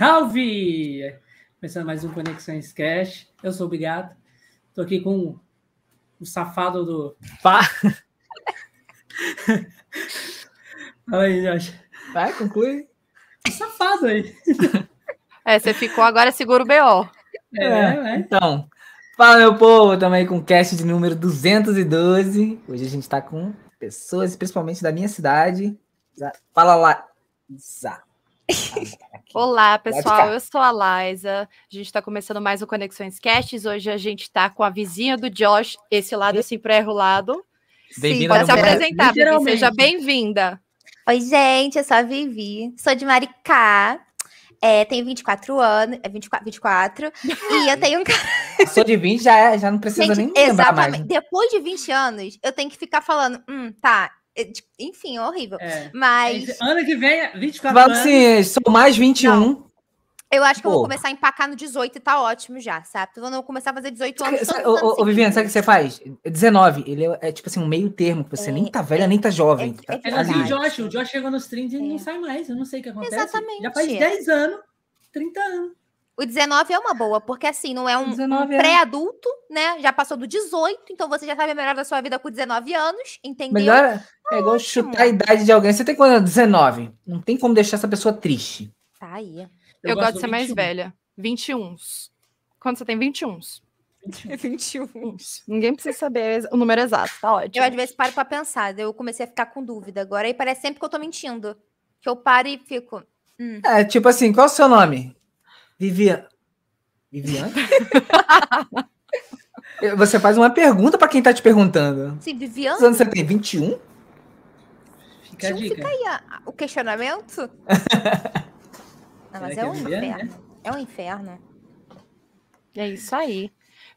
Salve! Começando mais um Conexões Cash. Eu sou o Bigato. Tô aqui com o safado do. Pá. Fala aí, Josh. Vai, conclui. O safado aí. É, você ficou agora segura o BO. É, é. Então, fala meu povo, também com o cast de número 212. Hoje a gente tá com pessoas, principalmente da minha cidade. Za- Fala lá. Za. Olá, Pode pessoal. ficar. Eu sou a Laisa. A gente está começando mais o Conexões Casts. Hoje a gente está com a vizinha do Josh. Esse lado eu sempre erro o lado. Bem-vinda Pode no se Brasil. apresentar, Vivi. Literalmente. Seja bem-vinda. Oi, gente, eu sou a Vivi, sou de Maricá, é, tenho 24 anos, é 24, 24 e eu tenho um cara. Passou de 20, já, é- já não precisa nem lembrar mais. né? exatamente, depois de 20 anos, eu tenho que ficar falando, hum, tá, é, tipo, enfim, é horrível. É. Mas Ano que vem, é 24 Fala anos. assim, sou mais 21. eu acho que eu vou pô. começar a empacar no 18 e tá ótimo já, sabe? Quando eu começar a fazer 18 Sabe- anos. sabe- todos Ô, os anos ô, ô, Viviane, sabe o que seguidos. você faz? 19. Ele é, é tipo assim, um meio termo, que você É, nem tá velha, nem tá jovem. é- é tá É ali. assim, verdade. Josh. O Josh chega nos 30 e não É. sai mais. Eu não sei o que acontece. Exatamente. Já faz 10 anos, 30 anos. O 19 é uma boa, porque assim, não é um, um 19 é- pré-adulto, né? Já passou do 18, então você já sabe a melhor da sua vida com 19 anos, entendeu? Melhor é igual chutar a idade de alguém. Você tem quando? 19. Não tem como deixar essa pessoa triste. Tá aí. Eu, gosto de do ser mais 21. velha. 21. Quando você tem 21. 21. Ninguém precisa saber exa- o número exato. Tá ótimo. Eu às vezes paro pra pensar, daí eu comecei a ficar com dúvida agora, e parece sempre que eu tô mentindo. Que eu paro e fico. É, tipo assim, qual é o seu nome? Viviane. Viviane? Eu- você faz uma pergunta pra quem tá te perguntando. Assim, Quantos Viviane, anos você tem? 21? Fica a dica. e um a- ah, o questionamento? Não, Será mas é que um Viviane, inferno. né? É um inferno. É isso aí.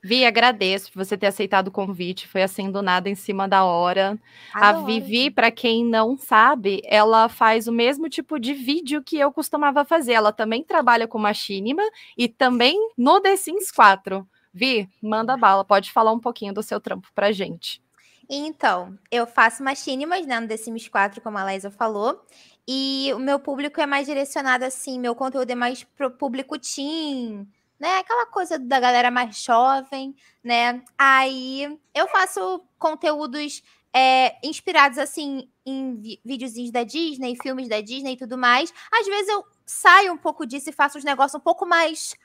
Vi, agradeço por você ter aceitado o convite. Foi assim do nada em cima da hora. A Adoro. Vivi, para quem não sabe, ela faz o mesmo tipo de vídeo que eu costumava fazer. Ela também trabalha com machinima e também no The Sims 4. Vi, manda bala, pode falar um pouquinho do seu trampo pra gente. Então, eu faço machinimas, né, no The Sims 4, como a Laísa falou. E o meu público é mais direcionado assim, meu conteúdo é mais pro público teen, né? Aquela coisa da galera mais jovem, né? Aí eu faço conteúdos é, inspirados assim em vi- videozinhos da Disney, filmes da Disney e tudo mais. Às vezes eu saio um pouco disso e faço uns negócios um pouco mais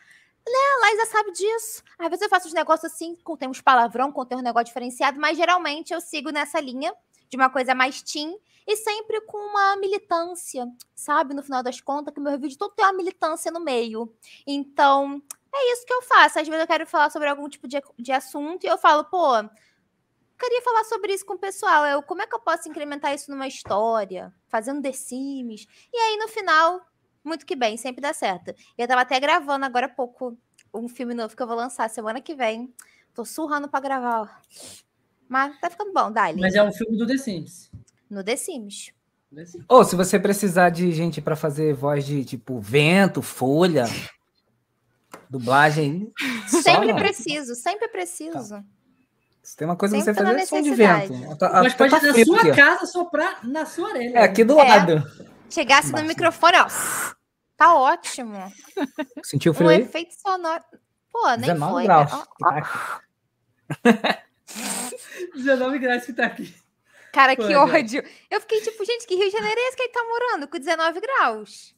a Laísa sabe disso. Às vezes eu faço uns negócios assim, contém uns palavrão, contém um negócio diferenciado, mas geralmente eu sigo nessa linha de uma coisa mais teen e sempre com uma militância, sabe? No final das contas, que meu vídeo todo tem uma militância no meio. Então, é isso que eu faço. Às vezes eu quero falar sobre algum tipo de, de assunto e eu falo, pô, queria falar sobre isso com o pessoal. Eu, como é que eu posso incrementar isso numa história? Fazendo The Sims. E aí, no final, muito que bem, sempre dá certo. Eu tava até gravando agora há pouco um filme novo que eu vou lançar semana que vem. Tô surrando pra gravar. ó. Mas tá ficando bom, Dali. Mas é um filme do The Sims. No The Sims. The Sims. Ou se você precisar de gente pra fazer voz de tipo vento, folha, dublagem. só, Sempre mano. preciso, sempre Tá. preciso. Se tem uma coisa que você Sempre tá na fazer, é som de necessidade. vento. Tá- Mas tá- pode tá na frio sua aqui, ó. casa soprar na sua orelha. É aqui do É. lado. Chegasse no Basta. microfone, ó. Tá ótimo. Sentiu Um frio aí? efeito sonoro. Pô, nem 19 foi. né? graus. ó. que tá aqui. 19 graus que tá aqui. Cara, Pois que é. né? ódio. Eu fiquei tipo, gente, que Rio de Janeiro é esse que ele tá morando? Com 19 graus.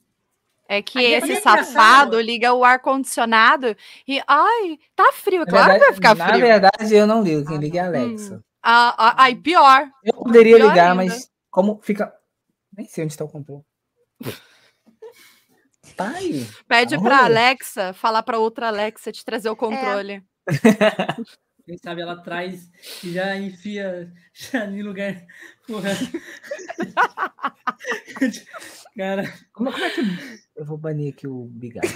É que Aí esse depois é engraçado. safado liga o ar-condicionado e. Ai, tá frio, é Na claro verdade- que vai ficar Na frio. verdade, eu não ligo. Quem Ah, liga é a Alexa. Ah, ah, ai, pior. Eu poderia Pior ligar, ainda. mas como fica. Nem sei onde está o controle. Tá aí. Pede Olha. pra Alexa falar pra outra Alexa te trazer o controle. Quem sabe ela traz e já enfia já em lugar. Porra. Cara, Como, como é que. Eu vou banir aqui o Bigato.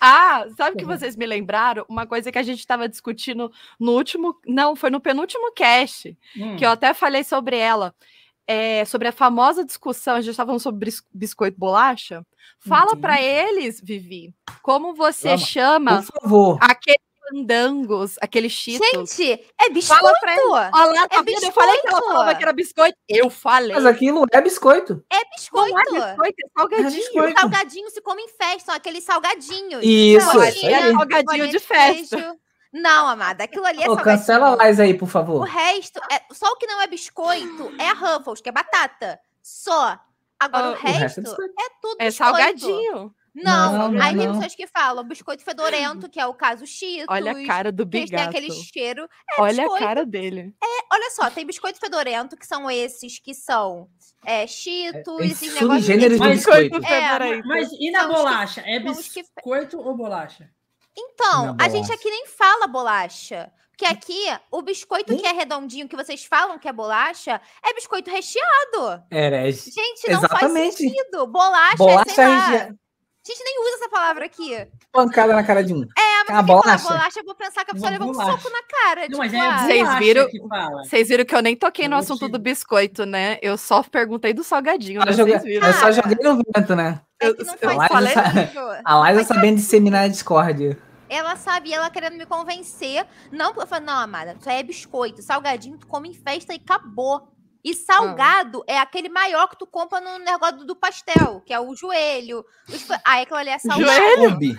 Ah, sabe o que Uhum. vocês me lembraram? Uma coisa que a gente estava discutindo no último. Não, foi no penúltimo cast, hum, que eu até falei sobre ela. é, sobre a famosa discussão, a gente estava falando sobre bis- biscoito bolacha. Fala Uhum. pra eles, Vivi, como você Chama. chama Por favor. aquele fandangos, aqueles cheetos. Gente, é biscoito. Fala pra Olha lá, tá é vendo? Eu falei que ela biscoito. falava que era biscoito. Eu falei. Mas aquilo é biscoito. É Não é biscoito. biscoito, é salgadinho. É biscoito. Salgadinho se come em festa, são aqueles salgadinhos. Isso, Bolinha, isso aí. Salgadinho bolinha É, de festa. queijo. Não, amada, aquilo ali é Ô, salgadinho. cancela a Lays aí, por O favor. resto, é, só o que não é biscoito é a Ruffles, que é batata. Só. Agora Ah, o o resto é resto biscoito. é tudo É biscoito. salgadinho. Não, Não, não, aí tem não. pessoas que falam biscoito fedorento, que é o caso Cheetos. Olha a cara do que eles têm bigato. aquele cheiro. Olha a biscoito. cara dele. Olha só, tem biscoito fedorento, que são esses que são é, Cheetos, Tem esses negócios... subgêneros do Mas- biscoito. Biscoito É, fedorento. Mas e São na os que- bolacha? É são os que- biscoito ou bolacha? Então, Na a gente bolacha. aqui nem fala bolacha. Porque aqui, o biscoito que é redondinho, que vocês falam que é bolacha, é biscoito recheado. Herege. Gente, não faz Exatamente. sentido. Bolacha, é, Bolacha sei lá. recheada. A gente nem usa essa palavra aqui. É, Pancada na cara de um. mas Ah, se eu falar bolacha? bolacha, eu vou pensar que a pessoa Uma levou um bolacha. soco na cara. Não, tipo, mas é ah, bolacha Vocês viram- que fala. Vocês viram que eu nem toquei no Eu assunto gostei. do biscoito, né? Eu só perguntei do salgadinho, Eu, né? joguei- Vocês viram? eu só Ah. joguei no vento, né? é que não eu- faz eu- falei, essa- A Lays é Mas- sabendo disseminar a discórdia. Ela sabe, ela querendo me convencer. Não, eu falei, não, amada, isso aí é biscoito. Salgadinho, tu come em festa e acabou. E salgado é aquele maior que tu compra no negócio do pastel, que é o joelho. Os fa- Aí aquilo ali é salgado. Combi.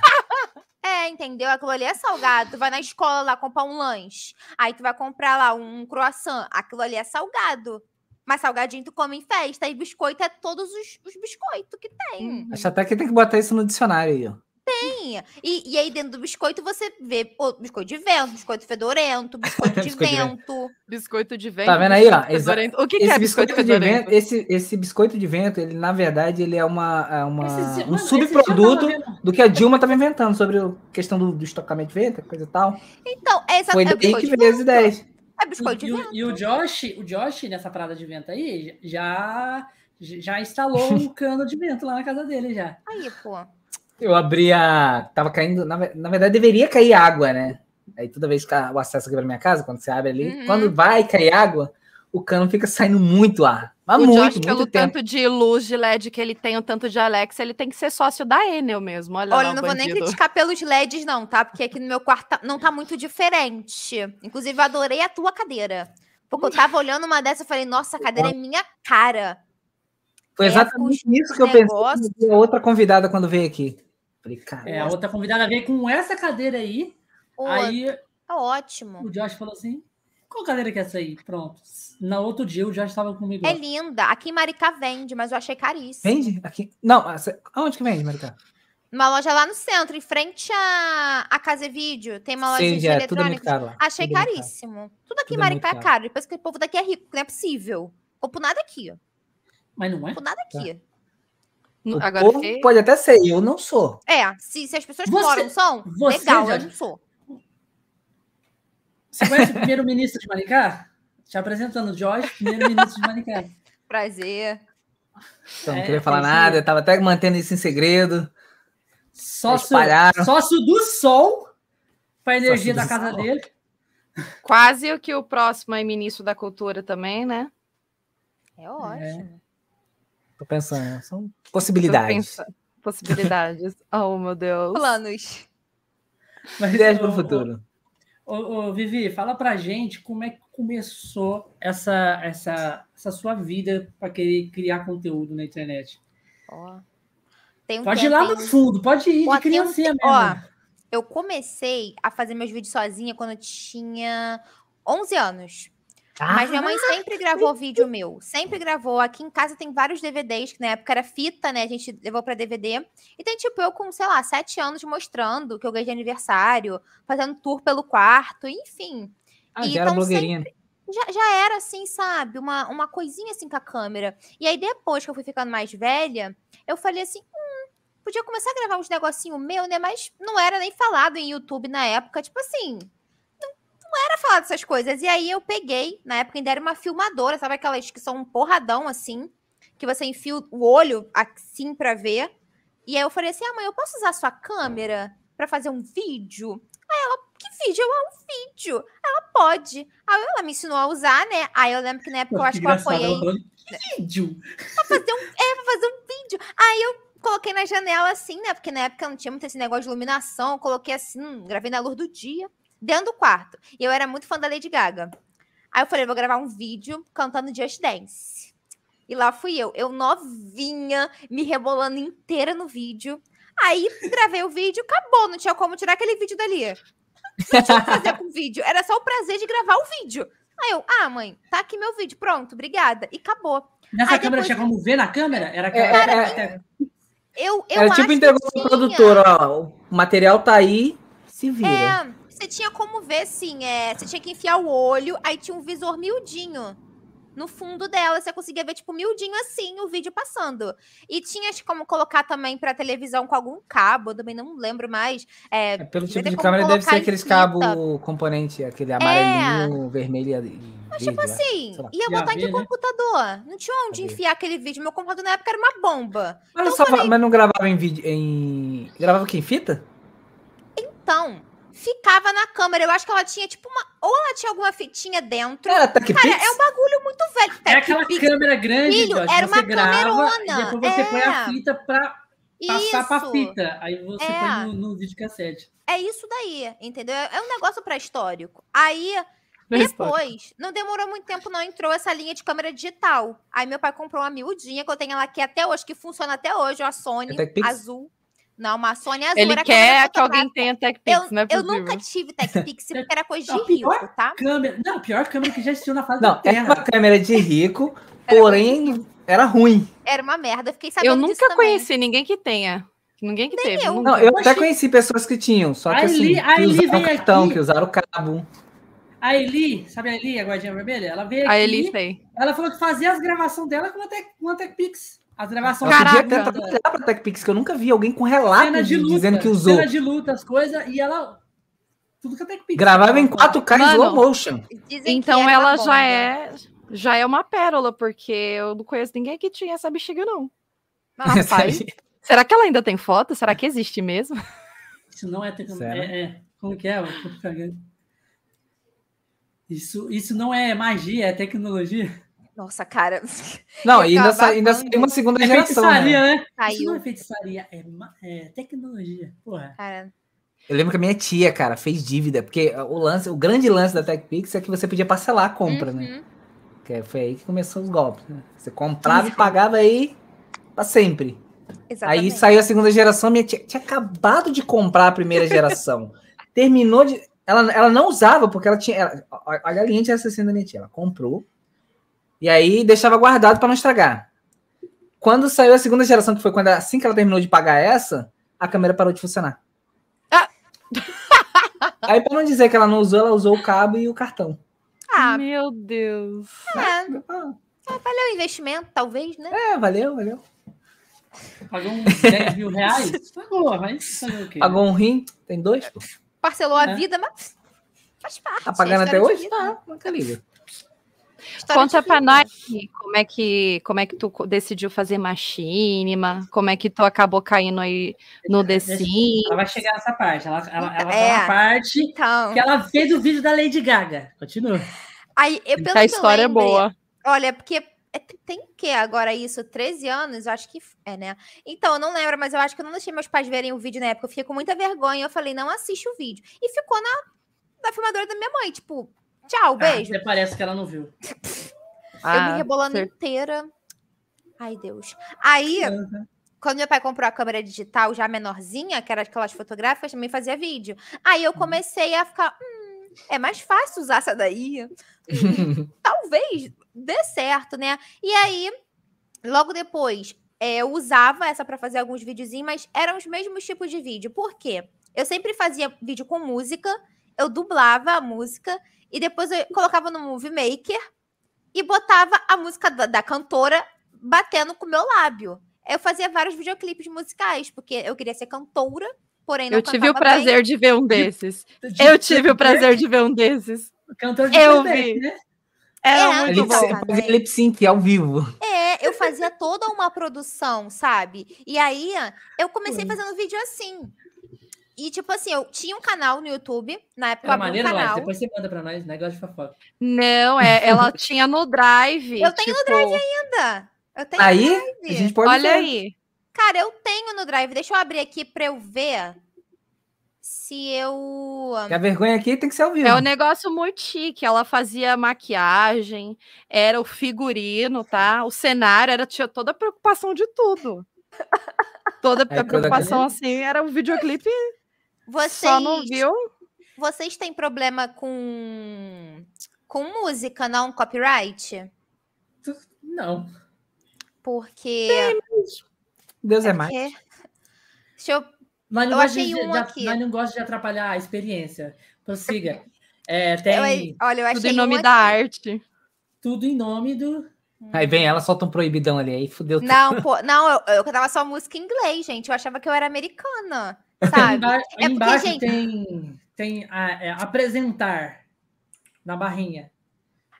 É, entendeu? Aquilo ali é salgado. Tu vai na escola lá comprar um lanche. Aí tu vai comprar lá um croissant. Aquilo ali é salgado. Mas salgadinho tu come em festa. E biscoito é todos os, os biscoitos que tem. Acho até que tem que botar isso no dicionário aí, ó. Tem. E, e aí dentro do biscoito você vê pô, biscoito de vento, biscoito fedorento, biscoito de Biscoito de vento. vento. Biscoito de vento. Tá vendo aí, ó? biscoito Exa- fedorento. O que, que Esse é biscoito biscoito, de fedorento? vento, esse, esse biscoito de vento, ele na verdade ele é uma, é uma- Esse- mano, um esse dia eu tava subproduto vendo- do que a Dilma estava inventando sobre a questão do, do estocamento de vento, coisa e tal. Então, é Foi exatamente. É daí que biscoito de veio Uhum. as vento. ideias. É E, biscoito de vento. o- e o Josh, o Josh, nessa parada de vento aí, já, já instalou um cano de vento lá na casa dele já. Aí, pô. Eu abri a. Tava caindo. Na, ve- na verdade, deveria cair água, né? Aí toda vez que a- o acesso aqui pra minha casa, quando você abre ali, Uhum. quando vai cair água, o cano fica saindo muito ar. Mas o tá é muito, Josh, pelo muito tempo. tanto de luz de LED que ele tem, o tanto de Alexa, ele tem que ser sócio da Enel mesmo. Olha, Olha, um lá, eu o não vou nem bandido. criticar pelos LEDs, não, tá? Porque aqui no meu quarto tá- não tá muito diferente. Inclusive, eu adorei a tua cadeira. Porque eu tava olhando uma dessa e falei, nossa, a cadeira é minha cara. Foi É, exatamente com os isso que eu pensei. negócios. quando vi A outra convidada quando veio aqui. Falei, cara. É, a outra convidada veio com essa cadeira aí. Pô, Aí tá ótimo. o Josh falou assim: qual cadeira que é essa aí? Pronto. No outro dia o Josh estava comigo. É lá. linda. Aqui em Maricá vende, mas eu achei caríssimo. Vende? Aqui. Não, essa- aonde que vende, Maricá? Uma loja lá no centro, em frente à, à Casa Vídeo. Tem uma loja Sim, de já, tudo é muito eletrônicos. caro lá. Achei Tudo é muito caro. caríssimo. Tudo aqui em Tudo é muito Maricá é caro. caro. Depois que o povo daqui é rico, não é possível. Compro nada aqui. ó. Mas não é? Compro nada Tá. aqui. O Agora povo fiquei- pode até ser, eu não sou. É, se, se as pessoas que Você- moram são, você legal, eu já- não sou. Você conhece o primeiro-ministro de Maricá? Te apresentando, Josh, primeiro-ministro de Maricá. Prazer. Então, não É, queria falar tem nada, sim. eu tava até mantendo isso em segredo. Sócio, Espalharam. sócio do sol para a energia Sócio da do casa sol. dele. Quase o que o próximo é ministro da cultura também, né? É ótimo. Tô pensando, são Tô possibilidades. pensando- Possibilidades. oh, meu Deus. Planos. Mas, Ideias para ô, o futuro. Ô, ô, Vivi, fala pra gente como é que começou essa, essa, essa sua vida para querer criar conteúdo na internet. Ó. Tem um Pode ir lá no tempinho. fundo, pode ir Ó, de tem um criancinha te- mesmo. ó. Eu comecei a fazer meus vídeos sozinha quando eu tinha 11 anos. Ah, Mas é um minha Ah, mãe sempre gravou vídeo meu. Sempre gravou. Aqui em casa tem vários DVDs, que na época era fita, né? A gente levou pra DVD. E tem, tipo, eu com, sei lá, sete anos mostrando que eu ganhei de aniversário, fazendo tour pelo quarto, enfim. Ah, já era então blogueirinha. Já, já era assim, sabe? Uma, uma coisinha assim com a câmera. E aí, depois que eu fui ficando mais velha, eu falei assim: hum, podia começar a gravar uns negocinho meu, né? Mas não era nem falado em YouTube na época. Tipo assim, não, não era falado essas coisas. E aí eu peguei, na época ainda era uma filmadora, sabe aquelas que são um porradão assim, que você enfia o olho assim pra ver. E aí eu falei assim: ah, mãe, eu posso usar a sua câmera pra fazer um vídeo? Aí ela, que vídeo? Eu, ah, um vídeo pode. Aí ela me ensinou a usar, né? Aí eu lembro que na época eu acho que eu engraçado, é um apoiei ela falando, "Que vídeo?" pra fazer um, é, pra fazer um vídeo. Aí eu coloquei na janela assim, né? Porque na época não tinha muito esse negócio de iluminação. eu Coloquei assim, gravei na luz do dia, dentro do quarto. E eu era muito fã da Lady Gaga. Aí eu falei, vou gravar um vídeo cantando Just Dance. E lá fui eu, eu novinha, me rebolando inteira no vídeo. Aí gravei o vídeo, acabou, não tinha como tirar aquele vídeo dali. Não tinha o que fazer com o vídeo, era só o prazer de gravar o vídeo. Aí eu, ah, mãe, tá aqui meu vídeo, pronto, obrigada. E acabou. Nessa Aí câmera depois- tinha como ver na câmera? Era É, aquela. é, Eu, eu Era acho tipo que entregou tinha- pro produtor, ó. O material tá aí, se vira. É, você tinha como ver, sim. É, você tinha que enfiar o olho, aí tinha um visor miudinho. No fundo dela, você conseguia ver, tipo, miudinho assim, o vídeo passando. E tinha acho, como colocar também pra televisão com algum cabo, eu também não lembro mais. É, É, pelo Vai tipo ter de como câmera, deve colocar ser em aqueles fita. É. cabo componente, aquele amarelinho, vermelho e verde. mas, tipo né? assim, sei lá. ia E botar a em ver, né? que computador? Não tinha onde A ver. enfiar aquele vídeo. Meu computador na época era uma bomba. mas, eu só fa- falei- mas não gravava em vídeo. Em... Gravava o quê? Em fita? Então, ficava na câmera. Eu acho que ela tinha, tipo, uma. Ou ela tinha alguma fitinha dentro. Era Tech Cara, Pix? é um bagulho muito velho. É aquela Tech Pix. câmera grande, Filho, Josh, era você uma grava camerona, e depois você põe a é. fita pra passar pra Isso. fita. Aí você É. põe no, no videocassete. É isso daí, entendeu? É um negócio pré-histórico. Aí, depois, não demorou muito tempo, não entrou essa linha de câmera digital. Aí meu pai comprou uma miudinha que eu tenho ela aqui até hoje, que funciona até hoje, uma Sony É TechPix? azul. Não, uma Sony azul. Ele era a quer câmera que alguém fotográfica. tenha tech Eu, pix, não é eu possível. nunca tive TechPix porque era coisa A de rico, pior tá? Câmera. Não, a pior câmera que já existiu na fase Não, da era Terra. uma câmera de rico, porém era ruim. Era uma merda, eu fiquei sabendo Eu tá disso nunca também. né? conheci ninguém que tenha. Ninguém que teve. eu. Não, nunca. eu até Achei- conheci pessoas que tinham, só que Aí assim, li- aí que li usaram vem cartão, aqui. que usaram o cabo. A Eli, sabe a Eli, a guardinha vermelha? Ela veio aqui. Aí ele sei. Ela falou que fazia as gravações dela com a, Tec, com a TechPix. As gravações Eu podia Caraca. tentar olhar pra TechPix, que eu nunca vi alguém com relato cena de de- luta, dizendo que usou. cena de luta, as coisas, e ela. Tudo que a TechPix. Gravava em 4K em Mano. slow motion. Dizem que Então era né? uma ela bomba. já é, já é uma pérola, porque eu não conheço ninguém que tinha essa bexiga, não. Mas, Rapaz. Será que ela ainda tem foto? Será que existe mesmo? Isso não é tecnologia. Sério? É, é. Como que é? o propaganda? Isso, isso não é magia, é tecnologia. Nossa, cara, Não, Eu ainda, tava sa ainda amando. saiu uma segunda É geração. Né? feitiçaria, né? Isso não é caiu. feitiçaria, é, ma- é tecnologia. Porra. Cara, Eu lembro que a minha tia, cara, fez dívida, porque o lance, o grande lance da TechPix é que você podia parcelar a compra, né? uhum. Que foi aí que começou os golpes, né? Você comprava e pagava aí pra sempre. Aí Exatamente. saiu a segunda geração, minha tia tinha acabado de comprar a primeira geração. Terminou de. Ela, ela não usava, porque ela tinha. ela- olha olha a linha de raciocínio da minha tia. Ela comprou. E aí deixava guardado para não estragar. Quando saiu a segunda geração, que foi quando assim que ela terminou de pagar essa, a câmera parou de funcionar. Ah! aí, para não dizer que ela não usou, ela usou o cabo e o cartão. Ah, Meu Deus. é, Ah, valeu o investimento, talvez, né? É, valeu, valeu. Pagou uns 10 mil reais? Pagou, mas pagou o quê? Pagou um rim, tem dois? pô. Parcelou a É. vida, mas faz parte. Tá pagando é até história de hoje? vida, né? Tá, nunca liga. História Conta de pra vida. nós aí, como é que como é que tu co- decidiu fazer machinima, como é que tu acabou caindo aí no The Deixa- Sims. Ela vai chegar nessa parte. Ela, ela, ela É. tá na parte Então, que ela fez o vídeo da Lady Gaga. Continua. aí, eu, pelo A que história eu é lembre, boa. Olha, porque é- tem o que agora isso? 13 anos? Eu acho que f- é, né? Então, eu não lembro, mas eu acho que eu não deixei meus pais verem o vídeo na época. Eu fiquei com muita vergonha. Eu falei, não assiste o vídeo. E ficou na, na filmadora da minha mãe, tipo, Ah, tchau, Um beijo. Até parece que ela não viu. eu me rebolando cer- inteira. Ai, Deus. Aí. Uhum. Quando meu pai comprou a câmera digital já menorzinha, que era aquelas fotográficas, também fazia vídeo. Aí Uhum. eu comecei a ficar, hum, é mais fácil usar essa daí. Talvez dê certo, né? E aí, logo depois, é, eu usava essa para fazer alguns videozinhos, mas eram os mesmos tipos de vídeo. Por quê? Eu sempre fazia vídeo com música, eu dublava a música e depois eu colocava no Movie Maker e botava a música da, da cantora batendo com o meu lábio. Eu fazia vários videoclipes musicais, porque eu queria ser cantora, porém não Eu tive o cantava bem. prazer de ver um desses. Eu tive o prazer de ver um desses. Cantor de Eu playback, vi. né? Era É, muito Lip bom. Sabe? sync, pra ver lip sync ao vivo. É, eu fazia toda uma produção, sabe? E aí, eu comecei fazendo vídeo assim. E, tipo assim, eu tinha um canal no YouTube, na época eu Era abri um É maneiro, Laís. canal. Depois você manda pra nós, negócio de fofoca. Não, é, ela tinha no drive. Eu tenho no drive ainda. Ainda, eu tenho Aí, live. a gente pode Olha ver. aí. Cara, eu tenho no Drive. Deixa eu abrir aqui pra eu ver se eu. Que a vergonha aqui tem que ser ao vivo. É um negócio muito chique. Ela fazia maquiagem, era o figurino, tá? O cenário, era tinha toda a preocupação de tudo. toda Toda a preocupação, aquela- assim, era um videoclipe Vocês, só não viu. vocês têm problema com. Com música, não? Copyright? Não. Porque. é Deus é mais. porque- Deixa eu. Mas não, Eu gosta achei de, um de- aqui. mas não gosta de atrapalhar a experiência. Prossiga. É, tem eu- olha, eu achei. Tudo em nome um da aqui. arte. tudo em nome do. é. Aí vem ela, solta um proibidão ali, aí fudeu tudo. Não, pô, não, eu, eu cantava só música em inglês, gente. Eu achava que eu era americana, Aí emba- sabe? aí Tá. É porque, embaixo gente- tem, tem a- é, apresentar na barrinha.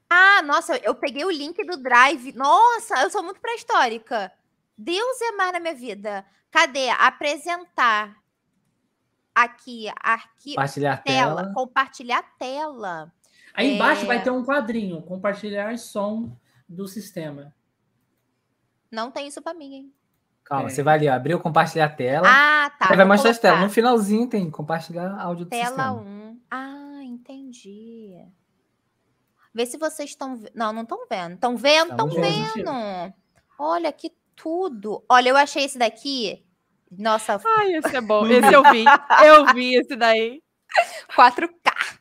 Ah, nossa, eu peguei o link do Drive. Nossa, eu sou muito pré-histórica. Deus é mais na minha vida. Cadê? Apresentar. Aqui, arquivo, Compartilhar a tela, tela. compartilhar tela. Aí embaixo É. vai ter um quadrinho, compartilhar som do sistema. Não tem isso pra mim, hein? É. Calma, você vai ali, ó, abriu, compartilhar a tela. Ah, tá. aí vai vou mostrar as telas. colocar. No finalzinho tem compartilhar áudio do Tela sistema. 1. Ah, entendi. Vê se vocês estão. ve- Não, não estão vendo. Estão vendo? Estão Tamo junto. vendo. Olha que tudo. Olha, eu achei esse daqui. Nossa, Ai, esse é bom. Esse eu vi. Eu vi esse daí. 4K.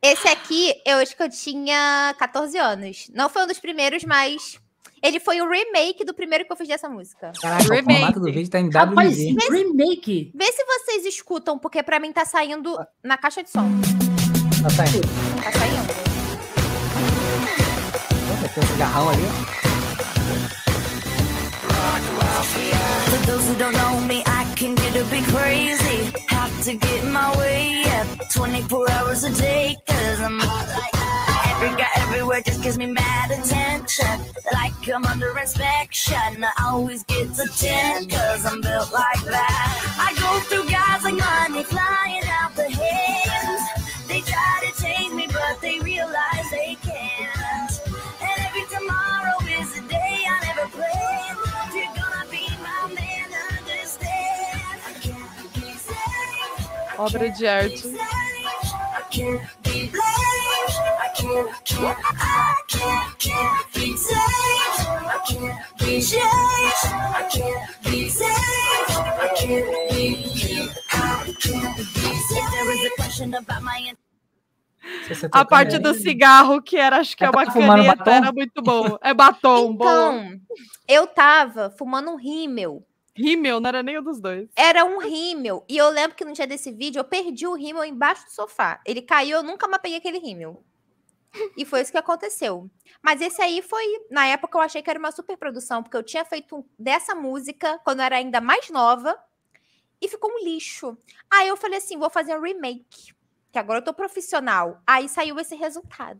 Esse aqui, eu acho que eu tinha 14 anos. Não foi um dos primeiros, mas ele foi o remake do primeiro que eu fiz dessa música. Caraca, o Remake. formato do vídeo tá em Rapaz, WD. remake! Vê se vocês escutam, porque pra mim tá saindo na caixa de som. Tá saindo. Tá saindo. Nossa, Tem um cigarrão ali. For those who don't know me, I can get a bit crazy. Have to get my way up 24 hours a day, cause I'm hot like every guy everywhere just gives me mad attention. Like I'm under inspection, I always get a 10, cause I'm built like that. I go through guys like money flying out the hands. They try to change me, but they realize they can't. And every tomorrow is a day I never planned. If you're gonna be my man, understand. I can't be saved. Obra de arte. I can't be blamed. I can't, can't, I can't, can't be saved. I can't be changed. I can't be saved. I can't be, I can't be saved. There is a question about my Se você A tocando parte aí. do cigarro, que era, acho que é Ela uma tá fumando caneta, batom? era muito bom. É batom, bom. Então, eu tava fumando um rímel. Rímel, não era nenhum dos dois. Era um rímel. E eu lembro que no dia desse vídeo eu perdi o rímel embaixo do sofá. Ele caiu, eu nunca mais peguei aquele rímel. E foi isso que aconteceu. Mas esse aí foi. Na época eu achei que era uma super produção, porque eu tinha feito um- dessa música quando eu era ainda mais nova. E ficou um lixo. Aí eu falei assim: vou fazer um remake. Que agora eu tô profissional. Aí saiu esse resultado.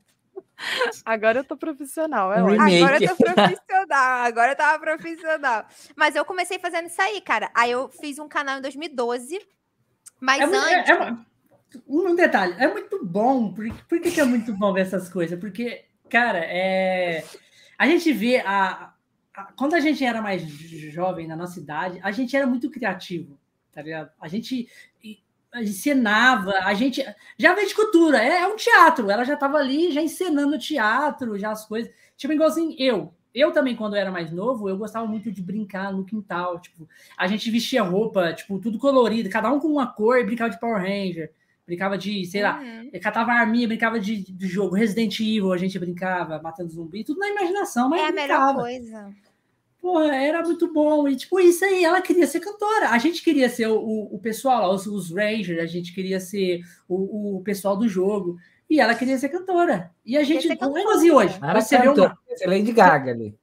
Agora eu tô profissional, é Um ótimo. remake. Agora eu tô profissional, agora eu tava profissional. Mas eu comecei fazendo isso aí, cara. Aí eu fiz um canal em 2012, mas É muito- antes... é- é- um detalhe, é muito bom. Por, por que, que é muito bom ver essas coisas? Porque, cara, é, a gente vê a, a- Quando a gente era mais jo- jovem na nossa idade, a gente era muito criativo, tá ligado? A gente e- encenava, a gente. Já veio de cultura, é, é um teatro. Ela já estava ali, já encenando teatro, já as coisas. Tipo, igualzinho eu. Eu também, quando eu era mais novo, eu gostava muito de brincar no quintal. Tipo, a gente vestia roupa, tipo, tudo colorido, cada um com uma cor e brincava de Power Ranger. Brincava de, sei lá, Uhum. catava arminha, brincava de, de jogo Resident Evil, a gente brincava, matando zumbi, tudo na imaginação, mas É a brincava. melhor coisa. Porra, era muito bom. E, tipo, isso aí, ela queria ser cantora. A gente queria ser o, o, o pessoal lá, os, os Rangers, a gente queria ser o, o pessoal do jogo. E ela queria ser cantora. E a gente, ser não é cantora. igualzinho hoje. Cara, Hoje você, vê cantou. uma, Essa é Lady Gaga ali.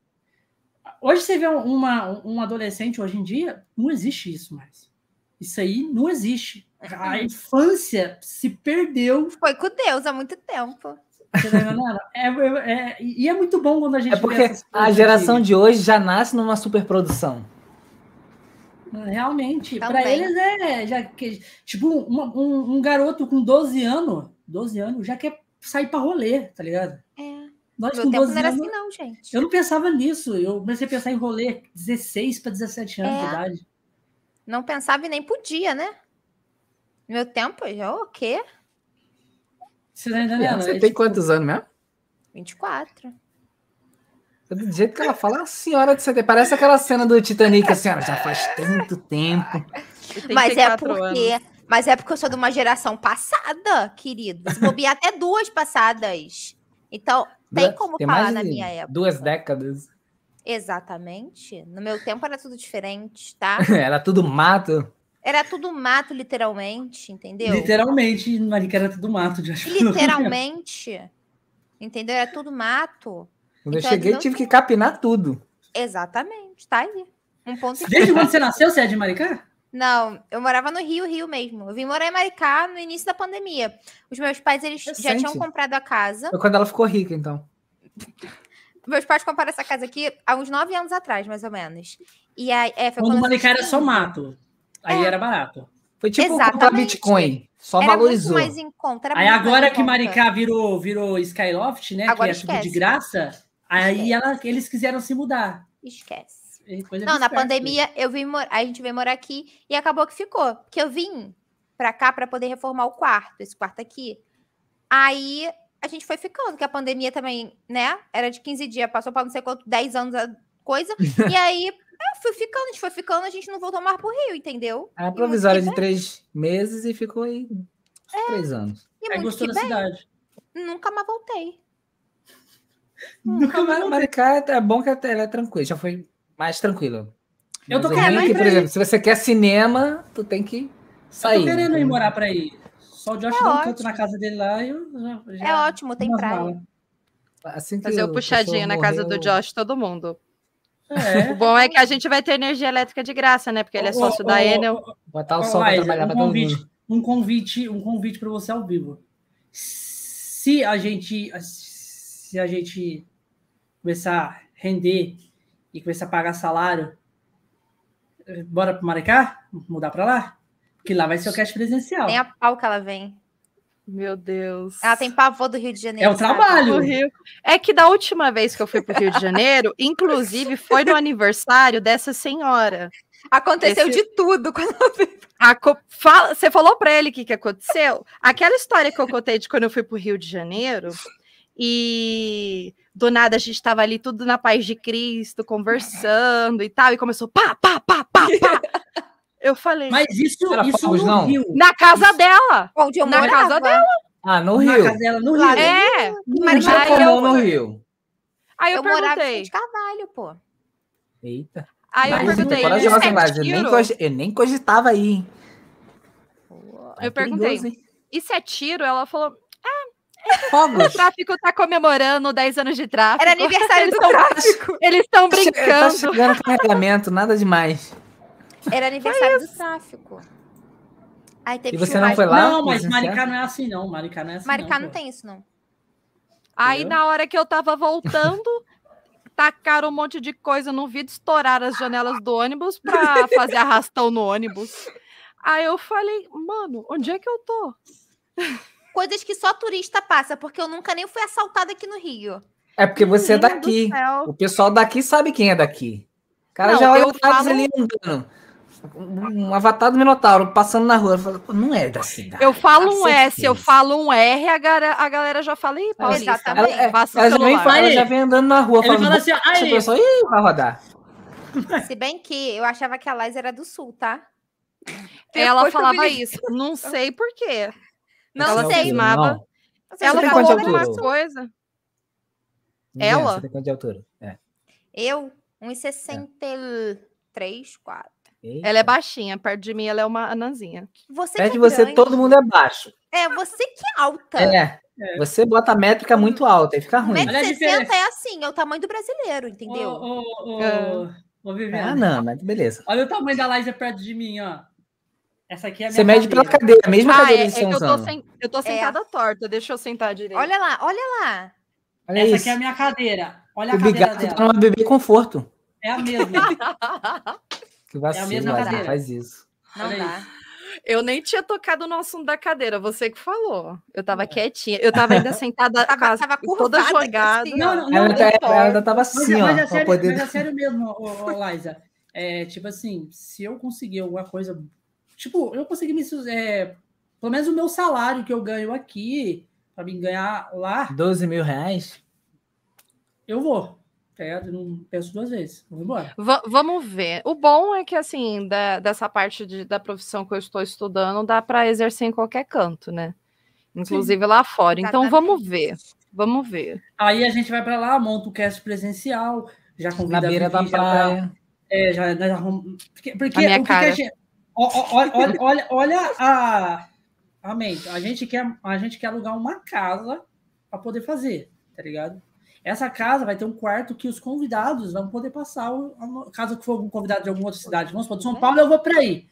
hoje você vê uma, um adolescente hoje em dia, não existe isso mais. Isso aí não existe. É. A infância se perdeu. Foi com Deus há muito tempo. Você tá entendendo? É, é, é- e é muito bom quando a gente É vê porque essas a coisas geração antigas. de hoje já nasce numa superprodução. Realmente, para Também. eles é já que tipo uma- um, um garoto com 12 anos, 12 anos já quer sair para rolê, tá ligado? É. Nós Meu com tempo 12 não era anos, assim, não, gente. eu não pensava nisso. Eu comecei a pensar em rolê 16 para 17 anos É. de idade. Não pensava e nem podia, né? No meu tempo, já o quê? Você tá entendendo? Você É, tem tipo, quantos anos mesmo? 24. Do jeito que ela fala, a senhora que você tem. Parece aquela cena do Titanic, a senhora já faz tanto tempo. Mas é porque. Mas é porque eu sou de uma geração passada, querido. Se bobear até duas passadas. Então, tem Duas- como mais falar na de minha época. Duas décadas. Exatamente. No meu tempo era tudo diferente, tá? Era tudo mato. Era tudo mato, literalmente, entendeu? Literalmente, Marica era tudo mato. De Literalmente. Entendeu? Era tudo mato. Quando eu Então, cheguei, não tive que capinar tudo. Exatamente, tá aí. Um ponto em Desde quando você nasceu, você é de Maricá? Não, eu morava no Rio, Rio mesmo. Eu vim morar em Maricá no início da pandemia. Os meus pais, eles já tinham Recente. comprado a casa. Foi quando ela ficou rica, então. Meus pais compraram essa casa aqui há uns nove anos atrás, mais ou menos. E aí, é, foi Quando quando o eu Maricá era fiz só quinze. mato. Aí É. era barato. Foi tipo comprar Exatamente. Bitcoin. Só Era muito valorizou. mais em conta. era Aí muito mais agora em que conta. Maricá virou, virou Skyloft, né? Agora que é tudo de esquece. graça. Aí ela- eles quiseram se mudar. Esquece. É coisa Não, de na esperto. pandemia eu vim mor- a gente veio morar aqui e acabou que ficou. Porque eu vim pra cá pra poder reformar o quarto, esse quarto aqui. Aí a gente foi ficando, que a pandemia também, né? Era de 15 dias, passou pra não sei quanto, 10 anos a coisa. e aí eu fui ficando, a gente foi ficando, a gente não voltou mais pro Rio, entendeu? Era provisória E de muito três meses e ficou aí É. três anos. que bem, Aí e muito gostou que É da bem, cidade. nunca mais voltei. Hum, Nunca mais Mar- Maricá é- é bom que até ela é tranquila, já foi mais tranquila. Eu tô Mas o ruim querendo é que, ir pra por exemplo, se você quer cinema, tu tem que Eu sair. tô querendo ir entendeu? morar pra aí. Só o Josh É dá um ótimo. canto na casa dele lá e eu já. já É ótimo, tem umas praia. malas. Assim que é Fazer o o puxadinho cachorro na casa do morreu- Josh, todo mundo. O É. bom é que a gente vai ter energia elétrica de graça, né? Porque ele é Ô, sócio ô, da ô, Enel. Botar o Ô, sol pra Laís, trabalhar um pra todo convite, mundo. um convite, um convite para você ao vivo. Se a gente se a gente começar a render e começar a pagar salário, eh, bora para Maricá? Mudar para lá? Porque lá vai ser o cast presencial. Nem a pau que ela vem. Meu Deus. Ela Ah, tem pavor do Rio de É Janeiro. o Tá sabe? trabalho. Pro Rio. É que da última vez que eu fui pro Rio de Janeiro, inclusive foi no aniversário dessa senhora. Aconteceu Esse- de tudo quando A co- fala- Você falou pra ele o que, que aconteceu? Aquela história que eu contei de quando eu fui pro Rio de Janeiro e do nada a gente tava ali tudo na paz de Cristo, conversando e tal, e começou pá, pá, pá, pá, pá. Eu falei, Mas isso, Era isso fogos, no não? Rio. na casa dela! onde eu Na morava. casa dela. Ah, no Na Rio. casa dela, no Rio. Lá dentro. É! No Mas Rio. Já Aí comeu eu- no Rio. Aí eu, Eu, morava em perguntei. Vicente Carvalho, pô. Eita. Aí eu Mas perguntei. corajosa, "Isso é mas eu, nem tiro? cogi- eu nem cogitava aí. hein? Tá Eu perguntei. perigoso, hein? Isso é tiro? Ela falou: o Fogos. tráfico tá comemorando 10 anos de tráfico. Era aniversário Eles do tão- tráfico. Eles estão Tá che- Tá brincando. chegando carregamento, nada demais. Era aniversário do tráfico. Aí teve E você não churrasco. foi lá? não, mas presencial? Maricá não é assim, não. Maricá não é assim. Maricá não pô. tem isso, não. Aí, Entendeu? na hora que eu tava voltando, tacaram um monte de coisa no vidro, estouraram as janelas do ônibus pra fazer arrastão no ônibus. Aí eu falei, mano, onde é que eu tô? Coisas que só turista passa, porque eu nunca nem fui assaltada aqui no Rio. É porque você é Menino daqui. do céu. O pessoal daqui sabe quem é daqui. O cara Não, já olha eu o Thales falo- ali andando. Um, um avatar do Minotauro passando na rua. Fala, "Pô, não é da cidade. Eu falo com um S, eu certeza." falo um R, a galera, a galera já fala, ih, Paulista, Exatamente. Ela, é, passa o ela já vem, celular. fala, ela Aí. já vem andando na rua. Ele fala Falando, assim, essa aí, pessoa "Ih, vai rodar. É. Se bem que eu achava que a Laís era do sul, tá? ela Depois eu falava me liguei. isso, não sei por quê. Não Ela sei. tem- filmava. Não. Você Ela tem quanto jogava é falou de bola? alguma altura? coisa. Juliana, Ela? Você tem quanto de altura? É. Eu? 1,63, 4. Ela é baixinha, perto de mim ela é uma anãzinha. Você Perto que de é você, grande. todo mundo é baixo. É, você que é alta. É. Você bota a métrica muito alta e fica ruim. 1,60 é assim, é o tamanho do brasileiro, entendeu? Ô, ô, ô, É. Ah. ô, Ah, Viviane. não, mas beleza. Olha o tamanho da Liza perto de mim, ó. Essa aqui é a minha Você mede pela cadeira. cadeira, a mesma Ah, cadeira é, é que que você eu usando. tô, sen- eu tô sentada torta, deixa eu sentar direito. Olha lá, olha lá. Olha Essa isso. aqui é a minha cadeira. Olha a O cadeira bigato dela. tá numa bebê conforto. É a mesma. Que vacilo, É mesma Laís, cadeira. faz isso. Não Olha dá. Eu nem tinha tocado no assunto da cadeira, você que falou. Eu tava quietinha, eu tava ainda sentada, É. Tava- quase tava toda curvada, jogada. assim, ó. Não, não, não. Ela, mas, tá- ela ainda tava mas assim, ó. é pra sério, poder- mas é sério mesmo, ô, ô, ô, Liza. é, tipo assim, se eu conseguir alguma coisa. Tipo, eu consegui me. sus- é, pelo menos o meu salário que eu ganho aqui, pra mim ganhar lá, 12 mil reais? eu vou. É, eu não penso duas vezes. Vou embora. Va- vamos ver. O bom é que, assim, da- dessa parte de- da profissão que eu estou estudando, dá para exercer em qualquer canto, né? Inclusive lá fora. Então, vamos ver. Vamos ver. Aí a gente vai pra lá, monta o cast presencial, já convida Na a beira da Vivi, já pra- praia. É, já, nós arrumamos. Porque, porque A minha o que que cara. a gente. ó- ó- ó- Olha, olha, olha a. A mente. A gente quer, a gente quer alugar uma casa para poder fazer, tá ligado? Essa casa vai ter um quarto que os convidados vão poder passar. o- a no- Caso que for algum convidado de alguma outra cidade, vamos supor, de São Paulo, eu vou para aí.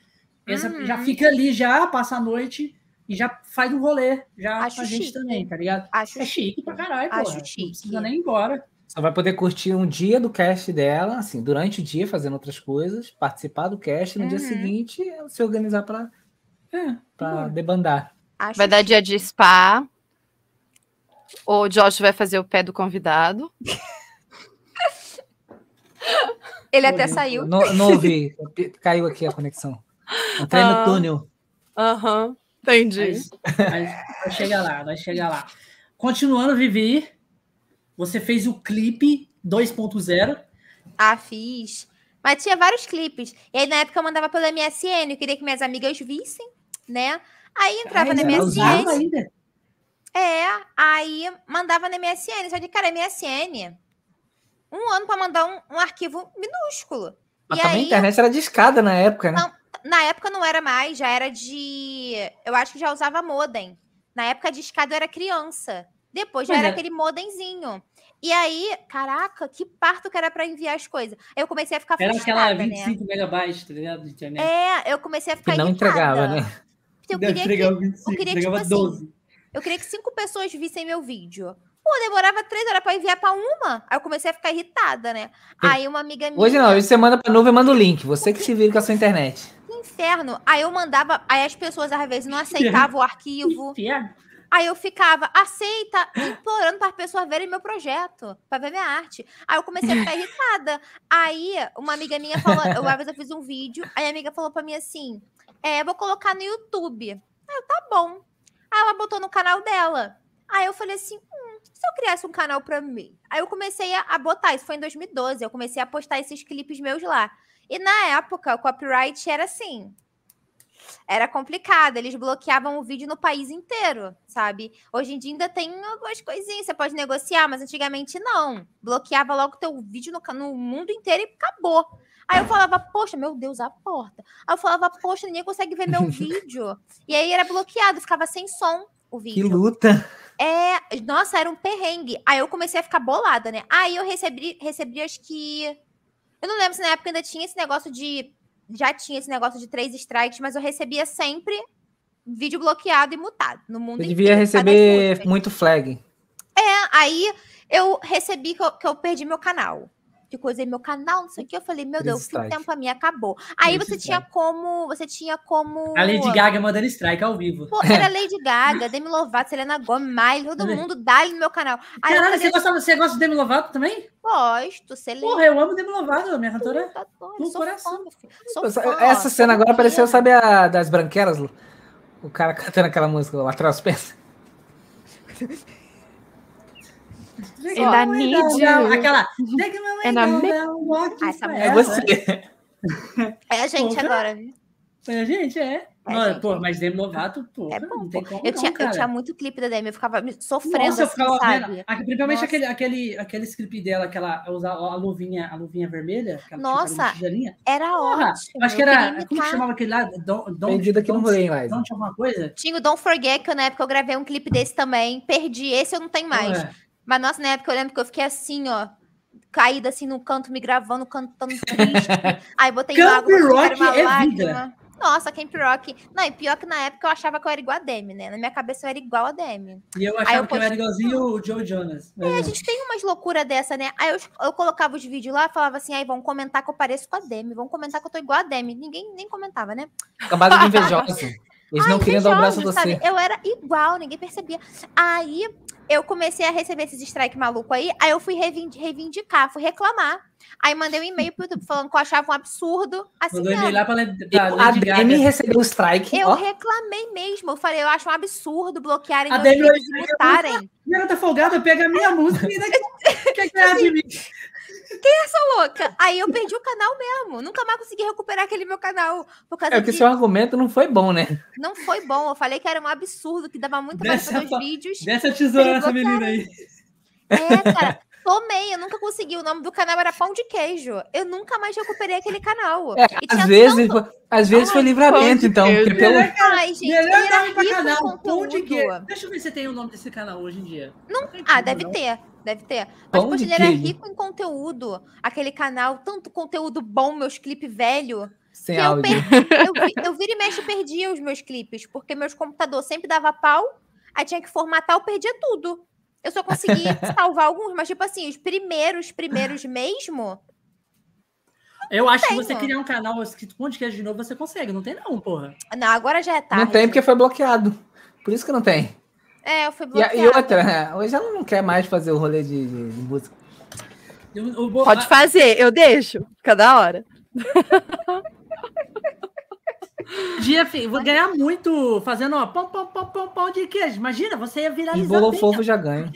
Essa Uhum. já fica ali, já passa a noite e já faz um rolê já Acho com a gente chique. também, tá ligado? Acho É chique pra caralho, Acho porra. Não chique. precisa nem ir embora. Só vai poder curtir um dia do cast dela, assim, durante o dia fazendo outras coisas, participar do cast, no dia Uhum. seguinte se organizar pra, é, pra debandar. acho Vai dar chique. dia de spa. O Josh vai fazer o pé do convidado. Ele até saiu. Não, não ouvi, caiu aqui a conexão. Entrei Ah. no túnel. Aham, entendi. Mas, É mas nós chega lá, nós chega lá. Continuando, Vivi, você fez o clipe 2.0. Ah, fiz. Mas tinha vários clipes. E aí, na época, eu mandava pelo MSN. Eu queria que minhas amigas vissem, né? Aí entrava Ai, na já era MSN. usava ainda. É, aí mandava na MSN. Só de, cara, MSN. Um ano pra mandar um, um arquivo minúsculo. Mas e também aí, a internet era discada na época, né? Não, na época não era mais, já era de. Eu acho que já usava modem. Na época de escada eu era criança. Depois já Mas era é- aquele modemzinho. E aí, caraca, que parto que era pra enviar as coisas. Aí eu comecei a ficar Era aquela frustrada, né? 25 megabytes, tá ligado? De internet. É, eu comecei a ficar né? que não irritada. entregava, né? Porque Eu Deve queria, entregar que, o 25, queria, entregava tipo assim, 12. eu queria que cinco pessoas vissem meu vídeo. Pô, demorava três horas pra enviar pra uma. Aí eu comecei a ficar irritada, né? Tem- Aí uma amiga minha. Hoje não, hoje você manda pra nuvem e manda o link. Você que se vira com a sua internet. Que inferno. Aí eu mandava. Aí as pessoas às vezes não aceitavam o arquivo. Inferno. Aí eu ficava, aceita, implorando para as pessoas verem meu projeto, para ver minha arte. Aí eu comecei a ficar irritada. Aí uma amiga minha falou, eu, uma vez eu fiz um vídeo, aí a amiga falou para mim assim, é, eu vou colocar no YouTube. Aí eu, tá bom. Aí ela botou no canal dela. Aí eu falei assim, hum, e se eu criasse um canal para mim? Aí eu comecei a, a botar, isso foi em 2012, eu comecei a postar esses clipes meus lá. E na época, o copyright era assim, era complicado, eles bloqueavam o vídeo no país inteiro, sabe? Hoje em dia ainda tem algumas coisinhas, você pode negociar, mas antigamente não. Bloqueava logo teu vídeo no, ca- no mundo inteiro e acabou. Aí eu falava, poxa, meu Deus, a porta. Aí eu falava, poxa, ninguém consegue ver meu vídeo. E aí era bloqueado, ficava sem som o Que vídeo. luta. É, nossa, era um perrengue. Aí eu comecei a ficar bolada, né? Aí eu recebi, recebi acho que. Eu não lembro se na época ainda tinha esse negócio de. Já tinha esse negócio de três strikes, mas eu recebia sempre vídeo bloqueado e mutado no mundo Você inteiro. devia por causa das receber músicas. muito flag. É, Aí eu recebi que eu, que eu perdi meu canal. Que coisei meu canal, não sei o que. Eu falei, meu Três Deus, o fim do strikes. tempo pra mim acabou. Aí Três você tinha como. Você tinha como. A Lady Gaga mandando strike ao vivo. Pô, era Lady Gaga, Demi Lovato, Selena Gomez, Miley, todo mundo dá no meu canal. Aí eu Caralho, falei, você gosta, você gosta de Demi Lovato também? Gosto, Selena. Porra, eu amo Demi Lovato, minha cantora. Puta, adoro, no sou coração. fã, meu filho. Sou Essa- fã, Essa sou cena agora assim, roqueira. pareceu, sabe, a das branquelas? Lu? O cara cantando aquela música lá atrás, pensa. É da Nidia. Não, Aquela. Take my way É da down, Mi- down, walk Ah, essa with música É us. você. É a gente Porra. agora, viu? É, gente, é. É, Não, gente. Pô, mas Demi Lovato, pô, É não bom, tem pô. como Eu, não, tinha, eu cara. tinha muito clipe da Demi, eu ficava me- sofrendo, Nossa, eu assim, ficava vendo. sabe? Aqui, principalmente Nossa. aquele, aquele, aquele script dela, aquela a usar a luvinha, a luvinha vermelha, aquela Nossa. que fica ali tigelinha. Era Porra, ótimo. Eu acho que eu era. queria Como que imitar. chamava aquele lá? Don, don, Perdido aqui no rolê, hein, Liza? Don't alguma coisa? Tinha o Don't Forget, que eu, na época eu gravei um clipe desse também. Perdi, esse eu não tenho mais. Porra. Mas, nossa, na época eu lembro que eu fiquei assim, ó. Caída assim no canto, me gravando, cantando triste. Aí botei Camp água, porque eu Rock quero uma é vida. lágrima. Nossa, Camp Rock. Não, e pior que na época eu achava que eu era igual a Demi, né? Na minha cabeça eu era igual a Demi. E eu achava eu que eu era igualzinho o Joe Jonas. E a gente tem umas loucuras dessa, né? Aí eu, eu colocava os vídeos lá, falava assim, aí vão comentar que eu pareço com a Demi, vão comentar que eu tô igual a Demi. Ninguém nem comentava, né? Acabado de invejosa. Eles não Ai, queriam dar o braço a invejosos, você. sabe? Eu era igual, ninguém percebia. Aí eu comecei a receber esses strike maluco aí, aí eu fui reivin- reivindicar, fui reclamar. Aí mandei um e-mail pro YouTube falando que eu achava um absurdo. Assim, um Mandou um e-mail mesmo. lá pra, Le- pra Eu, a Lady Gaga. Demi recebeu o strike. eu ó. reclamei mesmo. Eu falei, eu acho um absurdo bloquearem A meus Demi vídeos e é hoje- mutarem. Garota folgada, pega a minha música e ainda quer ganhar é Assim, de mim. Tô louca. Aí eu perdi o canal mesmo. Nunca mais consegui recuperar aquele meu canal. Por causa É porque de- seu argumento não foi bom, né? Não foi bom. Eu falei que era um absurdo, que dava muito mais Dessa para meus fa- vídeos. Desce a tesoura Ele nessa assim, bloquearam. menina aí. É, cara. Tomei, eu nunca consegui. O nome do canal era Pão de Queijo. Eu nunca mais recuperei aquele canal. É, E tinha às vezes, foi- às vezes foi Ai, livramento, pão de então. Deus. Porque pelo... Melhor Ai, gente, ele Melhor era nome pra rico em canal, pão de conteúdo. queijo. Deixa eu ver se tem o nome desse canal hoje em dia. Não. tem Ah, como, deve não. ter, deve ter. Mas, Pão poxa, de ele era queijo. rico em conteúdo. Aquele canal, tanto conteúdo bom, meus clipes velho. Sem que eu áudio. perdi. Eu, vi- eu vira e mexe perdia os meus clipes, porque meus computador sempre dava pau, aí tinha que formatar, eu perdia tudo. Eu só consegui salvar alguns, mas tipo assim, os primeiros, primeiros mesmo, Eu acho que Tem, você ó. criar um canal escrito pão de queijo de novo, você consegue. Não tem não, porra. não, agora já é tarde. Não tem porque foi bloqueado. Por isso que não tem. É, eu fui E, a- bloqueada. e outra, né? hoje ela não quer mais fazer o rolê de, de- de música. Eu- eu vou- Pode fazer, eu deixo. Fica da hora. Um dia, filho, vou ganhar muito fazendo, ó, pão, pão, pão, pão, pão de queijo. Imagina, você ia Tá E viralizar bolo bem, fofo ó. já ganha.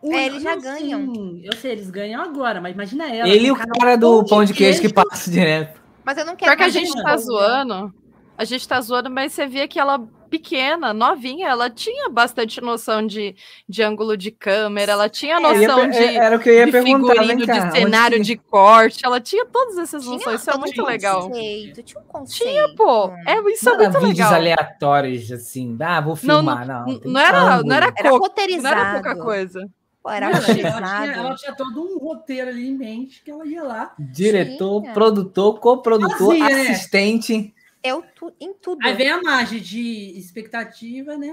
O- É, eles já não, ganham. sim, assim? eu sei, eles ganham agora, mas imagina ela. Ele e um o cara do pão de queijo que passa direto. Mas eu não é Pior quero que a mais um gente isso, tá né? não. zoando. A gente tá zoando, mas você via que ela pequena, novinha, ela tinha bastante noção de, de ângulo de câmera, ela tinha É, Eu ia noção per- de, era o que eu ia de perguntar, né, figurino, cara? de Onde cenário, que- de corte, ela tinha todas essas Tinha noções, isso é todo muito um legal. Conceito, tinha um conceito. Tinha, pô, é, isso é não era muito vídeos legal. aleatórios, assim. Ah, vou Não, filmar. Não, N- tem Não era, ângulo. não era Era coco, não roteirizado. era pouca coisa. Tipo Pô, Era Ela tinha, ela roteirizado. tinha todo um roteiro ali em mente que ela ia lá. Diretor, Tinha. produtor, coprodutor, Fazia, né? assistente. Eu tu- em tudo. Aí vem a margem de expectativa, né?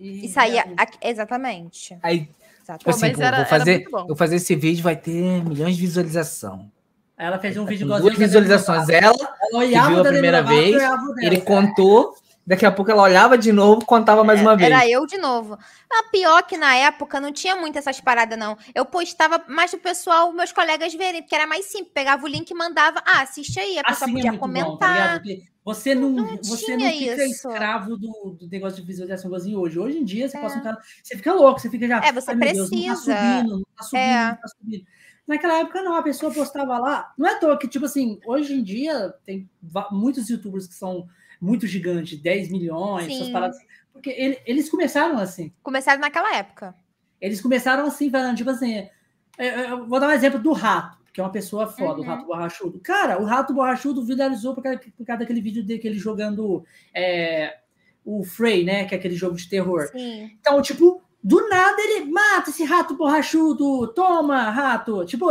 E saía. aqui- Exatamente. Aí, tipo exatamente. assim, mas pô, era- vou era fazer, muito bom. vou fazer esse vídeo, vai ter milhões de visualização. Aí ela fez um Tá vídeo com igualzinho duas da Demi visualizações. Lovato. Ela, Ela olhava viu a da Demi primeira Lovato, vez, eu olhava dela. ele contou, daqui a pouco ela olhava de novo, contava mais uma vez. Era eu de novo. A pior que na época não tinha muito essas paradas, não. Eu postava mais pro pessoal, meus colegas verem, porque era mais simples. Pegava o link e mandava. Ah, assiste aí. A pessoa Assim é podia muito bom, tá ligado? comentar. Porque você não, não você não tinha fica isso. escravo do, do negócio de visualização igualzinho hoje. Hoje em dia, você É. passa um cara, você fica louco, você fica já. É, você "Ai, meu Deus, não tá precisa. subindo, não tá subindo, É. não tá subindo. Naquela época, não, a pessoa postava lá. Não é à toa que, tipo assim, hoje em dia, tem va- muitos youtubers que são muito gigantes, 10 milhões, essas Sim. paradas. assim, Porque ele- eles começaram assim. Começaram naquela época. Eles começaram assim, falando, tipo assim. é, é, Eu vou dar um exemplo do rato, que é uma pessoa foda, o Uhum. rato borrachudo. Cara, o rato borrachudo viralizou por causa, por causa daquele vídeo dele que ele jogando é, o Frey, né? Que é aquele jogo de terror. Sim. Então, tipo, do nada ele mata esse rato borrachudo, toma, rato. Tipo,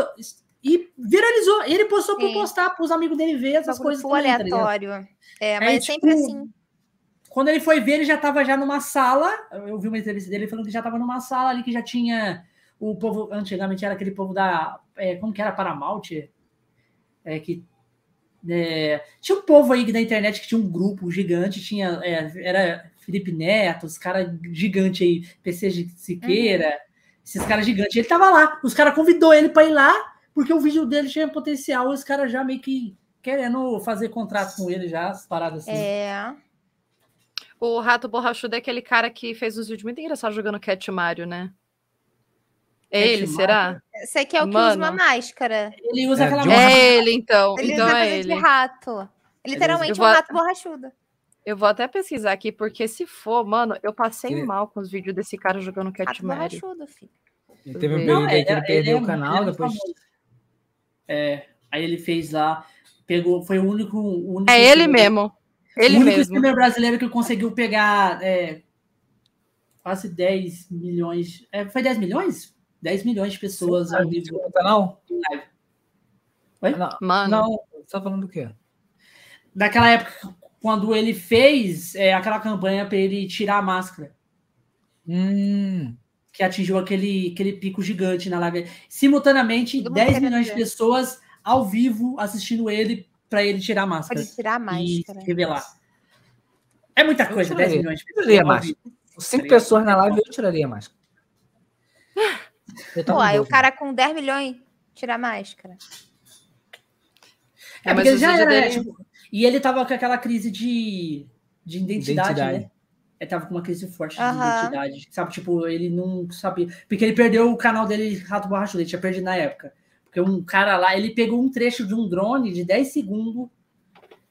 e viralizou. Ele postou por Sim. postar pros amigos dele ver essas Bagulho coisas. full também, tá ligado? aleatório. é, mas Aí, é sempre tipo, assim. Quando ele foi ver, ele já estava já numa sala. Eu vi uma entrevista dele falando que já estava numa sala ali que já tinha o povo. Antigamente era aquele povo da. é, como que era? Paramount? É que. é, tinha um povo aí da internet que tinha um grupo gigante, tinha. é, era Felipe Neto, os caras gigantes aí, PC de Siqueira, esses caras gigantes. Ele tava lá, os caras convidou ele para ir lá, porque o vídeo dele tinha potencial, os caras já meio que querendo fazer contrato com ele já, as paradas assim. É. O Rato Borrachudo é aquele cara que fez uns vídeos muito engraçados jogando Cat Mario, né? É Cat ele, Mario? será? Esse aqui é o que usa uma Mano. máscara. Ele usa É, aquela de um máscara. É ele, então. Ele então usa é coisa de ele. rato. É Literalmente Eu vou- um rato borrachudo. Eu vou até pesquisar aqui, porque se for, mano, eu passei Ele- mal com os vídeos desse cara jogando Cat Rato Mario. borrachudo, filho. Ele teve um Não, período Não, aí que é, ele um perdeu é o canal, muito depois famoso. É, aí ele fez lá, pegou, foi o único. o único É ele streamer- mesmo. o Ele único mesmo. streamer brasileiro que conseguiu pegar é, quase 10 milhões. é, foi 10 milhões? 10 milhões de pessoas ao vivo. do canal. Oi? Não, Mano, não, você tá falando do quê? Daquela época, quando ele fez é, aquela campanha para ele tirar a máscara. Hum, que atingiu aquele, aquele pico gigante na live. Simultaneamente, Todo mundo 10 querendo milhões de ver. pessoas ao vivo assistindo ele para ele tirar a máscara Pode tirar a e máscara. se revelar. É muita coisa, tirei. 10 milhões de Eu tirei a pessoas. ao vivo. máscara. cinco Tá ligado? pessoas na live eu tiraria mais. Eu tava Pô, aí o doido. cara com 10 milhões tira a máscara. É, É, mas porque os já vídeos era, né? dele- tipo, e ele tava com aquela crise de, de identidade, Identidade. né? Ele tava com uma crise forte de Aham. identidade. Sabe, tipo, ele não sabia. Porque ele perdeu o canal dele, Rato Borrachudo, ele tinha perdido na época. Porque um cara lá, ele pegou um trecho de um drone de 10 segundos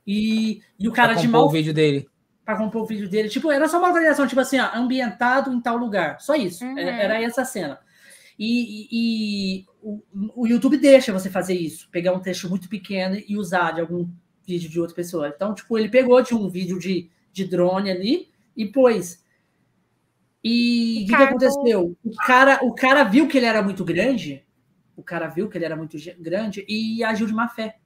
e, e o Pra cara de compor mal o vídeo dele. pra compor o vídeo dele. Tipo, era só uma avaliação, tipo assim, ó, ambientado em tal lugar. Só isso. Uhum. Era, era essa cena. E, e- e o, o YouTube deixa você fazer isso, pegar um texto muito pequeno e usar de algum vídeo de outra pessoa. Então, tipo, ele pegou de um vídeo de, de drone ali e pôs. E o que, que Ricardo. aconteceu? O cara, o cara viu que ele era muito grande, o cara viu que ele era muito ge- grande e agiu de má fé.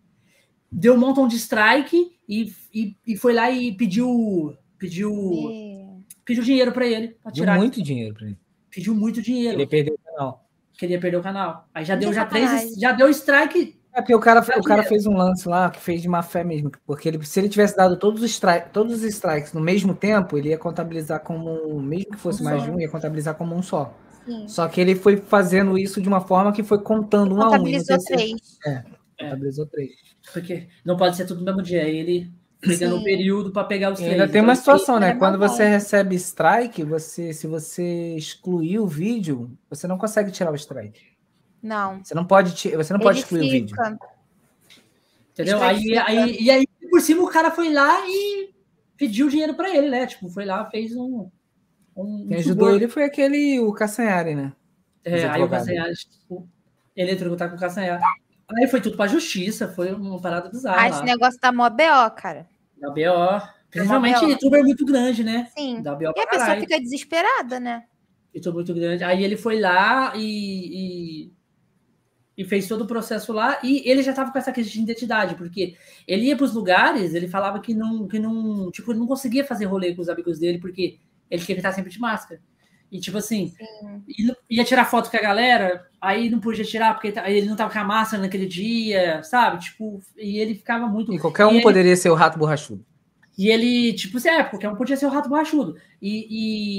Deu um montão de strike e, e, e foi lá e pediu pediu, Meu. pediu dinheiro pra ele. Pra Deu tirar. muito dinheiro pra ele. Pediu muito dinheiro. Ele perdeu o canal. Queria perder o canal. Aí já Que deu já três, sacanagem. já deu strike. É porque o cara, o cara dinheiro. fez um lance lá que fez de má fé mesmo. Porque ele, se ele tivesse dado todos os, strike, todos os strikes no mesmo tempo, ele ia contabilizar como. Mesmo que fosse Um mais só. de um, ia contabilizar como um só. Sim. Só que ele foi fazendo isso de uma forma que foi contando um a um. e no Contabilizou terceiro- três. Contabilizou três. Porque não pode ser tudo no mesmo dia. Aí ele pegando Sim. um período pra pegar os E três. ainda tem Então, uma ele- situação, né? era Quando maldade. você recebe strike, você, se você excluir o vídeo, você não consegue tirar o strike. Não. Você não pode, ti- você não pode Ele excluir o vídeo. fica. Entendeu? Aí, aí, e aí, por cima, o cara foi lá e pediu dinheiro pra ele, né? Tipo, foi lá, fez um. um Quem um ajudou suborno. ele foi aquele, o Castanhari, né? É, aí o advogado. Castanhar, tipo, ele entrou em contato com o Castanhar. Aí foi tudo pra justiça, foi uma parada bizarra. lá. Ah, esse negócio da mó BO, cara. Da BO. Principalmente BO. youtuber muito grande, né? Sim. Da BO E a pra pessoa caralho. fica desesperada, né? Youtuber muito grande. Aí ele foi lá e, e, e fez todo o processo lá. E ele já tava com essa crise de identidade, porque ele ia pros lugares, ele falava que não, que não. Tipo, ele não conseguia fazer rolê com os amigos dele, porque ele tinha que estar sempre de máscara. E tipo assim, e não- ia tirar foto com a galera, aí não podia tirar, porque ta- ele não tava com a máscara naquele dia, sabe? Tipo, e ele ficava muito. E qualquer E um ele- poderia ser o rato borrachudo. E ele, tipo, assim, é, porque um podia ser o rato borrachudo. E,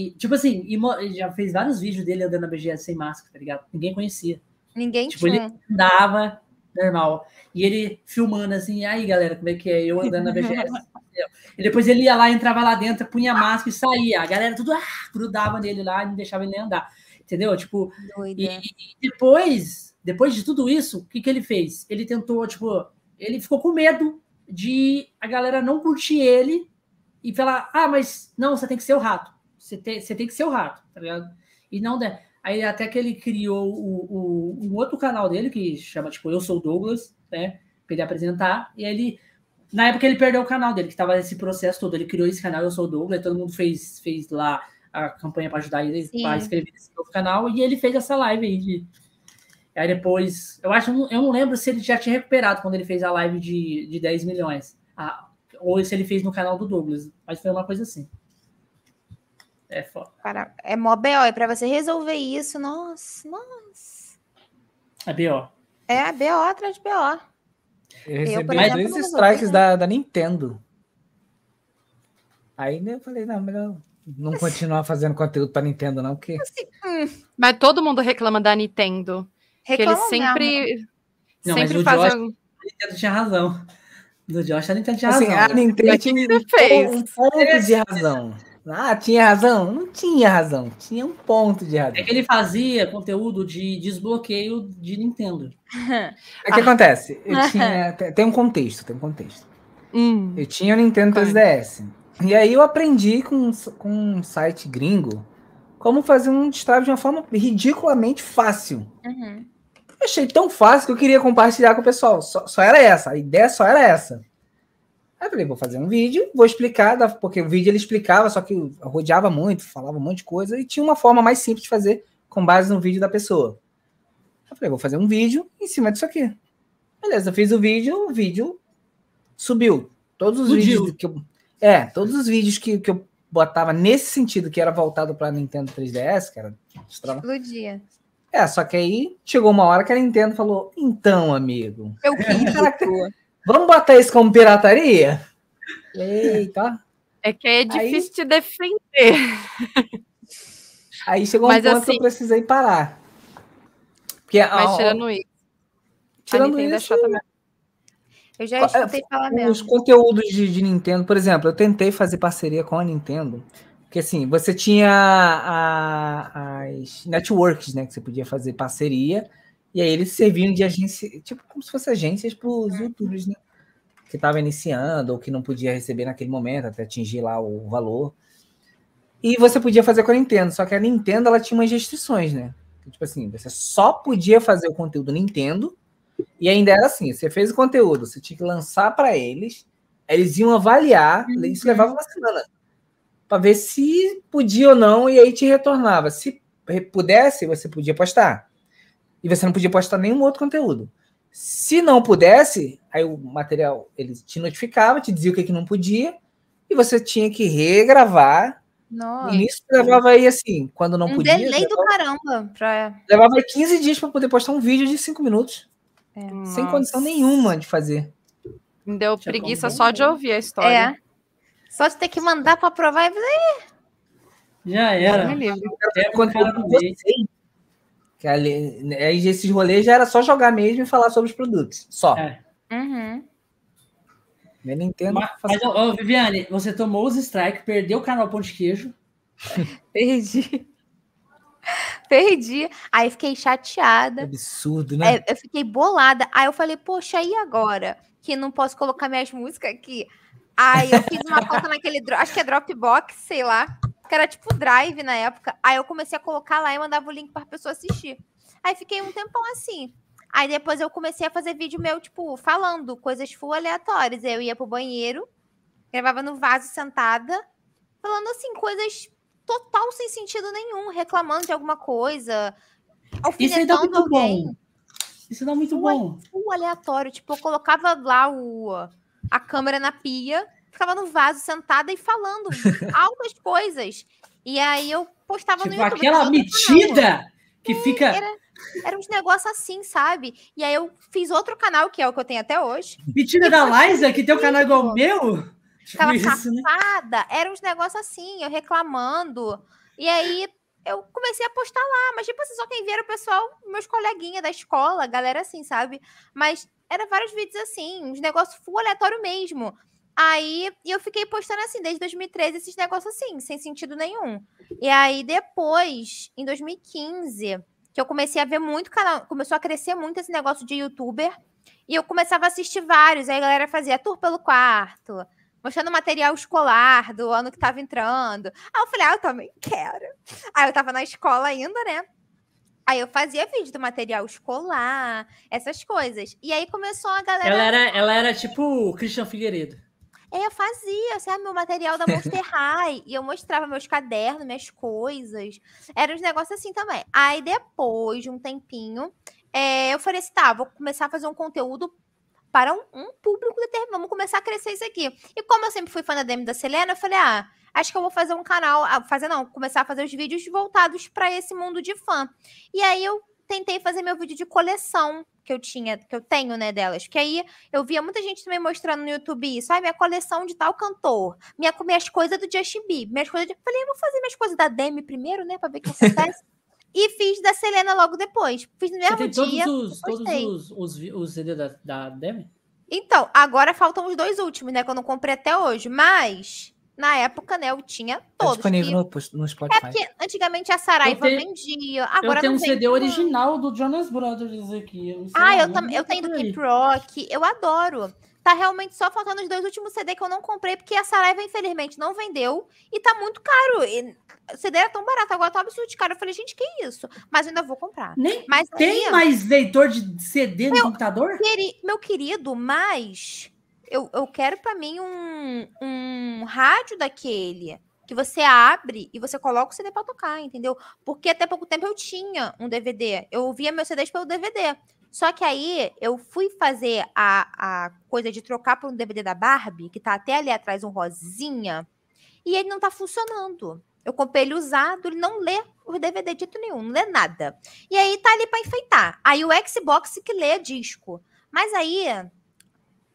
e, tipo assim, e mo- ele já fez vários vídeos dele andando na BGS sem máscara, tá ligado? Ninguém conhecia. Ninguém Tipo, tinha. Andava, normal. E ele filmando assim, aí galera, como é que é? Eu andando na BGS. entendeu? e depois ele ia lá, entrava lá dentro, punha a máscara e saía. A galera tudo ah, grudava nele lá e não deixava ele nem andar. Entendeu? Tipo, Doida. e, e depois, depois de tudo isso, o que, que ele fez? Ele tentou, tipo, ele ficou com medo de a galera não curtir ele e falar: ah, mas não, você tem que ser o rato. Você tem, você tem que ser o rato, tá ligado? E não der. Aí até que ele criou o, o- um outro canal dele, que chama, tipo, Eu Sou o Douglas, né? Pra ele apresentar. E aí ele. Na época ele perdeu o canal dele, que tava esse processo todo. Ele criou esse canal, Eu Sou o Douglas, todo mundo fez, fez lá a campanha para ajudar ele Sim. a escrever esse novo canal e ele fez essa live aí de aí depois eu acho eu não lembro se ele já tinha recuperado quando ele fez a live de, de 10 milhões Ah, ou se ele fez no canal do Douglas mas foi uma coisa assim é foda Cara, é mó BO. E pra você resolver isso, nossa, nossa. é B.O. É BO atrás de BO. Eu recebi exemplo, dois não strikes resolvi, da, da Nintendo. Aí né, eu falei, não, melhor não continuar fazendo conteúdo pra Nintendo, não, porque. Mas todo mundo reclama da Nintendo. que eles Reclamam mesmo. sempre, Não, mas sempre o fazem a Nintendo tinha razão do Josh a Nintendo tinha Assim, a razão né? Nintendo tinha fez. um ponto de razão. Ah, tinha razão? Não tinha razão. Tinha um ponto de razão. é que ele fazia conteúdo de desbloqueio de Nintendo O que acontece? Eu tinha, tem- tem um contexto, tem um contexto. Hum. Eu tinha o Nintendo Claro. 3DS. E aí eu aprendi com, um s- com um site gringo como fazer um destrave de uma forma ridiculamente fácil. Uhum. Eu achei tão fácil que eu queria compartilhar com o pessoal. Só, só era essa. A ideia só era essa. Aí eu falei, vou fazer um vídeo, vou explicar, da- porque o vídeo ele explicava, só que eu rodeava muito, falava um monte de coisa, e tinha uma forma mais simples de fazer com base no vídeo da pessoa. Eu falei, vou fazer um vídeo em cima disso aqui. Beleza, eu fiz o vídeo, o vídeo subiu. Todos os Explodiu. vídeos que eu. É, todos os vídeos que, que eu botava nesse sentido, que era voltado para Nintendo 3DS, cara, destrava Explodia. é, só que aí chegou uma hora que a Nintendo falou: então, amigo, Eu quis. vamos botar isso como pirataria? Eita. É que é difícil te defender. Aí chegou Mas um ponto que assim- eu precisei parar. Porque a- Mas tirando isso, a tirando Nintendo é isso, chata mesmo. Eu já Qual- é, escutei falar os mesmo. conteúdos de, de Nintendo, por exemplo, eu tentei fazer parceria com a Nintendo, porque assim, você tinha a- as networks, né, que você podia fazer parceria, e aí eles serviam de agência, tipo como se fossem agências para os Uhum. youtubers, né, que estava iniciando ou que não podia receber naquele momento, até atingir lá o valor. E você podia fazer com a Nintendo, só que a Nintendo ela tinha umas restrições, né? Tipo assim, você só podia fazer o conteúdo Nintendo e ainda era assim, você fez o conteúdo, você tinha que lançar para eles, eles iam avaliar, Uhum. isso levava uma semana, para ver se podia ou não, e aí te retornava. Se re- pudesse, você podia postar. E você não podia postar nenhum outro conteúdo. Se não pudesse, aí o material, ele te notificava, te dizia o que, que não podia, e você tinha que regravar. Nossa. E isso levava aí assim, quando não um podia, delay do levava, caramba. Pra... levava 15 dias para poder postar um vídeo de 5 minutos, sem Nossa. condição nenhuma de fazer. Me deu Tinha preguiça como- só de ouvir a É. história. Só de ter que mandar pra aprovar. e- Já Me era. livre. É um cara do mês. Que ali, né, aí esses rolês já era só jogar mesmo e falar sobre os produtos. Só. É. Uhum. Eu não entendo. Mas, mas, ô, ô, Viviane, você tomou os strikes, perdeu o canal Pão de Queijo. Perdi. Perdi. Aí fiquei chateada. absurdo, né? Aí É, eu fiquei bolada. Aí eu falei, poxa, e agora? Que não posso colocar minhas músicas aqui. Aí eu fiz uma conta naquele, dro- acho que é Dropbox, sei lá, que era tipo Drive na época. Aí eu comecei a colocar lá e mandava o link para pessoa assistir. Aí fiquei um tempão assim. Aí depois eu comecei a fazer vídeo meu, tipo, falando coisas full aleatórias. Aí eu ia pro banheiro, gravava no vaso sentada, falando assim, coisas total sem sentido nenhum, reclamando de alguma coisa, Isso aí dá muito alfinetando alguém bom. Isso dá muito é Ué. bom. full aleatório. Tipo, eu colocava lá o, a câmera na pia, ficava no vaso sentada e falando altas coisas. E aí eu postava no Tipo, YouTube. aquela todo canal. É, metida que fica. era- Era uns negócios assim, sabe? E aí eu fiz outro canal, que é o que eu tenho até hoje. Mentira da Liza, que tem um canal igual ao meu. Tipo Ficava isso, né? safada. Era uns negócios assim, eu reclamando. E aí eu comecei a postar lá. Mas, tipo assim, só quem via era o pessoal, meus coleguinhas da escola, galera assim, sabe? Mas era vários vídeos assim, uns negócios full aleatório mesmo. Aí e eu fiquei postando assim, desde 2013, esses negócios assim, sem sentido nenhum. E aí depois, em 2015, que eu comecei a ver muito canal, começou a crescer muito esse negócio de youtuber. E eu começava a assistir vários. Aí a galera fazia tour pelo quarto, mostrando material escolar do ano que tava entrando. Aí eu falei, ah, eu também quero. Aí eu tava na escola ainda, né? Aí eu fazia vídeo do material escolar, essas coisas. E aí começou a galera. Ela era, ela era tipo o Christian Figueiredo. É, eu fazia, sabe, meu material da Monster High. E eu mostrava meus cadernos, minhas coisas. Era uns negócios assim também. Aí depois de um tempinho, é, eu falei assim: tá, vou começar a fazer um conteúdo para um, um público determinado. Vamos começar a crescer isso aqui. E como eu sempre fui fã da DM da Selena, eu falei: ah, acho que eu vou fazer um canal. ah, Fazer não, começar a fazer os vídeos voltados para esse mundo de fã. E aí eu tentei fazer meu vídeo de coleção que eu tinha, que eu tenho, né, delas. Que aí eu via muita gente também mostrando no YouTube isso. Ai, minha coleção de tal cantor. Minha, minhas coisas do Justin Bieber. Minhas coisas de... Falei, eu vou fazer minhas coisas da Demi primeiro, né? Pra ver o que acontece. e fiz da Selena logo depois. Fiz no Você mesmo tem dia. todos os, todos gostei. os, os, vi- os CD da, da Demi? Então, agora faltam os dois últimos, né? Que eu não comprei até hoje. Mas, na época, né? Eu tinha Tá todos. disponível E- no, post- no É Spotify. porque antigamente a Saraiva tenho- vendia. Agora eu tenho não um CD vende mais. original do Jonas Brothers aqui. não sei Ah, lá, eu mas também. Eu tá tenho do por aí. Keep Rock. Eu adoro. Tá realmente só faltando os dois últimos CD que eu não comprei, porque a Saraiva, infelizmente, não vendeu. E tá muito caro. E o CD era tão barato, agora tá um absurdo de caro. Eu falei, gente, que isso? Mas eu ainda vou comprar. Nem Mas tem aí, mais leitor de CD no computador? queri- meu querido, mas eu, eu quero pra mim um, um rádio daquele. Que você abre e você coloca o CD pra tocar, entendeu? Porque até pouco tempo eu tinha um DVD. Eu ouvia meus CDs pelo DVD. Só que aí eu fui fazer a, a coisa de trocar por um DVD da Barbie, que tá até ali atrás, um rosinha, e ele não tá funcionando. Eu comprei ele usado, ele não lê o DVD de jeito nenhum, não lê nada. E aí tá ali pra enfeitar. Aí o Xbox que lê disco. Mas aí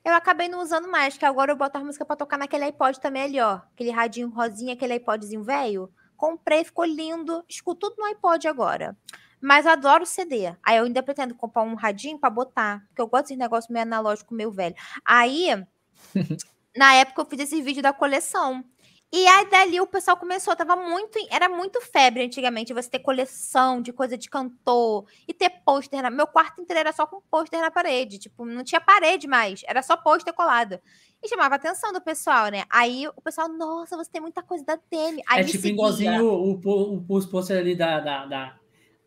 eu acabei não usando mais, que agora eu boto as músicas pra tocar naquele iPod também ali, ó. Aquele radinho rosinha, aquele iPodzinho velho. Comprei, ficou lindo. Escuto tudo no iPod agora. Mas eu adoro CD. Aí eu ainda pretendo comprar um radinho pra botar. Porque eu gosto desse negócio meio analógico, meio velho. Aí, na época, eu fiz esse vídeo da coleção. E aí dali o pessoal começou, tava muito, em- era muito febre antigamente você ter coleção de coisa de cantor e ter pôster na, meu quarto inteiro era só com pôster na parede, tipo, não tinha parede mais, era só pôster colado. E chamava a atenção do pessoal, né? Aí o pessoal, nossa, você tem muita coisa da Temi. Aí é me tipo seguia. igualzinho o, o, o, os posters ali da, da, da,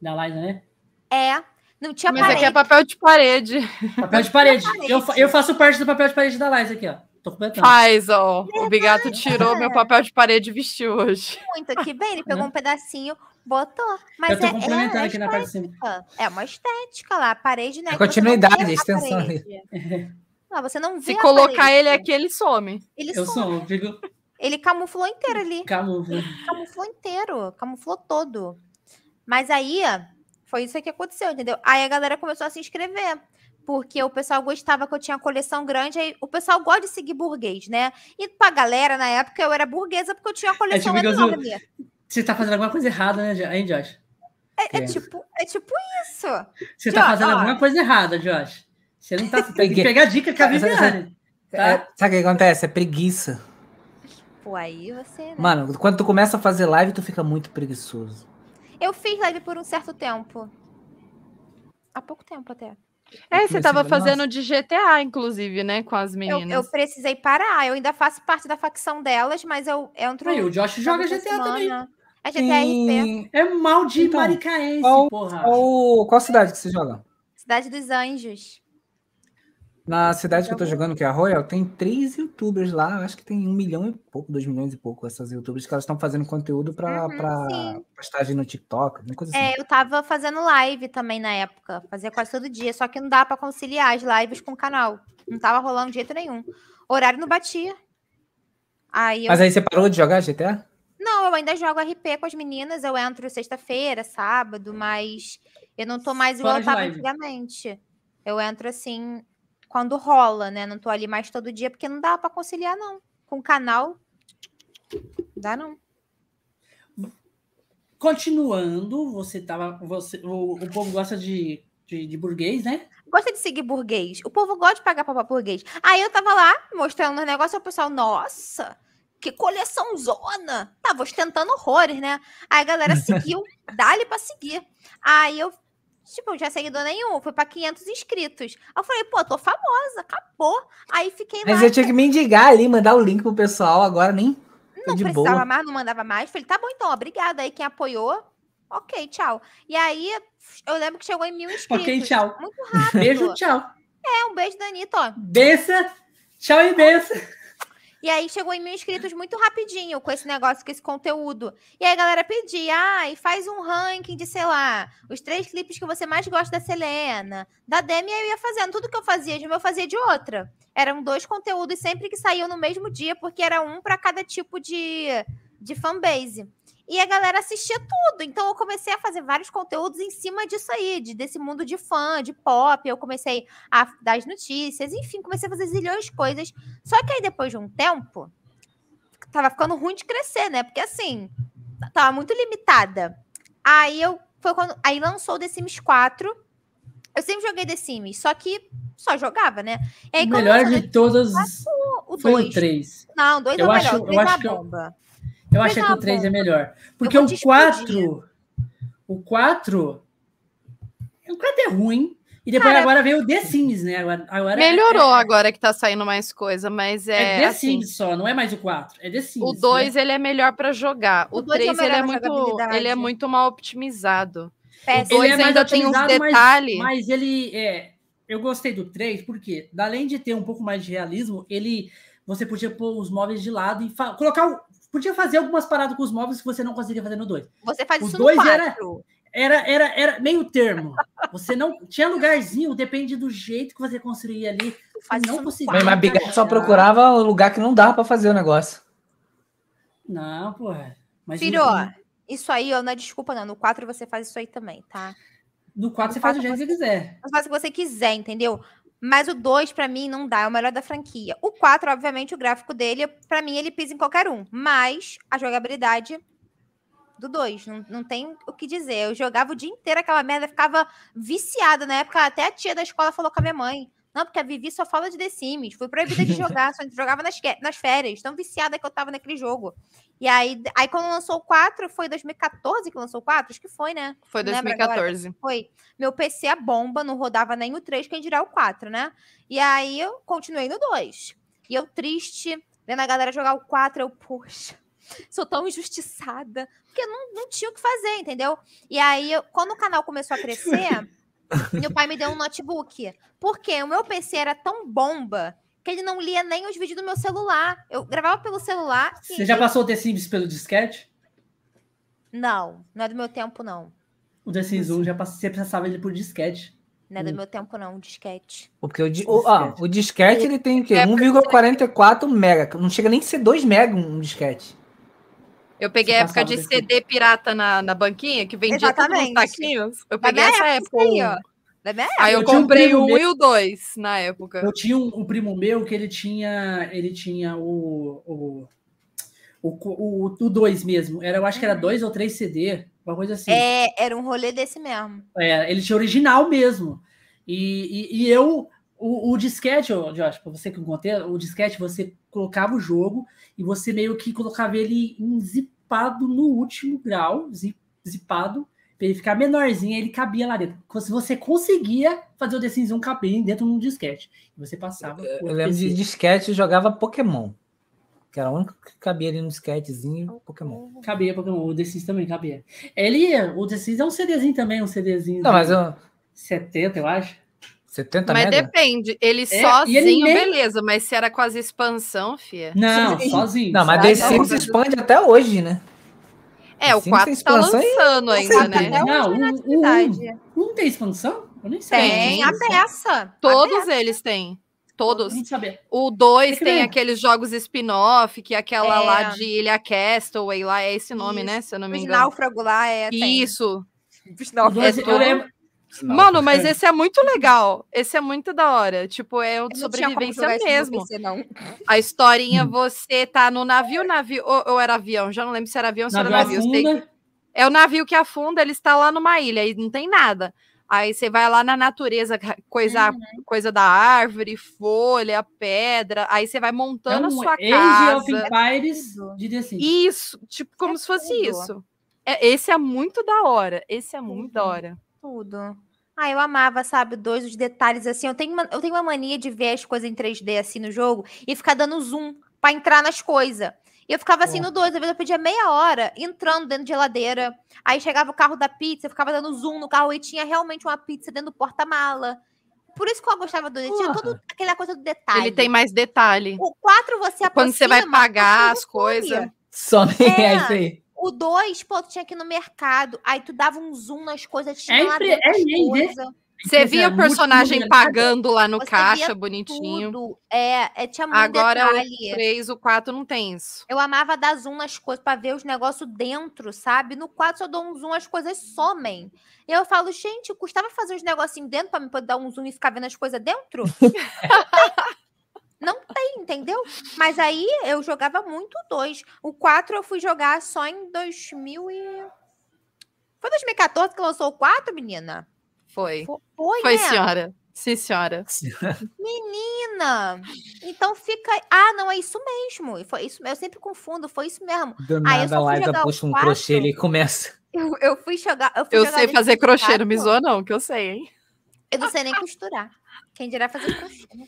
da Liza, né? É, não tinha Mas parede. aqui é papel de parede. Papel de parede. Parede. Eu, fa- eu faço parte do papel de parede da Liza aqui, ó. Tô completando. Faz, ó. O Bigato tirou meu papel de parede e vestiu hoje. muito aqui, bem, ele pegou Né? um pedacinho, botou. Mas eu tô é, complementando é, aqui na parte de cima. estética. É uma estética lá, a parede, né? É que você não continuidade, vê é extensão ali. parede. Não, você não vê Se a colocar parede. ele aqui, ele some. Ele Eu some. sou, eu digo, Ele camuflou inteiro ali. camufla. Camuflou inteiro. Camuflou todo. Mas aí, foi isso que aconteceu, entendeu? Aí a galera começou a se inscrever. Porque o pessoal gostava que eu tinha uma coleção grande. Aí o pessoal gosta de seguir burguês, né? E pra galera, na época, eu era burguesa porque eu tinha uma coleção tipo igualzinho- enorme. É, Você tá fazendo alguma coisa errada, né, Jo- hein, Josh? é É. tipo, é tipo isso. Você tá Josh, fazendo ó. alguma coisa errada, Josh. Você não tá. Tem que Peguei. pegar a dica que a Sabe- Viviane. tá? É, tá? sabe o que acontece? É preguiça. Pô, aí você, né? Mano, quando tu começa a fazer live, tu fica muito preguiçoso. Eu fiz live por um certo tempo. Há pouco tempo até. É, Eu você comecei tava a falar, fazendo de GTA, inclusive, né? Com as Eu, eu meninas. precisei parar. Eu ainda faço parte da facção delas, mas eu entro. Aí, o Josh joga Tá GTA também. né? É GTRP, É mal de Então, maricaense, qual- porra. Qual, qual cidade que você joga? Cidade dos Anjos. Na cidade que eu tô jogando, que é a Royal, tem três youtubers lá. eu Acho que tem um milhão e pouco, dois milhões e pouco essas youtubers que elas estão fazendo conteúdo pra, Uhum, pra sim. postagem no TikTok, uma coisa assim. É, eu tava fazendo live também na época. Fazia quase todo dia, só que não dá pra conciliar as lives com o canal. Não tava rolando de jeito nenhum. Horário não batia. Aí eu Mas aí você parou de jogar GTA? Não, eu ainda jogo RP com as meninas, eu entro sexta-feira, sábado, mas eu não tô mais igual Fora eu de tava live. antigamente. Eu entro assim quando rola, né? Não tô ali mais todo dia, porque não dá pra conciliar, não. Com o canal. Não dá, não. Continuando, você tava. Você, o, o povo gosta de, de, de burguês, né? Gosta de seguir burguês. O povo gosta de pagar pau pra burguês. Aí eu tava lá mostrando os negócios, e o pessoal, nossa, que coleção zona. Tava ostentando horrores, né? Aí a galera seguiu, dá-lhe pra seguir. Aí eu, tipo, eu já seguidor nenhum, foi pra 500 inscritos. Aí eu falei, pô, tô famosa, acabou. Aí fiquei lá. Mas eu tinha que mendigar ali, mandar o link pro pessoal, agora nem. Tô não de precisava boa. mais, não mandava mais. Falei, tá bom então, obrigada. Aí quem apoiou, ok, tchau. E aí eu lembro que chegou em mil inscritos. Tipo, Ok, tchau. Muito rápido. Beijo, tchau. É, um beijo da Anitta, ó. Bença. Tchau e bença. E aí chegou em mil inscritos muito rapidinho com esse negócio, com esse conteúdo. E aí a galera pedia, ai, faz um ranking de, sei lá, os três clipes que você mais gosta da Selena, da Demi, aí eu ia fazendo. Tudo que eu fazia de uma, eu fazia de outra. Eram dois conteúdos sempre que saíam no mesmo dia, porque era um para cada tipo de, de fanbase. E a galera assistia tudo. Então eu comecei a fazer vários conteúdos em cima disso aí, de- desse mundo de fã, de pop. Eu comecei a dar as notícias, enfim, comecei a fazer zilhões de coisas. Só que aí depois de um tempo, tava ficando ruim de crescer, né? Porque assim, tava muito limitada. Aí eu foi quando aí lançou o The Sims 4. Eu sempre joguei The Sims, só que só jogava, né? E aí o quando melhor lançou de todas o foi o 2. 3. Não, dois é Eu o acho- melhor, o eu três é acho uma que eu- bomba. Eu Mas achei que tá o 3 é bom. melhor. Porque vou o te 4. O 4. O 4 é ruim. E depois Cara, agora veio o The Sims, né? Agora, agora é- Melhorou agora que tá saindo mais coisa, mas É, é. The assim, Sims só, não é mais o 4. É The Sims. o né? 2 ele é melhor pra jogar. O O dois é 3 ele melhor é na muito jogabilidade. ele é muito mal optimizado. Péssimo. dois Ele é mais ainda tem uns otimizado, mas- detalhes. Mas ele é. Eu gostei do 3, porque além de ter um pouco mais de realismo, ele. Você podia pôr os móveis de lado e fa- colocar. o- Podia fazer algumas paradas com os móveis que você não conseguia fazer no 2. Você faz o isso no dois 4. era- Era, era, era meio termo. Você não. Tinha lugarzinho, depende do jeito que você construía ali. Tu faz não isso no consegui. Mas, 4. mas Bigato só procurava o lugar que não dava pra fazer o negócio. Não, porra. Mas Filho, no- ó, isso aí, ó, não é desculpa, não. No 4 você faz isso aí também, tá? No 4 você faz do jeito que você quiser. Você faz o que você quiser, entendeu? Mas o 2, pra mim, não dá. É o melhor da franquia. O 4, obviamente, o gráfico dele, pra mim, ele pisa em qualquer um. Mas a jogabilidade do 2. Não, não tem o que dizer. Eu jogava o dia inteiro aquela merda, ficava viciada. Na época, até a tia da escola falou com a minha mãe. Não, porque a Vivi só fala de The Sims. Fui proibida de jogar, só jogava nas, que- nas férias. Tão viciada que eu tava naquele jogo. E aí, aí quando lançou o 4, foi 2014 que lançou o 4? Acho que foi, né? Foi Não lembro agora. 2014. Foi. Meu PC a bomba, não rodava nem o 3, quem dirá o 4, né? E aí eu continuei no 2. E eu triste, vendo a galera jogar o 4, eu, poxa, sou tão injustiçada. Porque não, não tinha o que fazer, entendeu? E aí, eu- quando o canal começou a crescer, meu pai me deu um notebook. Porque o meu PC era tão bomba que ele não lia nem os vídeos do meu celular. Eu gravava pelo celular. e- Você já passou o The Sims pelo disquete? Não, não é do meu tempo, não. O The Sims 1 já passou, você passava ele por disquete. Não é do Hum. meu tempo, não, disquete. Porque o, di- o, ah, o disquete ele tem o quê? É, 1,44 mega. Não chega nem a ser 2 mega um disquete. Eu peguei a Você tá época passava de desse- CD pirata na, na banquinha, que vendia tudo nos Exatamente. taquinhos. Eu Da peguei minha essa época. época, isso aí, ó. um. Da minha Aí eu Eu tinha um comprei primo o 1 meu- e o 2 na época. Eu tinha um, um primo meu que ele tinha. Ele tinha o. o o 2 o, o dois mesmo. Era, eu acho que era dois ou três CD, uma coisa assim. É, era um rolê desse mesmo. É, ele tinha original mesmo. E, e, e eu, o, o disquete, ô, Josh, pra você que contei, o disquete você colocava o jogo e você meio que colocava ele em zipado no último grau, zi- zipado, pra ele ficar menorzinho, ele cabia lá dentro. Se você conseguia fazer o The Sims 1 caber dentro de um disquete. E você passava. Eu lembro de disquete eu jogava Pokémon. Que era o único que cabia ali no disquetezinho Pokémon. Cabia Pokémon, o The Sims também cabia. Ele, o The Sims é um CDzinho também, um CDzinho Não, de mas eu, 70, eu acho. 70 Mas mega? depende. e Ele ele sozinho, nem- beleza. Mas se era com as expansão, fia. Não, Sim. sozinho. Não, mas Sabe? The Sims é expande até hoje, né? É, o Sim, 4 tem tá expansão e- lançando ainda, certeza. né? Até Não, hoje um- na um- atividade. Um tem expansão? Eu nem sei. Tem, a peça. Todos eles têm. Todos. Não sabia. O 2 Tem que tem ver. aqueles jogos spin-off, que é aquela É. lá de Ilha Castaway, lá é esse nome, né? Se eu não me Os engano. náufragos lá é. tem. Isso. Os O náufragos. doze- é eu lembro, Mano, mas É. esse é muito legal. Esse é muito da hora. Tipo, é o de Eu não tinha como sobrevivência jogar isso no mesmo. PC, não. A historinha, você tá no navio, navio ou, ou era avião? Já não lembro se era avião ou se na era navio. eu sei que- Afunda, É o navio que afunda, ele está lá numa ilha e não tem nada. Aí você vai lá na natureza, ca- coisa, Uhum. coisa da árvore, folha, pedra. Aí você vai montando é a um tá sua Age of casa. Empires de The Sims. Isso, tipo, como se fosse é tudo. isso. É, esse é muito da hora. Esse é muito Uhum. da hora. Tudo. Ah, eu amava, sabe, dois os detalhes assim. Eu tenho, uma, eu tenho uma mania de ver as coisas em 3D assim no jogo e ficar dando zoom pra entrar nas coisas. E eu ficava assim no dois, às vezes eu pedia meia hora entrando dentro de geladeira. Aí chegava o carro da pizza, eu ficava dando zoom no carro e tinha realmente uma pizza dentro do porta-mala. Por isso que eu gostava do ele tinha Porra. toda aquela coisa do detalhe. Ele tem mais detalhe. O 4 você aproxima, Quando você vai mas pagar tudo as coisas. some. Só nem É. é isso aí. O 2, pô, tu tinha que ir no mercado, aí tu dava um zoom nas coisas, tinha É lá impre- dentro é as em né? 3D, coisas. Você via o personagem pagando lá no Você via caixa, bonitinho. Tudo. É, é, tinha muito Agora o detalhe. 3, o 4 não tem isso. Eu amava dar zoom nas coisas pra ver os negócios dentro, sabe? No 4, se eu dou um zoom, as coisas somem. E eu falo, gente, custava fazer uns negocinhos dentro pra me poder dar um zoom e ficar vendo as coisas dentro? Não tem, entendeu? Mas aí eu jogava muito o 2. O 4 eu fui jogar só em 2000 e... Foi 2014 que lançou o 4, menina? Foi. Fo- Foi, Foi, né? senhora. Sim, senhora. Menina, então fica. Ah, não, é isso mesmo. e Foi isso. Eu sempre confundo, foi isso mesmo. Do Ah, nada eu só a fui Laika jogar o puxa um quatro. crochê ali e começa. Eu, eu fui jogar. Eu, fui Eu jogar sei The fazer Sims crochê, não me 4, zoa não, que eu sei, hein? Eu não sei nem costurar. Quem dirá fazer crochê? né?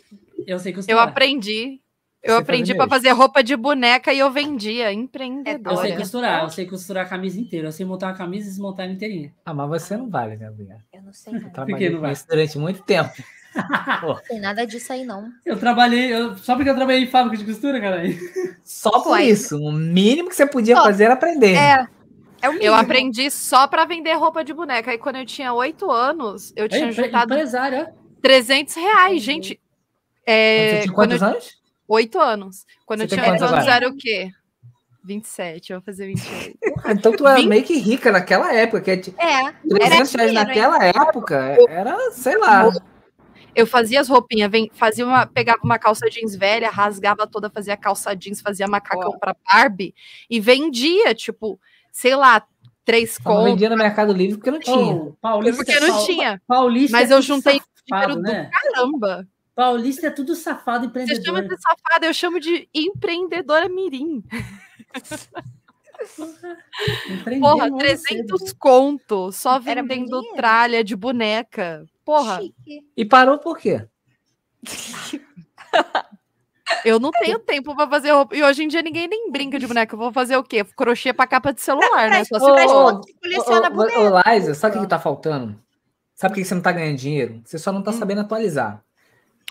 Eu sei que Eu sei lá. aprendi. É. Você Eu faz aprendi mesmo? pra fazer roupa de boneca e eu vendia, Eu sei Olha. empreendedora. costurar, eu sei costurar a camisa inteira. Eu sei montar uma camisa e desmontar ela inteirinha. Ah, mas você não vale, né, Bia? Eu não sei, não. Trabalhei não com vai? isso durante muito tempo. Não tem nada disso aí, não. Eu trabalhei, eu- só porque eu trabalhei em fábrica de costura, cara. Só por Ué. isso. O mínimo que você podia Ó, fazer era aprender. É. É o Eu mínimo. aprendi só pra vender roupa de boneca. Aí quando eu tinha oito anos, eu É tinha empre- juntado empresário, ó. 300 reais, gente. É, Quando você tinha quando eu quantos anos? Oito anos. Quando Você eu tem tinha oito quantos anos agora? era o quê? 27, eu vou fazer 28. Ah, Então tu era Vinte. meio que rica naquela época. Que é tipo, É. 300 reais dinheiro, naquela época era, sei lá. Eu fazia as roupinhas, ven- fazia uma, pegava uma calça jeans velha, rasgava toda, fazia calça jeans, fazia macacão pra Barbie e vendia, tipo, sei lá, três Só não contos, vendia no Mercado Livre porque não tinha. Ô, Paulista, é porque não pau- tinha. Paulista Mas é eu tudo juntei safado, dinheiro né? do caramba. Paulista é tudo safado Você chama empreendedor. de safada, eu chamo de empreendedora mirim. Empreender Porra, não é cedo. 300 conto, só Era muito vendendo dinheiro. tralha de boneca. Porra, Chique. E parou por quê? eu não tenho tempo pra fazer roupa. E hoje em dia ninguém nem brinca de boneca. Eu vou fazer o quê? Crochê pra capa de celular, né? Só se Ô, Mas ô, outro que coleciona Ô, ô, boneco. ô, Liza, sabe o que que tá faltando? Sabe por que que você não tá ganhando dinheiro? Você só não tá sabendo atualizar.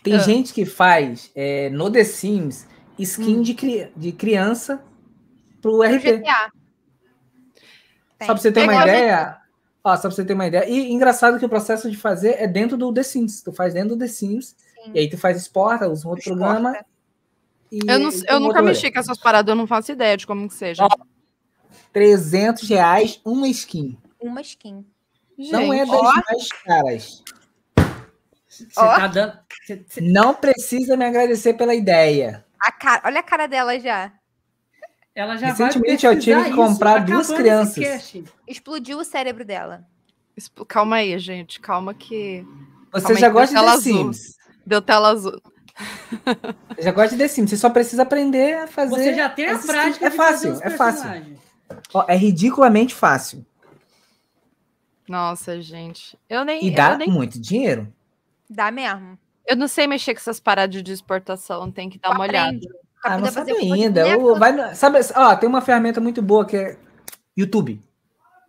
Tem Ah. gente que faz é, no The Sims skin de, cri- de criança pro Pro RP. GTA. Só pra você ter Tem uma coisa- ideia. Ó, só pra você ter uma ideia. E engraçado que o processo de fazer é dentro do The Sims. Tu faz dentro do The Sims. Sim. E aí tu faz exporta, usa um outro Exporta. programa. e- Eu, não- e tem eu um nunca outro mexi rolê. com essas paradas, eu não faço ideia de como que seja. 300 reais uma skin. Uma skin. não é Gente, das mais caras. Você tá dando. você- você- Não precisa me agradecer pela ideia. A cara, olha a cara dela já. Ela já Recentemente vai eu tive pesquisar que isso, comprar acabando duas esse crianças. cast. Explodiu o cérebro dela. exp- Calma aí, gente. Calma que. Você Calma aí, já que gosta de tela The azul. Sims. Deu tela azul. Já gosta de The Sims. Você só precisa aprender a fazer. Você já tem a Essa- prática. é de fazer fácil, os é fácil. personagens. Ó, é ridiculamente fácil. Nossa, gente. Eu nem. E eu dá nem muito dinheiro. Dá mesmo. Eu não sei mexer com essas paradas de exportação, tem que dar uma olhada. Aprende. Pra Ah, não poder sabe fazer um monte de ainda. boneco. Ou vai né? no- sabe, ó, tem uma ferramenta muito boa que é YouTube.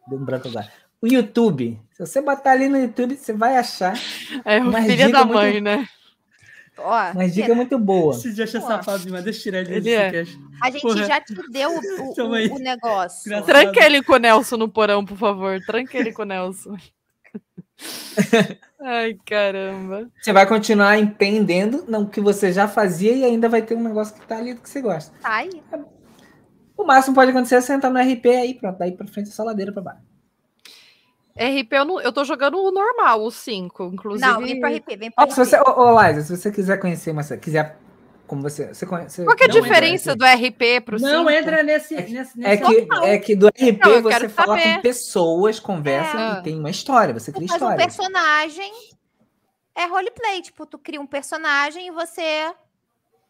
Deu um branco agora. O YouTube. Se você botar ali no YouTube, você vai achar É Uma o filho dica da muito- mãe, né? Tá Ó, uma dica muito boa. Esse dia achei Pô. é safado demais. Deixa eu tirar ele Ele desse é. cast. a gente porra. já te deu o, o- Toma aí. o negócio. Graças- Tranca ele com o Nelson no porão, por favor. Tranca ele com o Nelson. Ai, caramba. Você vai continuar empreendendo no que você já fazia e ainda vai ter um negócio que tá ali que você gosta. Tá aí. O máximo pode acontecer é você entrar no RP aí, pronto. Daí pra frente é só ladeira pra baixo. RP, eu, não- eu tô jogando o normal, o 5, inclusive. Não, vem pra RP, É vem pra Ó, RP. se você, é ô, ô, Liza, se você quiser conhecer, mas quiser. Como você. você, conhece, Qual que é a Não entra diferença do RP pro 5? Não entra nesse. É que- nesse, É nessa- que, é que do RP Não, eu você quero fala saber. com pessoas, conversa É. e tem uma história, você cria Tu faz um história. personagem. É roleplay, tipo, tu cria um personagem e você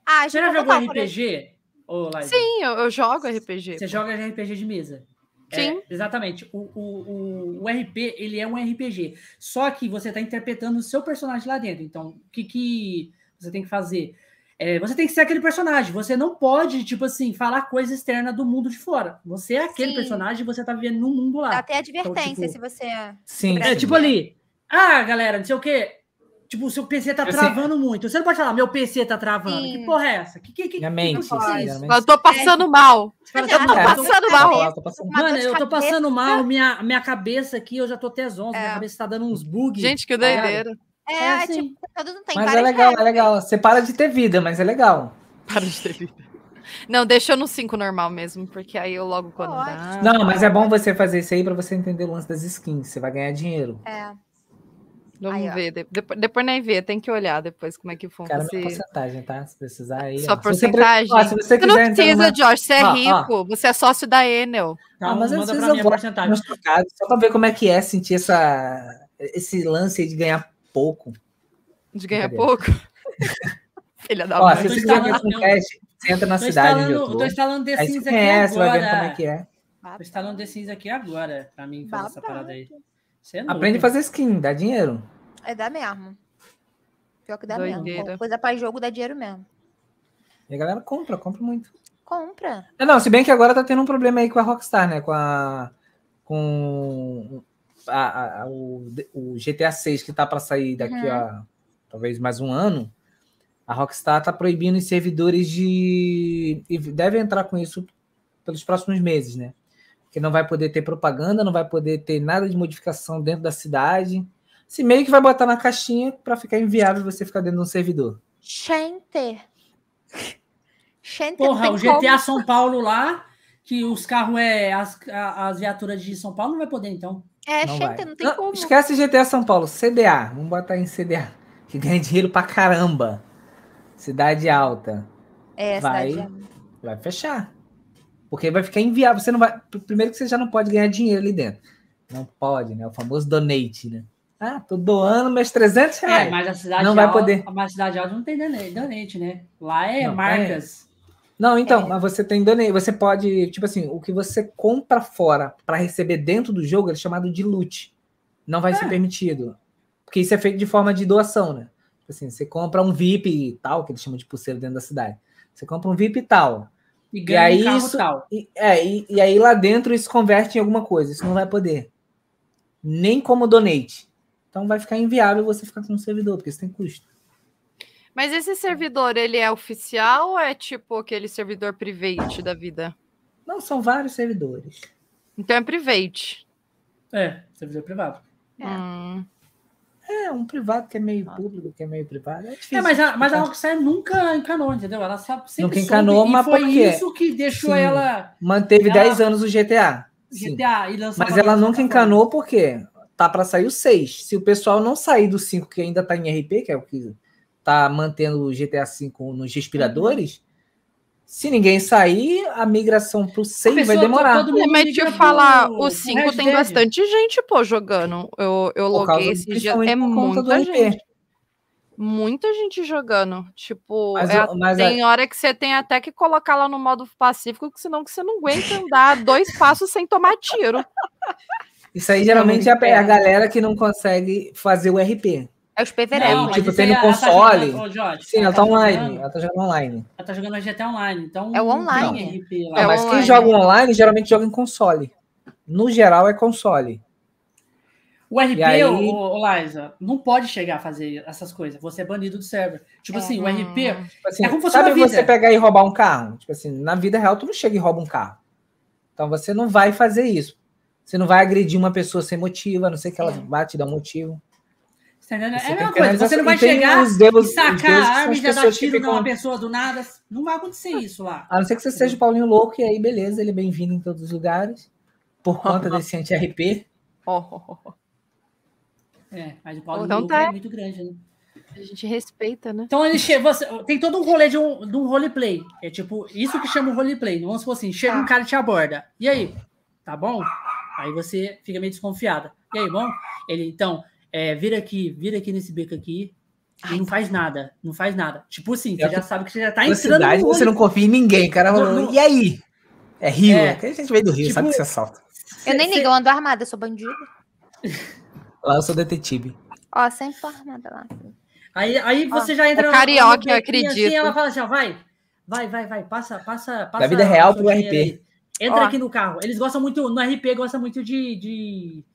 age. Você já como jogou tal, por exemplo. RPG? Ô, Laís? Sim, eu, eu jogo RPG. Você joga de RPG de mesa. Sim. É, exatamente. O, o, o, o RP, ele é um RPG. Só que você está interpretando o seu personagem lá dentro. Então, o que, que você tem que fazer? É, você tem que ser aquele personagem. Você não pode, tipo assim, falar coisa externa do mundo de fora. Você é aquele Sim. personagem e você tá vivendo no mundo Dá lá. até advertência tipo, se você. Sim. É sim. tipo ali. Ah, galera, não sei o quê. Tipo, o seu PC tá Eu sei. travando muito. Você não pode falar, meu PC tá travando. Sim. Que porra é essa? Que, que, que, Minha que mente. negócio é sim, isso? minha Eu mente. tô passando mal. Você fala, Eu tô "Tá bom, passando então- Passando Tá mal. bom. Ela tá passando- Uma dor Mano, de eu tô cabeça. passando mal, minha, minha cabeça aqui, eu já tô até zonzo, minha cabeça tá dando uns bugs. Gente, que cara. doideira. É, É assim. tipo, todo não tem Mas é várias legal, é regras. legal. Você para de ter vida, mas é legal. Para de ter vida. Não, deixa eu no 5 normal mesmo, porque aí eu logo quando dá. Não, mas é bom você fazer isso aí pra você entender o lance das skins. Você vai ganhar dinheiro. É. Vamos Aí, ó. ver. de- depo- depois nem ver, tem que olhar depois como é que O foi. Cara, minha esse- porcentagem, tá? Se precisar aí. Só ó. Se você pre- porcentagem? ó, se você Você não quiser então, né? entrar precisa, numa... Jorge, você é Ó, ó. rico. Você é sócio da Enel. Calma, Ah, mas às Então, manda vezes pra eu minha gosto. porcentagem. umas trocadas, só pra ver como é que é sentir essa... esse lance aí de ganhar pouco. De ganhar Brincadeira. pouco. Filha da Ó, mãe. se tô você quiser instalando- fazer um teste, você entra na Tô cidade onde eu instalando, tô. tô instalando The Aí você Sims aqui conhece, É vai vendo como é agora. que é. Tô instalando The Sims aqui agora, pra mim fazer essa Babado. parada aí. Você é Aprende louco. a fazer skin, dá dinheiro. É, dá mesmo. Pior que dá mesmo. Doideira. Pô, Coisa pra jogo dá dinheiro mesmo. E a galera compra, compra muito. Compra. É, não, se bem que agora tá tendo um problema aí com a Rockstar, né? Com a. Com. a- a- a- o, o GTA 6 que tá pra sair daqui a talvez mais um ano. A Rockstar tá proibindo os servidores de. E deve entrar com isso pelos próximos meses, né? Que não vai poder ter propaganda, não vai poder ter nada de modificação dentro da cidade. Se meio que vai botar na caixinha pra ficar inviável você ficar dentro de um servidor. Gente. Gente, Porra, não o tem como. GTA São Paulo lá, que os carros é. As, a- as viaturas de São Paulo não vai poder, então. É, Não gente, vai. Ah, não tem como. Esquece GTA São Paulo, CDA. Vamos botar em CDA. Que ganha dinheiro pra caramba. Cidade alta. É, Vai. cidade. Vai fechar. Porque vai ficar inviável. Você não vai. Primeiro que você já não pode ganhar dinheiro ali dentro. Não pode, né? O famoso donate, né? Ah, tô doando meus 300 reais. É, mas a cidade Não de vai Alto- poder. Mas a cidade alta não tem done- donate, né? Lá é Não, marcas. Não, então, mas você tem donate, você pode, tipo assim, o que você compra fora para receber dentro do jogo é chamado de loot. Não vai É. ser permitido. Porque isso é feito de forma de doação, né? Tipo assim, você compra um VIP e tal, que eles chamam de pulseiro dentro da cidade. Você compra um VIP e tal. E ganha aí um carro isso- tal. E, é, e, e aí lá dentro isso converte em alguma coisa. Isso não vai poder. Nem como donate. Então vai ficar inviável você ficar com um servidor, porque isso tem custo. Mas esse servidor, ele é oficial ou é tipo aquele servidor private da vida? Não, são vários servidores. Então é private. É, servidor privado. É. Hum. É, um privado que é meio público, que é meio privado. É difícil. É, mas a, mas a Rockstar nunca encanou, entendeu? Ela sa- sempre Nunca soube, encanou, e mas foi por quê? isso que deixou Sim. ela Manteve Ela- 10 anos o GTA. sim. GTA e lançar. Mas ela nunca encanou porque tá para sair o 6. Se o pessoal não sair do 5, que ainda tá em RP, que é o que tá mantendo o GTA V nos respiradores, se ninguém sair, a migração pro 6 vai pessoa- demorar. todo mundo Mas liga deixa eu falar, pro- "Ah, o pro 5 Red tem Dead. bastante gente, pô, jogando. Eu, eu por causa- loguei esse dia. principalmente É por conta muita do RP. gente. Muita gente jogando. Tipo, Mas, é a- o- mas a- tem hora que você tem até que colocar lá no modo pacífico, que senão que você não aguenta andar dois passos sem tomar tiro. isso aí geralmente é a, é a inferno. galera que não consegue fazer o RP. É os Não, pevereiros. mas tipo, isso tem aí no ela tá console. jogando- ô, Jorge, Sim, É, ela tá online. jogando- Ela tá jogando online. Ela tá jogando GTA Online, então. É o não online. tem RP lá. Não, É mas quem online. joga online geralmente joga em console. No geral é console. O RP, E aí- ô, ô, Liza, não pode chegar a fazer essas coisas. Você é banido do server. Tipo É. Ah. assim, o RP. Tipo assim, É como fosse sabe uma vida. você pegar e roubar um carro? Tipo assim, na vida real tu não chega e rouba um carro. Então você não vai fazer isso. Você não vai agredir uma pessoa sem motivo, a não ser que ela É. vá te dar um motivo. Você entendeu? É Você a tem mesma que coisa. analisar- Você não e vai tem chegar os deuses- e os sacar deuses a que são arma as e já dar pessoas que tiro ficam- Ah. numa pessoa do nada. Não vai acontecer isso lá. A não ser que você seja o Paulinho Louco, e aí beleza, ele é bem-vindo em todos os lugares. Por conta desse anti-RP. Ó, ó, ó, ó. É, mas o Paulo Então do tá. é muito grande, né? A gente respeita, né? Então ele chega. Você, tem todo um rolê de um, de um roleplay. É tipo, isso que chama o roleplay. Vamos supor assim, chega um Tá. cara e te aborda. E aí? Tá bom? Aí você fica meio desconfiada. E aí, bom? Ele, então, é, vira aqui, vira aqui nesse beco aqui. E não faz nada, não faz nada. Tipo assim, você É, já sabe que você já tá Na entrando cidade no você não rolê. confia em ninguém. O cara No- falou, no- e aí? É Rio, É. é. que a gente veio do Rio, Tipo, sabe que você assalta. Eu nem Cê- ligo, eu ando armada, eu sou bandida. Lá eu sou detetive. Ó, sempre tô armada lá. Aí, aí você já entra na- é na carioca, bequinha eu acredito. Assim, ela fala assim, ó, vai, vai, vai, vai, passa, passa, passa. vida real o seu pro dinheiro RP. aí. Entra Ó. aqui no carro. Eles gostam muito, no RP gosta muito de, de,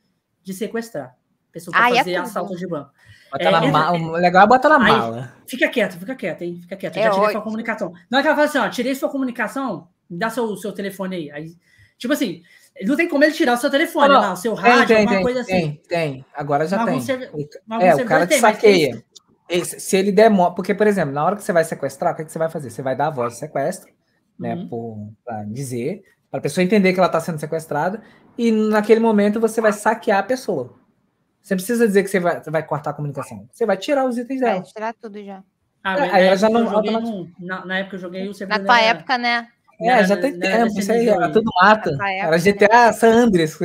de sequestrar. Pessoa pra Ah, é fazer tudo. assalto de banco. Bota É, na entra- mala. O legal é botar na Aí- mala. Fica quieto, fica quieto, hein? Fica quieto. Eu É já tirei ótimo. sua comunicação. Na hora que ela fala assim, ó, tirei sua comunicação, me dá seu, seu telefone aí. aí. Tipo assim, não tem como ele tirar o seu telefone, Não, lá, o seu rádio, alguma coisa assim. tem, tem. Agora já Mas tem. alguns servi- Mas É, alguns o servidores cara te têm, mas tem- saqueia. Ele- se ele demora. Porque, por exemplo, na hora que você vai sequestrar, o que, que você vai fazer? Você vai dar a voz de sequestro, né? Uhum. Por, pra dizer, para a pessoa entender que ela está sendo sequestrada, e naquele momento você vai saquear a pessoa. Você não precisa dizer que você vai, vai cortar a comunicação. Você vai tirar os itens Vai dela. tirar tudo já. Ah, mas É, aí na ela já época não- eu joguei automaticamente- num- na, na época eu joguei o Na servidor. tua era- época, né? É, já Não, tem não, tempo. desse Isso aí nível era aí. né? tudo mata. Nessa época, Era GTA San Andreas.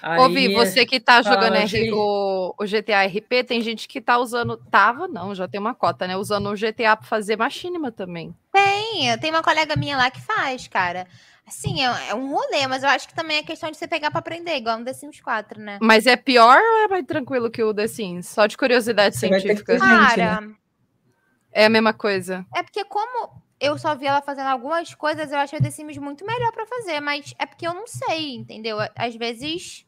Aí, é Ouvi, você que tá fala, jogando eu R- cheguei. o, o GTA RP, tem gente que tá usando. Tava, não, já tem uma cota, né? Usando o GTA pra fazer machinima também. Tem, eu tenho uma colega minha lá que faz, cara. Assim, é, é um rolê, mas eu acho que também é questão de você pegar pra aprender, igual no The Sims 4, né? Mas é pior ou é mais tranquilo que o The Sims? Só de curiosidade Você vai ter que científica. ter- gente, né? Cara, É a mesma coisa. é porque como eu só vi ela fazendo algumas coisas, eu achei o The Sims muito melhor pra fazer, mas é porque eu não sei, entendeu? Às vezes,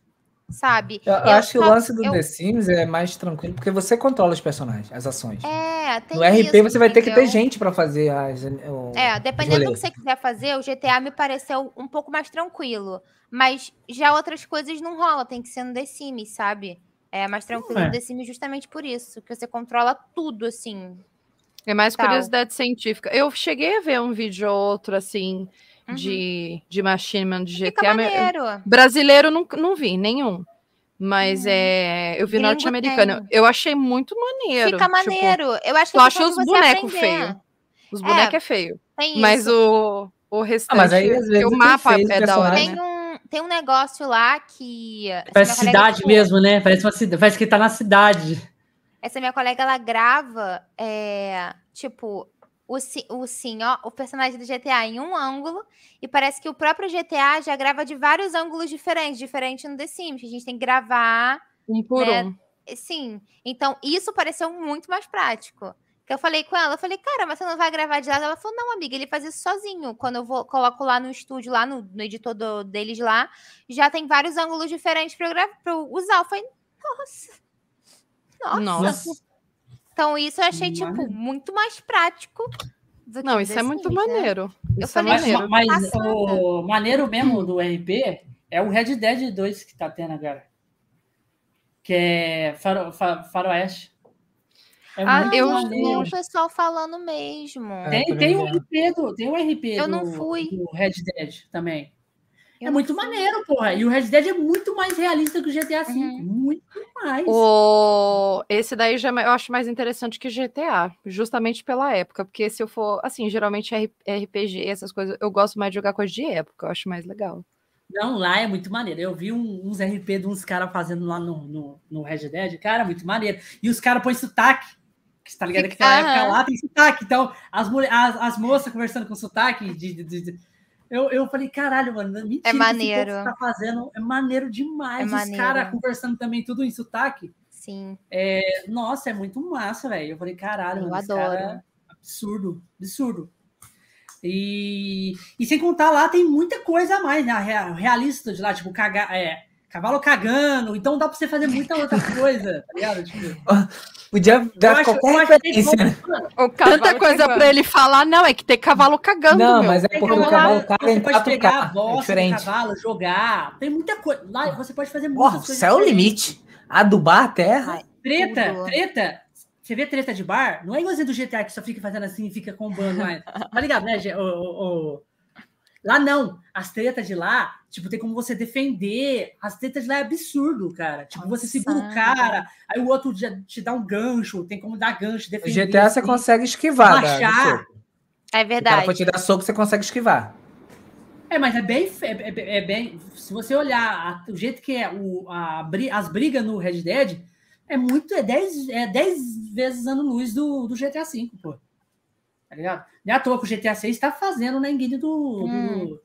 sabe? Eu, eu Eu acho que o só- lance do eu- The Sims é mais tranquilo, porque você controla os personagens, as ações. É, tem No RP isso, você vai ter que ter entendeu? gente pra fazer as. né, o- É, dependendo do rolê. que você quiser fazer, o GTA me pareceu um pouco mais tranquilo. Mas já outras coisas não rola, tem que ser no The Sims, sabe? É mais Hum, tranquilo é. no The Sims justamente por isso, que você controla tudo, assim. É mais Tal. curiosidade científica. Eu cheguei a ver um vídeo ou outro, assim, Uhum. de, de machinima de Fica GTA. mas- maneiro. Brasileiro não, não vi, nenhum. Mas Uhum. é, eu vi Gringo norte-americano. Eu achei muito maneiro. Fica tipo, maneiro. eu acho que só é acho questão de os você bonecos aprender. feio. os bonecos É, é feio. Tem Mas isso. o, O restante, Ah, mas aí, às porque vezes, o quem mapa fez o é da hora. personagem- Tem um, tem um negócio lá que. essa Parece minha colega cidade ela- mesmo, né? Parece uma cidade. Parece que tá na cidade. Essa minha colega, ela grava, é, tipo, o, si- o senhor, o personagem do GTA em um ângulo, e parece que o próprio GTA já grava de vários ângulos diferentes, diferente no The Sims, que a gente tem que gravar, Um por né? um. eh, sim. Então, isso pareceu muito mais prático. Que eu falei com ela, eu falei, cara, mas você não vai gravar de lado? Ela falou, não, amiga, ele faz isso sozinho. Quando eu vou, coloco lá no estúdio, lá no, no editor do- deles lá, já tem vários ângulos diferentes pra eu, gra- pra eu usar. Eu falei, nossa. Nossa. Nossa. Então, isso eu achei, tipo, Maneiro. muito mais prático. do que Não, o isso The é muito Sims, né? maneiro. Isso falei, é Mas, maneiro. mas Passada. o maneiro mesmo do RP é o Red Dead 2 que tá tendo agora. Que é faro, fa- faroeste. É Ah, muito Eu Eu vi maneiro. o pessoal falando mesmo. É. Tem, tô tem o vendo. RP do, tem o RP Eu do, não fui. do Red Dead também. Eu é não muito fui. maneiro, porra. E o Red Dead é muito mais realista que o GTA V. Uhum. Muito é. mais. O... Esse daí já é ma- eu acho mais interessante que GTA, justamente pela época. Porque se eu for, assim, geralmente R- RPG, essas coisas, eu gosto mais de jogar coisa de época, eu acho mais legal. Não, lá é muito maneiro. Eu vi um- uns RP de uns caras fazendo lá no, no, no Red Dead, cara, é muito maneiro. E os caras põem sotaque. Que você tá ligado que Fica- na época Aham. lá tem sotaque. Então, as, mulher- as, as moças conversando com sotaque. de- de- de- de- Eu, eu falei, caralho, mano, é mentira. que esse povo É maneiro. tá fazendo é maneiro demais. É Os maneiro. caras conversando também tudo em sotaque. Sim. É, Nossa, é muito massa, velho. Eu falei, caralho, Eu mano, esse cara adoro. é absurdo, absurdo. E, e sem contar lá, tem muita coisa a mais, né? Rea- Realista de lá, tipo, caga- é, cavalo cagando, então dá pra você fazer muita outra coisa, tá ligado? Tipo, Podia eu dar acho- eu qualquer acho que tem referência. né? como- mano, Tanta coisa pra ele falar, não, é que tem cavalo cagando, Não, meu. mas é tem porque o cavalo- cavalo caga você em pode pegar a 4K. É bosta do diferente. cavalo, jogar, tem muita coisa. Lá você pode fazer muitas Porra, o coisas céu é o diferentes. limite. Adubar a terra. Treta, Tudo. treta. Você vê treta de bar? Não é igualzinho do GTA que só fica fazendo assim e fica combando mais. Tá ligado, né, Gê? Ô, ô, ô. Lá não. As tretas de lá, tipo, tem como você defender. As tretas de lá é absurdo, cara. Tipo, você segura o Nossa. cara, aí o outro já te dá um gancho, tem como dar gancho, O defender. GTA você assim. consegue esquivar. da- do baixar. soco. É Se o cara for verdade. te dar soco, você consegue esquivar. É, mas é bem, fe- é, é- é bem. Se você olhar a- o jeito que é o, a bri- as brigas no Red Dead, é muito, é 10 é dez vezes ano luz do, do GTA V, pô. Tá ligado? Não é à toa que o GTA VI está fazendo na engine do, Hum. do,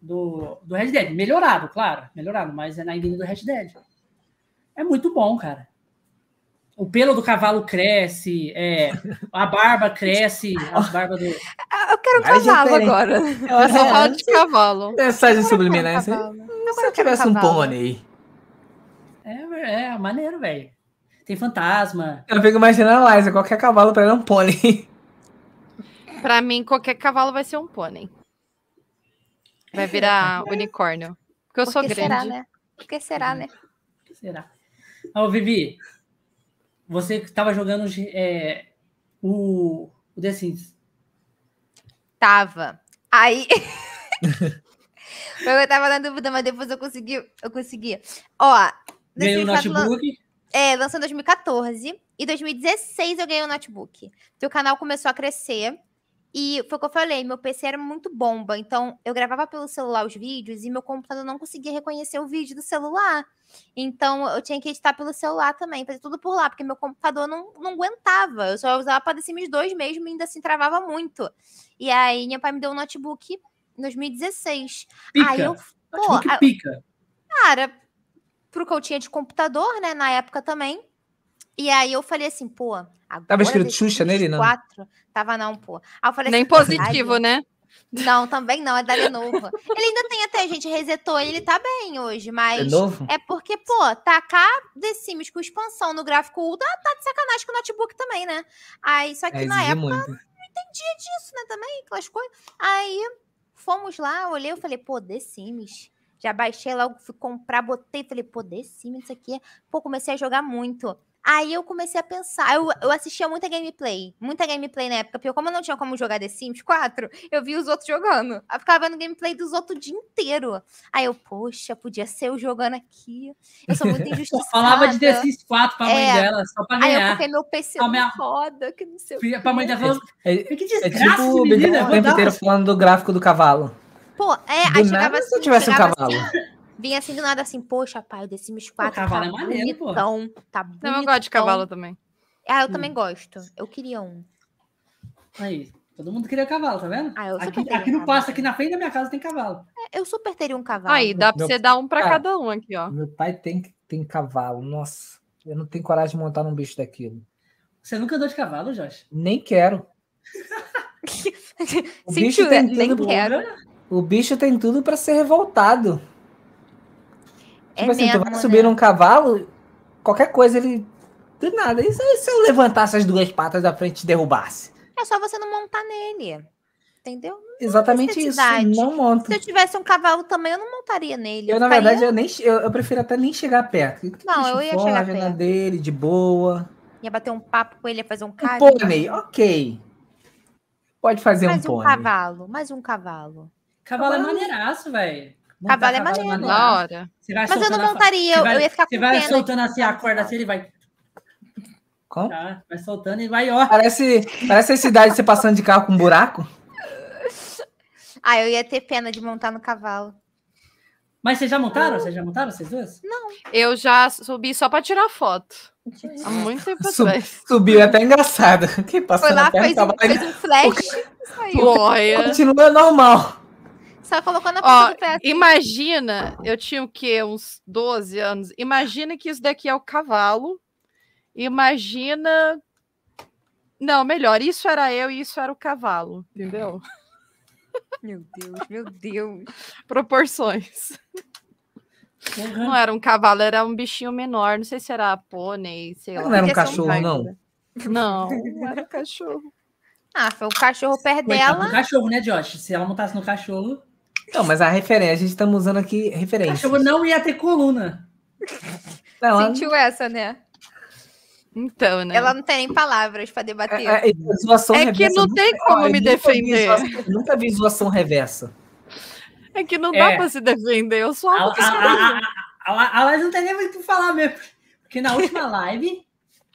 do, do Red Dead. Melhorado, claro, melhorado, mas é na engine do Red Dead. É muito bom, cara. O pelo do cavalo cresce, é, a barba cresce, as barbas do. Ah, Eu quero um Várias cavalo referências. agora. Eu É, só falo de cavalo. Mensagem é subliminar. né? Se Agora eu tivesse um pônei. É, é maneiro, velho. Tem fantasma. Eu fico imaginando a Liza, qualquer cavalo pra ela é um pônei. Pra mim, qualquer cavalo vai ser um pônei. Vai virar unicórnio. Porque eu sou Por que grande. será, né? Por que será, né? O que será? Ô, Vivi, você que tava jogando é, o, o The Sims. Tava. Aí. eu tava na dúvida, mas depois eu consegui. Eu consegui. Ó. The Ganhou o Sims quatro lan- notebook. É, lançou em 2014. E 2016 eu ganhei um notebook. Então o canal começou a crescer. E foi o que eu falei, meu PC era muito bomba. Então eu gravava pelo celular os vídeos e meu computador não conseguia reconhecer o vídeo do celular. Então eu tinha que editar pelo celular também, fazer tudo por lá, porque meu computador não, não aguentava. Eu só usava para The Sims 2 mesmo e ainda assim travava muito. E aí meu pai me deu um notebook em 2016. Pica. Aí eu, pô, notebook a- pica. Cara, pro que eu tinha de computador, né, na época também. E aí eu falei assim, pô, agora. escrito The Xuxa Sims nele, não? 4? Tava não, pô. Aí eu falei Nem assim, pô, positivo, né? Não, também não, é da Lenovo. ele ainda tem até, a gente resetou ele, ele tá bem hoje, mas. De novo? É porque, pô, tacar The Sims com expansão no gráfico Ultra, ah, tá de sacanagem com o notebook também, né? Aí, só que É, na exige época muito. entendia disso, né, também, aquelas coisas. Aí fomos lá, olhei, eu falei, pô, The Sims. Já baixei logo, fui comprar, botei, falei, pô, The Sims, isso aqui. é- Pô, comecei a jogar muito. Aí eu comecei a pensar, eu, eu assistia muita gameplay, muita gameplay na época, porque como eu não tinha como jogar The Sims 4, eu vi os outros jogando. Eu ficava vendo gameplay dos outros o dia inteiro. Aí eu, poxa, podia ser eu jogando aqui. Eu sou muito injustiçada. Falava de The Sims 4 pra mãe É. dela, só pra Aí eu ganhar. coloquei meu PC Ah, no minha- foda, que não sei o Pra mãe dela falando, É, que é desgraça tipo o de né? menina. Bidon o vou tempo dar- inteiro falando do gráfico do cavalo. Pô, é, do aí chegava nada, assim, se eu tivesse um chegava cavalo. assim, vinha assim do nada assim, poxa, pai, The Sims 4 cavalo tá é maneiro, pô. bonitão, tá bonitão. Não, eu gosto de cavalo também. Ah, Hum. eu também gosto. Eu queria um. Aí, todo mundo queria cavalo, tá vendo? Ah, eu super aqui queria aqui não cavalo. passa, aqui na frente da minha casa tem cavalo. É, Eu super teria um cavalo. Aí, dá pra Meu- Ah. você dar um pra Cara. cada um aqui, ó. Meu pai tem, tem cavalo. Nossa, eu não tenho coragem de montar num bicho daquilo. Você nunca andou de cavalo, Josh? Nem quero. O bicho Sentiu, né? tem nem tudo. quero. é O bicho tem tudo pra ser revoltado. É tipo assim, mesmo, tu vai né? subir num cavalo, qualquer coisa ele. Do nada. E se se eu levantasse as duas patas da frente e te derrubasse? É só você não montar nele. Entendeu? Hum. Exatamente isso. necessidade. Não monto. Se eu tivesse um cavalo também, eu não montaria nele. Eu, na ficaria- verdade, eu, nem, che- eu, eu prefiro até nem chegar perto. Não, eu ia chegar perto. perto. é dele, de boa. ia bater um papo com ele, ia fazer um Um carinho. pônei, ok. Pode fazer mais um um, pônei. cavalo, mais um cavalo. Cavalo é Cavalo- maneiraço, velho. Montar Cavalo é maneiro. Da hora. Você vai Mas eu não soltando a fa- montaria, você eu, vai- eu ia ficar com Você vai pena. soltando assim a corda, assim ele vai. Como? Tá, vai soltando e vai, ó. Parece, parece a cidade você passando de carro com um buraco. Ah, eu ia ter pena de montar no cavalo. Mas vocês já montaram? Vocês já montaram, vocês duas? Eu já subi só pra tirar foto. Há muito tempo Subi. atrás. Subiu, é até engraçado. Quem passou Foi lá, na perna fez um, tava fez um flash, saiu. Olha. Continua normal. Só colocou na Ó, ponta do pé. Imagina, eu tinha o quê? Uns 12 anos. Imagina que isso daqui é o cavalo. Imagina. Não, melhor, isso era eu e isso era o cavalo, entendeu? Meu Deus, meu Deus. Proporções. Porra. Não era um cavalo, era um bichinho menor. Não sei se era pônei, sei lá. Não era um Podia ser um cachorro, né? não. Não, não era um cachorro. Ah, foi o cachorro perto Coitado dela. do cachorro, né, Josh? Se ela montasse no cachorro, Não, mas a referência, a gente estamos usando aqui o referência. Tá cachorro não ia ter coluna. Não, ela- Sentiu essa, né? Então, né? Ela não tem nem palavras pra debater. a- a- a É, zoação É que reversa não nunca- tem como eu nunca vi me defender. zoação- Nunca vi zoação reversa. É que não dá É. pra se defender. Eu sou A, a, a a, a, a, a Laís não tem nem muito o que falar mesmo. Porque na última live,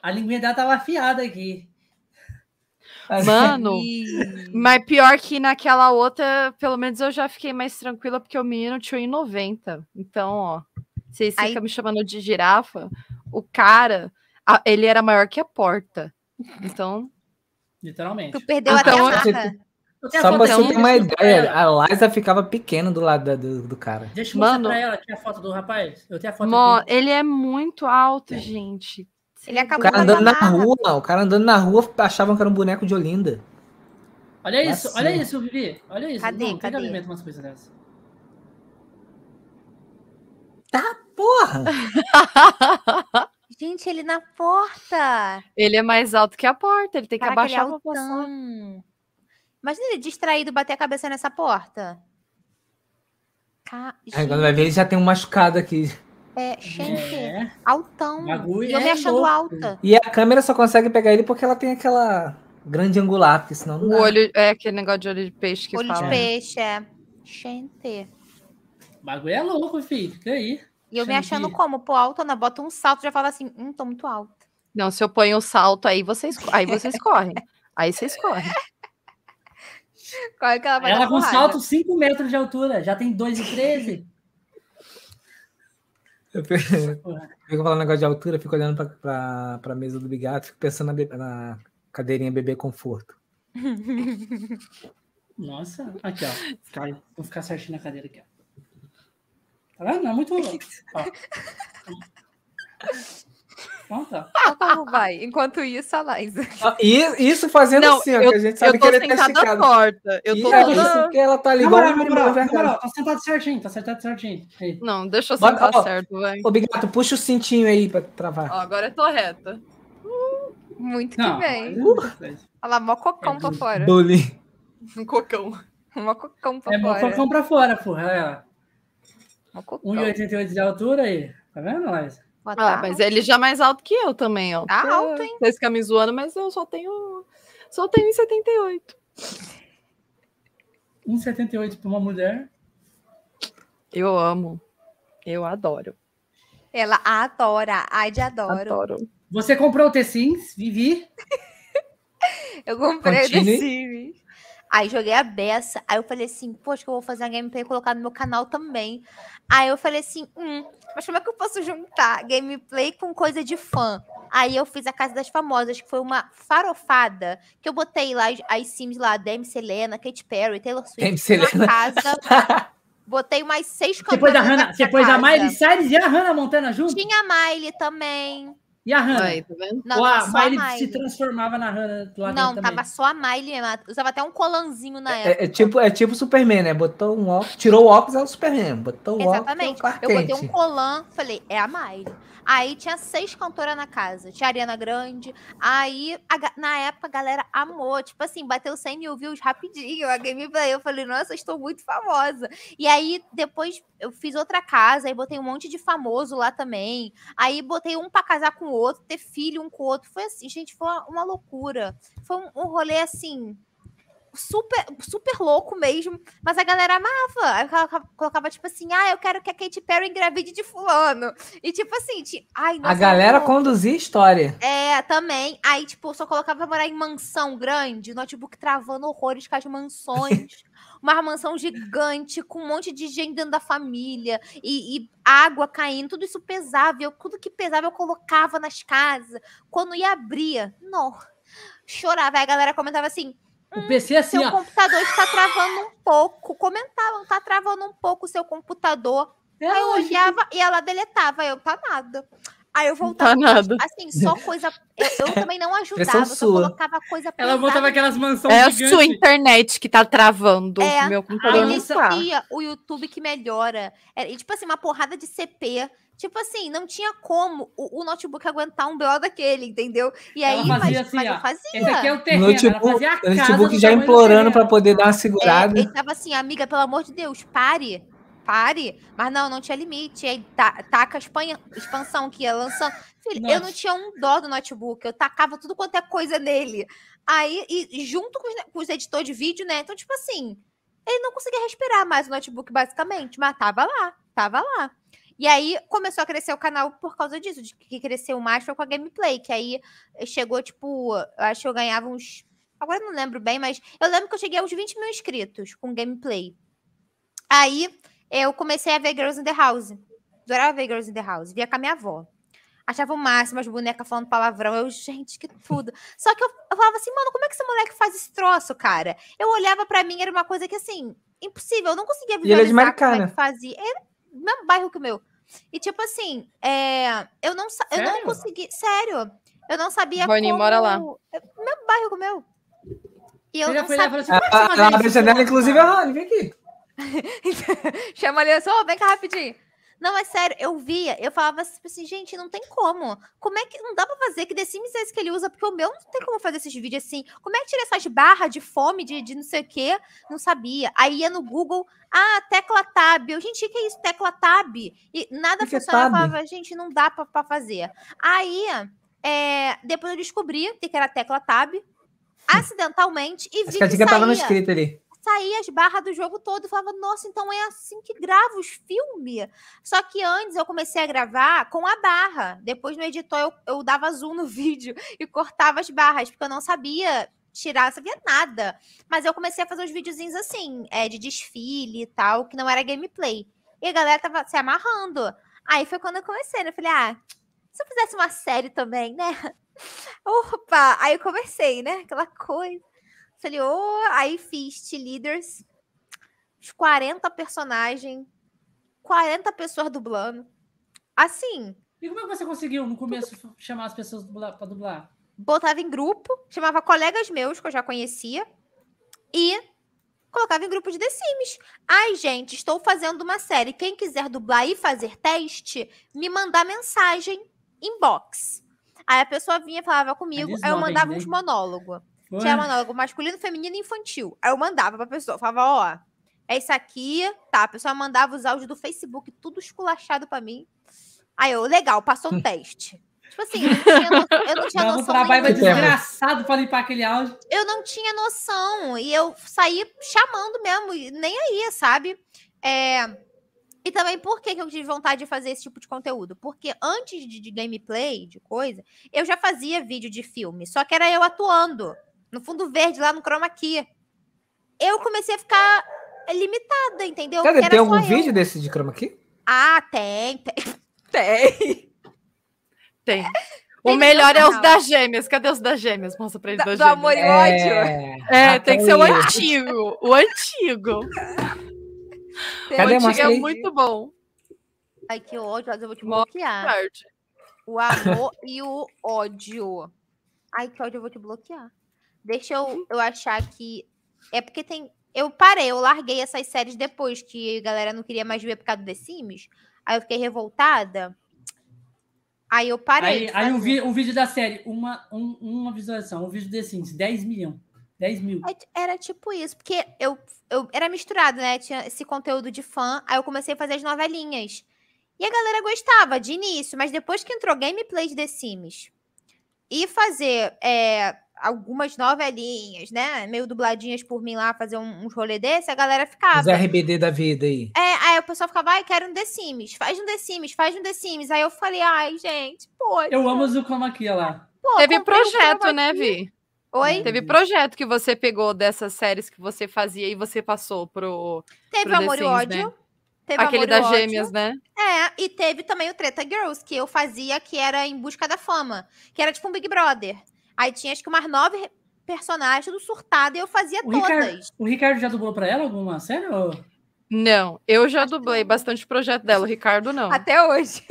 a linguinha dela tava afiada aqui. Mano, mas pior que naquela outra, pelo menos eu já fiquei mais tranquila, porque o menino tinha 1,90. Então, ó, vocês Aí- ficam me chamando de girafa. O cara, a- ele era maior que a porta. Então, Literalmente. Tu perdeu Então, até a eu- marra. Eu tenho a Só foto pra aqui, você ter deixa uma eu mostrar né? ideia, ela. a Liza ficava pequena do lado da- do, do cara. Deixa eu mostrar Mano. pra ela aqui a foto do rapaz. Eu tenho a foto mo- aqui. ele é muito alto, É. gente. Ele O acabou cara com a andando na marra. rua, o cara andando na rua achavam que era um boneco de Olinda. Olha isso, Assim. olha isso, Vivi. Olha isso. Cadê, não, tem cadê? cabimento umas coisas dessas. Porra! Gente, ele na porta. Ele é mais alto que a porta, ele tem que Caraca, ele é abaixar pra passar. altão. Imagina ele distraído bater a cabeça nessa porta. Ca... Aí Gente, quando vai ver, ele já tem um machucado aqui. é, gente, É. altão. Bagulho E eu me é achando louco. alta. E a câmera só consegue pegar ele porque ela tem aquela grande angular, porque senão não O dá. olho, é aquele negócio de olho de peixe que Olho fala. de peixe, é. Gente. O bagulho é louco, filho. Fica aí. E eu me Gente. achando como? Pô, alta, né? Bota um salto, já fala assim, hum, tô muito alta. Não, se eu ponho o salto aí, vocês, aí vocês correm. Aí vocês correm. Qual é que ela vai Ela dar com porrada? salto 5 metros de altura. Já tem 2,13. Eu fico falando negócio de altura, eu fico olhando pra, pra, pra mesa do bigato, fico pensando na, be- na cadeirinha bebê conforto. Nossa. Aqui, ó. Cai. Vou ficar certinho na cadeira aqui, ó. Tá vendo? É muito louco. Ó. Pronto, ó. tá. Então, como vai? Enquanto isso, a Liza. Ah, E isso fazendo Não, assim, ó, que a gente sabe eu que tô ele tá sentada esticado. torta. Eu E tô é toda- isso que ela tá Na ligada. moral, na moral, na moral. Tá sentado certinho, tá sentado certinho. Aí. Não, deixa eu Bota- sentar ó. certo, vai. Ô, Bigato, puxa o cintinho aí pra travar. Ó, agora eu tô reta. Muito Não. que bem. Uh, Olha lá, mó cocão pra fora. Bullying. Um cocão. Mó cocão pra É bom fora. focão pra fora, porra. Olha lá. Mó cocão. 1,88 de altura aí. Tá vendo, Laís? Boa Ah, tarde. mas ele já é mais alto que eu também, ó. Tá Tá alto, hein? Vocês ficam me zoando, mas eu só tenho. Só tenho 78. 1,78 para uma mulher. Eu amo. Eu adoro. Ela adora. Ai, de adoro. Adoro. Você comprou o T-Sims, Vivi? Eu comprei o The Continue. Sims. Aí joguei a beça. Aí eu falei assim, poxa, que eu vou fazer uma gameplay e colocar no meu canal também. Aí eu falei assim, hum, mas como é que eu posso juntar gameplay com coisa de fã? Aí eu fiz a Casa das Famosas, que foi uma farofada, que eu botei lá as Sims lá, Dame Selena, Katy Perry, Taylor Swift, Dame Selena. na casa. Botei mais seis Você pôs a, cantoras Hannah, da você pôs a casa. Miley Cyrus e a Hannah Montana junto? Tinha a Miley também. E a Hannah? Aí, tá vendo? Não, Ou não, a só a Miley, se Miley. transformava na Hannah lá Não, dentro tava também. só a Miley. ela Usava até um colanzinho na época. É, é tipo, é tipo Superman, né? Botou um óculos, tirou o óculos, é o Superman. Botou o Exatamente. óculos, é Eu o botei Clark um Kent. colan, falei, é a Miley. Aí tinha seis cantoras na casa. Tinha a Ariana Grande. Aí, a ga- na época, a galera amou. Tipo assim, bateu 100 mil views rapidinho. A gameplay, eu falei, nossa, estou muito famosa. E aí, depois, eu fiz outra casa. Aí, botei um monte de famoso lá também. Aí, botei um pra casar com o outro, ter filho um com o outro. Foi assim, gente, foi uma, uma loucura. Foi um, um rolê, assim... Super, super louco mesmo, mas a galera amava. Aí eu colocava, colocava, tipo assim, ah, eu quero que a Katy Perry engravide de fulano. E tipo assim, ti- ai, nossa, A galera muito conduzia história. é, também. Aí, tipo, só colocava pra morar em mansão grande, notebook travando horrores com as mansões. Uma mansão gigante, com um monte de gente dentro da família, e, e água caindo, tudo isso pesava. e eu- tudo que pesava eu colocava nas casas. Quando ia abrir, não. Chorava. Aí a galera comentava assim: O PC assim, seu ó. computador está travando um pouco. Comentavam, tá travando um pouco o seu computador. É Aí eu hoje. olhava e ela deletava. Eu, tá nada. Aí eu voltava. Tá nada. Assim, só coisa. Eu, eu também não ajudava, eu só sua. colocava coisa Ela botava aquelas mansões É a gigantes. sua internet que tá travando. É, Meu a computador não nossa- tá. Aí o YouTube que melhora. Era, e, tipo assim, uma porrada de CP. Tipo assim, não tinha como o, o notebook aguentar um BO daquele, entendeu? E aí, Ela fazia mas, assim, mas eu ó, fazia. Esse aqui é o O terreno. ela notebook, fazia a o casa notebook do tipo já tamanho do implorando terreno. pra poder dar uma É, segurada. ele tava assim, amiga, pelo amor de Deus, pare, pare. Mas não, não tinha limite. Aí ta- taca a Espanha, expansão que ia lançando. Filho, eu não Nossa. tinha um dó do notebook, eu tacava tudo quanto é coisa nele. Aí, e junto com os, com os editores de vídeo, né? Então, tipo assim, ele não conseguia respirar mais o notebook, basicamente, mas tava lá, tava lá. E aí começou a crescer o canal por causa disso, de que cresceu mais foi com a gameplay, que aí chegou, tipo, eu acho que eu ganhava uns. Agora eu não lembro bem, mas eu lembro que eu cheguei aos 20 mil inscritos com gameplay. Aí eu comecei a ver Girls in the House. Adorava ver Girls in the House, via com a minha avó. Achava o máximo as bonecas falando palavrão. Eu, gente, que tudo. Só que eu, eu falava assim, mano, como é que esse moleque faz esse troço, cara? Eu olhava pra mim, era uma coisa que assim, impossível. Eu não conseguia ele é de visualizar como é Maricana. que fazia. Era o mesmo bairro que o meu. E tipo assim, é, eu, não, sa- eu não Sério? consegui. Sério, eu não sabia Rony, como... mora lá. É o mesmo bairro que o meu. E eu Você já não foi lá e sabia. falou assim, Ela- "Como é que você Ela faz Ah, ela isso, abre a janela, cara?" inclusive, ah, vem aqui. Chama ali, ô, vem cá rapidinho. Não, é sério, eu via, eu falava assim, tipo assim, gente, não tem como. Como é que. Não dá pra fazer que The Sims é esse que ele usa, porque o meu não tem como fazer esses vídeos assim. Como é que tira essas barras de fome, de, de não sei o quê? Não sabia. Aí ia no Google, ah, tecla tab. Eu, gente, o que é isso, tecla tab? E nada O que que é funcionava. Eu tab? falava, gente, não dá pra, pra fazer. Aí, é, depois eu descobri que era tecla tab, acidentalmente, e vi Hum. Acho que, que a dica tava no saía escrito ali. saía as barras do jogo todo e falava, nossa, então é assim que grava os filmes. Só que antes eu comecei a gravar com a barra. Depois no editor eu, eu dava zoom no vídeo e cortava as barras, porque eu não sabia tirar, não sabia nada. Mas eu comecei a fazer uns videozinhos assim, é, de desfile e tal, que não era gameplay. E a galera tava se amarrando. Aí foi quando eu comecei, né? Eu falei, ah, se eu fizesse uma série também, né? Opa! Aí eu comecei, né? Aquela coisa. Falei, ô, aí fiz T-Leaders, uns 40 personagens, 40 pessoas dublando. Assim, E como é que você conseguiu, no começo, chamar as pessoas dublar- pra dublar? botava em grupo, chamava colegas meus que eu já conhecia e colocava em grupo de The Sims. Ai, gente, estou fazendo uma série. Quem quiser dublar e fazer teste, me mandar mensagem inbox. Aí a pessoa vinha e falava comigo, Eles aí eu mandam mandava ainda, uns hein? monólogos. Foi? Tinha monólogo masculino, feminino e infantil. Aí eu mandava pra pessoa, falava, ó, é isso aqui, tá? A pessoa mandava os áudios do Facebook, tudo esculachado pra mim. Aí eu, legal, passou o teste. Tipo assim, eu não tinha, no- eu não tinha Vamos noção um pra Baiba nenhuma. Temos. desgraçado pra limpar aquele áudio. eu não tinha noção. E eu saí chamando mesmo, e nem aí, sabe? É, E também por que que eu tive vontade de fazer esse tipo de conteúdo? Porque antes de, de gameplay, de coisa, eu já fazia vídeo de filme, só que era eu atuando. No fundo verde, lá no chroma key. Eu comecei a ficar limitada, entendeu? Cadê? Porque era Tem só algum eu. vídeo desse de chroma aqui? Ah, tem, tem. Tem. Tem. O Tem no melhor meu é os canal. das gêmeas. Cadê os das gêmeas? Mostra pra eles Da- das do gêmeas. um amor e ódio. É, tem que ser o Aquele- antigo. O antigo. O Cadê? antigo Mostra é aí. muito bom. um- Ai, que ódio, mas eu vou te Mostra. bloquear. Tarde. O amor e o ódio. Ai, que ódio, eu vou te bloquear. Deixa Uhum. eu, eu achar que. É porque tem. Eu parei, eu larguei essas séries depois, que a galera não queria mais ver por causa do The Sims. Aí eu fiquei revoltada. Aí eu parei. Aí, de aí um, fazer. vi- um vídeo da série, uma, um- uma visualização, um vídeo The Sims, 10 milhão. 10 mil. É ti- Era tipo isso, porque eu, eu era misturado, né? Tinha esse conteúdo de fã, aí eu comecei a fazer as novelinhas. E a galera gostava de início, mas depois que entrou gameplay de The Sims e fazer é, algumas novelinhas, né? Meio dubladinhas por mim lá, fazer um, uns rolê desse, a galera Os ficava. RBD da vida aí. É, aí o pessoal ficava, ai, quero um The Sims, faz um The Sims, faz um The Sims. Aí eu falei, ai, gente, pô. Eu amo o Chroma Key olha lá. pô, Teve comprei um projeto, Chroma né, Key. Vi? Oi? Teve projeto que você pegou dessas séries que você fazia e você passou pro Teve pro The Amor e Sims, né? Ódio. Teve aquele Amor e das Ódio. gêmeas, né? É, e teve também o Treta Girls, que eu fazia, que era em busca da fama. Que era tipo um Big Brother. Aí tinha acho que umas nove personagens do surtado e eu fazia O Ricardo, todas. o Ricardo já dublou pra ela alguma série? ou- Não, eu já dublei bastante projeto dela, o Ricardo não. Até hoje.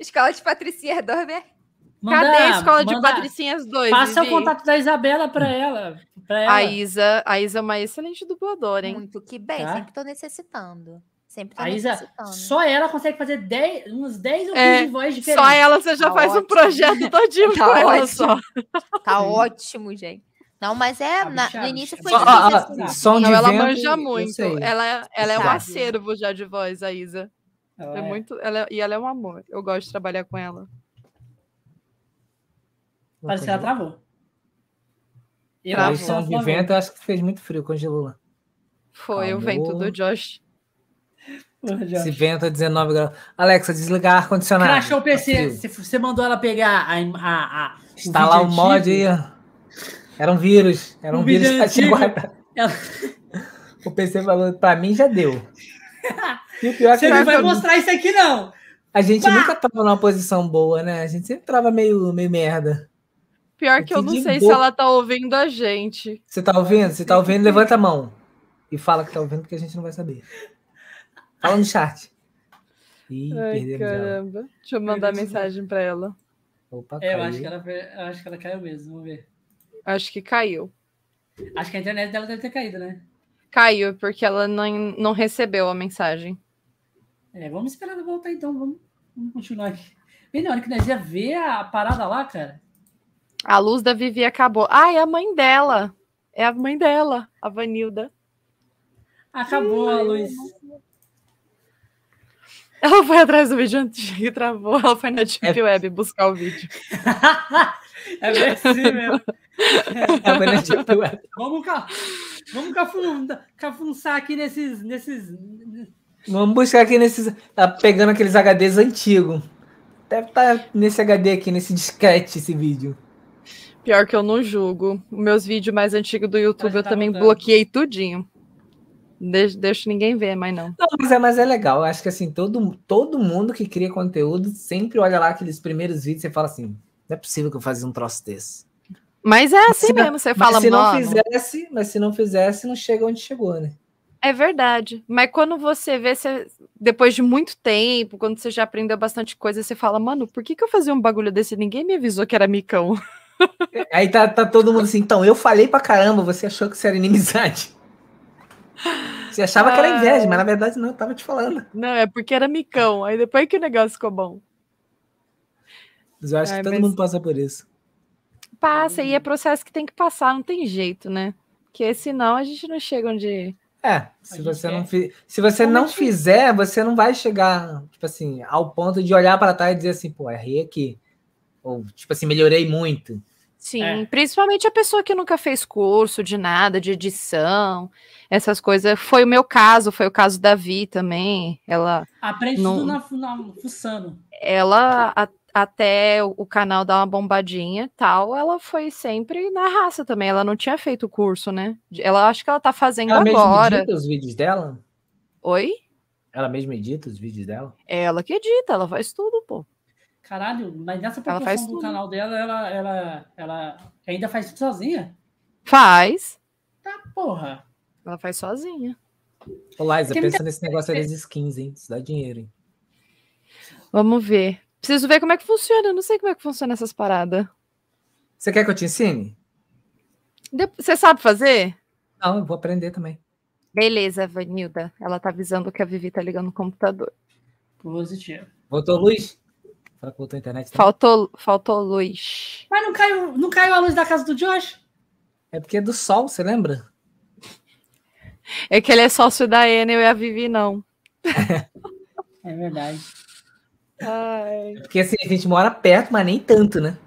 Escola de Patricia Dormer. Manda- Cadê a escola de manda- Patricinhas 2? Passa o Vivi? contato da Isabela pra ela. Pra ela. A Isa, a Isa é uma excelente dubladora, hein? Muito que bem, Tá. sempre tô necessitando. Sempre tô A Isa, necessitando. só ela consegue fazer 10, umas 10 ou 15 tá É, vozes diferentes. Só ela você já Tá faz um ótimo. projeto todinho Tá com ela ótimo. só. Tá um ótimo, gente. Não, mas é, Ah, na- bicha, no início bicha, foi Só- bicha. ah, difícil. ah, assim. um som de Não, ela vento, manja eu muito. sei. Ela, ela é um Sabe. acervo já de voz, a Isa. Ela É é. muito, ela é- e ela é um amor. Eu gosto de trabalhar com ela. é. Parece que ela travou. Eu Travou. acho que ela som de travou. vento, eu acho que fez muito frio, congelou lá. Foi o Calor. vento do Josh. Porra, Jorge. Esse vento é 19 graus. Alexa, desligar ar-condicionado. Crashou o Tá PC. frio. Você, você mandou ela pegar a. a, a o Instalar o vídeo mod aí. antigo? ó. Era um vírus. Era O um vírus vídeo que tinha antigo. guardado. Ela- O PC falou, pra mim já deu. E o pior é que Você não vai a, mostrar isso aqui, não. a gente Pá! nunca tava numa posição boa, né? A gente sempre tava meio, meio merda. Pior que eu Que não de sei se boa. ela tá ouvindo a gente. Você tá ouvindo? Você tá ouvindo? Levanta a mão. E fala que tá ouvindo, porque a gente não vai saber. Fala no chat. Ih, Ai, perdemos ela. caramba. Deixa eu mandar Perdemos ela. mensagem pra ela. Opa, É, eu, caiu. acho que ela, eu acho que ela caiu mesmo. Vamos ver. Acho que caiu. Acho que a internet dela deve ter caído, né? Caiu, porque ela não, não recebeu a mensagem. É, vamos esperar ela voltar então. Vamos, vamos continuar aqui. Bem, na hora que nós ia ver a parada lá, cara. A luz da Vivi acabou. Ah, é a mãe dela. É a mãe dela, a Vanilda. Acabou a luz. Ela foi atrás do vídeo antigo e travou. Ela foi na Deep É. Web buscar o vídeo. é bem assim mesmo. Tá vendo? Tipo, ué. Vamos, ca... vamos cafun... cafunçar aqui nesses. nesses... Vamos buscar aqui nesses. Tá pegando aqueles HDs antigos. Deve estar nesse HD aqui, nesse disquete, esse vídeo. Pior que eu não julgo. Meus vídeos mais antigos do YouTube já eu tá também voltando. bloqueei tudinho. Deixo, deixo ninguém ver, mas não. Não, mas é, mas é legal. Eu acho que assim, todo, todo mundo que cria conteúdo sempre olha lá aqueles primeiros vídeos e fala assim: não é possível que eu fazia um troço desse. Mas é assim se não- mesmo, você Mas fala, se não mano, fizesse, mas se não fizesse, não chega onde chegou, né? É verdade. Mas quando você vê, você- depois de muito tempo, quando você já aprendeu bastante coisa, você fala, mano, por que, que eu fazia um bagulho desse? e Ninguém me avisou que era micão. Aí tá, tá todo mundo assim, então, eu falei pra caramba, você achou que isso era inimizade. Você achava que era inveja, mas na verdade não, eu tava te falando. Não, é porque era micão. Aí depois que o negócio ficou bom. Mas eu acho Ai, que todo mas- mundo passa por isso. Passa, e é processo que tem que passar, não tem jeito, né? Porque senão a gente não chega onde É, A se gente você, não, quer. fi- se você não Realmente- fizer, você não vai chegar, tipo assim, ao ponto de olhar para trás e dizer assim, pô, errei aqui. Ou, tipo assim, melhorei muito. Sim, É. principalmente a pessoa que nunca fez curso de nada, de edição, essas coisas. Foi o meu caso, foi o caso da Vi também. Ela, Aprende Não- tudo na, na fuçando. ela a- até o o canal dar uma bombadinha e tal, ela foi sempre na raça também. Ela não tinha feito curso, né? De- Ela acho que ela tá fazendo Ela mesma agora. edita os vídeos dela? Oi? Ela mesma edita os vídeos dela? Ela que edita, ela faz tudo, pô. Caralho, mas nessa Ela faz proporção do tudo. canal dela, ela, ela, ela ainda faz tudo sozinha? Faz. Tá, porra. Ela faz sozinha. Ô, Liza, Tem pensa nesse negócio aí das skins, hein? Isso dá dinheiro, hein? Vamos ver. Preciso ver como é que funciona. Eu não sei como é que funciona essas paradas. Você quer que eu te ensine? De- Você sabe fazer? Não, eu vou aprender também. Beleza, Vanilda. Ela tá avisando que a Vivi tá ligando o computador. Positivo. Voltou a luz? Fala que voltou a internet. também. Faltou, faltou luz. Mas não caiu, não caiu a luz da casa do Josh? É porque é do sol, você lembra? É que ele é sócio da Enel e a Vivi não. É verdade. Porque assim, a gente mora perto, mas nem tanto, né?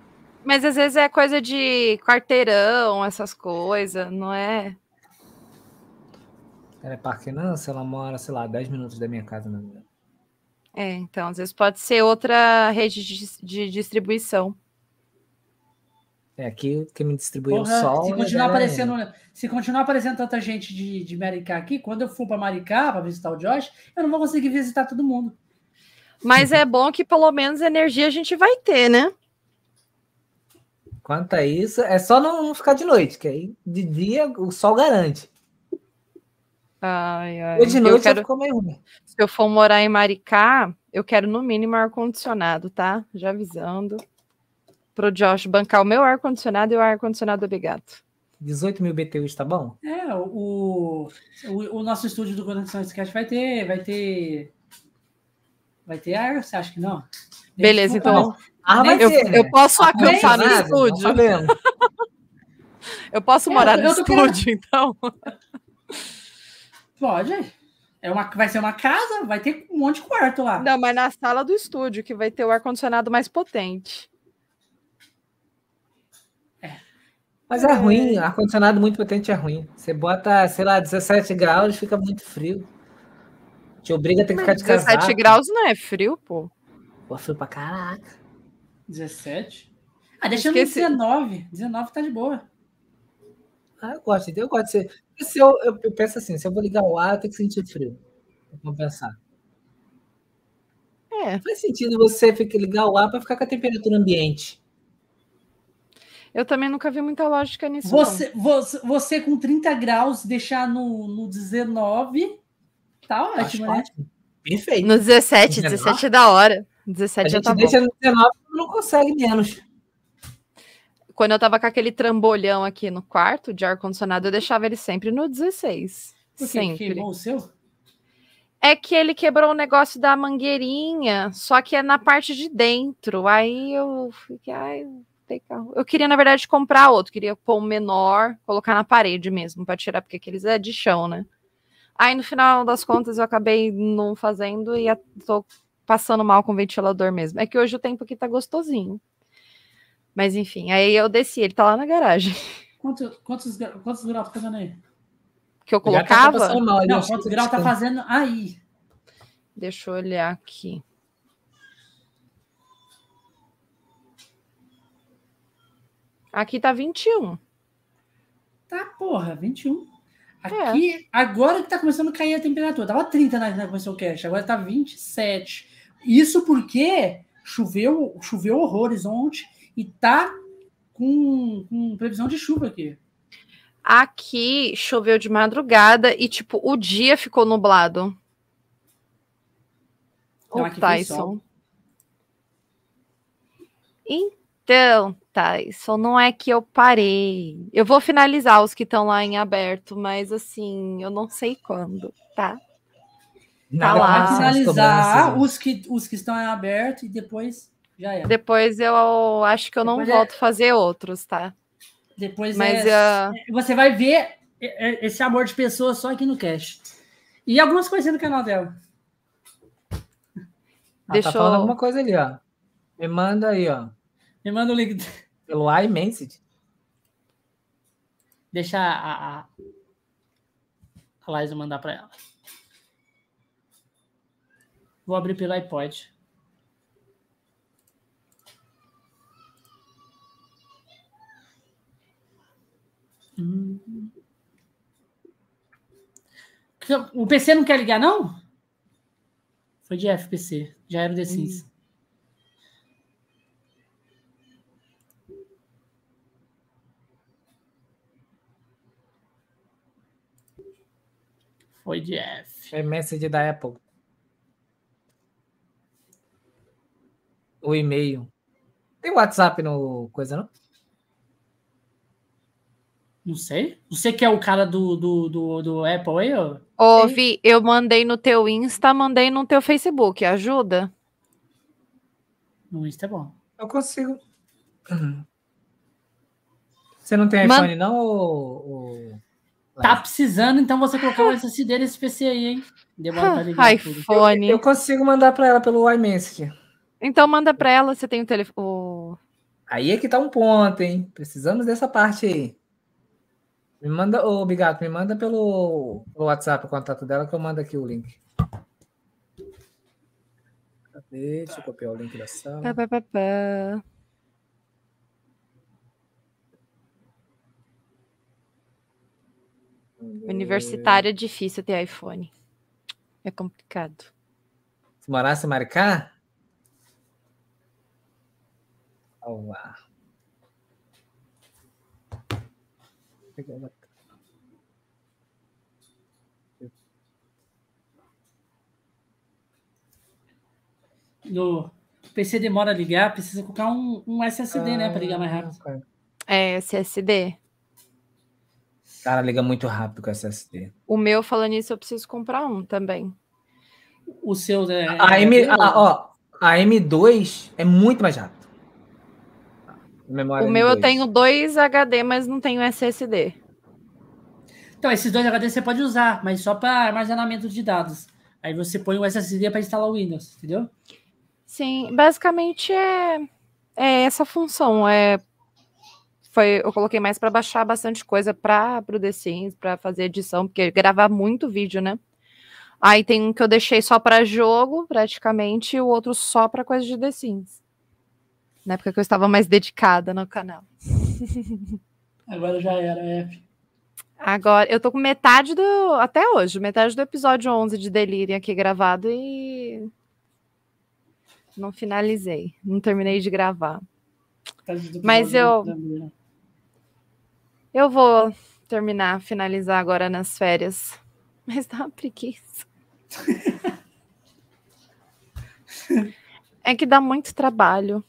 Mas às vezes é coisa de quarteirão, essas coisas, não é? Ela é parquinança, ela mora, sei lá, 10 minutos da minha casa. Né? É, então às vezes pode ser outra rede de, dis- de distribuição. É aqui que me distribuiu o Porra, sol. se é continuar da- aparecendo, se continuar aparecendo tanta gente de, de Maricá aqui, quando eu for para Maricá para visitar o Josh, eu não vou conseguir visitar todo mundo. Mas é bom que pelo menos energia a gente vai ter, né? Quanto a isso, é só não, não ficar de noite, que aí de dia o sol garante. Ai, ai. Ou de noite É, eu quero, já ficou meio ruim. Se eu for morar em Maricá, eu quero no mínimo ar-condicionado, tá? Já avisando. Pro Josh bancar o meu ar-condicionado e o ar-condicionado do Bigato. 18 mil BTUs, tá bom? É, o, o, o nosso estúdio do Conexão Sketch vai ter, vai ter, vai ter ar. Você acha que não? Beleza, então. Ah, vai eu, ter, né? eu posso acampar no Ar-condicionado, estúdio. Não sabemos. Eu posso É, morar eu no tô querendo- estúdio, então. Pode. É uma, vai ser uma casa, vai ter um monte de quarto lá. Não, mas na sala do estúdio, que vai ter o ar-condicionado mais potente. Mas é ruim, ar-condicionado muito potente é ruim. Você bota, sei lá, 17 graus, fica muito frio. Te obriga a ter que ficar de 17 casaco. graus não é frio, pô. Pô, frio pra caraca. 17. Ah, deixa eu no Esqueci. 19. 19 tá de boa. Ah, eu gosto, eu gosto de ser. Se eu, eu, eu penso assim, se eu vou ligar o ar, eu tenho que sentir frio. Pra compensar. É, Não faz sentido você ficar, ligar o ar pra ficar com a temperatura ambiente. eu também nunca vi muita lógica nisso. não. Você, você, você com 30 graus deixar no, no 19, tá Eu ótimo, acho é né? ótimo. Perfeito. No 17, Menor? 17 é da hora. A 17 já gente tá bom. deixa no 19 quando não consegue menos. Quando eu tava com aquele trambolhão aqui no quarto de ar-condicionado, eu deixava ele sempre no 16. Por quê? sempre. Queimou o seu? É que ele quebrou o negócio da mangueirinha, só que é na parte de dentro. Aí eu fiquei, ai, não tem carro. Eu queria, na verdade, comprar outro, queria pôr um menor, colocar na parede mesmo, pra tirar, porque aqueles é de chão, né? Aí no final das contas eu acabei não fazendo e a- tô passando mal com o ventilador mesmo. É que hoje o tempo aqui tá gostosinho. Mas enfim, aí eu desci, ele tá lá na garagem. Quanto, quantos, gra- quantos graus tá fazendo aí? Que eu O gato tá colocava. passando mal, ele Não, acha quantos que graus tá descansa. fazendo aí? Deixa eu olhar aqui. Aqui tá 21. Tá, porra, 21. É. Aqui, agora que tá começando a cair a temperatura. Tava 30 na, na começou o cash, agora tá 27. Isso porque choveu, choveu horrores ontem e tá com, com previsão de chuva aqui. Aqui choveu de madrugada e, tipo, o dia ficou nublado. Então, Ô, aqui foi Tyson. Então, Tyson, não é que eu parei. Eu vou finalizar os que estão lá em aberto, mas assim, eu não sei quando, tá? Nada lá. Vai mais essas cobranças, finalizar né? ah, os que, os que estão abertos e depois já é. Depois eu acho que eu não Depois é- volto a fazer outros, tá? Depois Mas é, ah, você vai ver é- é esse amor de pessoa só aqui no Cash. E algumas coisinhas no canal dela. Ah, Deixa Tá falando eu- alguma coisa ali, ó. Me manda aí, ó. Me manda o link. Pelo iMessage. Deixa a, a, a Laísa mandar para ela. Vou abrir pelo iPod. Hum. O PC não quer ligar, não? Foi de FPC. Já era o The Sims. Foi de F. iMessage da Apple. O e-mail. Tem WhatsApp no coisa, não? Não sei. Você que é o cara do, do, do, do Apple aí, ó? Ô, Vi, eu mandei no teu Insta, mandei no teu Facebook. Ajuda? No Insta é bom. Eu consigo. Você não tem Man- iPhone, não? Ou, Tá precisando, então você colocar o SSD nesse PC aí, hein? Demora pra ligar tá tudo. iPhone. Eu consigo mandar pra ela pelo iMessage. Então manda pra ela, você tem o telefone. Aí é que tá um ponto, hein? Precisamos dessa parte aí. Me manda, ô Bigato, me manda pelo, pelo WhatsApp o contato dela que eu mando aqui o link. Cadê? Deixa eu copiar o link da Tá. sala. Universitária é difícil ter iPhone. É complicado. Se morasse em Maricá? Vamos lá. No o PC demora a ligar, precisa colocar um, um SSD, né? Pra ligar mais rápido. É, SSD. Cara, liga muito rápido com SSD. O meu, falando nisso, eu preciso comprar um também. Ah. O seu. né, É, A, Ah, M, é- a- ó, a M2 é muito mais rápido. Memória o meu eu M2. tenho dois HD, mas não tenho SSD. Então, esses dois HD você pode usar, mas só para armazenamento de dados. Aí você põe um o SSD para instalar o Windows, entendeu? Sim, basicamente é, é essa função. É, foi, eu coloquei mais para baixar bastante coisa para o The Sims, para fazer edição, porque gravar muito vídeo, né? Aí tem um que eu deixei só para jogo, praticamente, e o outro só para coisa de The Sims. Na época que eu estava mais dedicada no canal. Agora já era, é. Agora, eu tô com metade do. Até hoje, metade do episódio 11 de Delirium aqui gravado e. Não finalizei. Não terminei de gravar. Tá do- Mas do- eu- do- Eu vou terminar, finalizar agora nas férias. Mas dá uma preguiça. é que dá muito trabalho.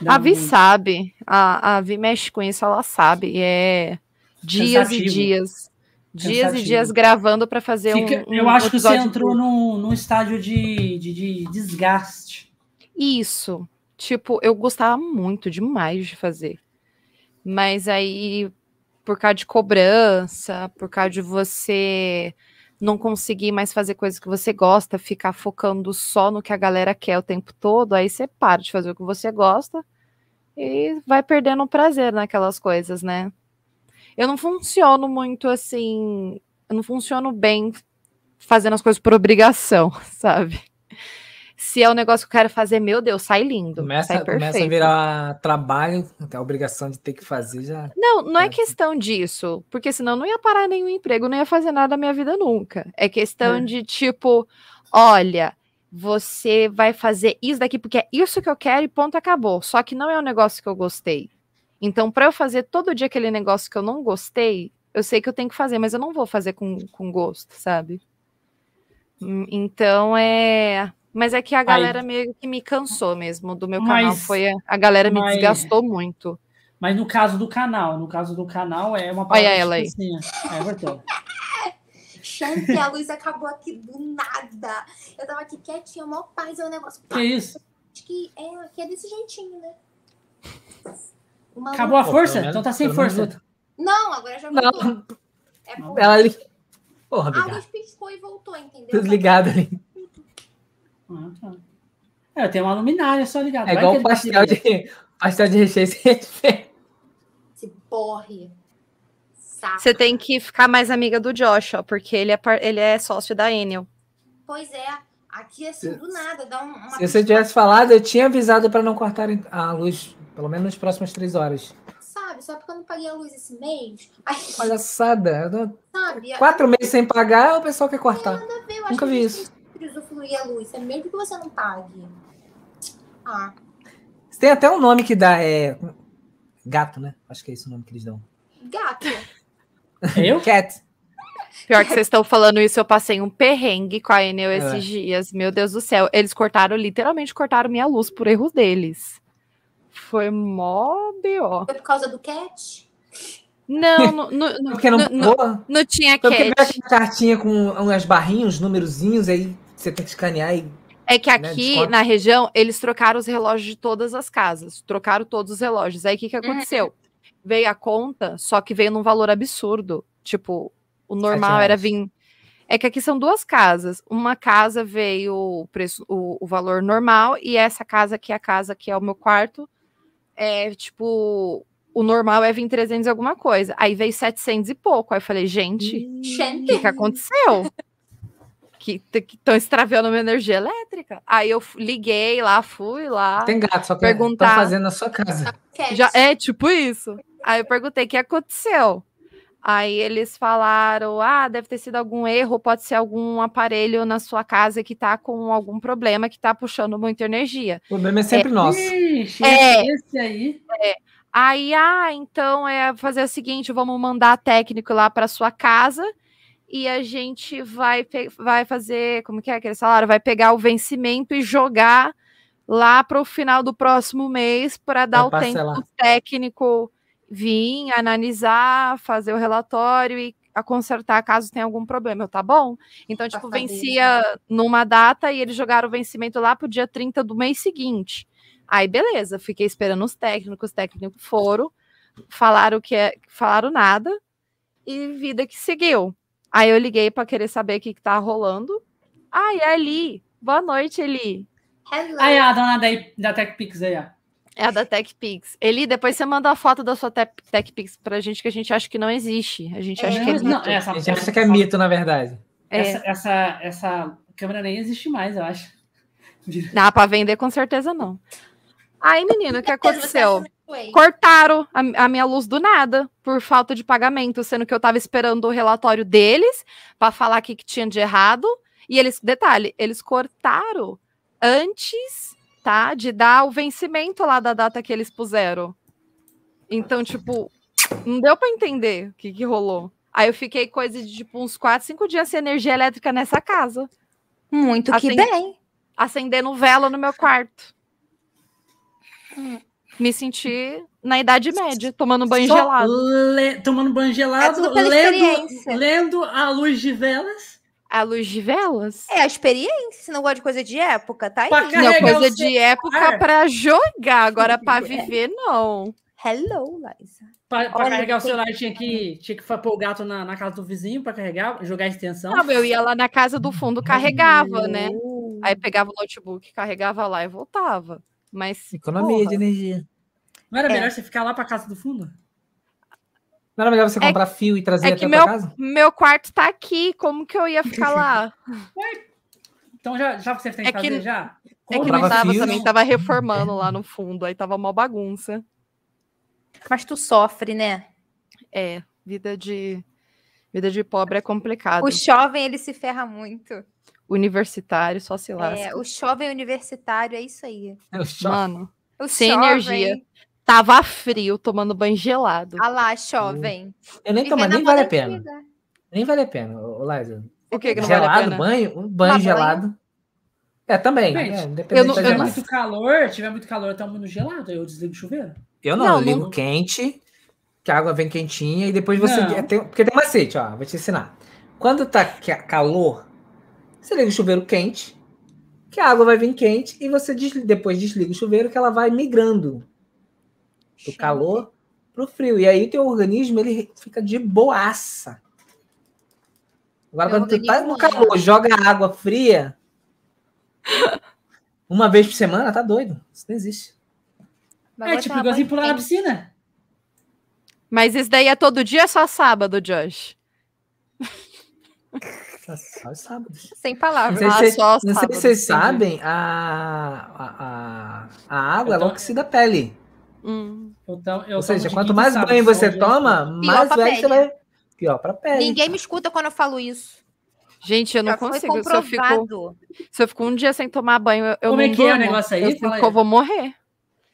dá a Vi um- sabe. A, a Vi mexe com isso, ela sabe. E é dias e Cansativo. dias. Dias e Cansativo. dias gravando para fazer um- Fica- um. eu acho que você episódio entrou curto. num, num estágio de, de, de desgaste. Isso. Tipo, eu gostava muito demais de fazer. Mas aí, por causa de cobrança, por causa de você não conseguir mais fazer coisas que você gosta, ficar focando só no que a galera quer o tempo todo, aí você para de fazer o que você gosta e vai perdendo o prazer naquelas coisas, né? Eu não funciono muito assim. Eu não funciono bem fazendo as coisas por obrigação, sabe? Se é um negócio que eu quero fazer, meu Deus, sai lindo. sai Começa, perfeito. começa a virar trabalho, é a obrigação de ter que fazer já. Não, não é Certo. questão disso, porque senão eu não ia parar nenhum emprego, não ia fazer nada da minha vida nunca. É questão É. de tipo, olha, você vai fazer isso daqui porque é isso que eu quero e ponto acabou. Só que não é um negócio que eu gostei. Então, para eu fazer todo dia aquele negócio que eu não gostei, eu sei que eu tenho que fazer, mas eu não vou fazer com, com gosto, sabe? Hum, Então é. Mas é que a galera meio que me cansou mesmo do meu canal. Mas- Foi a, a galera me mas- desgastou muito. Mas no caso do canal, no caso do canal é uma Olha ela aí. tipo assim, é, voltou. Gente, a luz acabou aqui do nada. Eu tava aqui quietinha, mó paz, é um negócio. Que isso? Acho que é, aqui é desse jeitinho, né? Uma luz- Acabou a Pô, força? pelo menos- então tá sem pelo menos força. outra. Não, agora já voltou. Não. É bom. Ela li... Ah, Porra, A obrigado. luz piscou e voltou, entendeu? Tudo ligado assim, ali. Ah, tá. É, eu tenho uma luminária só "Ah, ligada. É Vai igual que o ele tá pastel brilha. de, pastel de recheio sem recheio. Se borre. Saco. Você tem que ficar mais amiga do Josh, ó, porque ele é, par- ele é sócio da Enel. Pois é. Aqui, assim, do nada, dá um- uma... Se você tivesse falado, eu tinha avisado para não cortarem a luz, pelo menos nas próximas três horas. Sabe, só porque eu não paguei a luz esse mês. Aí, Palhaçada. eu dou sabe? Quatro meses sem pagar, o pessoal quer cortar. Eu acho Nunca que vi a isso. gente tem que Usufruir a luz, é mesmo que você não pague. Ah, Tem até um nome que dá, é. Gato, né? Acho que é esse o nome que eles dão. gato. Eu? Cat. Pior que vocês estão falando isso, eu passei um perrengue com a Enel esses É. dias. Meu Deus do céu. Eles cortaram, literalmente cortaram minha luz por erros deles. Foi mó B.O. Foi por causa do cat? Não, no, no, no, Porque não no- no- pagou? não tinha Foi porque veio cat. aquela cartinha com umas barrinhas, uns numerozinhos, aí você tem que escanear e. É que né, aqui Discord. na região eles trocaram os relógios de todas as casas, trocaram todos os relógios. Aí o que, que aconteceu? Veio a conta, só que veio num valor absurdo. Tipo, o normal reais. era vir. É que aqui são duas casas. Uma casa veio o preço, o, o valor normal, e essa casa aqui, a casa que é o meu quarto, é tipo. O normal é vir 300 e alguma coisa. Aí veio 700 e pouco. Aí eu falei, gente, o Gente, Hum, que, que aconteceu? que estão extraviando minha energia elétrica. Aí eu fu- liguei lá, fui lá. Tem gato, só que Ah. Perguntar. estão fazendo na sua casa. cat. Já, é tipo isso. Aí eu perguntei o que aconteceu. Aí eles falaram: ah, deve ter sido algum erro, pode ser algum aparelho na sua casa que tá com algum problema que tá puxando muita energia. O problema é sempre nosso. Ixi, É. esse aí. Aí, ah, então é fazer o seguinte: vamos mandar técnico lá para sua casa e a gente vai, pe- vai fazer, como que é aquele salário? Vai pegar o vencimento e jogar lá para o final do próximo mês para dar o tempo parcelar. do técnico vir, analisar, fazer o relatório e a consertar caso tenha algum problema, Eu, tá bom? Então, tipo, Passadeira. vencia numa data e eles jogaram o vencimento lá pro dia 30 do mês seguinte. Aí, beleza, fiquei esperando os técnicos, os técnicos foram, falaram que é, falaram nada e vida que seguiu. Aí eu liguei para querer saber o que, que tá rolando. Ai, é Eli. Boa noite, Eli. Hello. Aí a dona da, da TechPix aí, ó. É a da TechPix. Eli, depois você manda a foto da sua Tec- TechPix pra gente, que a gente acha que não existe. A gente acha que é Não, mito. não, essa, A gente acha que é mito, na verdade. É. Essa, essa, essa câmera nem existe mais, eu acho. Dá pra vender com certeza não. Aí, menino, o que tá Você acha aconteceu? que eu enjoei? Cortaram a, a minha luz do nada por falta de pagamento, sendo que eu tava esperando o relatório deles pra falar o que, que tinha de errado. E eles, detalhe, eles cortaram antes, tá, de dar o vencimento lá da data que eles puseram. Então, tipo, não deu pra entender o que, que rolou. Aí eu fiquei coisa de tipo uns 4, 5 dias sem energia elétrica nessa casa Muito Assim- que bem. acendendo vela no meu quarto. Me senti na Idade Média, tomando banho Só gelado. le- Tomando banho É gelado, tudo pela lendo, experiência. lendo a luz de velas. A luz de velas? É a experiência. Se não gosta de coisa de época, tá aí. Pra cá. Não, Carregar coisa o de época celular. pra jogar, agora pra viver, não. Hello, Liza. Pra, pra Olha, carregar o tem- celular, tinha que, tinha que pôr o gato na, na casa do vizinho pra carregar, jogar a extensão. Não, eu ia lá na casa do fundo, carregava, né? Uh, Aí pegava o notebook, carregava lá e voltava. Mas. Economia porra, de energia. Não era É. melhor você ficar lá pra casa do fundo? Não era melhor você É comprar fio e trazer é que até a tua casa? Meu quarto tá aqui, como que eu ia ficar lá? Então já, já você tem que É que- fazer já? É que Compra não uma Comprava tava fio, também, extensão. tava reformando lá no fundo, aí tava mó bagunça. Mas tu sofre, né? É, vida de vida de pobre é complicado. O jovem, ele se ferra muito. Universitário só se lasca. É, o jovem universitário é isso aí. Eu choro. Mano, O Sem jovem- energia. tava frio tomando banho gelado. Ah lá, Hum. jovem. Eu nem Viver Então, tomar, na nem vale a moda pena. antiga. Nem vale a pena, ô, ô, Liza. o que que não gelado, vale a pena? banho, um banho Tomar gelado. É, também. Gente, é, eu independente da não- Se tiver não- gelada. muito calor, tiver muito calor, tá muito gelado. aí Eu desligo o chuveiro. Eu não, Não, eu ligo não- quente, que a água vem quentinha e depois você. Não. é, tem- porque tem macete, ó, vou te ensinar. Quando tá ca- calor, você liga o chuveiro quente, que a água vai vir quente e você des- depois desliga o chuveiro que ela vai migrando do calor pro frio. E aí o teu organismo ele fica de boaça. Agora, Meu quando tu tá organismo no calor, joga água fria uma vez por semana, tá doido. Isso não existe. É Vai botar tipo uma igualzinho pular na banheira. piscina. Mas isso daí é todo dia, é só sábado, Josh. Só- Só os sábados. Sem Não palavras. sei, se, Ah, só não sei se sábado, vocês entendi. sabem, a, a, a, a água Eu ela tô- oxida a pele. Hum. Então, eu tomo Ou seja, de quanto quinta e mais sábado, banho você sol, toma, dia- Pior mais pra velho você pele. vai. Pior pra é pele. Ninguém me escuta quando eu falo isso. Gente, eu não Já foi consigo. Se eu, comprovado. fico, se eu fico um dia sem tomar banho, eu- eu Como é não que é o durmo. negócio aí? Eu, fico, Fala aí. eu vou morrer.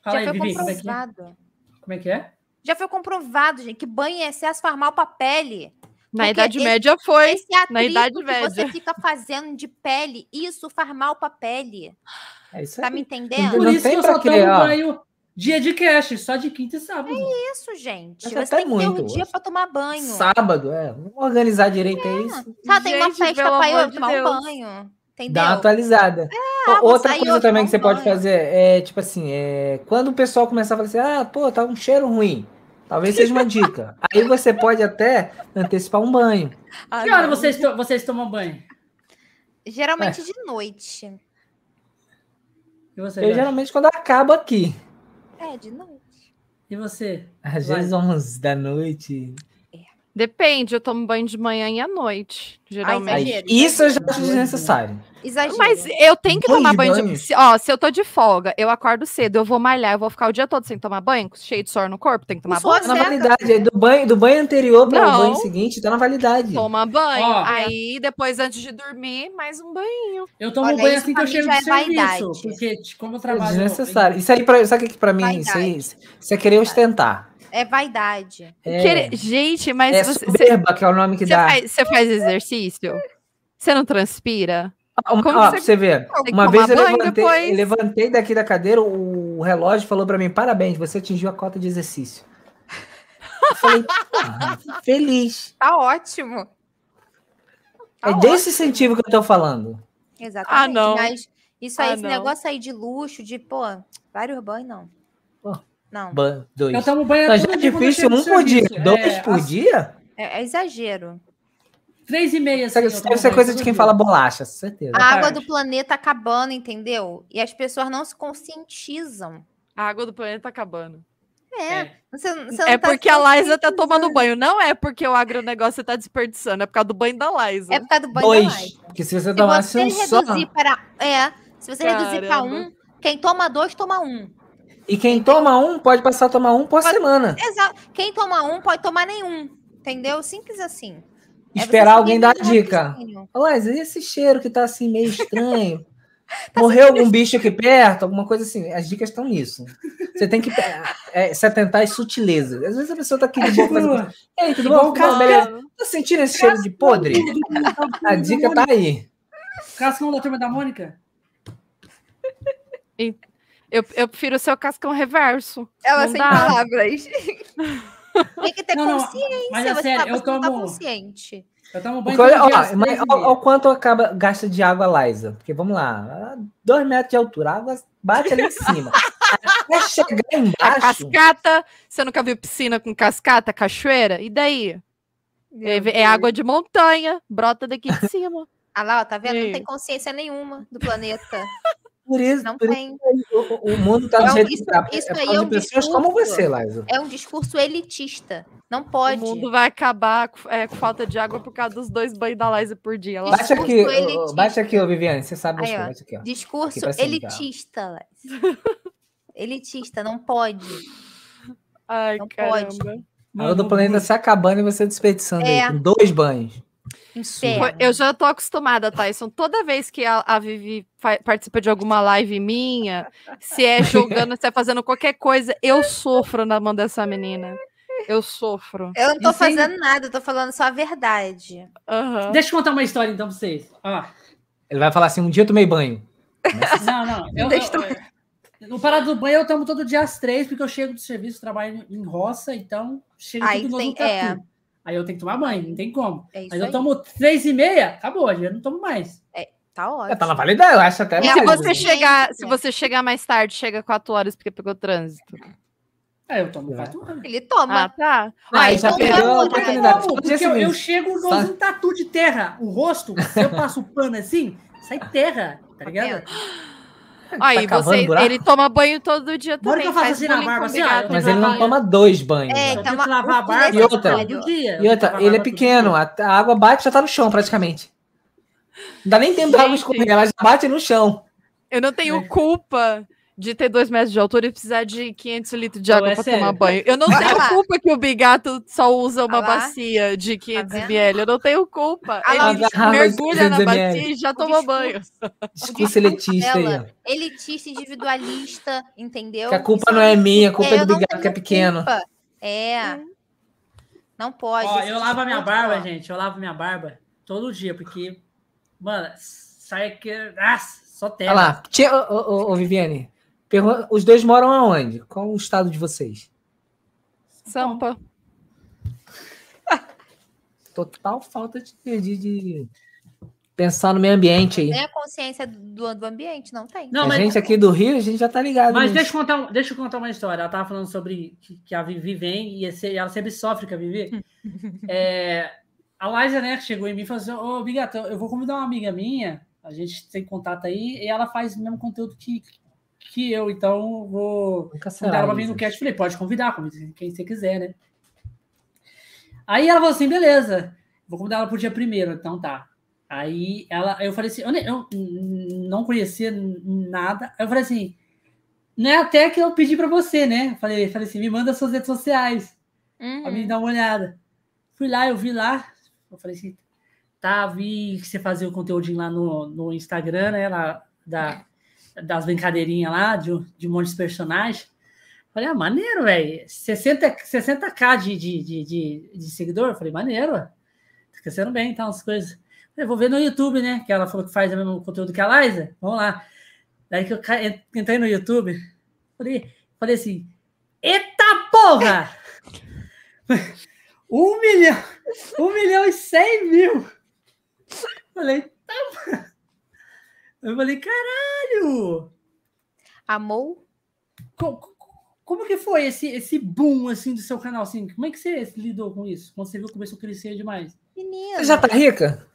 Fala Já aí, foi Vivi, como é que é? comprovado. Como é que é? Já foi comprovado, gente, que banho em excesso faz mal pra pele. Na Porque Idade esse- Média foi. Esse atrito Idade que Média. você fica fazendo de pele, isso faz mal pra pele. É isso Tá me aí. entendendo? Por não isso tem que eu pra só quê, tomo ó. banho dia de cash, só de quinta e sábado. isso, gente. Mas Você até tem que ter um muito dia hoje. pra tomar banho. Sábado, é. Vamos organizar direito aí. isso. Tá, tem uma Gente, festa pelo pra amor eu de tomar Deus. um banho. Entendeu? Dá uma atualizada. Ah, vou Outra sair, coisa vou também que tomar você um pode banho. fazer é, tipo assim, é, quando o pessoal começar a falar assim, ah, pô, tá um cheiro ruim. Talvez seja uma dica. Aí você pode até antecipar um banho. Ah, Que hora não. vocês, to- vocês tomam banho? Geralmente É. de noite. E você? Eu Jorge? geralmente quando acabo aqui, É, de noite. E você? às Vai. vezes 11 da noite. Depende, eu tomo banho de manhã e à noite, geralmente. Aí, exagero, isso eu já exagero. acho desnecessário. Exagero. Mas eu tenho que Dois tomar banho de. banhos? Se, ó, se eu tô de folga, eu acordo cedo, eu vou malhar, eu vou ficar o dia todo sem tomar banho, cheio de suor no corpo, tem que tomar Não sou banho. Tá na certo. validade aí, do banho, do banho anterior para Não. o banho seguinte, tá na validade. Toma um banho. É. Ó. aí, depois, antes de dormir, mais um banho. Eu tomo Olha, banho isso assim que pra eu mim chego do já é vaidade. serviço. Porque, tipo, como eu É trabalho. desnecessário. Isso aí, pra, sabe o que que pra mim? Isso, aí, isso é querer ostentar. É vaidade. É, Querer- Gente, mas é você, você- soberba, que é o nome que você dá. faz, você faz exercício? Você não transpira? Ah, Uma- Como ó, você- pra você ver. que Uma tomar vez eu banho levantei, depois. eu levantei daqui da cadeira, o relógio falou pra mim: parabéns, você atingiu a cota de exercício. Eu falei, "Porra, feliz. Tá ótimo. Tá É desse incentivo que eu tô falando. Exatamente. Ah, não. Mas isso aí, Ah, esse não. negócio aí de luxo, de, pô, vários banhos, não. Pô. Não, Ban- Dois. Eu tomo banho Então, todo já é dia quando eu difícil chego do um por dia, né? serviço. dois É, por às dia? é, é exagero. Três e meia. Isso, assim, isso eu deve tomo ser banho coisa todo de quem dia. fala bolacha, certeza. A água tarde. do planeta acabando, entendeu? E as pessoas não se conscientizam. A água do planeta acabando. É. É. Você, você não É tá se porque a Liza tá tomando né? banho. Não é porque o agronegócio tá desperdiçando, é por causa do banho da Liza. É por causa do banho da dois. Liza. Porque se você Se tomasse você um só. reduzir para. É, se você reduzir para Caramba. um, quem toma dois, toma um. E quem toma um pode passar a tomar um por Pode- semana. Exato. Quem toma um pode tomar nenhum. Entendeu? Simples assim. É você Esperar seguir alguém dar a um dica. raciocínio. Ô, Laís, e esse cheiro que tá assim meio estranho? Tá assim Morreu algum bicho aqui perto? Alguma coisa assim. As dicas estão nisso. Você tem que é, se atentar às sutilezas. Às vezes a pessoa tá aqui de boa fazendo. Tipo, Ei, tudo igual bom? o Cara, cara- beleza? Tá sentindo esse cheiro de podre? A dica tá aí. Cascão da turma da Mônica? Eu, eu prefiro o seu cascão reverso. Ela Não sem dá. palavras. Tem que ter Não, não, consciência. mas é você sério, tá, eu você não tá tomo- consciente. Eu tomo banho Porque olha, todo dia. às ó, mas três e ó- meia. ó quanto acaba, gasta de água a Liza. Porque vamos lá, dois metros de altura, a água bate ali em cima. Até chegar A embaixo. cascata, você nunca viu piscina com cascata, cachoeira? E daí? É, Meu é água de montanha, brota daqui de cima. Ah lá, ó, tá vendo? Sim. Não tem consciência nenhuma do planeta. Por isso, Não por tem. isso o, o mundo tá do Não, jeito que isso- tá. É isso por aí causa é de um pessoas como discurso. você, Liza. É um discurso elitista. Não O pode. mundo vai acabar com, é, com falta de água por causa dos dois banhos da Liza por dia. Ela- Bate aqui, É um ô, discurso ô, elitista. bate aqui, ô, Viviane. Você sabe das Aí, ó. coisas. Bate aqui, ó. Aqui Discurso pra cima, tá? elitista, Laís. elitista, não pode. Ai, Não caramba. pode. A água do planeta se acabando e você desperdiçando É. aí, com dois banhos. Inferno. Foi- Eu já tô acostumada, Tyson. Toda vez que a, a Vivi fa- participa de alguma live minha, se é jogando, se é fazendo qualquer coisa, eu sofro na mão dessa menina. Eu sofro. Eu não tô Isso aí- fazendo nada, eu tô falando só a verdade. É Aham. Deixa eu contar uma história então pra vocês. Ó, Ele vai falar assim: um dia eu tomei banho. não, não. Eu, eu, no parado do banho eu tomo todo dia às três, porque eu chego do serviço, trabalho em roça, então chego Aí tudo tem- no tatu. Aí eu tenho que tomar banho, não tem como. É isso Mas eu aí. tomo três e meia, acabou, já não tomo mais. Tá É, ótimo. tá na validade, eu acho até. É, Se válido. você gente. chegar, se você chegar mais tarde, chega 4 horas porque pegou trânsito. É, eu tomo quatro anos. Ele toma. Ah, tá. Ah, Aí, já então perdeu vamos, a né? oportunidade. Como? Só dia Porque eu, eu seguinte. chego Só- nos um tatu de terra. O rosto, se eu passo o pano assim, sai terra, tá É, ligado? Tá Aí, cavando você, buraco? ele toma banho todo dia Na hora também. que eu faço faz assim na bullying barba, assim, ó, combinado. eu Mas ele não Trabalha. toma dois banhos. É, né? Eu então, tento lavar a o barba E outra? todo dia. E eu outra, tento lavar ele é todo pequeno, dia. a, a água bate e já tá no chão praticamente. Não dá nem tempo da água Gente. escorrer, ela já bate no chão. Eu não tenho culpa de ter dois metros de altura e precisar de 500 litros de Não, água é pra sério. tomar banho. Eu não Olha tenho lá. culpa que o Bigato só usa uma Olha lá. Tá bacia de 500 vendo? ml. Eu não tenho culpa. Olha lá, Ele Uma garrafa de mergulha na 200 bacia e já toma discurso banho. Discurso elitista aí. é ó. elitista, individualista, entendeu? Que a culpa Isso não é aí. minha, a culpa é eu do não Bigato que é tenho pequeno. culpa. É. Não pode. Ó, esse eu lavo a minha discurso, barba, ó. gente. Eu lavo minha barba todo dia, porque, mano, sai aqui. Ah, só terra. Olha lá, tia, ô, ô, ô, ô, Viviane, pergun- os dois moram aonde? Qual o estado de vocês? Sampa. Total falta de, de- de pensar no meio ambiente aí. Tem a consciência do, do ambiente? Não tem. Não, a mas, gente aqui do Rio, a gente já tá ligado. mas nisso. deixa, eu contar, um- deixa eu contar uma história. Ela tava falando sobre que, que a Vivi vem e esse- ela sempre sofre com a Vivi. É, a Liza, né, chegou em mim e falou assim: Ô, Bigato, eu vou convidar uma amiga minha. A gente tem contato aí e ela faz o mesmo conteúdo que, que eu, então vou. Nunca será, convidaram pra vir Isa. no cast. Falei, pode convidar, convida quem você quiser, né? Aí ela falou assim, beleza, vou convidar ela pro dia primeiro, então tá. Aí ela, eu falei assim, eu, nem- eu não conhecia nada. Eu falei assim, não é até que eu pedi pra você, né? Falei, falei assim, me manda suas redes sociais pra Uhum. mim dar uma olhada. Fui lá, eu vi lá, eu falei assim, tá, vi que você fazia o conteúdinho lá no, no Instagram, né, lá da, das brincadeirinhas lá, de, um- de um monte de personagens. Falei, ah, maneiro, velho, 60, 60k de, de, de, de, de seguidor, eu falei, maneiro, ué. tá crescendo bem, então, as coisas. Eu vou ver no YouTube, né, que ela falou que faz o mesmo conteúdo que a Liza, vamos lá. Daí que eu ca- entrei no YouTube, falei, falei assim, eita porra! Um milhão, um milhão e cem mil. Falei, tá. mano. Eu falei, caralho! Amou? Co- co- Como que foi esse, esse boom assim do seu canal? Assim, como é que você lidou com isso? Quando você viu que começou a crescer demais? Menino. Você já tá rica?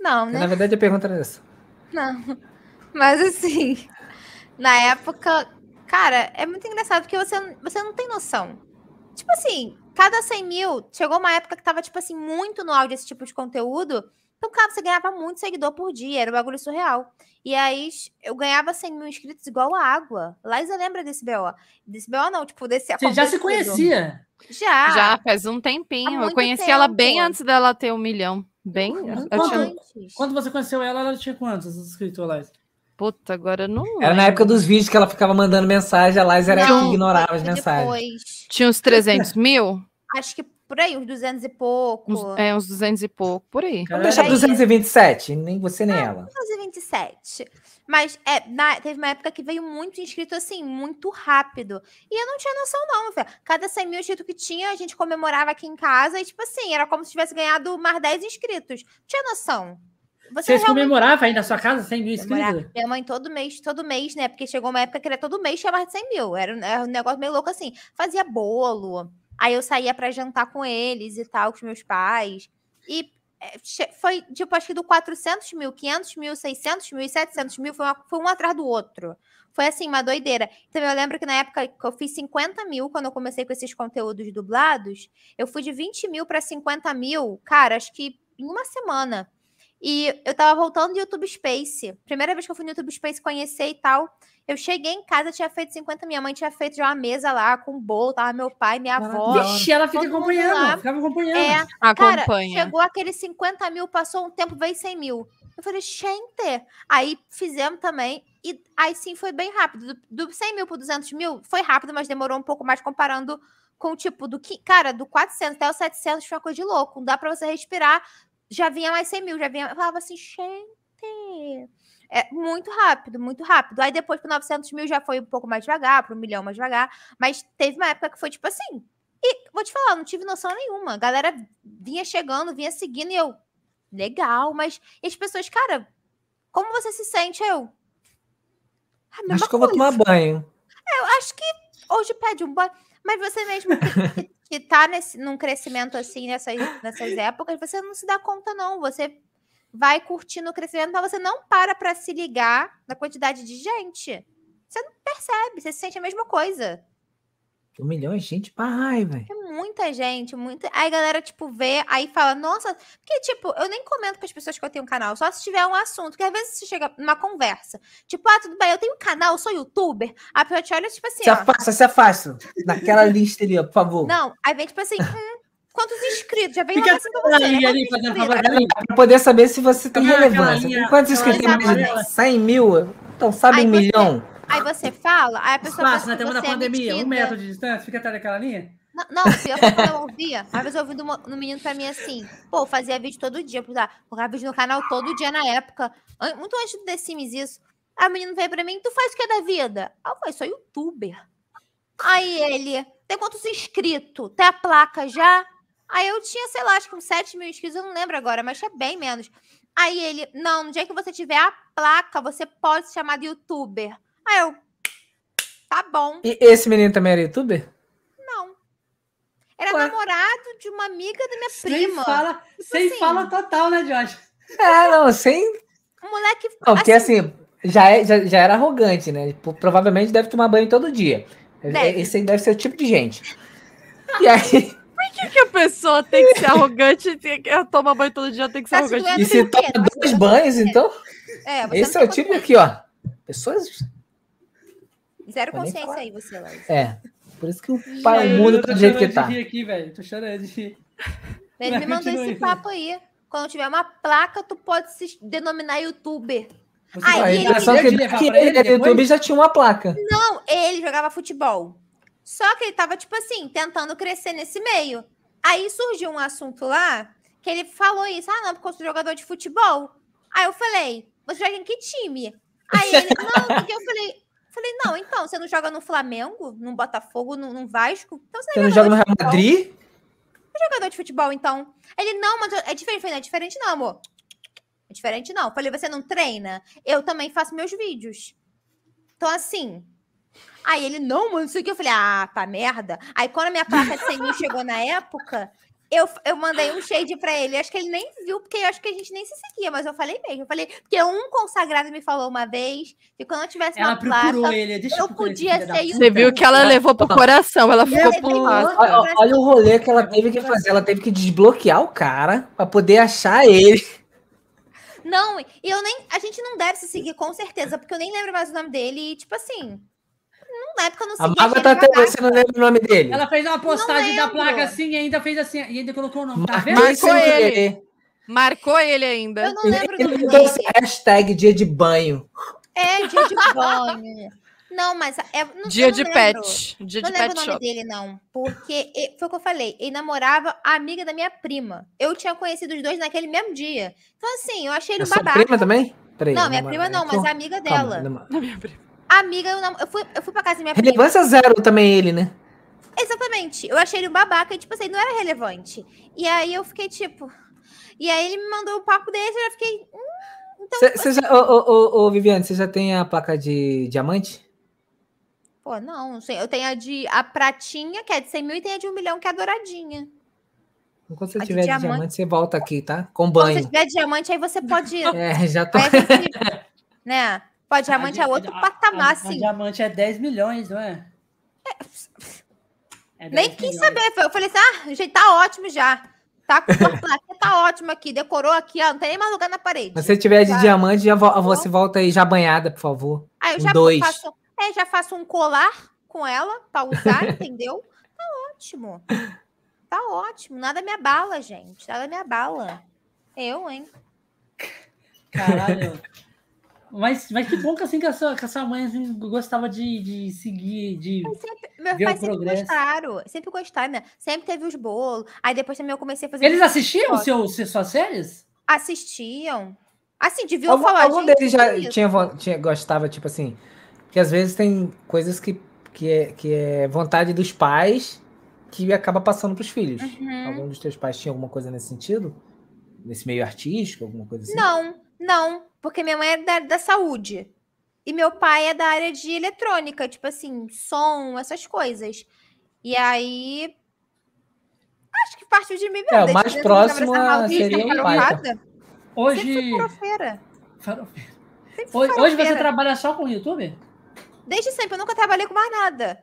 Não, né? Na verdade, a pergunta era essa. Não. Mas assim, na época, cara, é muito engraçado porque você, você não tem noção. Tipo assim, cada 100 mil, chegou uma época que tava, tipo assim, muito no áudio esse tipo de conteúdo. Então, cara, você ganhava muito seguidor por dia, era um bagulho surreal. E aí, eu ganhava 100 mil inscritos igual a água. Laísa lembra desse BO. Desse BO não, tipo, desse Você já se acontecido. conhecia? Já. Já faz um Ah, há tempinho. Eu muito conheci ela tempo. Uhum. bem antes dela ter um milhão. Bem. Muito eu tinha- um bom. Antes. Quando você conheceu ela, ela tinha quantos inscritos lá? Puta, agora eu não. Era na lembro. época dos vídeos que ela ficava mandando mensagem, a Laís era Não, que ignorava as foi mensagens. Depois. Tinha uns 300 mil? Acho que por aí, uns 200 e pouco. Uns, é, uns 200 e pouco, por aí. Vamos deixar Aí- Ah, 227, nem você nem ela. 227. Mas é, na- teve uma época que veio muito inscrito assim, muito rápido. E eu não tinha noção, não, meu filho. Cada 100 mil inscritos que tinha, a gente comemorava aqui em casa e, tipo assim, era como se tivesse ganhado mais 10 inscritos. Não tinha noção. Você Vocês realmente comemoravam aí na sua casa 100 mil inscritos? comemorava. Minha mãe todo mês, todo mês, né? Porque chegou uma época que era todo mês, tinha mais de 100 mil. Era, um- era um negócio meio louco assim. Fazia bolo. Aí eu saía pra jantar com eles e tal, com os meus pais. E é, che- foi, tipo, acho que do 400 mil, 500 mil, 600 mil e 700 mil, foi, uma- foi um atrás do outro. Foi assim, uma doideira. Então, eu lembro que na época que eu fiz 50 mil, quando eu comecei com esses conteúdos dublados, eu fui de 20 mil pra 50 mil, cara, acho que em uma semana. E eu tava voltando do YouTube Space. Primeira vez que eu fui no YouTube Space conhecer e tal. Eu cheguei em casa, tinha feito 50 mil. Minha mãe tinha feito já uma mesa lá com bolo, tava meu pai, minha avó. Maravilhoso. Vixe, ela fica Todo mundo lá. acompanhando, ficava acompanhando. É, Cara, Acompanha. chegou aqueles 50 mil, passou um tempo, veio 100 mil. Eu falei, gente! Aí fizemos também, e aí sim foi bem rápido. Do, do 100 mil para 200 mil, foi rápido, mas demorou um pouco mais comparando com, tipo, do que. Cara, do 400 até o 700 foi uma coisa de louco. Não dá para você respirar. Já vinha mais 100 mil, já vinha. Eu falava assim, gente! É muito rápido, muito rápido. Aí depois pro 900 mil já foi um pouco mais devagar, pro milhão mais devagar. Mas teve uma época que foi tipo assim. E vou te falar, eu não tive noção nenhuma. A galera vinha chegando, vinha seguindo, e eu, legal, mas. E as pessoas, cara, como você se sente? Eu. "A mesma Acho que eu vou coisa." tomar banho. Eu acho que hoje pede um banho. Mas você mesmo que, que, que tá nesse, num crescimento assim nessas, nessas épocas, você não se dá conta, não. Você vai curtindo o crescimento, mas você não para pra se ligar na quantidade de gente. Você não percebe, você sente a mesma coisa. Um milhão de gente pra raiva. É muita gente, muita. Aí a galera, tipo, vê, aí fala, nossa, porque, tipo, eu nem comento com as pessoas que eu tenho um canal, só se tiver um assunto, porque às vezes você chega numa conversa, tipo, ah, tudo bem, eu tenho um canal, eu sou youtuber. A pessoa te olha, tipo assim, Se ó. afasta, se afasta. Naquela lista ali, ó, por favor. Não, aí vem, tipo assim, hum, quantos inscritos? Já vem uma Fica mensagem pra você. ali, né? ali, fazendo Quantos inscritos? propaganda. Pra poder saber se você tem Ah, aquela relevância. linha- Tem quantos aquela inscritos? Tem linha mais de amarela. 100 mil? Então, sabe Aí um você- milhão? Aí você fala, aí a pessoa Espaço, né? que Temos na você é pandemia, um metida. metro de distância, fica atrás daquela linha. Não, não, pior que quando eu ouvia, às vezes eu ouvi do mo- do menino pra mim assim, pô, eu fazia vídeo todo dia, porque colocava vídeo no canal todo dia na época, an- muito antes do The Sims isso. Aí o menino veio pra mim, tu faz o que da vida? Aí eu falei, sou youtuber. Aí ele, tem quantos inscritos? Tem a placa já? Aí eu tinha, sei lá, acho que uns 7 mil inscritos, eu não lembro agora, mas tinha bem menos. Aí ele, não, no dia que você tiver a placa, você pode se chamar de youtuber. Aí eu, tá bom. E esse menino também era youtuber? Não. Era Ué. namorado de uma amiga da minha Sem prima. fala, sem assim. fala total, né, Josh? É, não, sem. Um moleque. Não, porque assim, já, é- já, já era arrogante, né? Tipo, provavelmente deve tomar banho todo dia. Deve. Esse aí deve ser o tipo de gente. E aí, Por que a pessoa tem que ser arrogante? Tem que tomar banho todo dia, tem que ser Tá se arrogante. doendo. e se o quê? toma dois banhos, então? é, você Esse não é o tem tipo aqui, ó. Pessoas. consciência. Zero Vou nem consciência falar. aí, você, Laís. É. Por isso que o Ai, pai, o mundo eu tá tô do jeito que chorando de tá. rir aqui, velho. Tô chorando de rir. É, Ele me Vai, mandou continua esse aí. papo aí. Quando tiver uma placa, tu pode se denominar youtuber. Você Ai, vai A e ele dar impressão é ideia que de desde levar que pra ele era depois? YouTube já tinha uma placa. Não, ele jogava futebol. Só que ele tava, tipo assim, tentando crescer nesse meio. Aí surgiu um assunto lá que ele falou isso. Ah, não, porque eu sou jogador de futebol. Aí eu falei, você joga em que time? Aí ele, não, porque eu falei. Falei, não, então, você não joga no Flamengo, no Botafogo, no, no Vasco? Então você Você não é não joga jogador, no de Real futebol. Madrid? Você é jogador de futebol, então. Ele, não, mas eu- é diferente. Eu Falei, não é diferente não, amor. É diferente não. Eu Falei, você não treina? Eu também faço meus vídeos. Então, assim... Aí ele, não, mano, isso aqui. Eu falei, ah, pra merda. Aí quando a minha placa de 100 mil chegou na época, eu, eu mandei um shade pra ele. Acho que ele nem viu, porque eu acho que a gente nem se seguia. Mas eu falei mesmo. Eu falei, porque um consagrado me falou uma vez que quando eu tivesse Ela uma placa... procurou ele. Deixa eu procurar esse podia filho da ser puta. Você viu que ela levou pro coração, ela ficou levei pro pro lado. outro. Olha, olha o rolê que ela teve que tipo assim. fazer. Ela teve que desbloquear o cara pra poder achar ele. Não, e eu nem. A gente não deve se seguir, com certeza, porque eu nem lembro mais o nome dele. E, tipo assim. Não, na época eu não A seguia. Maga achei tá até devagar. hoje, você não lembra o nome dele. Ela fez uma postagem da lembro. placa assim e ainda fez assim, e ainda colocou o nome. Tá Marquei vendo? Marcou sem ele. querer. Marcou ele ainda. Eu não E lembro do ele nome botou essa dele. hashtag dia de banho. É, dia de banho. Não, mas. É, não, eu Dia não de lembro. pet. Dia Não de lembro o pet nome shop. dele, não. Porque e- foi o que eu falei. Ele namorava a amiga da minha prima. Eu tinha conhecido os dois naquele mesmo dia. Então, assim, eu achei ele É um sua babaca. prima também? Peraí, Não, minha namora- prima não, mas é a amiga Calma, né, dela. namora- Da minha prima. A amiga, eu, nam- eu, fui, eu fui pra casa da minha prima. Relevância zero também ele, né? Exatamente. Eu achei ele um babaca e, tipo assim, não era relevante. E aí eu fiquei tipo. E aí ele me mandou o papo desse, eu já fiquei. hum, então, Cê- cê já- Ô, ô, ô, ô, Viviane, você já tem a placa de diamante? pô, não, não sei. Eu tenho a de a pratinha, que é de 100 mil, e tem a de 1 milhão, que é a douradinha. Enquanto você A de tiver de diamante. diamante, você volta aqui, tá? Com Quando você banho. tiver diamante, aí você pode. É, já tô. aí você- né? Pô, diamante é di- outro a- patamar, a- A assim. diamante é 10 milhões, não é? É Nem 10 quis milhões. saber. Eu falei assim, ah, gente, tá ótimo já. Tá com a placa, tá ótimo aqui. Decorou aqui, ó. Não tem nem mais lugar na parede. Mas se você tiver de Tá. diamante, já vo- você volta aí já banhada, por favor. Aí eu Um já dois. faço, é, já faço um colar com ela pra usar, entendeu? Tá ótimo. Tá ótimo. Nada me abala, gente. Nada me abala. Eu, hein? Caralho. Mas, mas que bom que assim que a sua, que a sua mãe assim, gostava de, de seguir, de. Eu sempre- meus Vê o pais sempre progresso. gostaram. Sempre gostaram, né? Sempre teve os bolos. Aí depois também eu comecei a fazer. Eles vídeo assistiam TikTok. seu, se- suas séries? Assistiam. Assim, deviam Algum, falar. algum gente, deles que já isso? tinha, von- tinha- gostava, tipo assim. Porque às vezes tem coisas que, que, é, que é vontade dos pais que acaba passando pros filhos. Uhum. Algum dos teus pais tinha alguma coisa nesse sentido? Nesse meio artístico, alguma coisa assim? Não, não. Porque minha mãe é da área da saúde. E meu pai é da área de eletrônica, tipo assim, som, essas coisas. E aí. Acho que partiu de mim mesmo. É, o desde mais criança eu próximo abraçava a- maluquice, seria o farofada. Sempre Hoje. fui farofeira. farofeira. Sempre fui Hoje, hoje você farofeira. trabalha só com o YouTube? Desde sempre, eu nunca trabalhei com mais nada.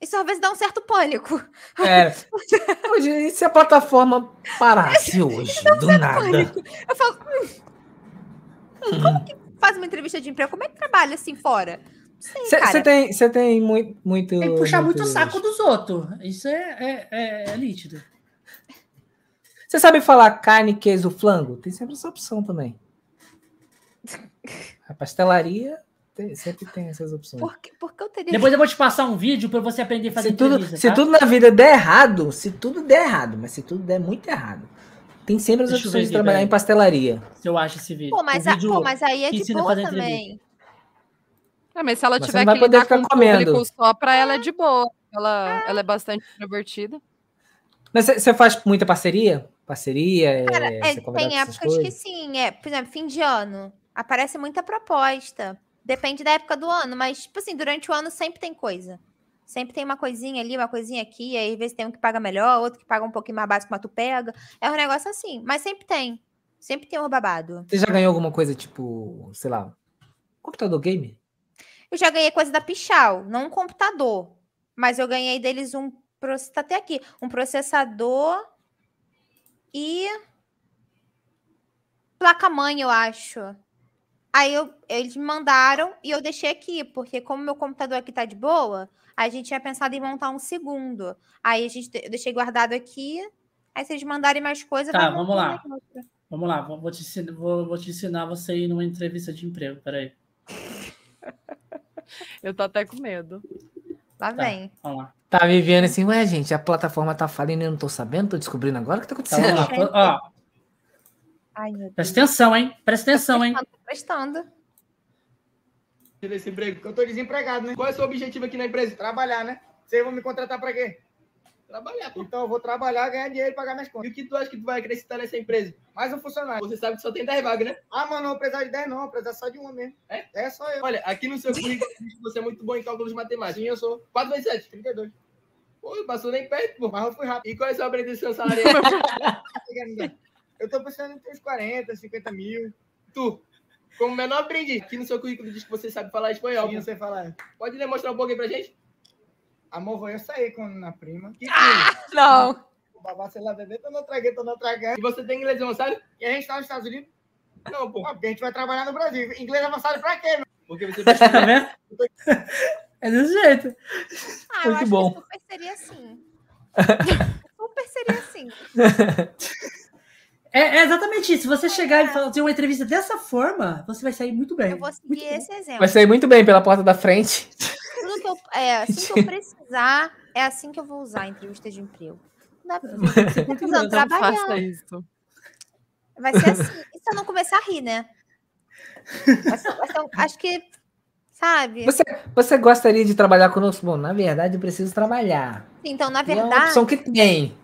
Isso às vezes dá um certo pânico. É. Hoje, e se a plataforma parasse hoje, do é nada? Eu falo. "Hum, Como que faz uma entrevista de emprego? Como é que trabalha assim fora? Não sei, cara. Você tem, cê tem muito, muito. Tem que puxar muito o saco dos outros. Isso é, é, é nítido. Você sabe falar carne, queijo, flango? Tem sempre essa opção também. A pastelaria tem- sempre tem essas opções. Por que, por que eu teria. Depois eu vou te passar um vídeo para você aprender a fazer se tudo, entrevista, se tá? tudo na vida der errado, se tudo der errado, mas se tudo der muito errado, tem sempre as Deixa eu ver opções de aqui, trabalhar peraí. em pastelaria. Se eu acho esse vídeo. Pô, mas, O a- vídeo- pô, mas aí é de ensina a boa fazer também. Ah, mas se ela Mas você tiver não que vai poder lidar com ficar o público comendo. só pra ela é de boa. Ah. Ela, ela é bastante introvertida. Mas você faz muita parceria? Parceria? Cara, é, é, ser convidado tem pra essas épocas que coisas? sim. É, por exemplo, fim de ano. Aparece muita proposta. Depende da época do ano, mas, tipo assim, durante o ano sempre tem coisa. Sempre tem uma coisinha ali, uma coisinha aqui, aí às vezes tem um que paga melhor, outro que paga um pouquinho mais básico, mas tu pega. É um negócio assim, mas sempre tem. Sempre tem um babado. Você já ganhou alguma coisa tipo, sei lá, computador game? Eu já ganhei coisa da Pichal, não um computador. Mas eu ganhei deles um. proce- Tá até aqui. Um processador e. Placa-mãe, eu acho. Aí eu- eles me mandaram e eu deixei aqui, porque como meu computador aqui tá de boa, a gente tinha pensado em montar um segundo. Aí a gente, eu deixei guardado aqui. Aí vocês mandarem mais coisa. Tá, vai vamos montando lá. aqui. Vamos lá, vou vou te, ensinar, vou, vou te ensinar você a ir numa entrevista de emprego. Peraí, Eu tô até com medo. Lá Tá. vem. vamos lá. Tá vivendo assim, ué, gente, a plataforma tá falhando e eu não tô sabendo, tô descobrindo agora o que tá Tá, acontecendo. vamos lá. Pô, Ó, Ai, meu Deus. presta atenção, hein? Presta atenção, hein? Tô prestando. desse emprego, porque eu tô desempregado, né? Qual é o seu objetivo aqui na empresa? Trabalhar, né? Vocês vão me contratar pra quê? Trabalhar, pô. Então eu vou trabalhar, ganhar dinheiro e pagar minhas contas. E o que tu acha que tu vai acrescentar nessa empresa? Mais um funcionário. Você sabe que só tem 10 vagas, né? Ah, mano, não vou precisar de 10 não, vou precisar só de uma mesmo. É? É só eu. Olha, aqui no seu currículo diz que você é muito bom em cálculos matemáticos. Sim, eu sou. 4 vezes 7, 32. Pô, passou nem perto, pô. Mas eu fui rápido. E qual é a sua pretensão salarial? Eu tô pensando entre uns 40, 50 mil. tu, como menor aprendiz, aqui no seu currículo diz que você sabe falar espanhol. Sim, pô. eu sei falar. Pode demonstrar um pouco aí pra gente? Amor, vou eu sair com na prima. Que Ah! Não. o babá, sei lá, bebê, tô não traguei, tô não traguei. E você tem inglês avançado? E a gente tá nos Estados Unidos? Não, pô. Ah, porque a gente vai trabalhar no Brasil. Inglês avançado pra quê, meu? Porque você fez Tá vendo? É desse jeito. Ah, eu Muito acho bom. que super seria assim. super seria assim. É, é exatamente isso. Se você chegar e fazer uma entrevista dessa forma, você vai sair muito bem. Eu vou seguir Muito bem. esse exemplo. Vai sair muito bem pela porta da frente. Tudo que eu, é, assim que eu precisar, é assim que eu vou usar a entrevista de emprego. Não dá pra fazer. Você tem que Não, usar- Não trabalhar. faça isso. um Vai ser assim. E se eu não começar a rir, né? Vai ser- vai ser um- acho que, sabe? Você, você gostaria de trabalhar conosco? Bom, na verdade, eu preciso trabalhar. Então, na E é uma verdade, opção que tem.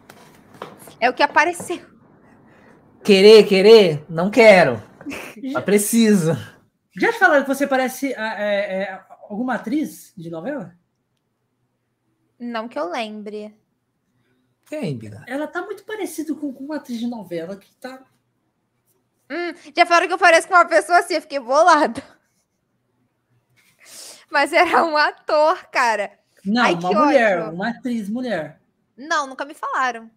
é o que apareceu. Querer, querer, não quero. Mas preciso. Já te falaram que você parece ah, é, é, alguma atriz de novela? Não que eu lembre. Tem, Biga. Ela tá muito parecida com, com uma atriz de novela que tá. Hum, já falaram que eu pareço com uma pessoa assim, eu fiquei bolada. Mas era um ator, cara. Não, Ai, uma que mulher, ódio. uma atriz mulher. Não, nunca me falaram.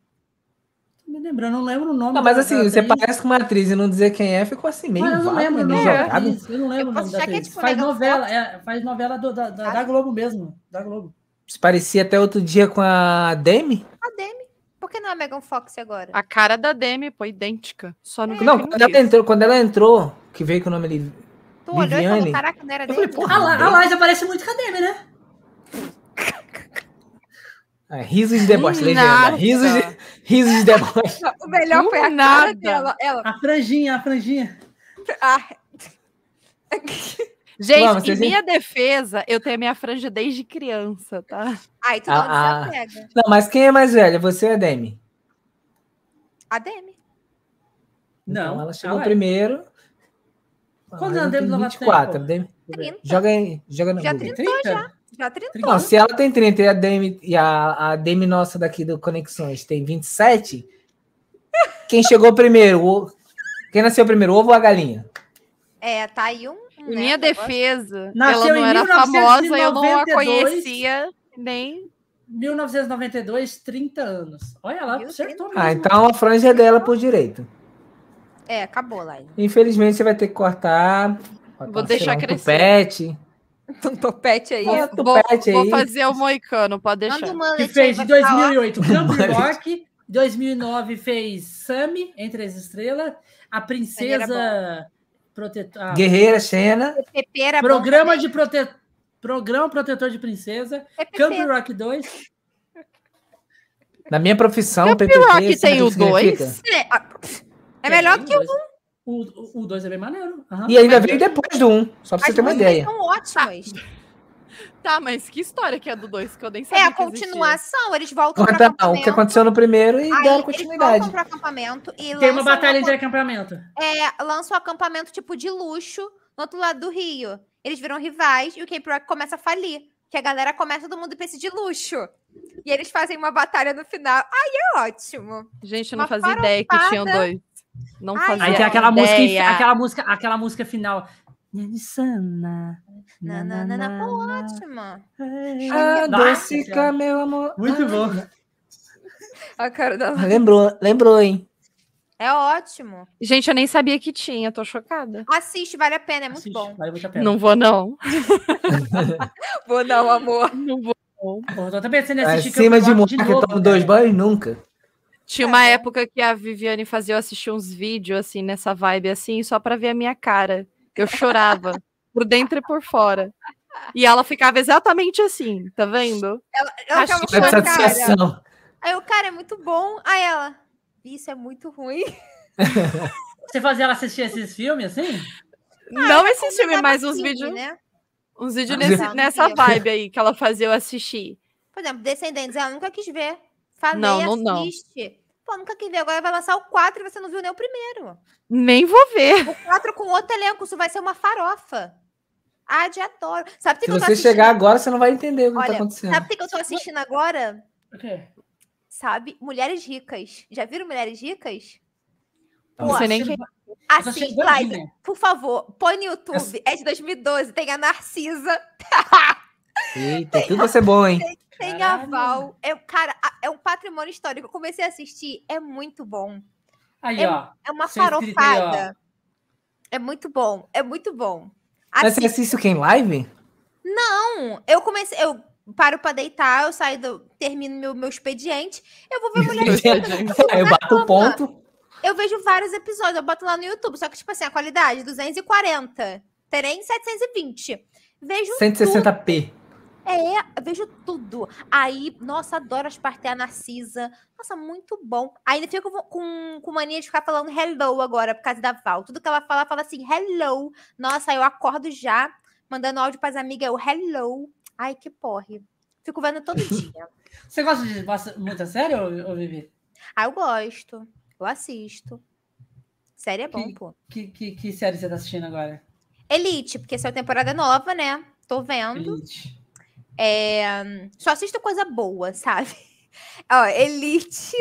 Tô Me lembrando, não lembro o nome. Não, mas da- assim, da você atriz, parece com uma atriz e não dizer quem é, ficou assim meio Mas eu não vago, lembro o meio nome da jogado. atriz. Eu não lembro o Eu nome posso da achar que é atriz. tipo faz Megan novela, é, faz novela do- da, da- Ah. da Globo mesmo. Da Globo. Se parecia até outro dia com a Demi. A Demi. Por que não é Megan Fox agora? A cara da Demi, pô, idêntica. Só É. É, não Não, quando ela entrou, quando ela entrou, que veio com o nome ali. Tu olhou e falou, Viviane. caraca, não era Eu falei, Demi? porra, A, La, a Demi. Liza parece muito com a Demi, né? Ah, risos de Hum, deboche, legenda. Nada. Risos de, risos de deboche. Não, O melhor foi a Do cara nada. dela. Ela, A franjinha, a franjinha. ah, Gente, Vamos, em vocês- minha defesa, eu tenho a minha franja desde criança, tá? ai, tu Ah, não ah. desapega. Não, mas quem é mais velha? Você ou a Demi? A Demi. Não. Então ela a chegou Liza. primeiro. Quantos anos a Demi Lovato tem, 24. pô? Demi- 30. Joga aí, joga na Já Google. 30? Já trintou. Não, se ela tem 30 e a Demi, e a, a Demi nossa daqui do Conexões tem 27, quem chegou primeiro? O- quem nasceu primeiro, o ovo ou a galinha? É, tá aí um. Em né, minha negócio. defesa, Nasceu ela não em era famosa, eu não a 1992. conhecia, nem 1992, 30 anos. Olha lá, Viu? acertou mesmo. Ah, então a franja é dela por direito. É, acabou, Laís. Infelizmente você vai ter que cortar. botar, Vou sei deixar lá, um crescer. Tupete. Um topete aí. Bota um vou, tupete vou aí. fazer o moicano, pode deixar. Manda uma Que leite aí fez pra de falar. 2008 Camp Mano. Rock, 2009 fez Sammy, Entre as Estrelas, A Princesa Protetora... Guerreira, Xena. Pepeira é bom Programa de prote... Programa Protetor de Princesa, também. É Camp Pepeira. Rock 2, Na minha profissão, Camp PPT, Rock sabe tem o o que né? significa? 2? É, ah, é melhor do que o. o. O 2 é bem maneiro. aham. E ainda veio depois do 1, um, só pra você As ter uma músicas ideia. são ótimas. É Tá, mas que história que é do 2, que eu nem É sabia a que existia. continuação. Eles voltam para Conta é o acampamento. que aconteceu no primeiro e aí deram eles continuidade. voltam pro acampamento e Tem lançam uma batalha de uma- acampamento. é, lançam um acampamento tipo de luxo no outro lado do rio. Eles viram rivais e o Cape Rock começa a falir. Que a galera começa todo mundo pra esse de luxo. E eles fazem uma batalha no final. Ai, é ótimo. Gente, eu não Uma fazia ideia que tinham farofada. dois. Não Ai, fazia Aí tem aquela música, ideia. aquela música, aquela música final. Nana, Na, na, na, na. Pô, ótima. Nossa Ah, doce Senhora. cá, meu amor. Muito Ah, bom. A cara da... Lembrou, lembrou, hein? É ótimo. Gente, eu nem sabia que tinha, tô chocada. Assiste, vale a pena, é muito Assiste, bom. Vale muito a pena. Não vou, não. Vou não, amor. Não vou. Pô, eu tô até pensando em assistir Acima Camp É, de Rock mulher que novo, toma dois cara. banhos, nunca. Tinha uma época que a Viviane fazia eu assistir uns vídeos, assim, nessa vibe, assim, só pra ver a minha cara. Eu chorava, por dentro e por fora. E ela ficava exatamente assim, tá vendo? Ela Acho acaba que É com de a cara. satisfação. Aí o cara é muito bom. Aí ela, isso é muito ruim. Você fazia ela assistir esses filmes assim? não esses filmes, Combinava mas uns filme, vídeos Né? uns vídeos Mas nesse- eu- nessa vibe aí que ela fazia eu assistir. Por exemplo, Descendentes, ela nunca quis ver. Falei, Não, não, não. assiste. Pô, nunca quis ver. Agora vai lançar o 4 e você não viu nem o primeiro. Nem vou ver. O 4 com outro elenco, isso vai ser uma farofa. Adiatório. Sabe o que Se eu tô você assistindo? chegar agora, você não vai entender o que Olha, tá acontecendo. Sabe o que que eu tô assistindo agora? O quê? Sabe? Mulheres Ricas. Já viram Mulheres Ricas? Tá Não sei nem quem. assistindo- eu tô Assiste, assistindo Laís, Bandinha. por favor, põe no YouTube. É de 2012, tem a Narcisa, Eita, tudo vai ser bom, hein? tem a Caralho. Val. É, cara, a- é um patrimônio histórico. Eu comecei a assistir, é muito bom. Aí, É- ó. É uma Seu escrito aí, ó. farofada. É muito bom, é muito bom. Mas você Assim, assiste o que em live? eu comecei, eu paro pra deitar, eu saio do, termino meu, meu expediente, eu vou ver mulher. Aí eu bato o ponto. eu vejo vários episódios, eu boto lá no YouTube, só que tipo assim, a qualidade 240, terém 720. Vejo 160p. É, eu vejo tudo. Aí, nossa, adoro as partes da Narcisa. Nossa, muito bom. Ainda fico com, com, com mania de ficar falando hello agora, por causa da Val. Tudo que ela fala, fala assim, hello. Nossa, eu acordo já, mandando áudio pras amigas, eu hello. Ai, que porre. Fico vendo todo dia. Você gosta de gosta muito a sério, ô, ô, Vivi? Ah, eu gosto. Eu assisto. Série é bom, Que- pô. Que, que, que série você tá assistindo agora? Elite, porque essa é a temporada nova, né? Tô vendo. Elite. É, Só assisto coisa boa, sabe? Ó, Elite.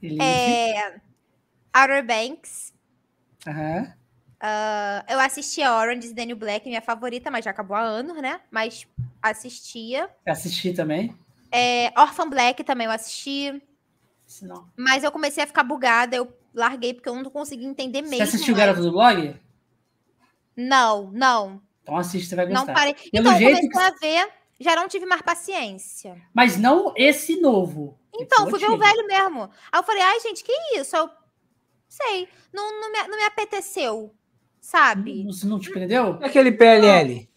Elite. É, Outer Banks. Aham. Ah, eu assistia Orange is the New Black, minha favorita, mas já acabou há anos, né? Mas assistia. Assisti também. É, Orphan Black também eu assisti. Se não- Mas eu comecei a ficar bugada, eu larguei porque eu não consegui entender mesmo. é. Você assistiu o mas- Garoto do Blog? Não, não. Então assiste, você vai gostar. Não parei. Pelo então eu jeito comecei que- a ver, já não tive mais paciência. Mas não esse novo. Então, Esse fui ver o antigo. velho mesmo. Aí eu falei, ai, gente, que isso? Eu sei, não, não, me, não me apeteceu, sabe? Não, não te prendeu? E Aquele PLL.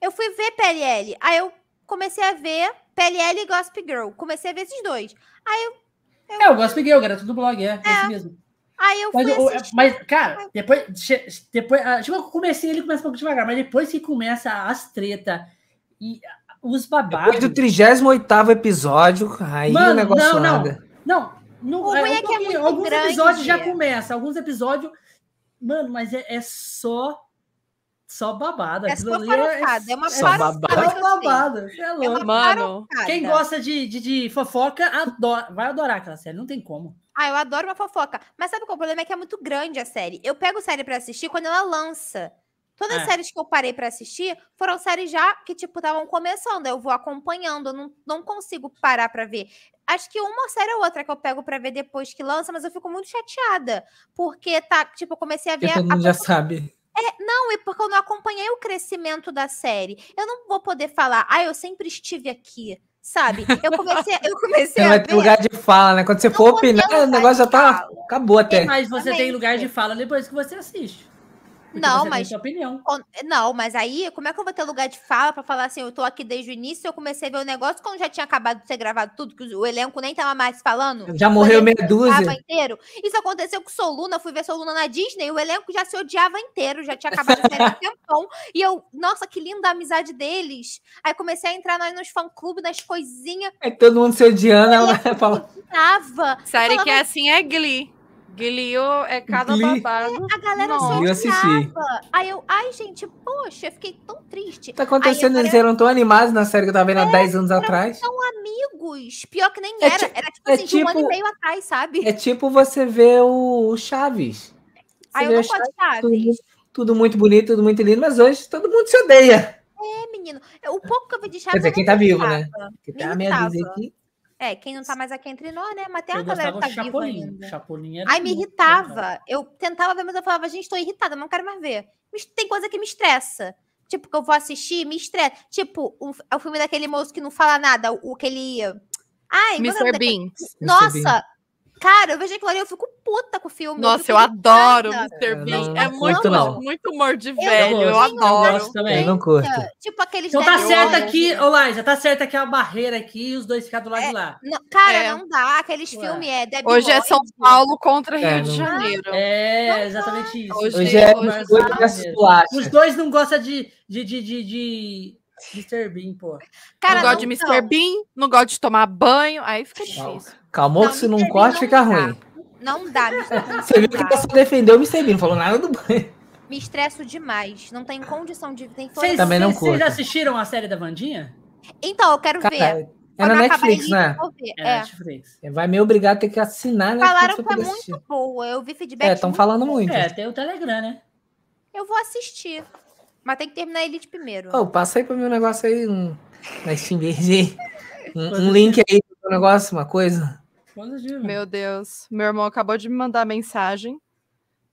Eu fui ver PLL. Aí eu comecei a ver PLL e Gossip Girl. Comecei a ver esses dois. É, eu gosto peguei o garoto do blog, é, esse mesmo. Aí eu Mas, o- é, fui assistir. mas, cara, depois. che- depois ah, tipo, eu comecei, ele começa um pouco devagar, mas depois que começa as treta e ah, os babados. Depois do 38 episódio, aí o Mano, negócio não, não. anda. Não, não um O ruim é que é pouquinho- muito alguns episódios já grande. começa, alguns episódios. Mano, mas é, é só só babada. É Aquilo só ali farofada. É uma só É farofada. babada. só assim. babada. Você é É louco. uma Mano, farofada. Quem gosta de, de, de fofoca adora, vai adorar aquela série, não tem como. Ah, eu adoro uma fofoca. Mas sabe qual o problema? É que é muito grande a série. Eu pego série pra assistir quando ela lança. Todas É. as séries que eu parei pra assistir foram séries já que, tipo, estavam começando. Eu vou acompanhando, eu não, não consigo parar pra ver. Acho que uma série ou outra que eu pego pra ver depois que lança, mas eu fico muito chateada. Porque tá, tipo, eu comecei a ver. Porque a- todo mundo a- já sabe. Não, e porque eu não acompanhei o crescimento da série. Eu não vou poder falar, ah, eu sempre estive aqui, sabe? Eu comecei, eu comecei Não a vai ter ver. é lugar de fala, né? Quando você for vou ter opinar, o lugar negócio já de tá. fala. Acabou até. Mas você tem Exatamente. lugar de fala depois que você assiste. Porque Não, você tem mas- sua opinião. Quando- Não, mas aí, como é que eu vou ter lugar de fala pra falar assim, eu tô aqui desde o início, eu comecei a ver o negócio quando já tinha acabado de ser gravado tudo, que o elenco nem tava mais falando? Já morreu o meia elenco dúzia. tava inteiro. Isso aconteceu com Soluna, eu fui ver Soluna na Disney, o elenco já se odiava inteiro, já tinha acabado de sair há um tempão. E eu, nossa, que linda a amizade deles. Aí comecei a entrar nos fã-clubes, nas coisinhas, É todo mundo se odiando, ela fala. tava. série que é assim é Glee. Glee ô, é cada Glee. babado. A galera Nossa. Eu se assisti. odiava. Aí eu, ai, gente, poxa, eu fiquei tão triste. Tá acontecendo, Aí É, eles eram tão animados na série que eu tava vendo há 10 anos atrás. São amigos. Pior que nem É era. ti- era tipo é assim, de um ano e tipo- meio atrás, sabe? É tipo você ver o, o Chaves. Você Aí eu vê não o Chaves, gosto de Chaves. tudo, muito- tudo muito bonito, tudo muito lindo, mas hoje todo mundo se odeia. É, menino. Eu- O pouco que eu vi de Chaves. Quer dizer, eu quem não tá vivo, gostava. né? Que tem a Me meia irritava. dúzia aqui. É, quem não tá mais aqui entre nós, né? Mas tem uma Eu galera gostava que do tá viva Chapolin. ainda. Chapolin era Aí me muito bom, cara. irritava. Eu tentava ver, mas eu falava, gente, tô irritada, não quero mais ver. Mas Tem coisa que me estressa. Tipo, que eu vou assistir, me estressa. Tipo, um, é o filme daquele moço que não fala nada, o aquele. Ai, como é o nome Mr. daquele- Bean. Nossa! Cara, eu vejo aquilo ali, eu fico puta com o filme. Nossa, fico eu adoro irritada. Eu Mr. Bean. não É curto, muito, não. muito humor de Eu velho. É, Eu gosto, Eu adoro. gosto também. Eu não curto. Tá, Tipo aqueles. Então tá Dead certo Boys. aqui, ô Laís, tá certo aqui a barreira aqui e os dois ficar do lado de lá. Não, cara, É. não dá. Aqueles Ué. filmes é Dead Hoje é Boys. São Paulo contra Rio É, de não- Janeiro. É, exatamente isso. Hoje- Hoje é hoje hoje é é mesmo. suacha. Os dois não gostam de, de, de, de, de Mr. Bean, pô. não Cara, gosto de não Mr. Bean, não gosto de tomar banho. Aí fica Não. difícil. Calmou Não, que se não Mr. Bean corte, não fica dá. ruim. Não dá, me estressa, Você viu que Tá. ele só defendeu o Mr. Bean, não falou nada do banho. me estresso demais. Não tem condição de. Tem Vocês Também não vocês- vocês curto. assistiram a série da Vandinha? Então, eu quero ver. Cara, é Quando na acabar Netflix, isso, né? eu vou ver. É, É. Netflix. Vai me obrigar a ter que assinar, né? pra Falaram que é poder muito assistir. boa. Eu vi feedback. É, estão muito falando bom. muito. É, tem o Telegram, né? Eu vou assistir. Mas tem que terminar a Elite primeiro. Ô, passa aí pro meu negócio aí, um, na Steam Verde aí. Um, um link aí pro meu negócio, uma coisa. Positivo. Meu Deus. Meu irmão acabou de me mandar mensagem.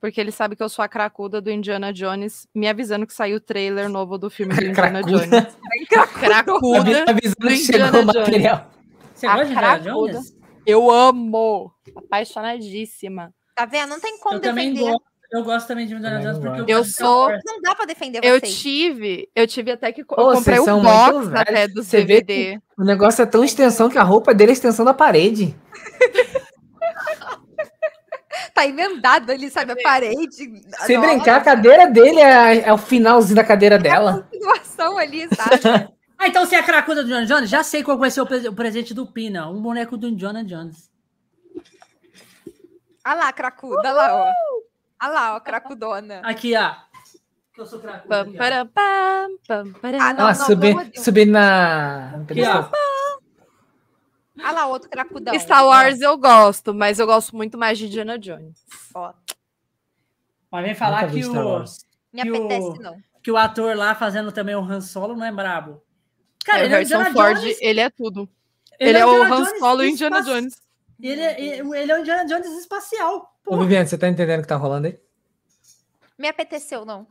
Porque ele sabe que eu sou a cracuda do Indiana Jones, me avisando que saiu o trailer novo do filme do Indiana Cracuda. Jones. Tá me Cracuda. avisando que Indiana chegou o Jones. material. Você a gosta de Indiana cracuda. Jones? Eu amo. Apaixonadíssima. Tá vendo? Não tem como Eu também defender. gosto. Eu gosto também de Indiana Também Jones não porque gosto. Eu gosto de sou- Star Wars. Não dá pra defender Eu vocês. tive, eu tive até que co- Ô, eu comprei vocês o são box muito velhos. até do Você vê DVD. O negócio é tão extensão que a roupa dele é a extensão da parede. Tá emendado ali, sabe? A parede. Se Nossa. brincar, a cadeira dele é, é o finalzinho da cadeira dela. continuação ali, sabe? Ah, então você é a cracuda do Indiana Jones? Já sei qual vai ser o pre- o presente do Pina. Um boneco do Indiana Jones. Olha lá, cracuda, olha lá, ó. Olha Ah lá, ó, cracudona. Aqui, ó. Que eu sou cracuda. Pam, aqui, ó. param, pam, pam, param. Ah, Ela não, não, subi, pelo amor de Deus. subindo na. Aqui, no ó. pedestal. Olha lá, outro cracudão. Star Wars eu gosto, mas eu gosto muito mais de Indiana Jones. Ó, Mas vem falar Nunca vi que Star o, Wars. me E o- apetece, não. que o ator lá fazendo também o Han Solo não é brabo. É, o ele é o Harrison Indiana Ford, Jones- ele é tudo. Ele, é o Indiana Han Jones Solo e Indiana espaci- Jones. Ele é, ele ele é o Indiana Jones espacial. Ô, Porra. Viviane, você tá entendendo o que tá rolando aí? Me apeteceu, não.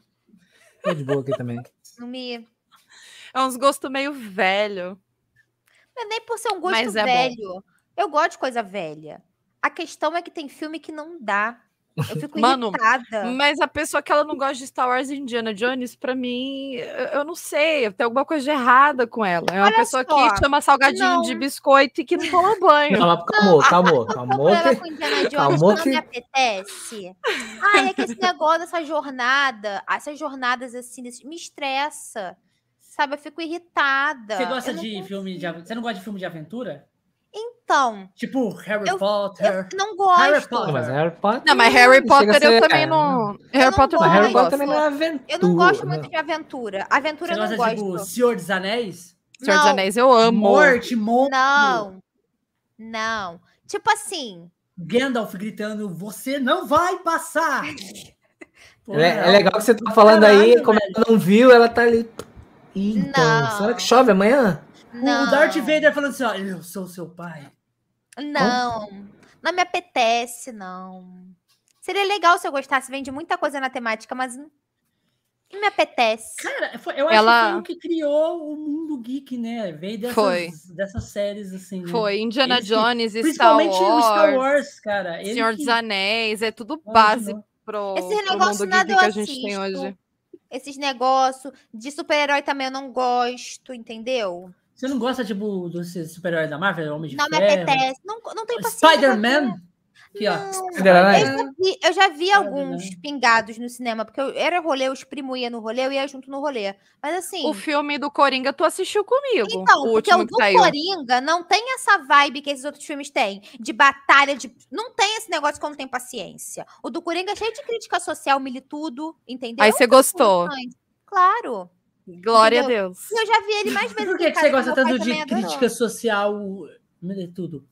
Tô de boa aqui também. Não me. É uns gostos meio velho. Mas nem por ser um gosto Mas é bom. velho. Eu gosto de coisa velha. A questão é que tem filme que não dá. Eu fico Mano, irritada. Mas a pessoa que ela não gosta de Star Wars e Indiana Jones, pra mim, eu, eu não sei, tem alguma coisa de errada com ela. É uma Olha pessoa só, que chama salgadinho não. de biscoito e que não toma banho. Não, mas calmou, calmou, O calmou. problema que- com Indiana Jones calmou que não que- me apetece. Ai, é que esse negócio dessa jornada, essas jornadas assim, desse- me estressa. Sabe, eu fico irritada. Você gosta Eu não de filme de. consigo. av- Você não gosta de filme de aventura? Então, Tipo Harry Eu- eu Potter. não Harry gosto. Potter. Mas Harry Potter. Não, mas Harry chega Potter a ser- eu também é, não. Eu Harry não Potter eu Mas gosto. Harry Potter também gosto. também não é aventura. Eu não gosto muito de aventura. Aventura Você eu não gosta, gosto. tipo, Senhor dos Anéis? Senhor dos Não. Anéis, eu amo. Morte, monstro. Não. Não. Tipo assim, Gandalf gritando, você não vai passar. Pô, É, é não. legal que você tá falando aí, Caralho, como ela não viu, ela tá ali. Ih, Então, Não. será que chove amanhã? não. O Darth Vader falando assim, ó, eu sou seu pai. Não. Não me apetece, não. Seria legal se eu gostasse. Vende muita coisa na temática, mas não não me apetece. Cara, foi- eu acho Ela- que foi o que criou o mundo geek, né? Veio dessas, Foi. dessas séries, assim. né? Foi Indiana Esse- Jones, Star Principalmente Wars, o Star Wars, cara. Ele Senhor que dos Anéis, é tudo originou. base pro, Esse pro negócio mundo nada geek eu que a gente tem assisto. hoje. Esses negócios de super-herói também eu não gosto, entendeu? Você não gosta, tipo, dos super-heróis da Marvel? Homem de Não me Ferro? apetece. Não, não tenho paciência. pra ver. Spider-Man? Aqui, ó. Eu Spider-Man? já vi, eu já vi alguns Spider-Man. pingados no cinema, porque eu era rolê, os primo ia no rolê, eu ia junto no rolê. Mas assim. O filme do Coringa tu assistiu comigo, Então, o porque o último do que saiu. Coringa não tem essa vibe que esses outros filmes têm, de batalha, de não tem esse negócio que eu não tenho paciência. O do Coringa é cheio de crítica social, militudo, entendeu? Aí você gostou. Mas, Claro. Glória a Deus. E eu já vi ele mais vezes. Por aqui que, em que você casa, gosta meu pai tanto de também adora. crítica social? Meu Deus, tudo.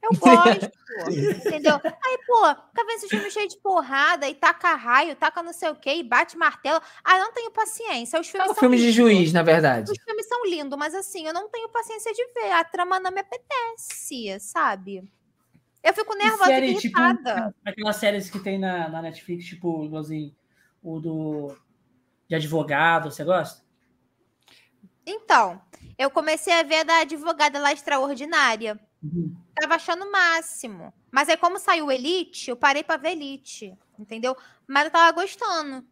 Eu gosto. entendeu? Aí, pô, fica vendo esse filme cheio de porrada e taca raio, taca não sei o quê, e bate martelo. Ah, eu não tenho paciência. Os filmes É um são filme de lindos. juiz, na verdade. Os filmes são lindos, mas assim, eu não tenho paciência de ver. A trama não me apetece, sabe? Eu fico nervosa, série, fico tipo, irritada. Aquelas séries que tem na, na Netflix, tipo, igualzinho, o do de advogado, você gosta? Então, eu comecei a ver a da advogada lá extraordinária. Uhum. Tava achando o máximo. Mas aí, como saiu Elite, eu parei pra ver Elite, entendeu? Mas eu tava gostando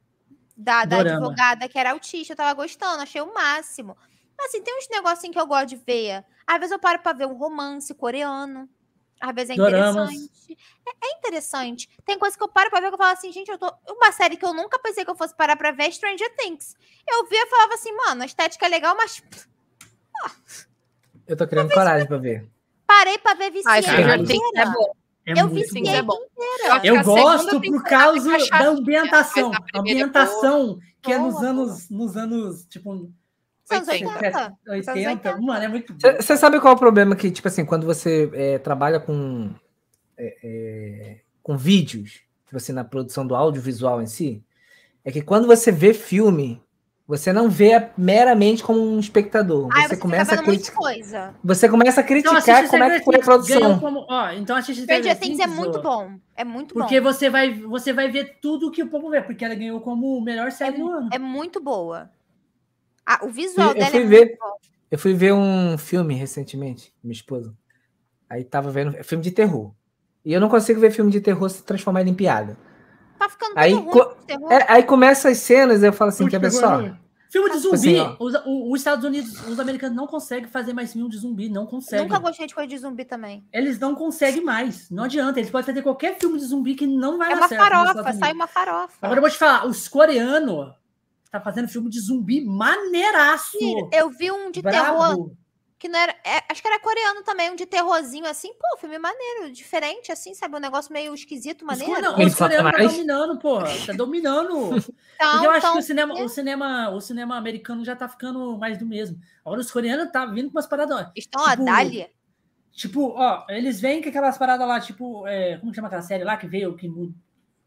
da, da Dorama. advogada que era autista, eu tava gostando, achei o máximo. Mas assim, tem uns negocinhos que eu gosto de ver. Às vezes eu paro pra ver um romance coreano. Às vezes é Doramas. interessante. É, é interessante. Tem coisa que eu paro pra ver que eu falo assim, gente, eu tô. Uma série que eu nunca pensei que eu fosse parar pra ver é Stranger Things. Eu via e falava assim, mano, a estética é legal, mas Eu tô criando coragem pra ver. parei pra ver Ah, viciante. Stranger Stranger Things Things é bom. É eu muito viciei Things é bom. bom. inteira. Eu A segunda gosto por temporada causa é da chatinha, ambientação. mas a A primeira é boa. ambientação que é nos Boa, anos, nos anos, tipo, Anos 80. assim. 80. 80. Mano, é muito bom. Você sabe qual é o problema que, tipo assim, quando você é, trabalha com, é, é, com vídeos, tipo assim, na produção do audiovisual em si, é que quando você vê filme, você não vê meramente como um espectador. Aí tá Você, você começa fica a vendo muita criticar. coisa. Você começa a Então, criticar assiste como é Stranger que foi a Things, ganhou produção. como- ó, então assiste Stranger Stranger Things é muito ô, bom. É muito Porque bom. você vai, você vai ver tudo que o povo vê, porque ela ganhou como melhor série do ano. É muito boa. Ah, o visual Eu dela fui é ver- muito bom. Eu fui ver um filme recentemente, minha esposa. Aí tava vendo é filme de terror. E eu não consigo ver filme de terror se transformado em piada. Tá ficando tudo Aí, ruim. co- de terror. É, aí começa as cenas e eu falo assim, Muito quer ver terror, só? né? Filme de Tipo zumbi. assim, os, o- os Estados Unidos, os americanos não conseguem fazer mais filme de zumbi, não conseguem. Nunca gostei de coisa de zumbi também. Eles não conseguem mais. Não adianta. Eles podem fazer qualquer filme de zumbi que não vai dar É uma Tá certo nos farofa, Estados sai Unidos. uma farofa. Agora eu vou te falar, os coreanos tá fazendo filme de zumbi maneiraço. Filho, Eu vi um de terror brabo. que não era. é, acho que era coreano também, um de terrorzinho assim. Pô, filme maneiro, diferente, assim, sabe? Um negócio meio esquisito, Os, maneiro. core- não, Eles os coreanos tá satanás. dominando, porra. Tá dominando. Então, Porque eu acho então, que o cinema, o cinema, o cinema americano já tá ficando mais do mesmo. Agora os coreanos tá vindo com umas paradas. ó. estão a tipo, Dália. Tipo, ó, eles vêm com aquelas paradas lá, tipo, é, como que chama aquela série lá que veio, que mu-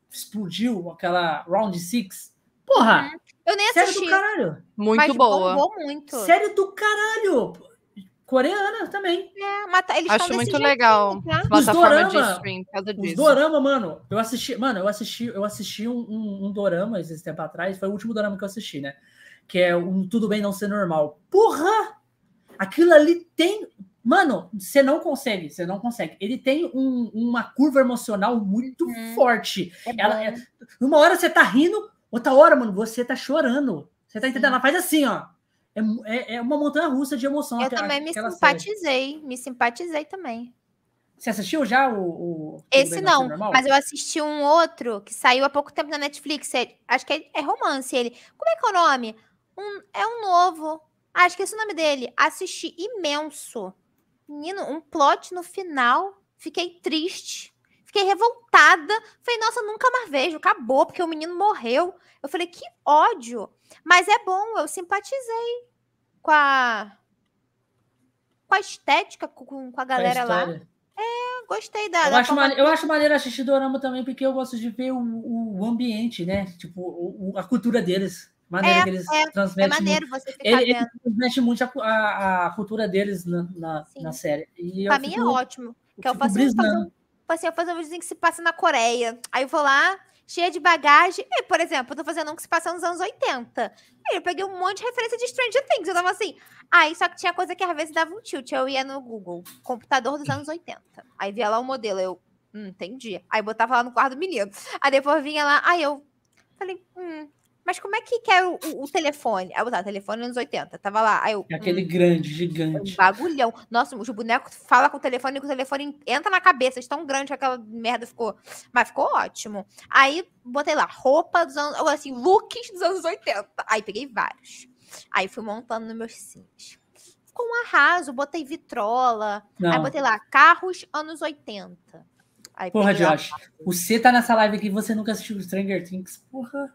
explodiu, aquela Round Six. Porra, Hum, Eu nem série do assisti. caralho. Muito boa. bombou muito. Série do caralho. Coreana também. É, mas tá- eles Acho tão desse muito jeito, legal. tá? Plataforma de dorama- stream, por causa Os disso. dorama, mano. Eu assisti, mano, eu assisti, eu assisti um, um, um dorama esses tempo atrás, foi o último dorama que eu assisti, né? Que é um Tudo Bem Não Ser Normal. Porra! Aquilo ali tem. Mano, você não consegue, você não consegue. Ele tem um- uma curva emocional muito Uhum. forte. É Ela- bom. Uma hora você tá rindo, outra hora, mano, você tá chorando. Você tá entendendo? Sim. Ela faz assim, ó. É, mu- é- é uma montanha russa de emoção. Eu aquela- também me aquela série. simpatizei, me simpatizei também. Você assistiu já o. o Tudo Esse Bem não, Ser Normal? mas eu assisti um outro que saiu há pouco tempo na Netflix. é- acho que é, é romance ele. Como é que é o nome? Um- é um novo. Ah, esqueci o nome dele. Assisti imenso. Menino, um plot no final. Fiquei triste. Fiquei revoltada. Falei, nossa, nunca mais vejo. Acabou, porque o menino morreu. Eu falei, que ódio. Mas é bom, eu simpatizei com a. Com a estética, com, com a galera lá. história. Eu gostei da. Eu da acho, forma- mane- eu acho maneiro assistir Dorama também, porque eu gosto de ver o, o ambiente, né? Tipo, o- o- a cultura deles. Maneira É, que eles É transmitem. maneiro você ficar Ele, vendo. ele transmite muito a, cu- a- a cultura deles na, na, Sim. na série. E eu Pra mim é fico- ótimo. Que eu fico faço um, fazer brisando. um, assim, eu faço um videozinho que se passa na Coreia. Aí eu vou lá, cheia de bagagem. E, por exemplo, eu tô fazendo um que se passa nos anos 80. E eu peguei um monte de referência de Stranger Things. Eu tava assim. Aí só que tinha coisa que às vezes dava um tilt. Eu ia no Google, computador dos anos 80. Aí via lá o modelo. Eu, hum, entendi. Aí botava lá no quarto do menino. Aí depois vinha lá. Aí eu falei, hum. Mas como é que que é o, o- o telefone? Aí eu botava telefone nos 80. Tava lá. Aí eu. É hum, Aquele grande, é um gigante. bagulhão. Nossa, os bonecos falam com o telefone e o telefone entra na cabeça. de Tão grande que aquela merda ficou. Mas ficou ótimo. Aí botei lá, roupa dos anos. ou Assim, looks dos anos 80. Aí peguei vários. Aí fui montando nos meus sims. Ficou um arraso, botei vitrola. Aí Não. botei lá, carros anos 80. Aí Porra, peguei lá- Josh. Você tá nessa live aqui e você nunca assistiu Stranger Things. Porra.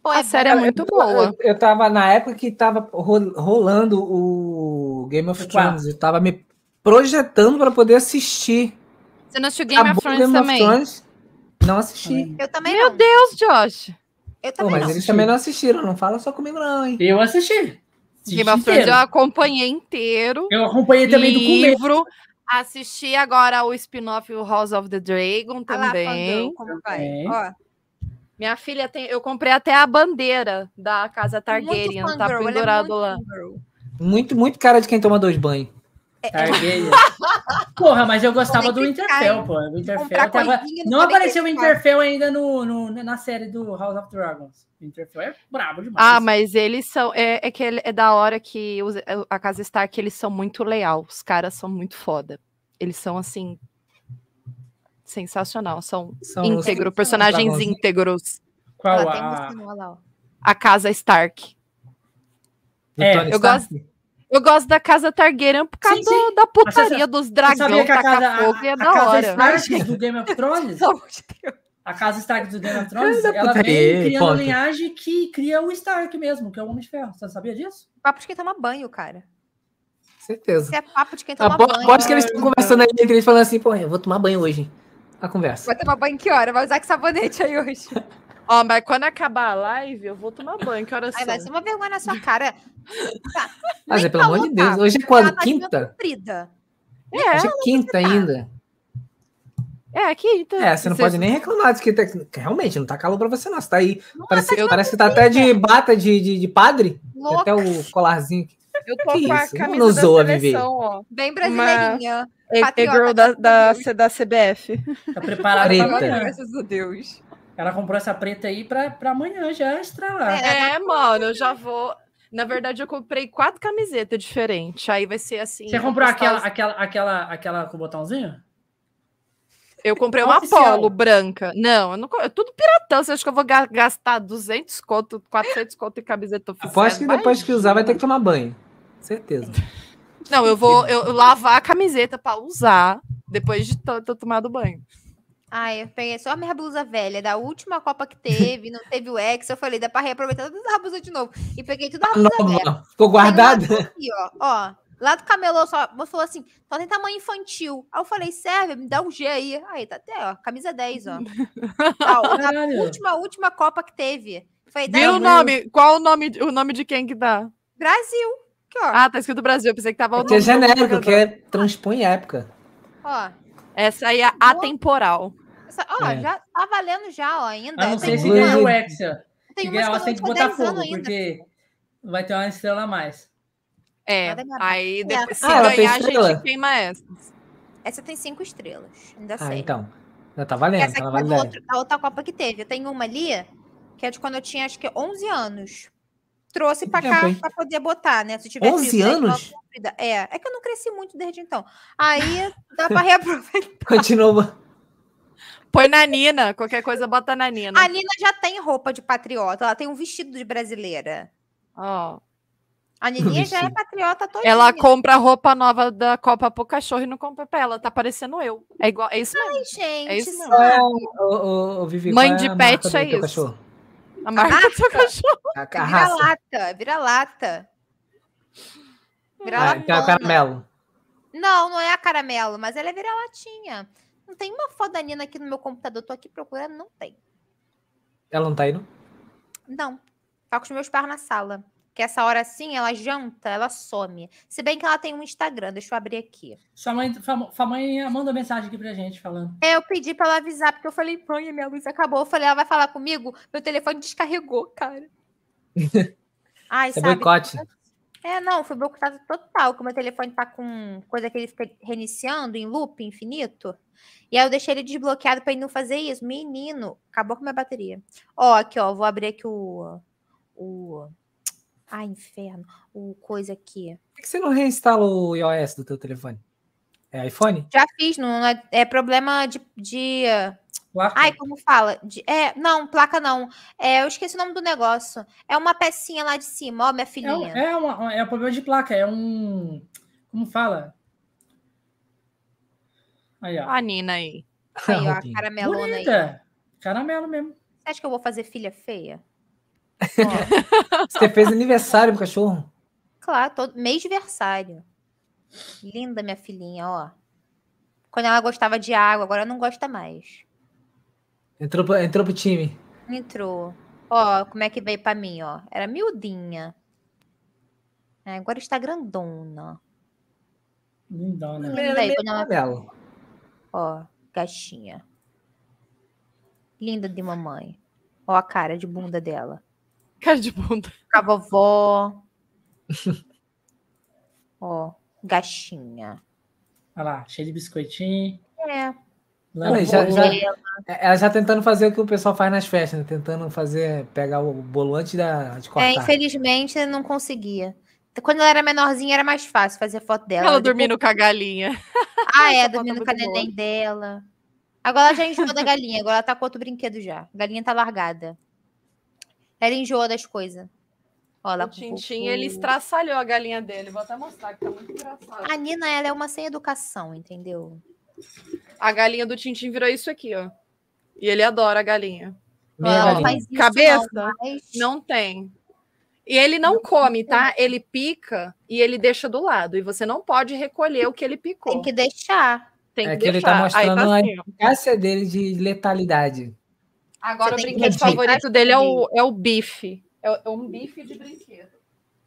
Pô, A é série é muito boa. Eu, eu tava na época que tava ro- rolando o Game of Qual? Thrones. Eu tava me projetando pra poder assistir. Você não assistiu Game of Acabou o Thrones também? Thrones. Não assisti. Eu também Meu não. Deus, Josh. Eu Pô, também mas não. eles também não assistiram. Não fala só comigo, não, hein? Eu assisti. Assisti Game of Thrones eu inteiro. acompanhei inteiro. Eu acompanhei também do começo. livro. Assisti agora o spin-off o House of the Dragon Olha Ah, lá, também. Fandão, como vai? Também. Ó, Minha filha tem. Eu comprei até a bandeira da casa Targaryen. É muito Tá fangirl, ela é pendurado muito lá. fangirl. Muito, muito cara de quem toma dois banhos. Targaryen. Porra, mas eu gostava do Podem clicar, Interfell, hein? pô. O Interfell Comprar até agora- coisinha, Não podem apareceu o clicar. Interfell ainda no, no- na série do House of Dragons. O Interfell é brabo demais. Ah, mas eles são. É, é que ele- é da hora que os- a casa Stark eles são muito leal. Os caras são muito foda. Eles são assim. Sensacional. São São os- íntegros, personagens dragões. íntegros. Qual Ela tem assim, a... uma lá, ó. A casa Stark. do É, Tony eu Stark. Eu gosto da casa Targaryen por causa Sim, do- sim. da Mas putaria dos Você dragões, sabia que a casa, tacar a, fogo e é a da casa hora. Stark do Game of Thrones, Pelo amor de Deus. a casa Stark do Game of Thrones, Filho da ela putaria, vem criando ponto. linhagem que cria o Stark mesmo, que é o Homem de Ferro. Você sabia disso? Papo de quem toma banho, cara. Certeza. Isso é papo de quem toma banho. Aposto Ah, que eles estão conversando aí entre eles, falando assim, pô, eu vou tomar banho hoje. hein? A conversa. Vai tomar banho que hora? Vai usar que sabonete aí hoje. Ó, mas quando acabar a live, eu vou tomar banho, que horas Ai, são? vai ser uma vergonha na sua cara. Mas Nem é, pelo amor de falou, Deus. Fábio. Hoje é Ela quando? tá de manga Quinta? Comprida. Hoje É, é quinta ainda. é, aqui. Tá. É, você não Cê- pode nem reclamar disso que tá- que realmente não tá calor pra você, não. Você tá aí. Não, Parece, ela tá de parece que tá até de bata de, de, de padre. manga Tem louca. Até o colarzinho. aqui. Eu tô Que com a isso? Não camisa nos da zoa, Vivi. seleção, ó. Bem brasileirinha. É, é Patriota, girl da, graças da, a C- da CBF. Tá preparada pra Preta. amanhã. a Deus. Ela comprou essa preta aí pra, pra amanhã já estralar. É, mano, eu né? já vou... Na verdade, eu comprei quatro camisetas diferentes. Aí vai ser assim... Você vou comprou postar aquela, os- aquela, aquela, aquela com o botãozinho? Eu comprei uma Oficial. Polo branca. Não, eu não... co- é tudo piratão. Você acha que eu vou ga- gastar 200 conto, 400 conto em camiseta oficial? Aposto que Vai depois que usar vai ter que tomar banho. Certeza. Não, eu vou eu, eu lavar a camiseta pra usar depois de to- ter tomado banho. Ai, eu peguei só a minha blusa velha, da última Copa que teve, não teve o ex. Eu falei, dá pra reaproveitar todas as blusas de novo. E peguei Tá tudo a blusa velha. Norma, ficou Tá Tem uma guardada? dúvida aqui, ó, ó. Lá do camelô, só você falou assim, só tem tamanho infantil. Aí eu falei, serve, me dá um G aí. Aí tá até, ó, camisa 10, ó. Ó, na Caralho. última, última Copa que teve. Foi Viu o da nome? Qual o nome, o nome de quem que dá? Brasil. Aqui, ó. Ah, tá escrito Brasil. Eu pensei que tava o Porque é nome do genérico, jogador. que é transpõe Tá época. Ó, Essa aí é atemporal. essa- ó, É. já tá valendo já, ó, ainda. A Ah, não Tem ser se blusa. ganhar o Hexa. tem Se ganhar, umas que eu ela não tem que tô botar 10 anos fogo, ainda. porque vai ter uma estrela a mais. É. Nada mais. Aí depois, se Ah, ela tem ganhar, a gente estrela? queima essa. Essa tem cinco estrelas, ainda Ah, sei. então. Já tá é, valendo, Essa então ela aqui vale foi do 10. outro- da outra Copa que teve. Eu tenho uma ali, que é de quando eu tinha acho que 11 anos. Trouxe pra Tempo, cá hein? pra poder botar, né? Se tivesse 11 tido, né, de anos? volta pra vida. É, é que eu não cresci muito desde então. Aí dá pra reaproveitar. Continua. Põe na Nina. Qualquer coisa, bota na Nina. A Nina já tem roupa de patriota, ela tem um vestido de brasileira. Ó. A Nininha já é Vestido. patriota todinha. Ela compra roupa nova da Copa pro cachorro e não compra pra ela. Tá parecendo eu. É igual. É isso mesmo. Ai, gente, É isso mesmo. sabe? Ô, ô, ô, Vivi, Mãe qual de a pet marca do é teu isso. Cachorro? A marca do seu cachorro. A, a raça. Vira-lata, vira-lata. Ah, Vira-latona. ca- então é caramelo. Não, não é a caramelo, mas ela é vira-latinha. Não tem uma foto da Nina aqui no meu computador. Tô aqui procurando, não tem. Ela não tá aí, não? Não. Tá com os meus pais na sala. Que essa hora assim, ela janta, ela some. Se bem que ela tem um Instagram, deixa eu abrir aqui. Sua mãe, fam- sua mãe mandou mensagem aqui pra gente falando. É, eu pedi pra ela avisar, porque eu falei, Pronha, minha luz acabou. Eu falei, ela vai falar comigo? Meu telefone descarregou, cara. Ai, Isso é sabe? boicote. É, não, fui boicotado total, que o meu telefone tá com coisa que ele fica reiniciando em loop infinito. E aí eu deixei ele desbloqueado pra ele não fazer isso. Menino, acabou com a minha bateria. Ó, aqui, ó, vou abrir aqui o. O. Ai, inferno. O coisa aqui. Por que você não reinstala o iOS do teu telefone? É iPhone? Já fiz, não é, é problema de. de Quarto. ai, como fala? De, é, não, placa não. É, eu esqueci o nome do negócio. É uma pecinha lá de cima, ó, minha é, um, filhinha. é, uma- é um problema de placa, é um. Como fala? Aí, ó. A Nina aí. Aí, ó, a Roupinha. caramelona aí. Bonita! Caramelo mesmo. Você acha que eu vou fazer filha feia? Você fez aniversário pro cachorro? Claro, todo... mês de versário. Linda minha filhinha, ó. Quando ela gostava de água, agora não gosta mais. Entrou, pro- entrou pro time. Entrou. Ó, como é que veio pra mim, ó. Era miudinha. É, agora está grandona. Lindona. Linda aí, quando ela... Caramelo. Ó, gatinha. Linda de mamãe. Ó a cara de bunda dela. Cara de bunda. Com a vovó. ó, gatinha. Olha lá, cheio de biscoitinho. É, Olha Lambô. aí, já- já- É, Ela já tentando fazer o que o pessoal faz nas festas, né? Tentando fazer, pegar o bolo antes da, de cortar. É, infelizmente eu não conseguia. Quando ela era menorzinha era mais fácil fazer foto dela. Ela Depois- dormindo com a galinha. Ah, é, essa foto é dormindo muito com a boa. neném dela. Agora ela já enjoou da galinha, agora ela tá com outro brinquedo já. A galinha tá largada. Ela enjoou das coisas. Olha lá. O Tintin, ele estraçalhou a galinha dele. Vou até mostrar que tá muito engraçado. A Nina, ela é uma sem educação, entendeu? A galinha do Tintin virou isso aqui, ó. E ele adora a galinha. Meia ela não galinha. faz isso, Cabeça? Não, mas- Não tem. E ele não come, tá? Ele pica e ele deixa do lado. E você não pode recolher o que ele picou. tem que deixar. Tem É que que ele tá deixar. Aí mostrando a- assim, ó. A eficácia é dele de letalidade. Agora o Você tem que brinquedo deixar favorito embaixo dele é dele. o, é o bife. É, o- é um bife de brinquedo.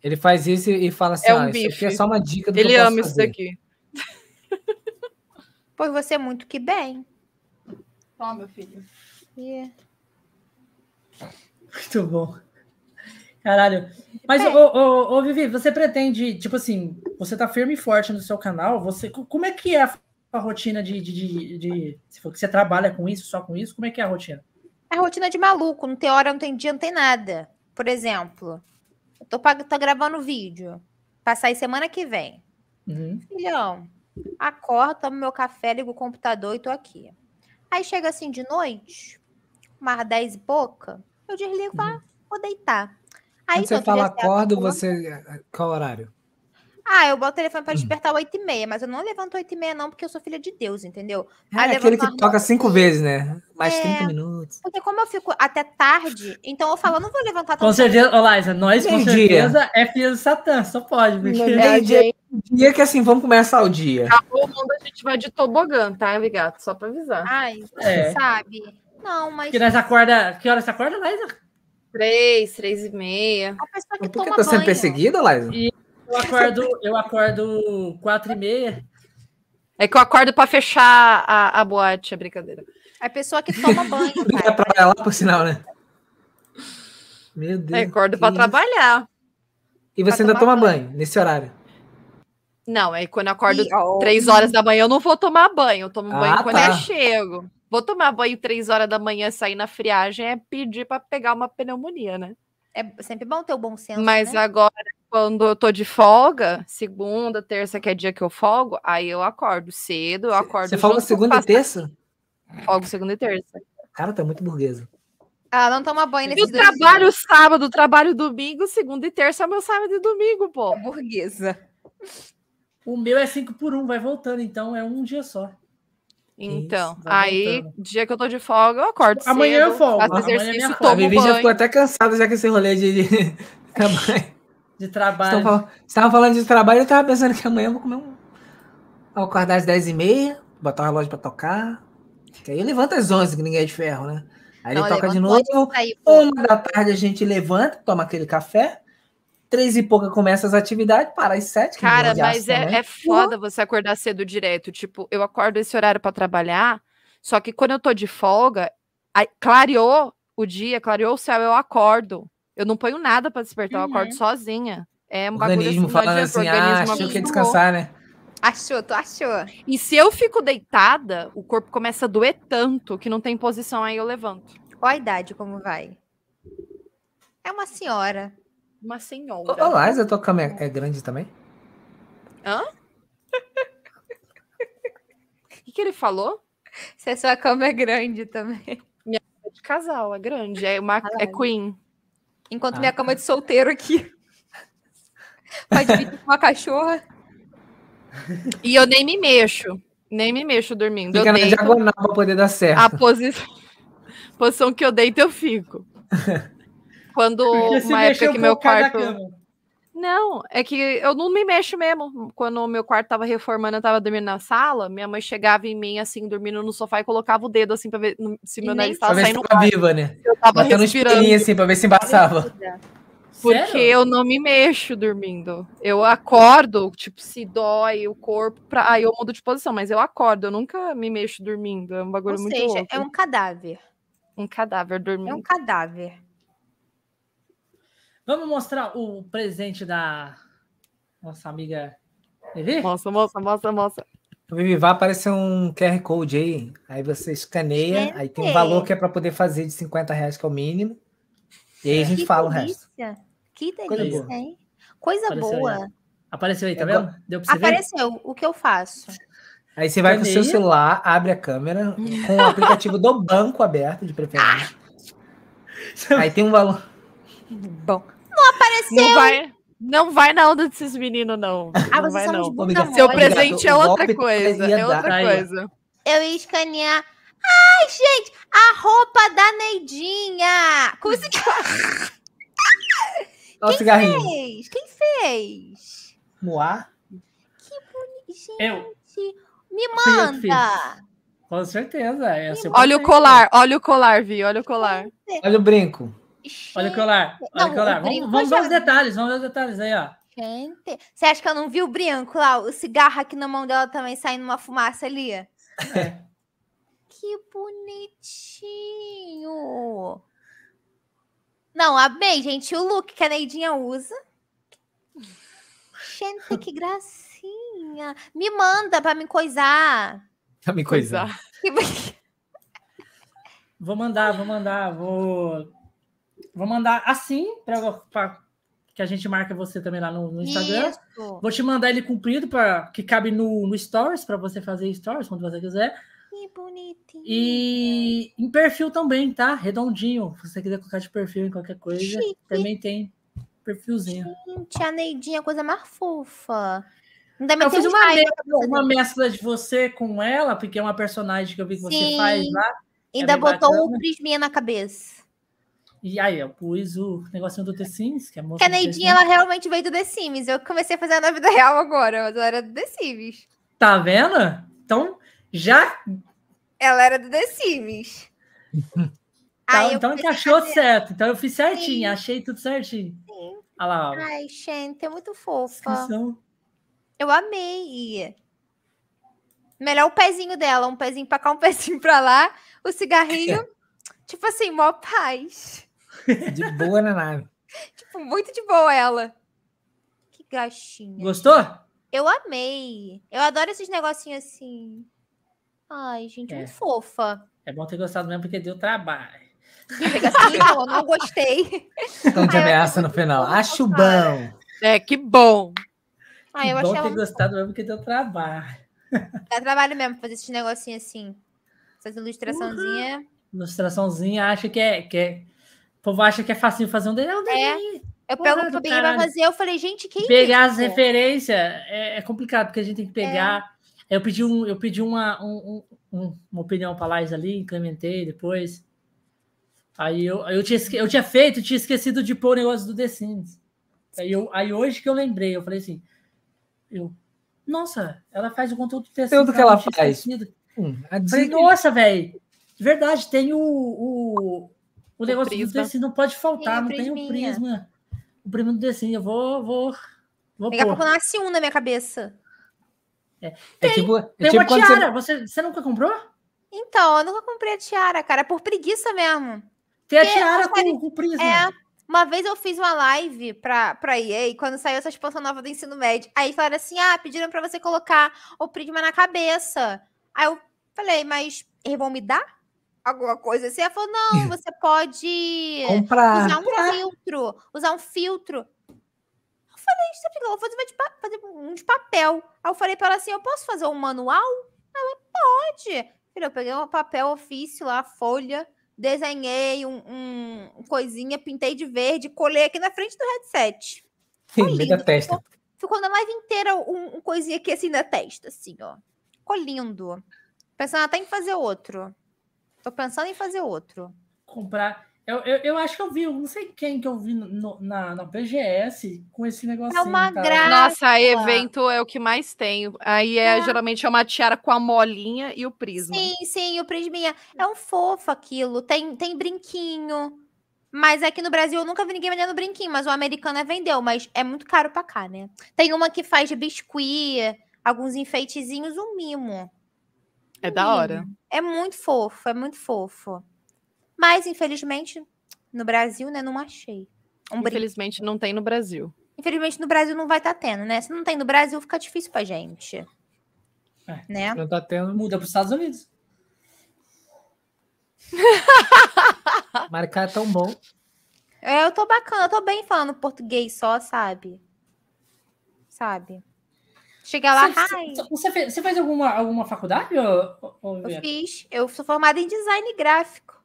Ele faz isso e fala assim: É um "Ah, isso aqui bife. é só uma dica do que Ele eu posso ama isso fazer." daqui. Pois você é muito que bem. Toma, meu filho. E- é Muito bom. Caralho. Mas, ô, ô, ô, Vivi, você pretende, tipo assim, você tá firme e forte no seu canal, você, co- como é que é a, a rotina de, de, de, de- se for que você trabalha com isso, só com isso, como é que é a rotina? É rotina de maluco, não tem hora, não tem dia, não tem nada. Por exemplo, eu tô, pag- tô gravando vídeo pra sair semana que vem. Uhum. Filhão, acordo, tomo meu café, ligo o computador e tô aqui. Aí chega assim de noite, umas 10 e pouca, eu desligo e falo, "Ah, vou deitar. Aí Uhum. Quando você tá no outro dia fala eu acordo, acordo, você. Qual horário? Ah, eu boto o telefone Hum. pra despertar 8 e meia, mas eu não levanto 8 e meia não, porque eu sou filha de Deus, entendeu? É Aí aquele levanto que toca cinco vezes, né? Mais É. 30 minutos. Porque como eu fico até tarde, então eu falo, eu não vou levantar Com tão cedo. certeza, ô Laisa, nós com Meio-dia. certeza é filho do Satã, só pode, porque É o dia, dia que assim, vamos começar o dia. Acabou o mundo, a gente vai de tobogã, tá, Vigato? Só pra avisar. Ai, É. sabe? Não, mas é que nós acorda, que horas você acorda, Laisa? Três, três e meia. a pessoa que Mas Por que toma tá sendo banho. perseguida, Laisa? Eu acordo, eu acordo quatro e meia. É que eu acordo pra fechar a, a boate, é brincadeira. A pessoa que toma banho, Pra cara. trabalhar lá, por sinal, né? Meu Deus. É, acordo que pra isso. trabalhar. E você pra ainda tomar toma banho. nesse horário. Não, é quando eu acordo E, ó, três horas da manhã, eu não vou tomar banho. Eu tomo Ah, banho quando tá. eu chego. Vou tomar banho três horas da manhã, sair na friagem, é pedir pra pegar uma pneumonia, né? É sempre bom ter o bom senso. Mas né? agora, quando eu tô de folga, segunda, terça, que é dia que eu folgo, aí eu acordo cedo, eu acordo. Você falou junto com segunda e pasta- terça? Folgo segunda e terça. Cara, tá muito burguesa. Ah, Ela não toma banho nesses Eu dois dias. trabalho sábado, trabalho domingo, segunda e terça é meu sábado e domingo, pô. Burguesa. O meu é 5 por 1, um, vai voltando, então é um dia só. Então, Isso, vai aí, voltando. dia que eu tô de folga, eu acordo Amanhã eu cedo, folgo, faço amanhã é minha exercício, folga. A tomo Vivi já ficou banho. até cansada já com esse rolê de. De de trabalho. Estão trabalho. fal- Vocês estavam falando de trabalho, eu tava pensando que amanhã eu vou comer um. Vou acordar às 10h30, botar o relógio pra tocar. Que aí eu levanto às 11 que ninguém é de ferro, né? Aí ele Não, toca de levantou novo. antes sair, pô. Uma da tarde a gente levanta, toma aquele café. Três e pouca começa as atividades, para às sete. que Cara, ninguém né? de mas aço também. é, é foda você acordar cedo direto. Tipo, eu acordo esse horário pra trabalhar, só que quando eu tô de folga, aí clareou o dia, clareou o céu, eu acordo. Eu não ponho nada pra despertar, eu acordo sozinha. É um O bagulho organismo assim, não falando adianta, assim, o ah, organismo achou que ia acostumou. descansar, né? Achou, tu achou. E se eu fico deitada, o corpo começa a doer tanto que não tem posição, aí eu levanto. Olha a idade como vai. É uma senhora. Uma senhora. Ô, Liza, tua cama é, é grande também? O que, que ele falou? Se a sua cama é grande também. É de casal, é grande, é, uma, é queen. Enquanto Ah, minha cama é de solteiro aqui. Pode dividir com uma cachorra. E eu nem me mexo, nem me mexo dormindo. Fica eu na deito, diagonal pra poder dar certo. a posição, posição que eu deito, eu fico. Quando Porque se uma época mexeu que por meu causa da quarto. cama. Não, é que eu não me mexo mesmo. Quando o meu quarto tava reformando, eu tava dormindo na sala, minha mãe chegava em mim, assim, dormindo no sofá e colocava o dedo, assim, pra ver no- se meu E nariz nem- pra tava ver se saindo tava ar, viva, né? se eu tava Batendo um respirando. espelhinho assim pra ver se embaçava. Porque Sério? eu não me mexo dormindo. Eu acordo, tipo, se dói o corpo, pra... aí eu mudo de posição, mas eu acordo, eu nunca me mexo dormindo. É um Ou bagulho muito seja, louco. é um cadáver. um cadáver É um dormindo. cadáver. Vamos mostrar o presente da nossa amiga Vivi? Nossa, moça, moça, moça. Vivi, vai aparecer um QR Code aí. Aí você escaneia, aí tem um Gente. valor que é pra poder fazer de 50 reais, que é o mínimo. E aí a gente que fala o resto. delícia. Que Coisa delícia, boa. hein? Coisa Apareceu aí. boa. Apareceu aí, tá Agora- vendo? Deu pra você ver? Apareceu. O que eu faço? Aí você vai com o seu Escaneia. celular, abre a câmera, com o aplicativo do banco aberto, de preferência. Ah! Aí tem um valor. Bom. Não vai, não vai na onda desses meninos, não. Ah, não vocês vai, são de não. bunda Obrigado. mole. Seu Olha, presente é o outra golpe que coisa. ia É outra dar aí, ó. coisa. Eu ia escanear. Ai, gente, a roupa da Neidinha! Como se Olha o cigarrinho. fez? Quem fez? Moar. Gente, Eu, me Fui eu que fiz. manda! com certeza. É o seu Olha o presente. colar, olha o colar, Vi, olha o colar. Olha o brinco. Olha o colar. Olha Não, o o colar. brinco Vamos, vamos ver já- os detalhes, vamos ver os detalhes aí, ó. Gente, você acha que eu não vi o brinco lá? O cigarro aqui na mão dela também saindo uma fumaça ali? É. Que bonitinho! Não, amei, gente. O look que a Neidinha usa. Gente, que gracinha! Me manda pra me coisar. Tá me coisando. Que bo- Vou mandar, vou mandar, vou. Vou mandar assim pra, pra- que a gente marca você também lá no, no Instagram. Isso. Vou te mandar ele comprido para que cabe no, no Stories para você fazer Stories quando você quiser. Que bonitinho. E em perfil também, tá? Redondinho. Se você quiser colocar de perfil em qualquer coisa, Chique. também tem perfilzinho. Gente, a Neidinha, é a coisa mais fofa. Ainda um Eu mais fiz tem uma, raiva. mescla, uma mescla de você com ela, porque é uma personagem que eu vi que você Sim. faz lá. Ainda bem botou bacana. o prisminha na cabeça. E aí, eu pus o negocinho do The Sims, que é a moça Porque a do The Neidinha, Sims. ela realmente veio do The Sims. Eu comecei a fazer na vida real agora, mas ela era do The Sims. Tá vendo? Então, já. Ela era do The Sims. Tá, eu então comecei a encaixou fazer- certo. Então eu fiz certinho, Sim. achei tudo certinho. Sim. Ah, Olha lá, ó. Ai, gente, é muito fofa. descrição. Eu amei. Melhor o pezinho dela, um pezinho pra cá, um pezinho pra lá. O cigarrinho, É. tipo assim, mó paz. é. De boa na nave. Tipo, muito de boa ela. Que gatinha. Gostou? Eu amei. Eu adoro esses negocinhos assim. Ai, gente, É. muito fofa. É bom ter gostado mesmo, porque deu trabalho. Negocinho, não, eu não gostei. Tom de Ai, eu ameaça no final. fofa, Acho bom. É, que bom. Ai, Ah, eu bom achei ter ela... gostado mesmo, porque deu trabalho. Dá trabalho mesmo fazer esses negocinhos assim. Essas ilustraçãozinhas. Ilustraçãozinha, acha que é, que é. O povo acha que é facinho fazer um desenho. É. Eu Porra pego o que do o Benny vai caralho. fazer, eu falei, gente, que pegar as isso? referências é, é complicado, porque a gente tem que pegar. Eu pedi, um, eu pedi uma, um- um- um- uma opinião para Laís ali, incrementei depois. Aí eu, eu, tinha, esque- eu tinha feito, eu tinha esquecido de pôr o negócio do The Sims. Aí, eu, aí hoje que eu lembrei, eu falei assim: eu, nossa, ela faz o conteúdo do The Sims. Conteúdo que eu ela tinha faz. esquecido. Hum, a Falei, Disney- nossa, velho, de verdade, tem o, o, o negócio do prisma. The Sims, não pode faltar, Tem não o tem o prisminha. prisma. O primo do The Sims, eu vou. vou, vou Daqui a pôr. pouco nasce um na minha cabeça. É tipo, é Tem tipo uma quando você- tiara, você... Você, nunca comprou? Então, eu nunca comprei a tiara, cara, é por preguiça mesmo. Tem a Que tiara essa série- com, com o prisma. É. Uma vez eu fiz uma live pra, pra EA, quando saiu essa expansão nova do ensino médio. Aí falaram assim: ah, pediram pra você colocar o Prisma na cabeça. Aí eu falei, mas eles vão me dar alguma coisa assim? Ela falou: não, você pode Comprar. usar um filtro, usar um filtro. Eu falei, sabe o que eu vou fazer, Vai de pa- fazer um de papel. Aí eu falei pra ela assim, eu posso fazer um manual? Ela, pode. Filha, eu peguei um papel ofício lá, folha, desenhei um, um- um coisinha, pintei de verde, colei aqui na frente do headset. Foi no meio lindo, da testa. Ficou, ficou na live inteira um, um coisinha aqui assim na testa, assim, ó. Ficou lindo. Pensando até em fazer outro. Tô pensando em fazer outro. Comprar. Eu, eu, eu acho que eu vi, eu não sei quem que eu vi no- na, na PGS com esse negócio. É uma graça. Ah. Nossa, evento é o que mais tem. Aí é, geralmente é uma tiara com a molinha e o prisma. Sim, sim, o Prisminha. É um fofo aquilo. Tem, tem brinquinho. Mas aqui no Brasil eu nunca vi ninguém vendendo brinquinho, mas o americano é vendeu, mas é muito caro pra cá, né? Tem uma que faz de biscuit, alguns enfeitezinhos, um mimo. É da hora. É muito fofo, é muito fofo. Mas, infelizmente, no Brasil, né, não achei. Um brinquinho. Infelizmente não tem no Brasil. Infelizmente, no Brasil não vai estar tendo, né? Se não tem no Brasil, fica difícil pra gente. É. Né? Não tá tendo Muda para os Estados Unidos. marcar tão bom. É, eu tô bacana, eu tô bem falando português só, sabe? Sabe? Chegar lá, ai, Você, você fez, você fez alguma, alguma faculdade? Ou, ou, eu fiz, eu sou formada em design gráfico.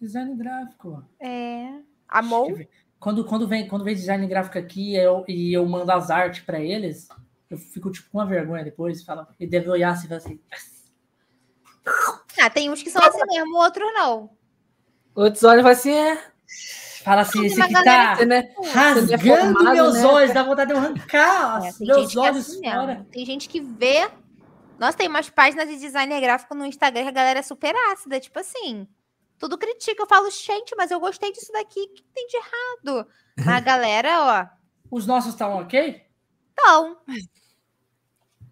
Design gráfico. É. Deixa eu Amor? ver. Quando, quando, vem, quando vem design gráfico aqui eu, e eu mando as artes para eles, eu fico tipo com uma vergonha depois. Fala, e deve olhar assim e falar assim. Ah, tem uns que são assim mesmo, outros não. Outros olham e falam assim, é, Fala assim, Tem esse uma aqui galera tá. você, né? um Você é rasgando formado, meus né? olhos, dá vontade de eu arrancar É, as- tem gente meus que é olhos assim fora. mesmo. Tem gente que vê. Nossa, tem umas páginas de designer gráfico no Instagram que a galera é super ácida, tipo assim. Tudo critica. Eu falo, gente, mas eu gostei disso daqui. O que tem de errado? Mas A galera, ó, Os nossos estão ok? então.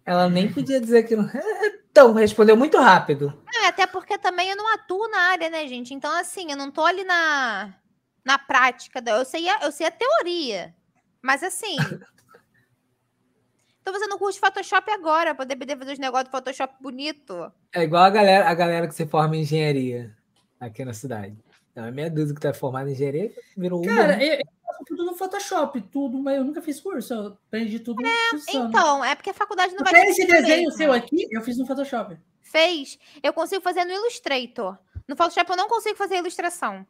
Ela nem podia dizer que não. Então, respondeu muito rápido. É, até porque também eu não atuo na área, né, gente? Então, assim, eu não tô ali na, na prática. da- Eu sei, a, eu sei a teoria. Mas, assim. tô fazendo curso de Photoshop agora, pra poder fazer os negócios de Photoshop bonito. É igual a galera, a galera que se forma em engenharia aqui na cidade. Não, é meia dúzia que tá formada em engenharia, virou uma. né? Cara, eu, eu faço tudo no Photoshop, tudo, mas eu nunca fiz curso, eu aprendi tudo fuçando. Então, é porque a faculdade não vai Até esse te ensinar desenho mesmo. seu aqui, eu fiz no Photoshop. Fez? Eu consigo fazer no Illustrator. No Photoshop eu não consigo fazer ilustração.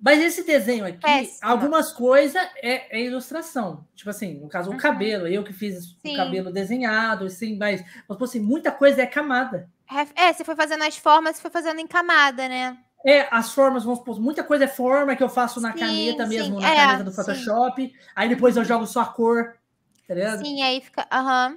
Mas esse desenho aqui, Péssimo. algumas coisas é, é ilustração. Tipo assim, no caso, o cabelo. Eu que fiz Uhum. Sim. o cabelo desenhado, assim, mas, mas tipo assim, muita coisa é camada. Ref- É, você foi fazendo as formas, você foi fazendo em camada, né? É, as formas, vamos supor, muita coisa é forma que eu faço na Sim, caneta sim, mesmo, na é, caneta do sim. Photoshop. Aí depois eu jogo só a cor, tá ligado? Sim, aí fica. Aham.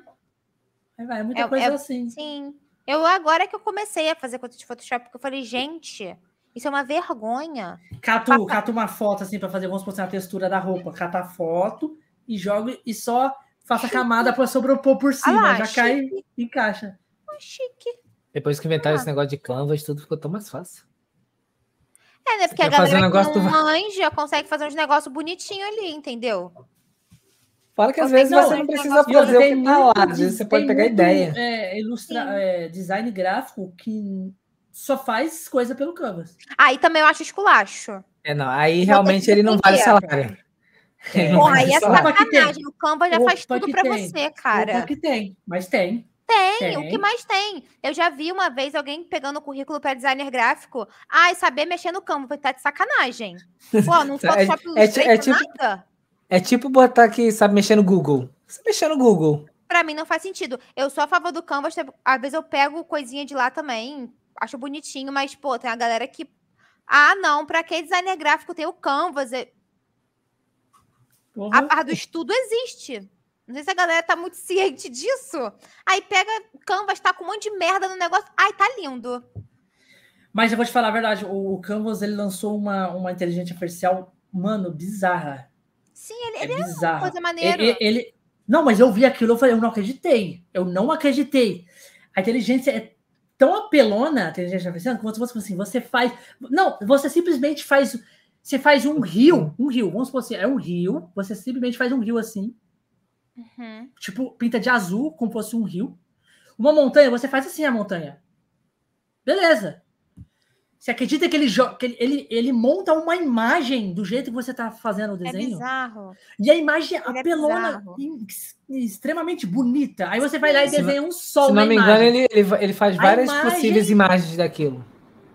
Aí vai, é muita É- coisa é- assim. Sim. Eu agora que eu comecei a fazer conta de Photoshop, porque eu falei, gente, isso é uma vergonha. Cato, cato uma foto assim para fazer, vamos supor, assim, a textura da roupa. Cata a foto e joga e só faça a camada para sobrepor por cima. Ah lá, já cai e encaixa. Mas Chique. Depois que inventaram esse negócio de canvas, tudo ficou tão mais fácil. É, né? Porque a quer fazer galera um que negócio, não tu manja consegue fazer uns negócios bonitinhos ali, entendeu? Fora que às Você vezes não, você não mas precisa E outra, fazer o tem que tá lá, muito às de- vezes você tem pode pegar muito, ideia. É, ilustra, é, design gráfico que só faz coisa pelo Canvas. Aí Ah, também eu acho esculacho. É, não, aí ter realmente que ele não vale o é, aprender. salário. Ele não Porra, vale aí é salário. Opa, que tem. sacanagem. O Canva já faz Opa, tudo que pra tem. você, Opa, cara. que tem, mas tem. Tem, o Tem. que mais tem? Eu já vi uma vez alguém pegando o currículo para designer gráfico. Ai, saber mexer no campo, tá de sacanagem. Pô, não É- Photoshop é ti- é Illustrator, tipo- nada? É tipo botar que sabe mexer no Google. Você mexer no Google. Pra mim não faz sentido. Eu sou a favor do Canvas, tem- às vezes eu pego coisinha de lá também, acho bonitinho, mas, pô, tem a galera que. Ah, não, pra que designer gráfico tem o Canvas? É- A Uhum. Porra. barra do estudo existe. Não sei se a galera tá muito ciente disso. Aí pega o Canvas, tá com um monte de merda no negócio. Ai, tá lindo. Mas eu vou te falar a verdade, o, o Canvas ele lançou uma, uma inteligência artificial, mano, bizarra. Sim, ele, É ele Ah, é uma bizarra. coisa maneira. Ele, ele- Não, mas eu vi aquilo, eu falei, eu não acreditei. Eu não acreditei. A inteligência é tão apelona, a inteligência artificial, que você, você, assim, você faz. Não, você simplesmente faz. Você faz um rio, um rio, vamos supor assim, é um rio, você simplesmente faz um rio assim, Uhum. tipo, pinta de azul, como fosse um rio. Uma montanha, você faz assim a montanha. Beleza. Você acredita que ele, jo- que ele, ele, ele monta uma imagem do jeito que você tá fazendo o É desenho? bizarro. E a imagem Ele é apelona, bizarro. in- ex- extremamente bonita. Aí você vai lá e Se não- desenha um sol Se na não me imagem. engano, ele, ele, ele faz A várias imagem- possíveis imagens daquilo.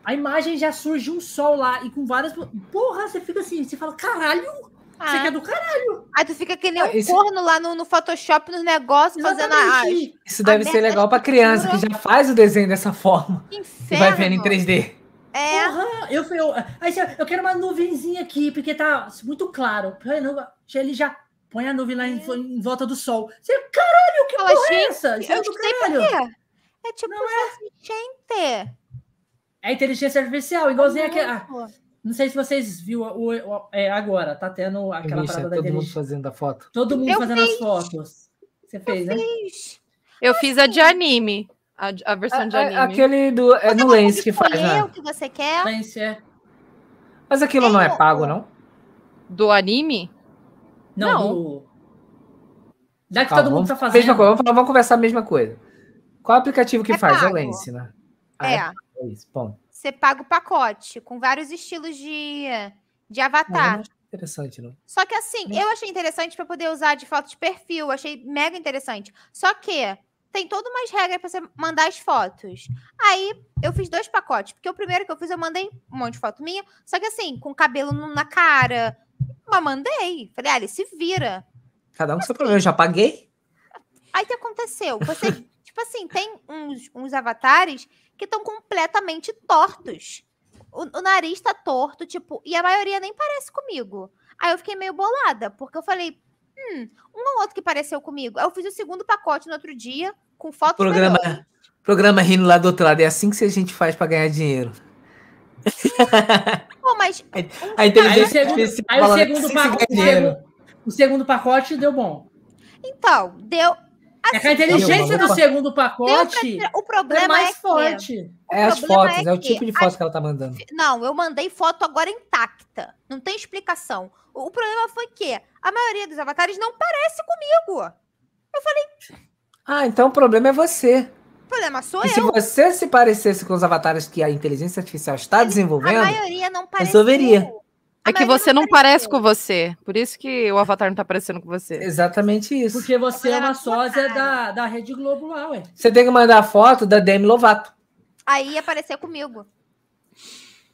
A imagem já surge um sol lá e com várias. Porra, você fica assim, você fala, caralho, você Ah, quer do caralho. Aí tu fica que nem Ah, um esse- corno lá no, no Photoshop, nos negócios, fazendo ah, a. Ai, Exatamente. Isso deve ser merda legal da pra criança que já faz o desenho dessa forma. que Que inferno. vai vendo em 3D. É, Porra, eu, eu, aí você, eu quero uma nuvenzinha aqui, porque tá muito claro. Aí não- Ele já põe a nuvem lá em, em volta do sol. Você, caralho, que É. Fala, porra é gente, essa? Isso é eu do sei caralho. por quê. É tipo, assim, gente. É inteligência artificial, Uhum. igualzinha que. ah, Pô, Não sei se vocês viram o- o- é, agora, tá tendo aquela Bicha, é parada da todo mundo inteligência. fazendo a foto. Todo mundo Eu fazendo as fotos. Você fez, né? É Ixi. Eu fiz a de anime. A, a Ah, versão de A- a- anime. aquele do. É no Você Lens que escolher faz, né? o que você quer. Lens, é. Mas aquilo não um- é pago, não? Do anime? Não, Não. do- Da que Calma, todo mundo vamos- tá fazendo. Mesma coisa, vamos, falar- vamos conversar a mesma coisa. Qual aplicativo que É faz? É o pago. Lens, né? Ah, É, é isso. Bom, você paga o pacote com vários estilos de, de Tá. não, eu avatar. não acho interessante, não. Só que assim, É. eu achei interessante para poder usar de foto de perfil, achei mega interessante. Só que tem todas umas regras para você mandar as fotos. Aí eu fiz dois pacotes, porque o primeiro que eu fiz eu mandei um monte de foto minha, só que assim, com cabelo no- na cara. Mas mandei. Falei, ali, se vira. Cada um com seu problema. Eu já paguei. Aí o que aconteceu? Você, tipo assim, tem uns, uns avatares que estão completamente tortos. O, o nariz tá torto, tipo, e a maioria nem parece comigo. Aí eu fiquei meio bolada, porque eu falei, hum, um ou outro que pareceu comigo. Aí eu fiz o segundo pacote no outro dia, com fotos Programa, melhores. programa rindo lá do outro lado. É assim que a gente faz pra ganhar dinheiro. Pô, mas A Aí o inteligência segundo, artificial aí o fala, né, segundo assim que se ganha pacote. o dinheiro. segundo- O segundo pacote deu bom. então, deu. É que a inteligência do maluco. segundo deu pra pacote tirar- o é problema é, mais que- forte. É as problema fotos, é é, o que tipo de foto que ela tá mandando. Não, eu mandei foto agora intacta. Não tem explicação. O, o problema foi que a maioria dos avatares não parece comigo. Ah, então o problema é você. O problema "Ah, sou E eu. se você se parecesse com os avatares que a inteligência artificial está A desenvolvendo, maioria não parece. Resolveria. Ah, É que você não parece com você. Por isso que o avatar não tá parecendo com é você. exatamente isso. Porque você é Agora uma na sua sósia cara. da, da Rede Globo lá, ué. Você tem que mandar a foto da Demi Lovato. Aí ia aparecer comigo.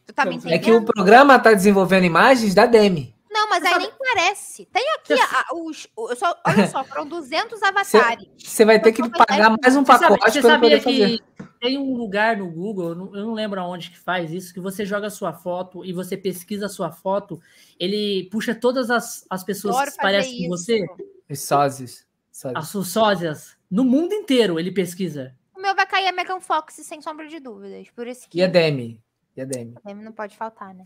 Tu tá me Não, entendendo? É que o programa está desenvolvendo imagens da Demi. Não, mas aí nem parece. Tem aqui a- os. o- eu só- olha só, foram 200 avatares. Você vai ter que Mas só vai pagar dar- mais um Você sabe- pacote você para poder sabia fazer. que tem um lugar no Google, eu não, eu não lembro aonde que faz isso, que você joga a sua foto e você pesquisa a sua foto, ele puxa todas as, as pessoas Adoro que fazer parecem isso. com você, Os sósias. sósias. as suas sósias, no mundo inteiro ele pesquisa. O meu vai cair a Megan Fox, sem sombra de dúvidas. Por isso que E a Demi. E a Demi. o meme não pode faltar, né?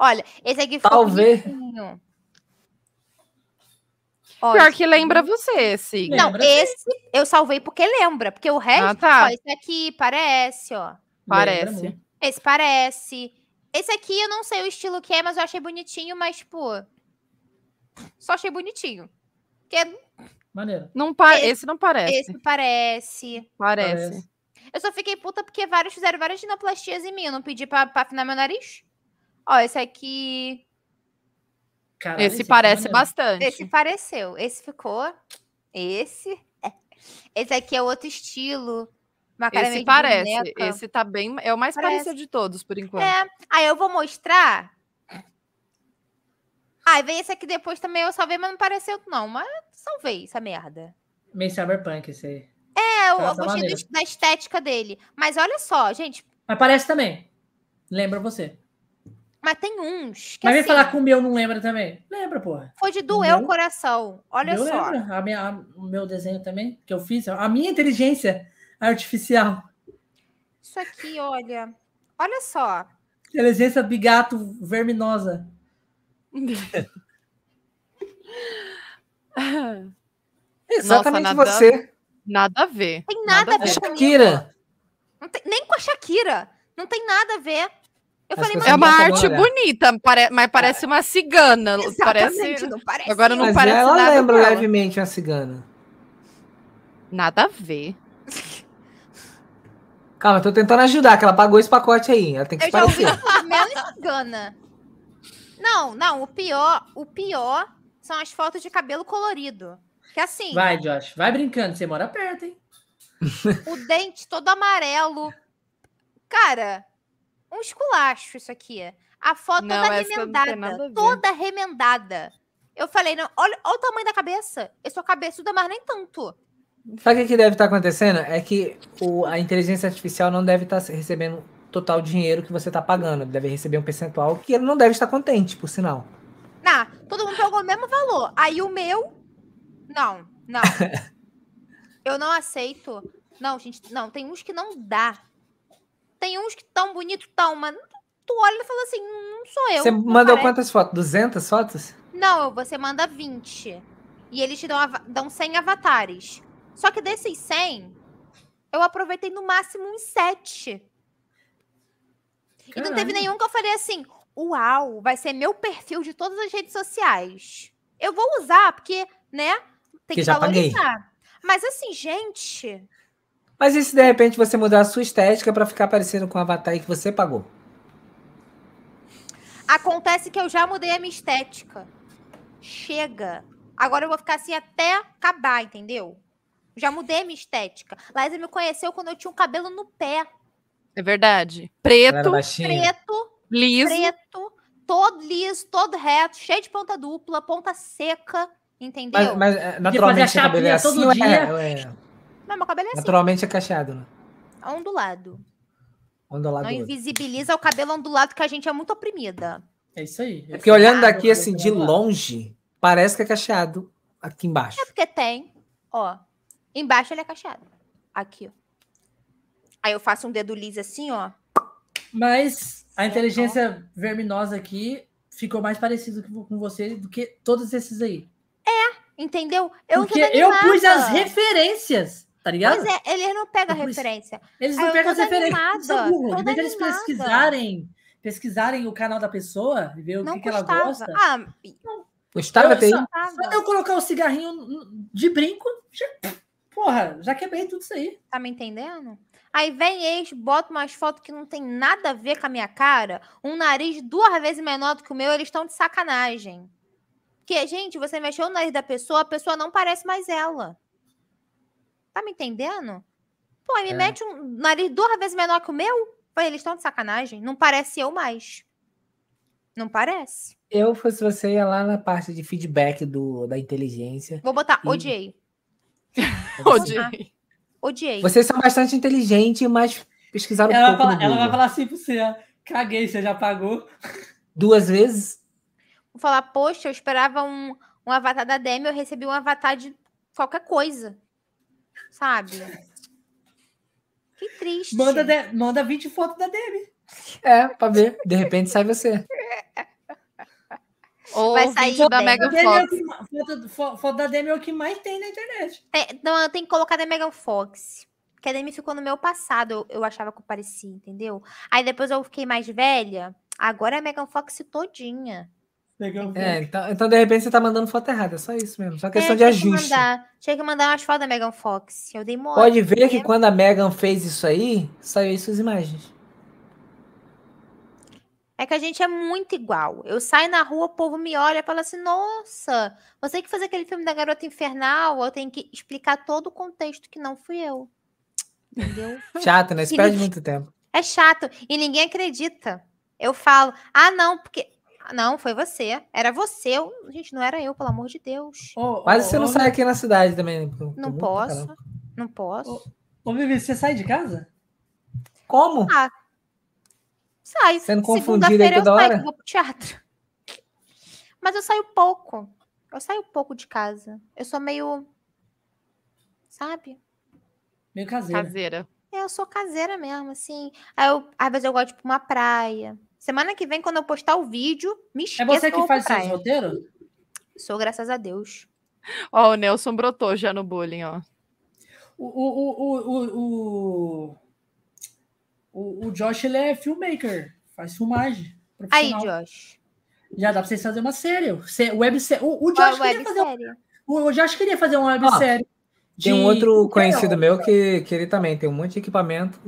Olha, esse aqui ficou Talvez. bonitinho. Ó, Pior esse- que lembra você, Sig. Lembra Não, esse eu salvei porque lembra. Porque o resto, Ah, tá. ó, esse aqui parece, ó. Parece. Lembra muito. Esse parece. Esse aqui eu não sei o estilo que é, mas eu achei bonitinho, mas, tipo. Só achei bonitinho. Porque Maneiro. Não pa- Esse- Esse não parece. esse parece. Parece. parece. Eu só fiquei puta porque vários fizeram várias dinoplastias em mim. Eu não pedi pra, pra afinar meu nariz. Ó, esse aqui. Caralho, Esse aqui é parece maneiro. tá bastante. Esse pareceu. Esse ficou. Esse. Esse aqui é outro estilo. Uma cara meio Esse de parece. boneca. Esse tá bem. É o mais Parece. parecido de todos, por enquanto. É. Aí eu vou mostrar. Ah, e vem esse aqui depois também. Eu salvei, mas não pareceu, não. Mas eu salvei essa merda. Meio cyberpunk esse aí. É, eu, Tá, eu tá gostei maneiro. do- da estética dele. Mas olha só, gente. Mas parece também. Lembra você. Mas tem uns. Que Mas vem assim, falar que o meu não lembra também. Lembra, porra. Foi de doer Meu- o coração. Olha eu só. lembro. A minha, a- o meu desenho também, que eu fiz. A minha inteligência artificial. Isso aqui, olha. Olha só. Inteligência bigato verminosa. É. Exatamente nada- você. Nada a ver. Tem nada, a A ver É Shakira. comigo. Não tem- nem com a Shakira. Não tem nada a ver. Eu As falei, pessoas mas É uma Nossa, arte agora- bonita, pare- mas parece uma cigana. exatamente, Parece. não parece. Agora não Mas eu. parece ela nada lembra dela. levemente uma cigana. Nada a ver. Calma, eu tô tentando ajudar, que ela pagou esse pacote aí. Ela tem que Eu se já ouvi parecer. falar menos cigana. Não, não, o pior, o pior são as fotos de cabelo colorido. Que assim, Vai, Josh. Vai brincando. Você mora perto, hein? o dente todo amarelo. Cara, um esculacho isso aqui. A foto Não, toda essa não tem nada a remendada. ver. Toda remendada. Eu falei, não, olha, olha o tamanho da cabeça. Eu sou cabeçuda, mas nem tanto. Sabe o que que deve estar acontecendo? É que o- a inteligência artificial não deve estar recebendo total dinheiro que você está pagando. Deve receber um percentual que ele não deve estar contente, por sinal. Não, todo mundo pagou o mesmo valor. Aí o meu. Não, não. Eu não aceito. Não, gente, não. Tem uns que não dá. Tem uns que tão bonito, tão, mas tu olha e fala assim: não sou eu. você não mandou parece. quantas fotos? 200 fotos? Não, você manda 20. E eles te dão, ava- dão 100 avatares. Só que desses 100, eu aproveitei no máximo uns 7. E não teve Caralho. nenhum que eu falei assim: uau, vai ser meu perfil de todas as redes sociais. Eu vou usar, porque, né? Tem Que que já paguei. valorizar. Mas assim, gente, Mas e se de repente você mudar a sua estética para ficar parecendo com o avatar aí que você pagou? acontece que eu já mudei a minha estética. Chega. Agora eu vou ficar assim até acabar, entendeu? Já mudei a minha estética. Laísa me conheceu quando eu tinha um cabelo no pé, É verdade. Ela era Preto, baixinha. preto, liso. preto, todo liso, todo reto, cheio de ponta dupla, ponta seca, entendeu? Mas, Mas, mas, é, naturalmente fazer a o cabelo é chapinha assim, todo ou é- dia. ou é- meu cabelo é assim, Naturalmente é cacheado, né? Um é ondulado. Ondulador. Não invisibiliza o cabelo ondulado que a gente é muito oprimida. É isso aí. É porque olhando Ah, daqui eu- assim, de eu- longe, parece que é cacheado aqui embaixo. É porque tem, ó, embaixo ele é cacheado. Aqui, ó. Aí eu faço um dedo liso assim, ó. Mas a então. inteligência verminosa aqui ficou mais parecido que- com você do que todos esses aí. Entendeu? Eu Porque toda eu pus animada. as referências, tá ligado? Pois é, ele não pega a Eu pus- referência. Eles Ah, não eu pegam as toda referências. animada, Eles são burros. Em toda vez de eles animada. pesquisarem, pesquisarem o canal da pessoa e ver o Não que, que ela custava. gosta. Ah, Gostava Eu até aí? só- custava. Só eu colocar o cigarrinho n- de brinco, já, porra, já quebrei tudo isso aí. Tá me entendendo? Aí vem ex, bota umas fotos que não tem nada a ver com a minha cara. Um nariz duas vezes menor do que o meu, eles estão de sacanagem. Porque, gente, você mexeu no nariz da pessoa, a pessoa não parece mais ela. Tá me entendendo? Pô, aí me É. mete um nariz duas vezes menor que o meu? Pô, eles estão de sacanagem. Não parece eu mais. Não parece. Eu fosse você ia lá na parte de feedback do, da inteligência. Vou botar Ih. odiei. Odiei. Odiei. Vocês são bastante inteligentes, mas pesquisaram Ela, um vai pouco falar, no ela vai Google. falar assim pra você, ó, caguei, você já pagou. duas vezes. Vou falar, poxa, eu esperava um, um avatar da Demi, eu recebi um avatar de qualquer coisa. Sabe? Que triste. Manda, de- manda 20 fotos da DM. É, pra ver. De repente sai você. Ou Vai sair vídeo da bem. Mega A DM é o Fox. que ma- Foto, fo- foto da Demi é o que mais tem na internet. Tem- não, tem que colocar da Megan Fox. Porque a Demi ficou no meu passado, eu, eu achava que eu parecia, entendeu? Aí depois eu fiquei mais velha. Agora é a Megan Fox todinha. Legal. É, então, então de repente você tá mandando foto errada. É só isso mesmo. Só questão É, de tinha que ajuste. mandar, tinha que mandar umas fotos da Megan Fox. Eu dei mole. Pode ver que quando a Megan fez isso aí, saiu aí suas imagens. É que a gente é muito igual. Eu saio na rua, o povo me olha e fala assim: nossa, você que fez aquele filme da Garota Infernal, eu tenho que explicar todo o contexto que não fui eu. Entendeu? Chato, né? Isso E perde ninguém- muito tempo. É chato. E ninguém acredita. Eu falo, ah, não, porque. "Ah, Não, foi você. Era você. Eu... Gente, não era eu, pelo amor de Deus. Ô, Mas ô, você não ô, sai aqui na cidade também. né? Tô- tô Não muito posso. caramba. Não posso. Ô, Vivi, você sai de casa? Como? Saio. Sendo confundida aí Segunda-feira eu toda saio, hora? eu vou pro teatro. Mas eu saio pouco. Eu saio pouco de casa. Eu sou meio. Sabe? Meio caseiro. Caseira. É, Eu sou caseira mesmo, assim. Aí eu, às vezes eu gosto de ir pra uma praia. Semana que vem, quando eu postar o vídeo, me É esqueço. você eu que vou pra faz seus praia. roteiros? Sou, graças a Deus. Ó, o Nelson brotou já no bullying, ó. O, o, o, o, o, o, o Josh ele é filmmaker, faz filmagem. Aí, Profissional. Josh. Já dá pra vocês fazerem uma série. Se- Websérie. O, o Qual é Josh queria fazer. um, websérie? O, o Josh queria fazer uma websérie. Tem um de- outro conhecido Não, meu que, que ele também tem um monte de equipamento.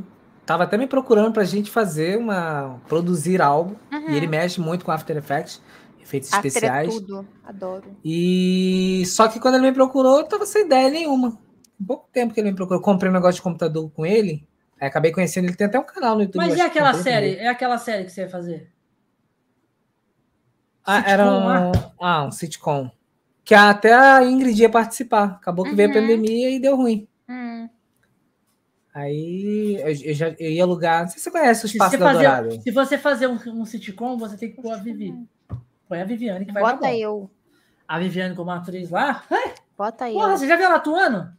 Tava até me procurando pra gente fazer uma. produzir algo. Ah. Uhum. E ele mexe muito com After Effects, efeitos After é especiais. tudo. Adoro. E só que quando ele me procurou, eu tava sem ideia nenhuma. Pouco tempo que ele me procurou. Comprei um negócio de computador com ele. Aí acabei conhecendo ele, tem até um canal no YouTube. eu Mas é acho que aquela comprei série? também. É aquela série que você ia fazer? Ah, era sitcom lá? um, ah, um sitcom. Que até a Ingrid ia participar. Acabou que veio a Uhum. pandemia e deu ruim. Hum. Aí eu, eu já eu ia alugar. Não sei se você conhece o Se Espaço você, da Dourada. fazer, se você fazer um, um sitcom, você tem que pôr a Vivi. Põe a Viviane que vai dar Bota bom. eu. A Viviane como atriz lá. Bota eu. Porra, você já viu ela atuando?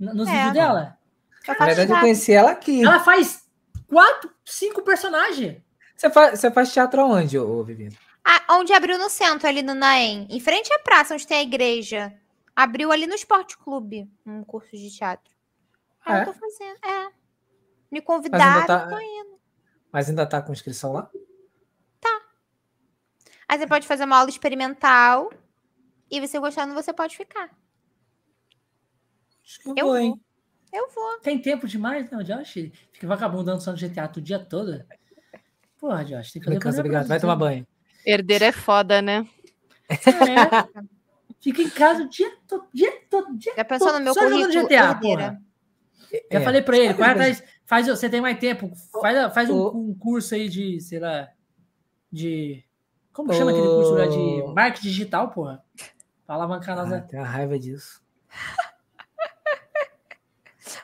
N- Nos É. vídeos dela? Eu Na faço verdade, eu teatro. conheci ela aqui. Ela faz quatro, cinco personagens. Você, faz, você faz teatro aonde, ô, ô Vivi? Ah, onde abriu no centro, ali no Naem. Em frente à praça, onde tem a igreja. Abriu ali no Esporte Clube um curso de teatro. Aí Ah, eu é? tô fazendo, é. Me Mas ainda, convidaram, tá, tô indo. mas ainda tá com inscrição lá? Aí você pode fazer uma aula experimental. E você gostando, você pode ficar. Acho que eu, Eu vou, vou. hein? Eu vou. Tem tempo demais, não, Josh? Fica vagabundo dançando GTA o dia todo. Porra, Josh, tem que fazer Falei, "Cansa, coisa obrigado. Vai tomar banho. Herdeiro é foda, né? banho. Fica em casa o dia todo, dia todo, dia Já pensou É. no meu Só jogando currículo? GTA, herdeira? porra. Já É. falei pra ele, Sabe corre uma coisa- atrás, faz, você tem mais tempo, faz, faz um, Ô. um curso aí de, sei lá, de... Como Ô. chama aquele curso lá de marketing digital, porra? Pra alavancar nós... Ah, tem uma raiva disso.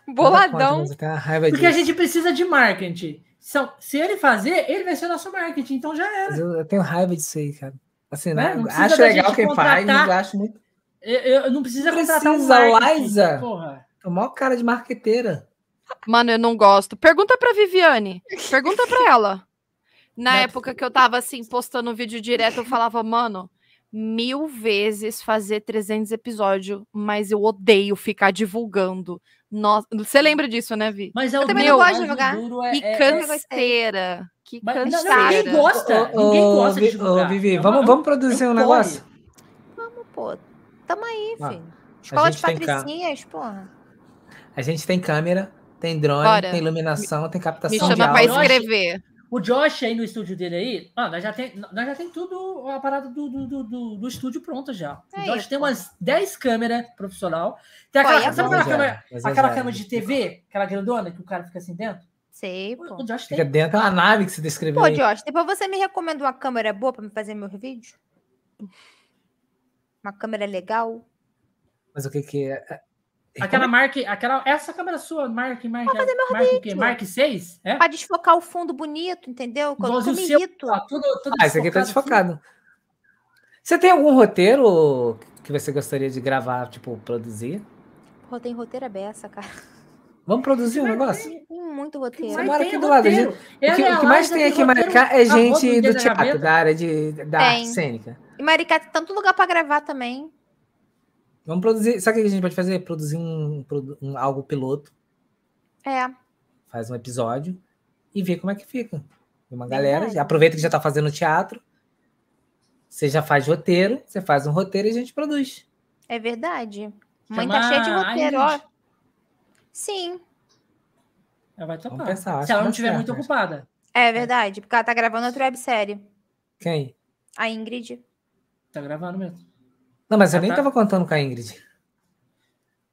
Boladão. Tem uma raiva Porque a Ah, disso. gente precisa de marketing. São, se ele fazer, ele vai ser o nosso marketing, então já era. Mas Eu, eu tenho raiva disso aí, cara. Assim, Né? né? Não precisa Acho da gente legal quem faz, contratar. mas eu acho muito. Eu, eu- eu não precisa Não contratar um precisa, marketing, Liza. Porra. O maior cara de marqueteira. Mano, eu não gosto. Pergunta pra Viviane. Pergunta pra ela. é Na época que eu tava assim, postando vídeo direto, eu falava, mano, mil vezes fazer 300 episódios, mas eu odeio ficar divulgando. Nossa, você lembra disso, né, Vi? Mas é o também duro, não gosto mas de o jogar. duro é- Que é- é- canseira. Que Mas- não, não, canseira. ninguém gosta. ninguém Ô, gosta de Vi- divulgar. Ô, Vivi, É uma- vamos, é um- vamos produzir é um um corre. negócio? Pô, tamo aí, Ah, filho. Escola de gente tem cá. patricinhas, porra. A gente tem câmera, tem drone, Bora. tem iluminação, tem captação Me de chama pra áudio. escrever. escrever. O Josh aí no estúdio dele aí, mano, nós já tem, nós já tem tudo, a parada do, do, do, do- do estúdio pronta já. É O Aí, Josh tem pô. umas 10 câmeras profissional. Tem Pô, aquela, aí é sabe bom. aquela Exagero, câmera, aquela exagero. câmera de TV, aquela grandona que o cara fica assim dentro? Sei, O, pô. o Josh tem. Então, Fica dentro da nave que você descreveu. Pô, aí. Josh, depois você me recomenda uma câmera boa pra me fazer meus vídeos? Uma câmera legal? Mas o que que é? Aquela marca, aquela, essa câmera sua, marca, marca, marca o quê? vídeo. Marca 6? É? Pra desfocar o fundo bonito, entendeu? Que eu nunca Igualzinho me o seu, irrito. Ó, tudo, tudo Ah, esse aqui tá desfocado desfocado. Você tem algum roteiro que você gostaria de gravar, tipo, produzir? Pô, tem roteiro aberta, cara. Vamos produzir um negócio? Tem muito aqui. roteiro. Mas mora tem aqui do lado, assim. roteiro. O que, Ela e o a que mais Liza tem aqui em roteiro Maricá na é boca gente dedo do da teatro, gaveta. da área de, da arte Tem. cênica. E Maricá tem tanto lugar pra gravar também. Vamos produzir. Sabe o que a gente pode fazer? Produzir um, produ- um- algo piloto, É. faz um episódio e vê como é que fica. Uma galera, Verdade. aproveita que já está fazendo teatro. Você já faz roteiro, você faz um roteiro e a gente produz. É verdade. Mãe Chama tá cheia de a roteiro, ó. Ingrid. Sim. Ela vai Vamos topar. pensar, acho Se ela que não dá estiver certo, muito acho. ocupada. É verdade, porque ela tá gravando outra websérie. Quem? A Ingrid. Tá gravando mesmo. Não, mas eu Ah, nem tá. tava contando com a Ingrid.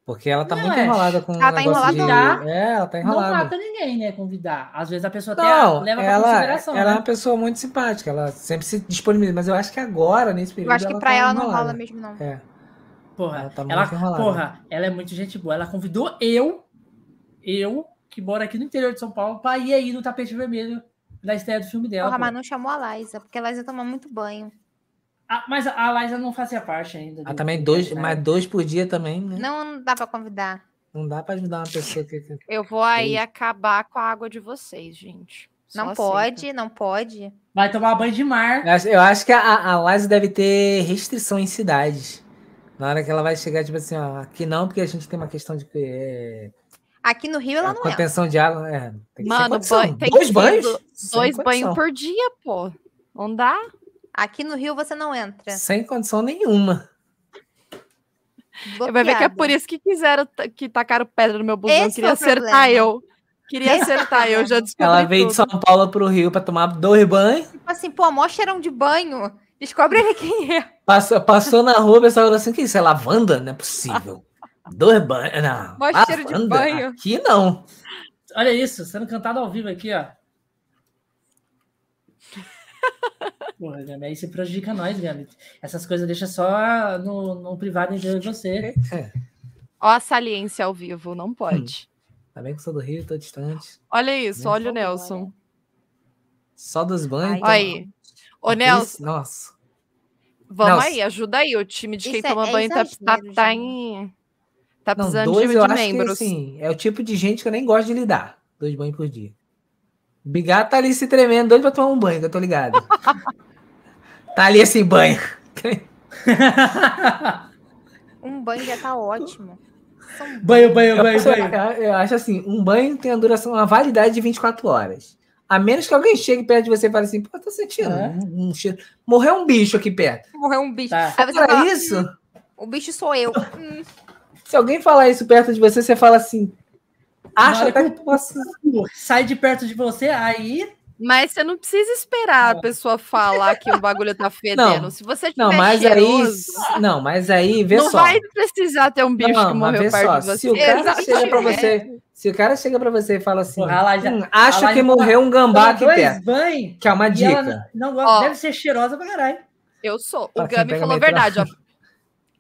Porque ela tá Não, muito é. enrolada com o Ela tá negócio de... enrolada. É, ela tá Não enrolada. mata ninguém, né? Convidar. Às vezes a pessoa até Não, leva pra ela, consideração. ela é né? uma pessoa muito simpática, ela sempre se disponibiliza, mas eu acho que agora, nesse período, Eu acho que pra tá ela não enrolada. rola mesmo, não. É. Porra, Ela ela, tá muito enrolada. porra, ela é muito gente boa. Ela convidou eu, eu, que moro aqui no interior de São Paulo, pra ir aí no tapete vermelho na estreia do filme dela. Porra, pô. mas não chamou a Liza, porque a Liza toma muito banho. Ah, mas a- a Liza não fazia parte ainda. Ah, do- também do né? dois, cenário. mas dois por dia também, né? Não, não dá pra convidar. Não, dá pra ajudar uma pessoa que. que- Eu vou aí acabar com a água de vocês, gente. Só Não aceita. pode, não pode. Vai tomar banho de mar. Eu acho, eu acho que a, a Liza deve ter restrição em cidades. Na hora que ela vai chegar, tipo assim, ó, aqui não, porque a gente tem uma questão de é, Aqui no Rio ela não é. contenção de água. É, tem que Mano, sem condição. banho- tem dois que ser banhos? do- Sem Dois condição. banhos por dia, pô. Não dá? Aqui no Rio você não entra. Sem condição nenhuma. Vai ver que é Bloqueado. por isso que quiseram ta- que tacaram pedra no meu busão. Esse Queria é o acertar problema. eu. Queria Esse é o acertar eu, já problema. descobri Ela veio de tudo. São Paulo pro Rio pra tomar dois banhos. Tipo assim, pô, mó cheirão de banho. Descobre ele quem é. Passou, passou na rua, o pessoal falou assim: que isso? É lavanda? Não é possível. Dois banhos. Não. Mó cheiro de Lavanda? banho. Aqui não. Olha isso, sendo cantado ao vivo aqui, ó. Porra, Gabi, aí você prejudica nós, Gabi. Essas coisas deixa só no, no privado entre eu e você. É, Ó a saliência ao vivo, não pode. tá bem que sou do Rio, tô distante. Olha isso, Não olha o pode, Nelson. Só dos banhos. Ai, então. Olha aí. Ô, Isso, Nelson, Nossa. vamos Nelson. aí, ajuda aí. O time de quem Isso é- toma é banho tá, tá, exagero, tá gente. em. Tá Não, precisando dois de, eu de acho membros. que assim, é o tipo de gente que eu nem gosto de lidar. Dois banhos por dia. Bigato tá ali se tremendo, doido pra tomar um banho, que eu tô ligado. tá ali assim, banho. Um banho já tá ótimo. São banho, banho, banho, Eu, banho. eu acho assim, um banho tem a duração, uma validade de 24 horas. A menos que alguém chegue perto de você e fale assim, pô, eu tô sentindo É. um, um cheiro. Morreu um bicho aqui perto. Morreu um bicho. Tá. Aí você Fora fala, isso, o bicho sou eu. Hum, se alguém falar isso perto de você, você fala assim, acha hora até que que posso... um Sai de perto de você, aí. Mas você não precisa esperar a pessoa falar que o bagulho tá fedendo. Se você tiver Ah. Não, mas cheiroso, aí, não, mas aí, vê não só. vai precisar ter um bicho Não, que mas vê morreu perto só, de você. Se o cara Exatamente. chega pra você, se o cara chega para você e fala assim, Porra, ela já- "Hum, acho ela que já- morreu um gambá aqui dois perto, banhos. que é uma E dica. ela não gosta. Ó. Deve ser cheirosa pra caralho. Eu sou. Pra o quem Gami pega falou a metrô. Hum. verdade, ó.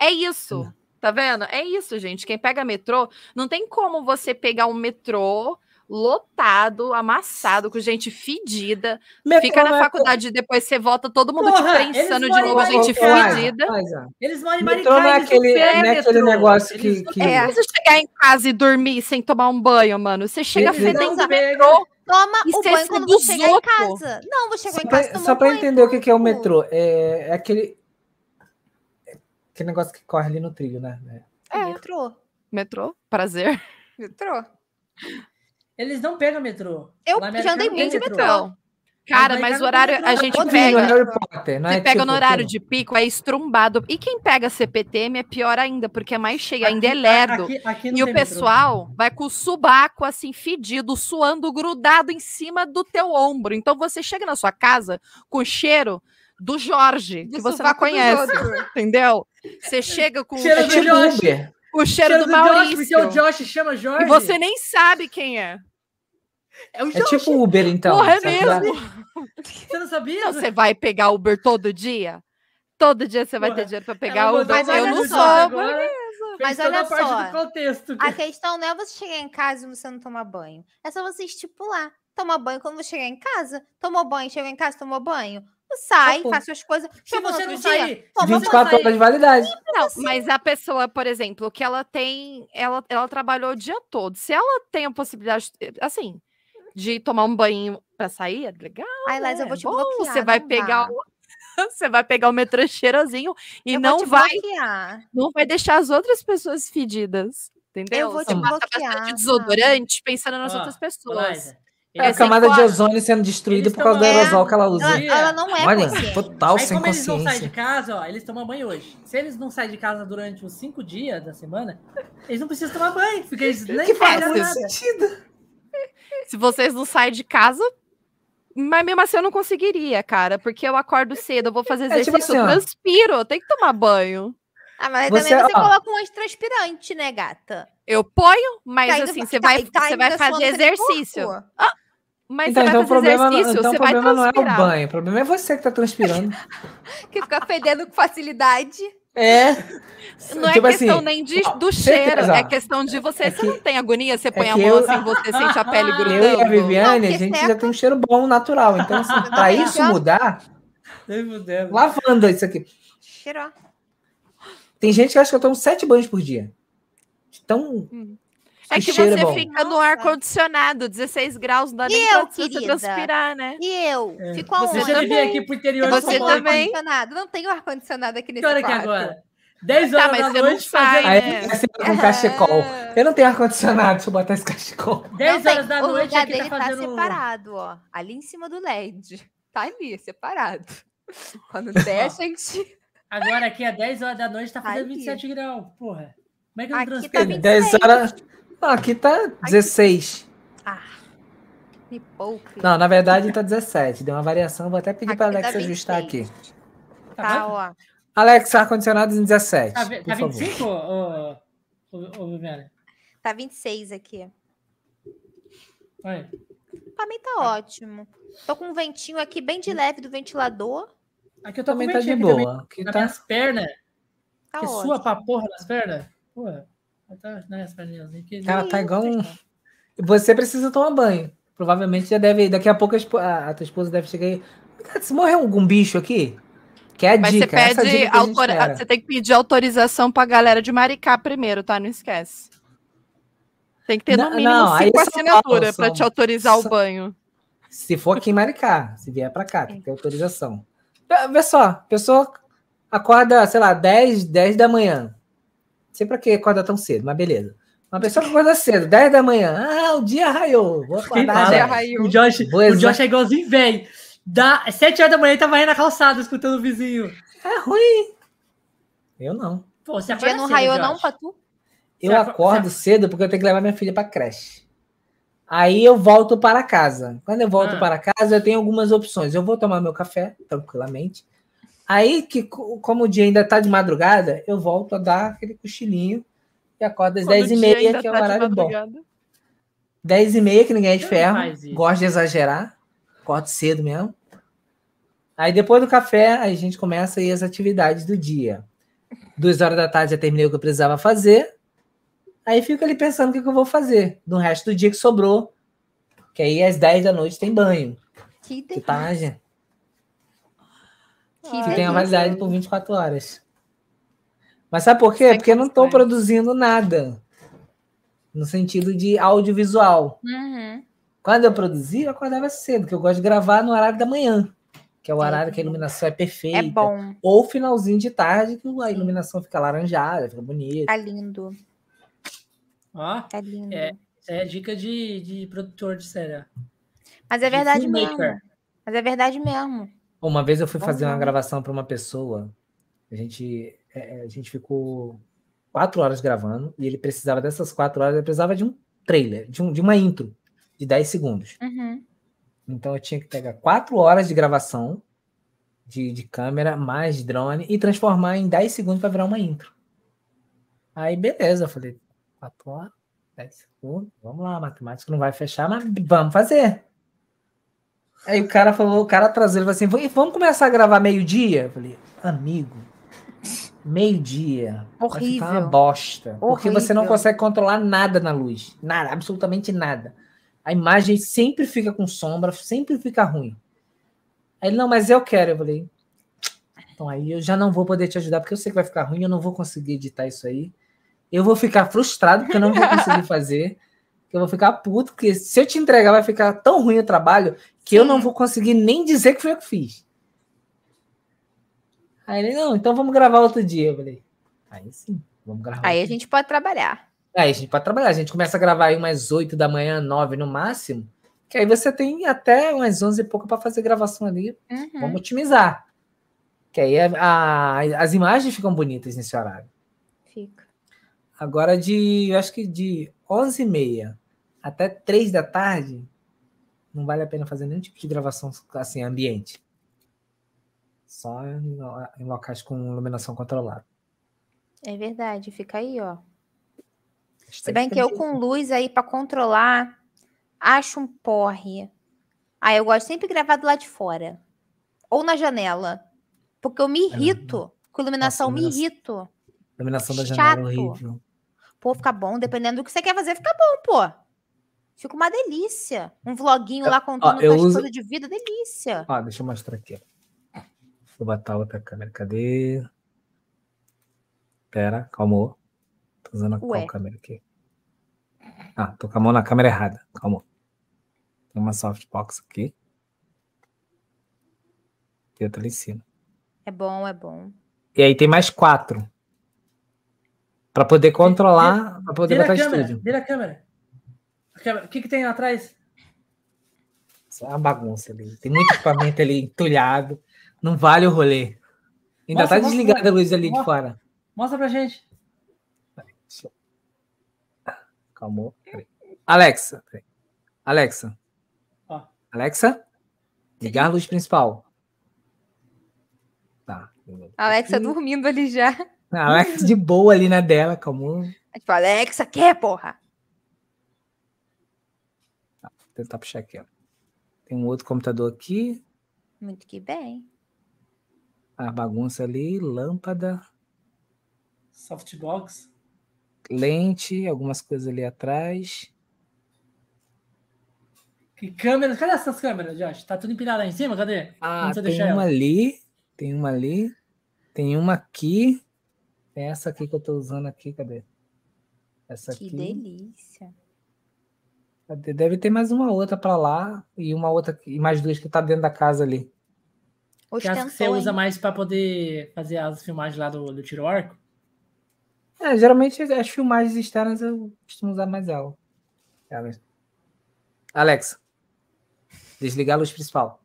É isso. Tá vendo? É isso, gente. Quem pega metrô, não tem como você pegar um metrô lotado, amassado, com gente fedida. Metrô Fica não na é- faculdade e depois você volta todo mundo Porra, te prensando eles de vão novo, lá e gente vão lá. fedida. Mas, ó, Eles moram em Metrô não Maricá. é eles aquele, não não é pegam aquele metrô. negócio Eles que, não que- É. Você chegar em casa e dormir sem tomar um banho, mano. Você chega Eles não fedendo no pegam. metrô. Toma Isso o é banho esse quando do você chegar em Zopo. casa. Não, vou chegar Só em casa e pra, tomar só um pra banho, entender o que, que é o pronto. metrô, é, é aquele é aquele negócio que corre ali no trilho, né? É. É. Metrô. Metrô, prazer. Metrô. Eles não pegam metrô. Eu Lá em América já andei não tem muito de metrô. Então, cara, Mas vai mas o no horário a metrô, gente Outro pega. vídeo, Harry Potter, não Você é pega tipo no horário aquilo. de pico, é estrumbado. E quem pega CPTM é pior ainda, porque é mais cheio, ainda é Aqui- lerdo. aqui- aqui não E o tem metrô. pessoal vai com o subaco assim, fedido, suando, grudado em cima do teu ombro. Então você chega na sua casa com cheiro do Jorge, que você não sovaco dos conhece, outros. entendeu? Você chega com Cheiro É do o, cheiro, tipo Josh. Uber. o cheiro do Josh, porque é o Maurício. Josh chama Jorge. E você nem sabe quem é. É o É Josh. tipo Uber, então. Porra, é só que dá- mesmo. Você não sabia? Então, você vai pegar Uber todo dia? Todo dia você vai Porra, ter dinheiro pra Ela pegar mandou Uber. Mas uma eu não mensagem sou, agora, fez Mas toda olha a parte só. do contexto. A questão não é você chegar em casa e você não tomar banho. É só você estipular. Tomar banho quando você chegar em casa. Tomou banho, chegou em casa, tomou banho. Sai, Acabou. faz suas coisas. Se Chegou no você outro não dia, sair, toma banho. 24 horas de validade. Não, Assim mas a pessoa, por exemplo, que ela tem, ela, ela trabalhou o dia todo. Se ela tem a possibilidade, eh, assim, de tomar um banho pra sair, é legal. Ai, Laís, eu né? vou te Bom, bloquear. Você vai não pegar, dá. o, você vai pegar o metrô cheirosinho e Eu vou não te vai, bloquear. não vai deixar as outras pessoas fedidas, entendeu? vou você te passa bastante bloquear, desodorante pensando nas Ó, outras Ô, pessoas. Liza, É a eles- sem camada de cor. ozônio sendo destruída Eles por causa do é. tomam- aerosol que ela Ela, usa. Ela- ela não é Olha, consciente. total Aí, sem como eles não saem de consciência. casa, ó, eles tomam banho hoje. Se eles não saem de casa durante os cinco dias da semana, eles não precisam tomar banho, porque eles nem Que faz fizeram muito nada. sentido. Se vocês não saem de casa, Mas mesmo assim eu não conseguiria, cara, porque eu acordo cedo, eu vou fazer É, tipo exercício, eu assim, ó. transpiro, eu tenho que tomar banho. Ah, mas Você- também você ó. coloca um antitranspirante, né, gata? Eu ponho, mas Tá indo- assim, você tá- vai, tá você indo vai da fazer sua- daquele exercício. corpo. Mas então, você vai então o fazer problema, não- exercício, então, o você vai problema não é o transpirar. banho, o problema é você que tá transpirando. Que fica fedendo com facilidade. É. Não é Tipo questão assim, nem de- ó, do certeza. cheiro, é questão de você. É você que- é não tem agonia, você põe a que mão eu- assim, você sente a pele grudando. Eu e a Viviane, Não, a porque gente seca. já tem um cheiro bom, natural. Então, assim, pra isso mudar, Deus me deu. lavando isso aqui. Cheirou. Tem gente que acha que eu tomo sete banhos por dia. Então, É o que cheiro você é bom. fica no ar-condicionado, 16 graus, não dá E nem eu, pra você querida? transpirar, né? E eu? É. Fico aonde? Você já veio aqui pro interior de Você São Paulo. também. Ar-condicionado. Não tem ar-condicionado aqui nesse Que hora que é quarto. agora? 10 Tá, horas mas da você não noite sai, fazendo... aí né? é. fica sempre com cachecol. Eu não tenho ar-condicionado se eu botar esse cachecol. 10 Não horas tem. da o noite lugar aqui dele tá fazendo... tá separado, ó. Ali em cima do LED. Tá ali, separado. Quando der, gente. Agora aqui é 10 horas da noite, tá fazendo Aí. 27 graus, porra. Como é que eu não Aqui tá transpiro? vinte- 10 horas. Não, aqui tá 16. Me poupe. Não, na verdade tá 17. Deu uma variação. Vou até pedir pra Aqui dá Alexa ajustar aqui. 26. Tá, Tá, ó. Alexa, ar-condicionado em 17. Tá, ve- por tá favor. 25, ô, ô, ô, ô Viviane? Tá 26 aqui. Olha. Pra mim tá ótimo. Tô com um ventinho aqui bem de leve do ventilador. Aqui eu tô Também tá de aqui também. boa. Aqui Nas tá... minhas pernas, Tá que ótimo. sua pra porra nas pernas. Porra, tá nas perninhas. hein, que- Cara, tá igual um. Você precisa tomar banho. Provavelmente já deve. Daqui a pouco a, espo- a- a tua esposa deve chegar aí. Cara, se morrer algum bicho aqui, que é a Mas dica. você essa é a pede dica que a gente autori- espera. você tem que pedir autorização pra galera de Maricá primeiro, tá? Não esquece. Tem que ter Não, no mínimo não, aí cinco é São Paulo, assinaturas pra são- te autorizar o são- banho. Se for aqui em Maricá, se vier pra cá, tem que ter autorização. Tá, Vê só, a pessoa acorda, sei lá, 10, 10 da manhã. Não sei pra que acorda tão cedo, mas beleza. Uma pessoa que acorda cedo, 10 da manhã. Ah, o dia raiou. Vou Quem acordar. fala? já. O Josh, Boa o Josh é igualzinho, velho. Da 7 horas da manhã ele tá varrendo a calçada, escutando o vizinho. É ruim. Eu não. Pô, você O Um dia acorda não cedo, raiou, Josh. não, pra tu? Eu Você aco- acordo cedo porque eu tenho que levar minha filha para creche. Aí eu volto para casa. Quando eu volto Ah. para casa, eu tenho algumas opções. Eu vou tomar meu café tranquilamente. Aí que co- como o dia ainda tá de madrugada, eu volto a dar aquele cochilinho e acordo às Quando o 10 e dia meia, ainda que é o tá de horário bom. madrugada. 10 e meia, que ninguém é de Quem ferro. faz isso? Gosto de exagerar. Acordo cedo mesmo. Aí depois do café, a gente começa aí as atividades do dia. Duas horas da tarde já terminei o que eu precisava fazer. Aí fico ali pensando o que, que eu vou fazer no resto do dia que sobrou. Que aí às 10 da noite tem banho. Que, de... Que tá na agenda. que Que tem a delícia. validade por 24 horas. Mas sabe por quê? Sem Porque eu não estou condições. produzindo nada. No sentido de audiovisual. Uhum. Quando eu produzia, eu acordava cedo, que eu gosto de gravar no horário da manhã, que é o Sim. horário que a iluminação é perfeita. Uhum. É bom, Ou finalzinho de tarde, que a iluminação fica laranjada, fica bonita. tá lindo, Ó, tá lindo. É. isso aí é dica de, de produtor de série. Mas é De verdade mesmo. filmmaker. Mas é verdade mesmo. Uma vez eu fui Bom fazer uma nome. gravação para uma pessoa, a gente, é, é, a gente ficou quatro horas gravando, e ele precisava dessas quatro horas, ele precisava de um trailer, de, um- de uma intro, de 10 segundos. Uhum. Então eu tinha que pegar quatro horas de gravação de, de câmera, mais drone, e transformar em 10 segundos para virar uma intro. Aí beleza, eu falei, quatro horas, 10 segundos, vamos lá, a matemática não vai fechar, mas vamos fazer. Aí o cara falou, o cara atrasou, ele falou assim, "Vamos- vamos começar a gravar meio-dia? Eu falei, amigo, meio-dia. vai ficar uma Horrível. bosta. Porque você não Horrível. consegue controlar nada na luz. Nada, absolutamente nada. A imagem sempre fica com sombra, sempre fica ruim. Aí ele, não, mas eu quero. Eu falei, então aí eu já não vou poder te ajudar, porque eu sei que vai ficar ruim, eu não vou conseguir editar isso aí. Eu vou ficar frustrado, porque eu não vou conseguir fazer. Eu vou ficar puto, porque se eu te entregar, vai ficar tão ruim o trabalho que eu não vou conseguir nem dizer que foi eu que fiz. Aí ele, não, então vamos gravar outro dia. Eu falei, aí sim, vamos gravar. Aí a outro gente pode trabalhar. Aí a gente pode É, trabalhar. A gente começa a gravar aí umas 8 da manhã, 9 no máximo. Que aí você tem até umas 11 e pouco para fazer gravação ali. Uhum. Vamos otimizar. Que aí a- a- as imagens ficam bonitas nesse horário. Fica. Agora de, eu acho que de 11 e meia até 3 da tarde, não vale a pena fazer nenhum tipo de gravação assim, ambiente. Só em, lo- em locais com iluminação controlada. É verdade, fica aí, ó. Se Hashtag bem que eu com luz aí pra controlar, acho um porre. Ah, eu gosto sempre de gravar do lado de fora. Ou na janela. Porque eu me irrito. Com iluminação, eu me É iluminação. irrito. Iluminação da janela é chato. horrível. Pô, fica bom. Dependendo do que você quer fazer, fica bom, pô. Fica uma delícia. Um vloguinho lá contando É, eu suas uso- coisas de vida, delícia. Ó, Ah, deixa eu mostrar aqui. ó. Vou botar outra câmera. Cadê? Pera, calmou. Tô usando qual Ué. câmera aqui? Ah, tô com a mão na câmera errada. Calmou. Tem uma softbox aqui. E outra ali em cima. É bom, é bom. E aí tem mais quatro. Pra poder controlar, pra poder Vira a botar câmera, estúdio. vira a câmera. A câmera. O que, que tem lá atrás? Isso é uma bagunça ali. Tem muito equipamento ali entulhado. Não vale o rolê. Ainda Mostra, tá mostra, um- desligada a luz ali de mostra. fora. Mostra pra gente. Calmou. peraí. Alexa. peraí. Alexa. Ó. Alexa? Ligar a luz principal. Tá. Alexa dormindo ali já. A Alexa de boa ali na dela, calmou. Vou Tipo, Alexa, quer, porra? tentar puxar aqui, ó. Tem um outro computador aqui. Muito que bem. A bagunça ali, lâmpada, Softbox. lente, algumas coisas ali atrás. Que câmeras? Cadê essas câmeras, Josh? Tá tudo empilhado lá em cima? Cadê? Ah, Onde você tem uma ali. Tem uma ali. Tem uma aqui. Tem essa aqui que eu tô usando aqui, cadê? Essa Que Tá aqui. delícia. Cadê? Deve ter mais uma outra pra lá e uma outra e mais duas que tá dentro da casa ali. Que é as Ostentou, que você usa hein? mais pra poder fazer as filmagens lá do, do tiro ao arco? É, geralmente as filmagens externas eu costumo usar mais ela. É, Elas. Alexa, desligar a luz principal.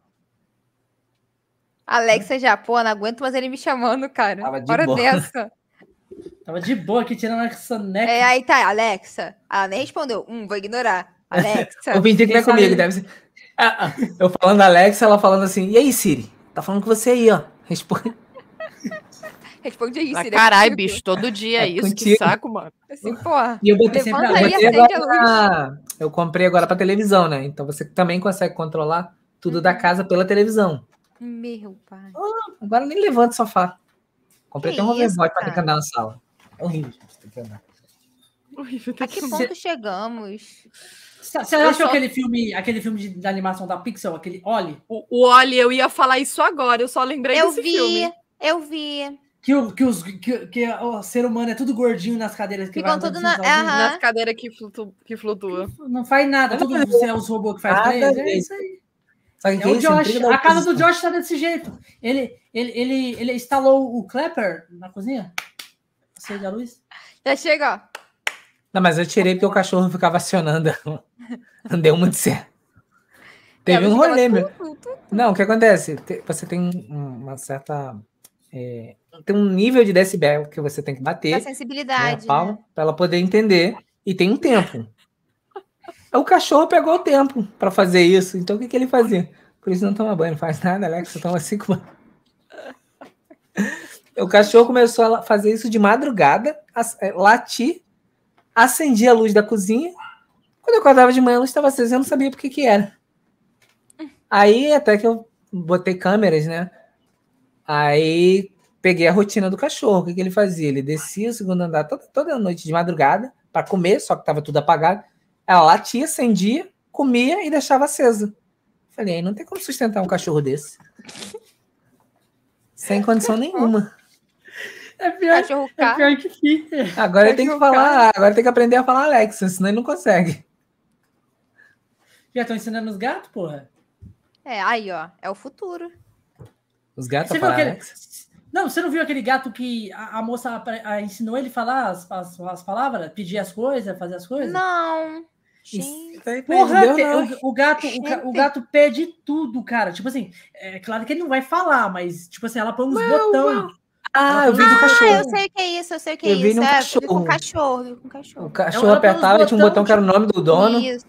Alexa já, pô, não aguento mais ele me chamando, cara. Tava de Hora boa. dessa. Tava de boa aqui tirando essa neca. É, aí tá, Alexa. Ela nem respondeu. Hum, vou ignorar. Alexa. Eu pensei que não Quem é sabe- comigo, deve ser. Ah, ah, Eu falando Alexa, ela falando assim, e aí, Siri? Tá falando com você aí, ó. Responde. Responde aí, Ah, Siri. Carai, contigo. bicho, todo dia É é isso. contigo. Que saco, mano. Assim, porra. E eu botei sempre Levanta a aí, botei acende a luz. agora- Ah, eu comprei agora pra televisão, né? Então você também consegue controlar tudo Uhum. da casa pela televisão. Meu pai. Agora eu nem levanto o sofá. Comprei Que até um isso, hoverboard pra ter que cara? andar na sala. É horrível, gente, ter que andar. tá A que ponto chegamos? Você você Eu achou só- aquele filme, aquele filme de, da animação da Pixel, aquele Oli? O, o Oli, eu ia falar isso agora, eu só lembrei Eu desse vi, filme. eu vi. Que, o- que, os, que, que o ser humano é tudo gordinho nas cadeiras que Ficam vai andando tudo na- sozinho. Aham. Nas cadeiras que, flutu- que flutua. Não faz nada, tudo você é os robôs que faz pra Nada eles. É disso. isso aí. Sabe É o isso? Josh. Intriga da A casa do oposição. Josh tá desse jeito. Ele, ele, ele, ele instalou o clapper na cozinha. Acende a luz. Já chega, ó. Não, mas eu tirei porque o cachorro ficava acionando. Não deu muito É, certo. Teve Ela um ficava rolê, meu. tu, tu, tu. Não, o que acontece? Te- Você tem um- uma certa. é, tem um nível de decibel que você tem que A bater né, sensibilidade. a né? palma, pra ela poder entender. E tem um tempo. É O cachorro pegou o tempo pra fazer isso. Então o que, que ele fazia? Por isso não toma banho, não faz nada, Alexa, toma cinco banhos. O cachorro começou a la- fazer isso de madrugada, as- é, latir, acendia a luz da cozinha. Quando eu acordava de manhã, a luz estava acesa, eu não sabia por que que era. Aí até que eu botei câmeras, né? Aí peguei a rotina do cachorro. O que, que ele fazia? Ele descia o segundo andar toda, toda noite de madrugada para comer, só que estava tudo apagado. Ela latia, acendia, comia e deixava acesa. Falei, não tem como sustentar um cachorro desse. Sem condição nenhuma. É pior, Cachorro é K. pior que fica. Agora eu tenho que falar, agora eu tenho que aprender a falar Alexa, senão ele não consegue. Já estão ensinando os gatos, porra. É, aí, ó. É o futuro. Os gatos Você viu a falar aquele... Alexa. Não, você não viu aquele gato que a, a moça apre- a- ensinou ele a falar as, as, as palavras? Pedir as coisas, fazer as coisas? Não. Gente. é. Isso tá aí pra ele Porra, deu, te- não. o, o gato, o, ga- o Gente. gato pede tudo, cara. Tipo assim, é claro que ele não vai falar, mas, tipo assim, ela põe uns botões. Ah, eu vi do cachorro. Ah, eu sei o que é isso, eu sei o que é Eu vi isso. num É, eu vi com cachorro. um cachorro, eu vi com cachorro. O cachorro ela tem uns apertava e tinha um botão botão que era o nome do dono. Isso.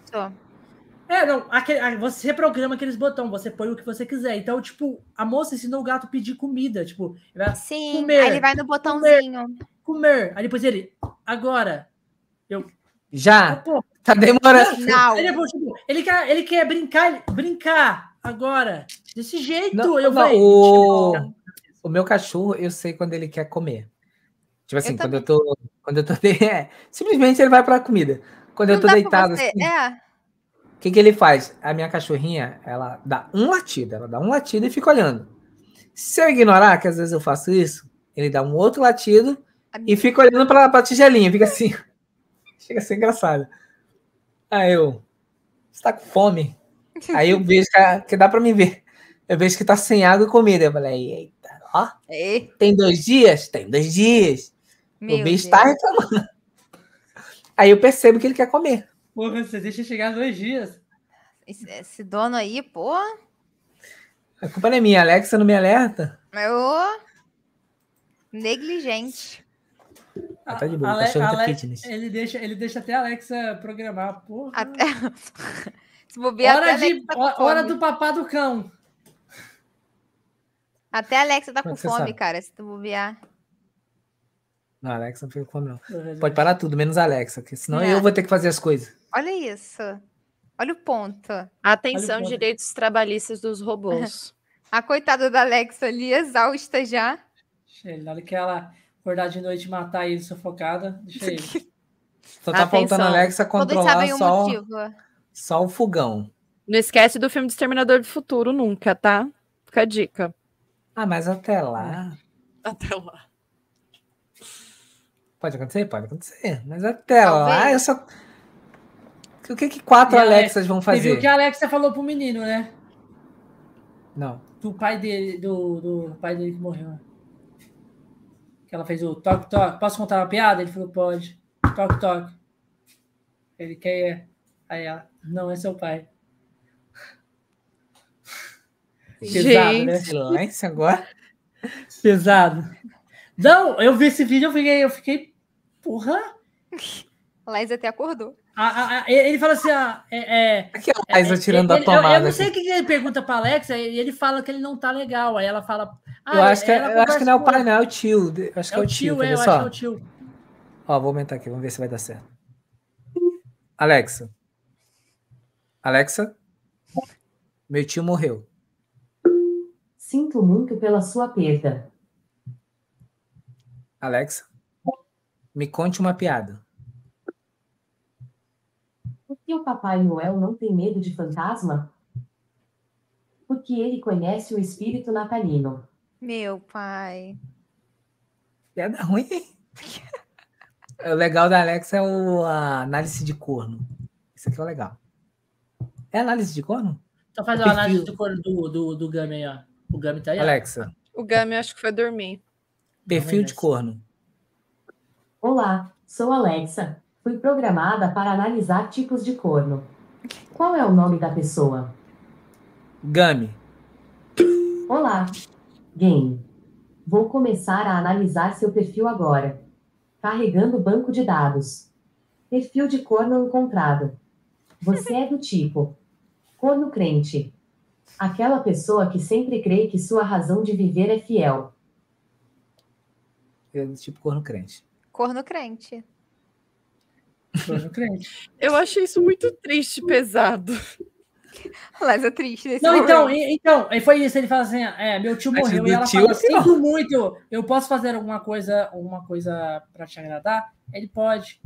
É, não, aquele, ah, você reprograma aqueles botões, você põe o que você quiser. Então, tipo, a moça ensinou o gato a pedir comida, tipo, ele vai Sim, Comer, aí ele vai no botãozinho. comer. Aí depois ele, agora. Já? Pô, Tá demorando. Não. Ele, pô, tipo, ele quer, ele quer brincar, ele- brincar agora. Desse jeito, Não, eu não, falei, o... o meu cachorro, eu sei quando ele quer comer. Tipo assim, quando eu tô. Quando eu tô. de- é, simplesmente ele vai pra comida. Quando eu Não tô dá pra deitado, você- assim, É, o que, que ele faz? A minha cachorrinha, ela dá um latido, ela dá um latido e fica olhando. Se eu ignorar, que às vezes eu faço isso, ele dá um outro latido e fica olhando pra, pra tigelinha, fica assim. Chega a ser engraçado. Aí eu. Você tá com fome? Aí eu vejo que, a- que dá pra mim ver. Eu vejo que tá sem água e comida. Eu falei, eita, ó, é. tem dois dias? Tem dois dias. Meu o Deus. bicho tá reclamando. Aí eu percebo que ele quer comer. Porra, você deixa chegar dois dias. Esse, esse dono aí, pô. A culpa não é minha, Alexa não me alerta. Eu... Negligente. Ah, tá de boa, Ale- cachorro tá Ale- fitness. Ele deixa, ele deixa até a Alexa programar, porra. Até... Se bobear, até a Hora, de, Alexa tá com ho- hora fome. do papá do cão. Até a Alexa tá Como é com que você fome, sabe? cara, se tu bobear. Não, Alexa não fica com fome, não. Pode parar tudo, menos a Alexa, que senão É. eu vou ter que fazer as coisas. Olha isso. Olha o ponto. Olha Atenção, o ponto. direitos trabalhistas dos robôs. A coitada da Alexa ali, exausta já. Deixa ele, na hora que ela acordar de noite e matar ele sufocada, deixa ele. Só tá Atenção. faltando a Alexa Todos controlar sabem o só, motivo. só o fogão. Não esquece do filme do Exterminador do Futuro nunca, tá? Fica a dica. Ah, mas até lá. É. Até lá. Pode acontecer? Pode acontecer. Mas até lá, Ah, Talvez. eu só. O que que quatro E a Alexas vão Você viu fazer? é. o que a Alexa falou pro menino, né? Não. Do pai dele, do, do pai dele que morreu. né? Que ela fez o toque, toque. Posso contar uma piada? Ele falou, pode. Toque, toque. Ele quer. Aí ela, não é seu pai. Pesado, né? Silêncio agora. Pesado. Não, eu vi esse vídeo, eu fiquei, eu fiquei, porra. A Laís até acordou. A- a- a- ele fala assim, ah, é, é, Aqui a Alexa tirando ele- a eu- Eu, tomada. não assim. sei o que que ele pergunta pra Alexa, e ele fala que ele não tá legal. Aí ela fala. ah, Eu acho que, ela eu acho que não é o pai, conversa não, é o tio. Eu Acho com- que é o tio, quer é, ver eu acho só? que é o tio. Ó, vou aumentar aqui, vamos ver se vai dar certo. Alexa. Alexa? Meu tio morreu. Sinto muito pela sua perda. Alexa? Me conte uma piada. Por que o Papai Noel não tem medo de fantasma? Porque ele conhece o espírito natalino. Meu pai. Piada ruim, hein? O legal da Alexa é o, a análise de corno. Isso aqui é o legal. É análise de corno? Então faz uma análise do cor do, do, do Gami aí, ó. O Gami tá aí. ó. Alexa, O Gami eu acho que foi dormir. perfil de merece. corno. Olá, sou Alexa. Fui programada para analisar tipos de corno. Qual é o nome da pessoa? Gami. Olá, Game. Vou começar a analisar seu perfil agora. Carregando o banco de dados. Perfil de corno encontrado. Você é do tipo corno crente. Aquela pessoa que sempre crê que sua razão de viver é fiel. Eu, tipo corno crente. Corno crente. Corno crente. Eu achei isso muito triste e pesado. A Laís é triste nesse Não, momento. então, e- então, aí foi isso. Ele fala assim: é, meu tio Mas morreu. do E ela tio fala: é pior. sinto muito, eu posso fazer alguma coisa, alguma coisa pra te agradar? Ele pode.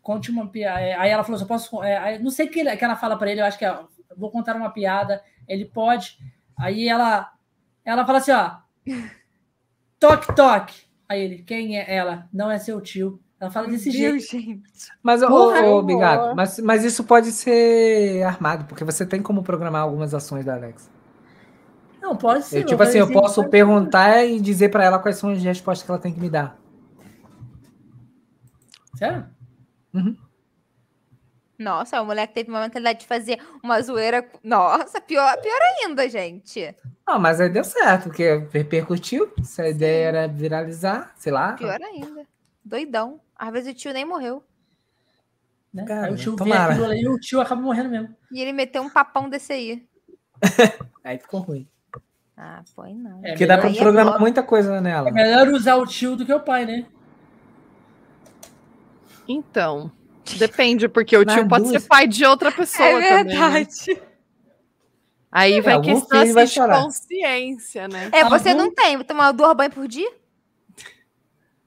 Conte uma piada. Aí ela falou: eu posso. é, aí não sei o que, ele- que ela fala pra ele, eu acho que é, vou contar uma piada. Ele pode. Aí ela, ela fala assim: ó, toque, toque. Aí ele: quem é ela? Não é seu tio. Ela fala desse jeito. Mas, ô, Porra, ô, amor. Bigato, mas, mas isso pode ser armado, porque você tem como programar algumas ações da Alexa. Não, pode ser. eu, tipo assim, é eu posso perguntar e dizer pra ela quais são as respostas que ela tem que me dar. Sério? Nossa, o moleque teve uma mentalidade de fazer uma zoeira. com- Nossa, pior, pior ainda, gente. Não, Ah, mas aí deu certo, porque repercutiu. Se a ideia era viralizar, sei lá. Pior ainda. Doidão. Às vezes o tio nem morreu. Né? Cara, Aí o tio tomara. vê aquilo ali e o tio acaba morrendo mesmo. E ele meteu um papão desse aí. Aí ficou ruim. Ah, foi não. É, Porque dá pra melhor, Aí é programar bom. muita coisa nela. é melhor usar o tio do que o pai, né? Então, depende, porque o Na tio pode dúvida. ser pai de outra É pessoa também. né? Aí vai algum questão filho assim, vai de chorar. consciência, né? um É, você Algum- não tem. Tomar duas banhas por dia?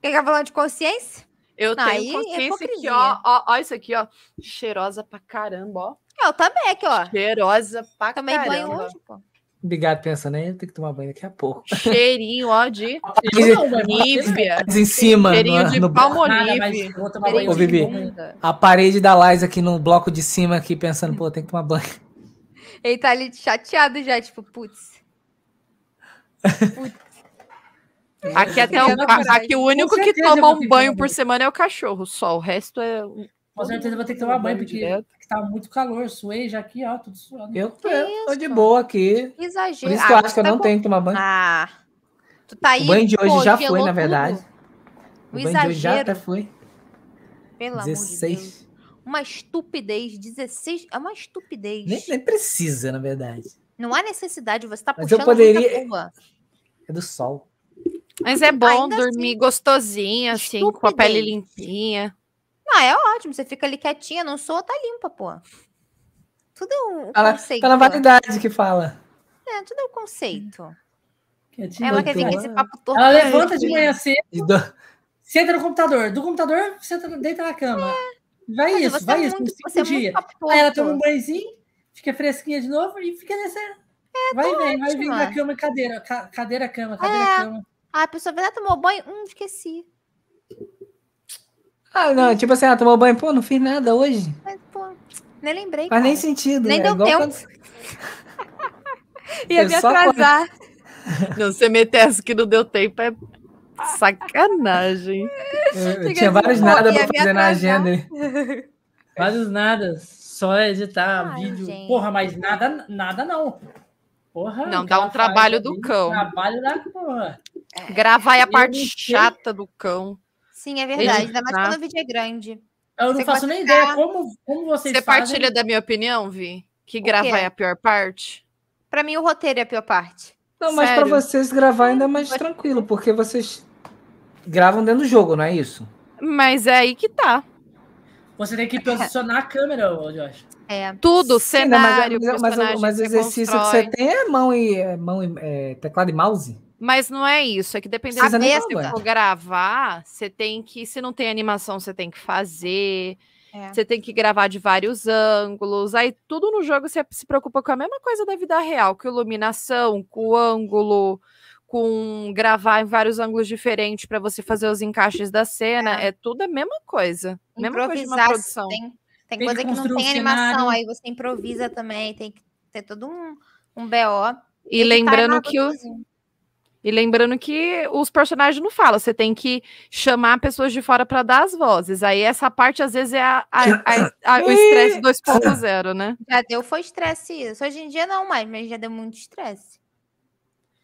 Quer que eu falando de consciência? Eu Não, aí é tenho consciência que, hipocrisia. ó, ó, ó, isso aqui, ó. Cheirosa pra caramba, ó. Eu também aqui, ó. Cheirosa pra Tomei caramba. banho hoje, pô. Obrigado, pensando aí, eu tenho que tomar banho daqui a pouco. Cheirinho, ó, de Eu não, mas- Nívia. Mas em cima, Cheirinho de no, no, Nada, mas palmolive. eu vou tomar Cheirinho banho. Ô, Vivi. a parede da Lais aqui no bloco de cima, aqui pensando, pô, tem que tomar banho. Ele tá ali chateado já, tipo, putz. Aqui, até Eu o, não a- coragem. aqui o único que certeza eu toma vou ter um que banho tomar por banho. semana é o cachorro, só. O resto é. Com certeza eu vou ter que tomar banho, porque direto. tá muito calor. Suei já aqui, ó, tudo suando. Eu Que eu tô isso? de boa aqui. Por Exagero. isso que eu Ah, acho que eu tá não com- tenho que tomar banho. Ah. Tu tá aí. O banho de hoje pô, já foi, gelou na verdade. tudo. O O banho de hoje já tá exagero, até foi. pelo amor de Deus. 16. Uma estupidez. 16. É uma estupidez. Nem, nem precisa, na verdade. Não há necessidade. Você tá Mas puxando eu poderia- muita boa. É do sol. Mas é bom Ainda dormir gostosinho, assim, com a Estupidez. pele limpinha. Ah, é ótimo. Você fica ali quietinha, não sou, tá limpa, pô. Tudo é um Tá na- conceito. Tá na validade que fala. É, tudo é um conceito. Quietinho, Ela muito quer vir bom. com doidona. esse papo todo. Ela levanta de manhã cedo, E do- senta no computador. Do computador, senta, deita na cama. Vai Nossa, isso, você vai é isso, muito, um uns você é cinco muito dias. papo Aí ela torto. toma um banhozinho, fica fresquinha de novo e fica nessa. vai vem, vai vir É, ótima. na cama e cadeira. ca- cadeira, cama, cadeira, cama. Ah, a pessoa vai lá tomou banho. Hum, esqueci. Ah, não, tipo assim, ela tomou banho, pô, não fiz nada hoje. Mas, pô, nem lembrei. Faz nem cara. sentido. Nem é deu igual tempo. quando- Ia Eu me só acordo. atrasar. Não, você meter essa que não deu tempo é sacanagem. Eu, eu Chega tinha assim, vários pô, nada ia pra me fazer na atrasar. agenda. Vários nada, só editar Ai, vídeo. gente. Porra, mas nada, nada não. Porra, Não, o dá cara um trabalho faz do ali, cão. Trabalho da porra. Gravar é a Eu parte não sei. chata do cão. Sim, é verdade. Ele- Ainda mais tá. quando o vídeo é grande. Eu não Você faço nem ideia classificar. como, como vocês Você fazem. partilha da minha opinião, Vi? Que quê? gravar é a pior parte? Pra mim, o roteiro é a pior parte. Não, mas pra Sério? vocês gravar ainda é mais tranquilo, porque vocês gravam dentro do jogo, não é isso? Mas é aí que tá. Você tem que posicionar a câmera, ô, Josh. É. Tudo, Ainda mais- cenário, né, mas, mas, mas, personagem mas o que exercício constrói. que você tem é mão e, é mão e é, teclado e mouse. Mas não é isso, é que dependendo Precisa do nem que você gravar. for gravar, você tem que, se não tem animação, você tem que fazer, É. você tem que gravar de vários ângulos, aí tudo no jogo você se preocupa com a mesma coisa da vida real, com iluminação, com ângulo, com gravar em vários ângulos diferentes para você fazer os encaixes da cena, é, tudo a mesma coisa, mesma coisa de uma Improvisar, assim, produção. Tem, tem Tem que coisa que, não construir um tem animação, cenário. aí você improvisa também, tem que ter todo um, um BO. E lembrando que o assim, E lembrando que os personagens não falam, você tem que chamar pessoas de fora para dar as vozes. Aí essa parte, às vezes, é a- a- a- a- o estresse 2.0, né? Já deu, foi estresse isso. Hoje em dia não mais, mas já deu muito estresse.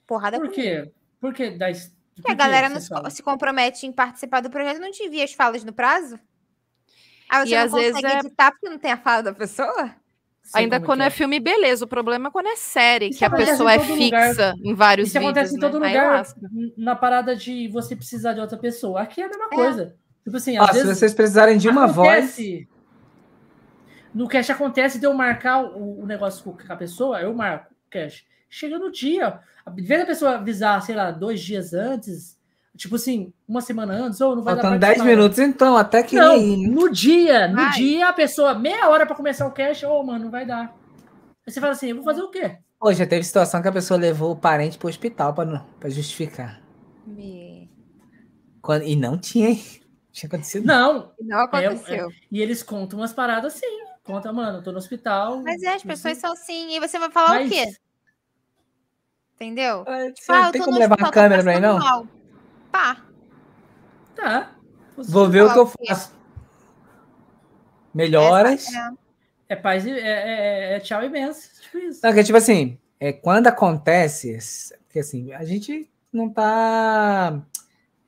Porrada Por comigo. quê? Por que dá es- por Porque a que galera não vocês se, falam? se compromete em participar do projeto, não te envia as falas no prazo? Aí E você não às vezes consegue é- editar porque não tem a fala da pessoa? Sei Ainda como quando que é. filme, beleza. O problema é quando é série, Isso que a acontece em pessoa é todo lugar. fixa em vários Isso vídeos. acontece em todo né? Aí lugar, lasca. n- é. na parada de você precisar de outra pessoa. Aqui é a mesma coisa. Tipo assim, às Ó, Ah, se vezes vocês precisarem de uma voz, acontece- No cash acontece de eu marcar o, o negócio com com a pessoa, eu marco o cash. Chega no dia, em vez da pessoa avisar, sei lá, dois dias antes, tipo assim, uma semana antes, ou não vai faltando dar pra 10 participar. minutos, então, até que Não, ir, né? no dia, no Vai. dia, a pessoa, meia hora pra começar o cash, ô, mano, não vai dar. Aí você fala assim, eu vou fazer o quê? Pô, já teve situação que a pessoa levou o parente pro hospital pra, não, pra justificar. Me- Quando- e não tinha, hein? Não tinha acontecido. Não, Não aconteceu. e eles contam umas paradas assim. Conta, mano, eu tô no hospital. Mas é, as Uhum. pessoas isso- são assim. E você vai falar o mas- quê? Entendeu? Ah, Tipo, você não ah, eu tem tô como no levar hospital, a tô câmera pra aí, passando não? mal. Pá. Tá. Você- Vou ver o que eu Falar o quê? faço. Melhoras. Essa- é. É paz e é, é- é tchau imenso. Tipo isso. Não, que tipo assim, é, quando acontece, s- porque assim, a gente não tá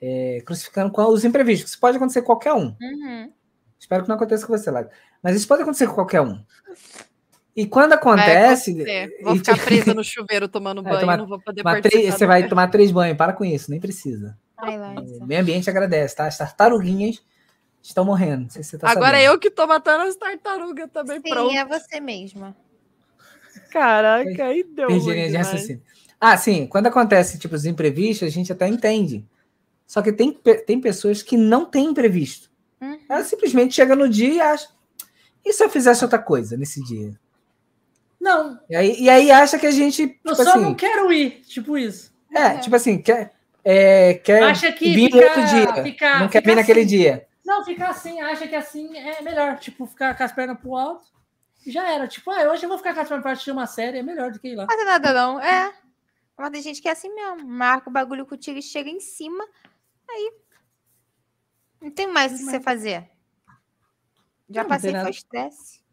é, crucificando com os imprevistos. Isso pode acontecer com qualquer um. Uhum. Espero que não aconteça com você, Lara. Mas isso pode acontecer com qualquer um. E quando acontece. É, Vou e- tipo, ficar presa no chuveiro tomando É, banho, tomar- não vou poder tomar participar. três- você do- vai tomar três banhos, para com isso, nem precisa. Ai, lá. então. O meio ambiente agradece, tá? As tartaruguinhas estão morrendo. Não sei se você tá Agora sabendo. eu que tô matando as tartarugas também, Sim, pronto. é você mesma. Caraca, aí deu Perdi a ruim linha de demais. raciocínio. Ah, sim, quando acontece, tipo, os imprevistos, a gente até entende. Só que tem, pe- tem pessoas que não têm imprevisto. Uhum. Ela simplesmente chega no dia e acha. E se eu fizesse outra coisa nesse dia? Não, E aí, e aí acha que a gente. Tipo eu só assim, não quero ir. Tipo isso. É, tipo assim, quer, é, quer Acha que vir fica- outro dia. fica- não quer fica vir naquele assim. dia. Não, ficar assim, acha que assim é melhor. Tipo, ficar com as pernas pro alto. Já era. Tipo, ah, hoje eu vou ficar com as pernas pra assistir uma série, é melhor do que ir lá. Não nada, não. É. Mas tem gente que é assim mesmo. Marca o bagulho contigo e chega em cima. Aí. Não tem mais o que você fazer. Não, não Já tem passei nada. por estresse.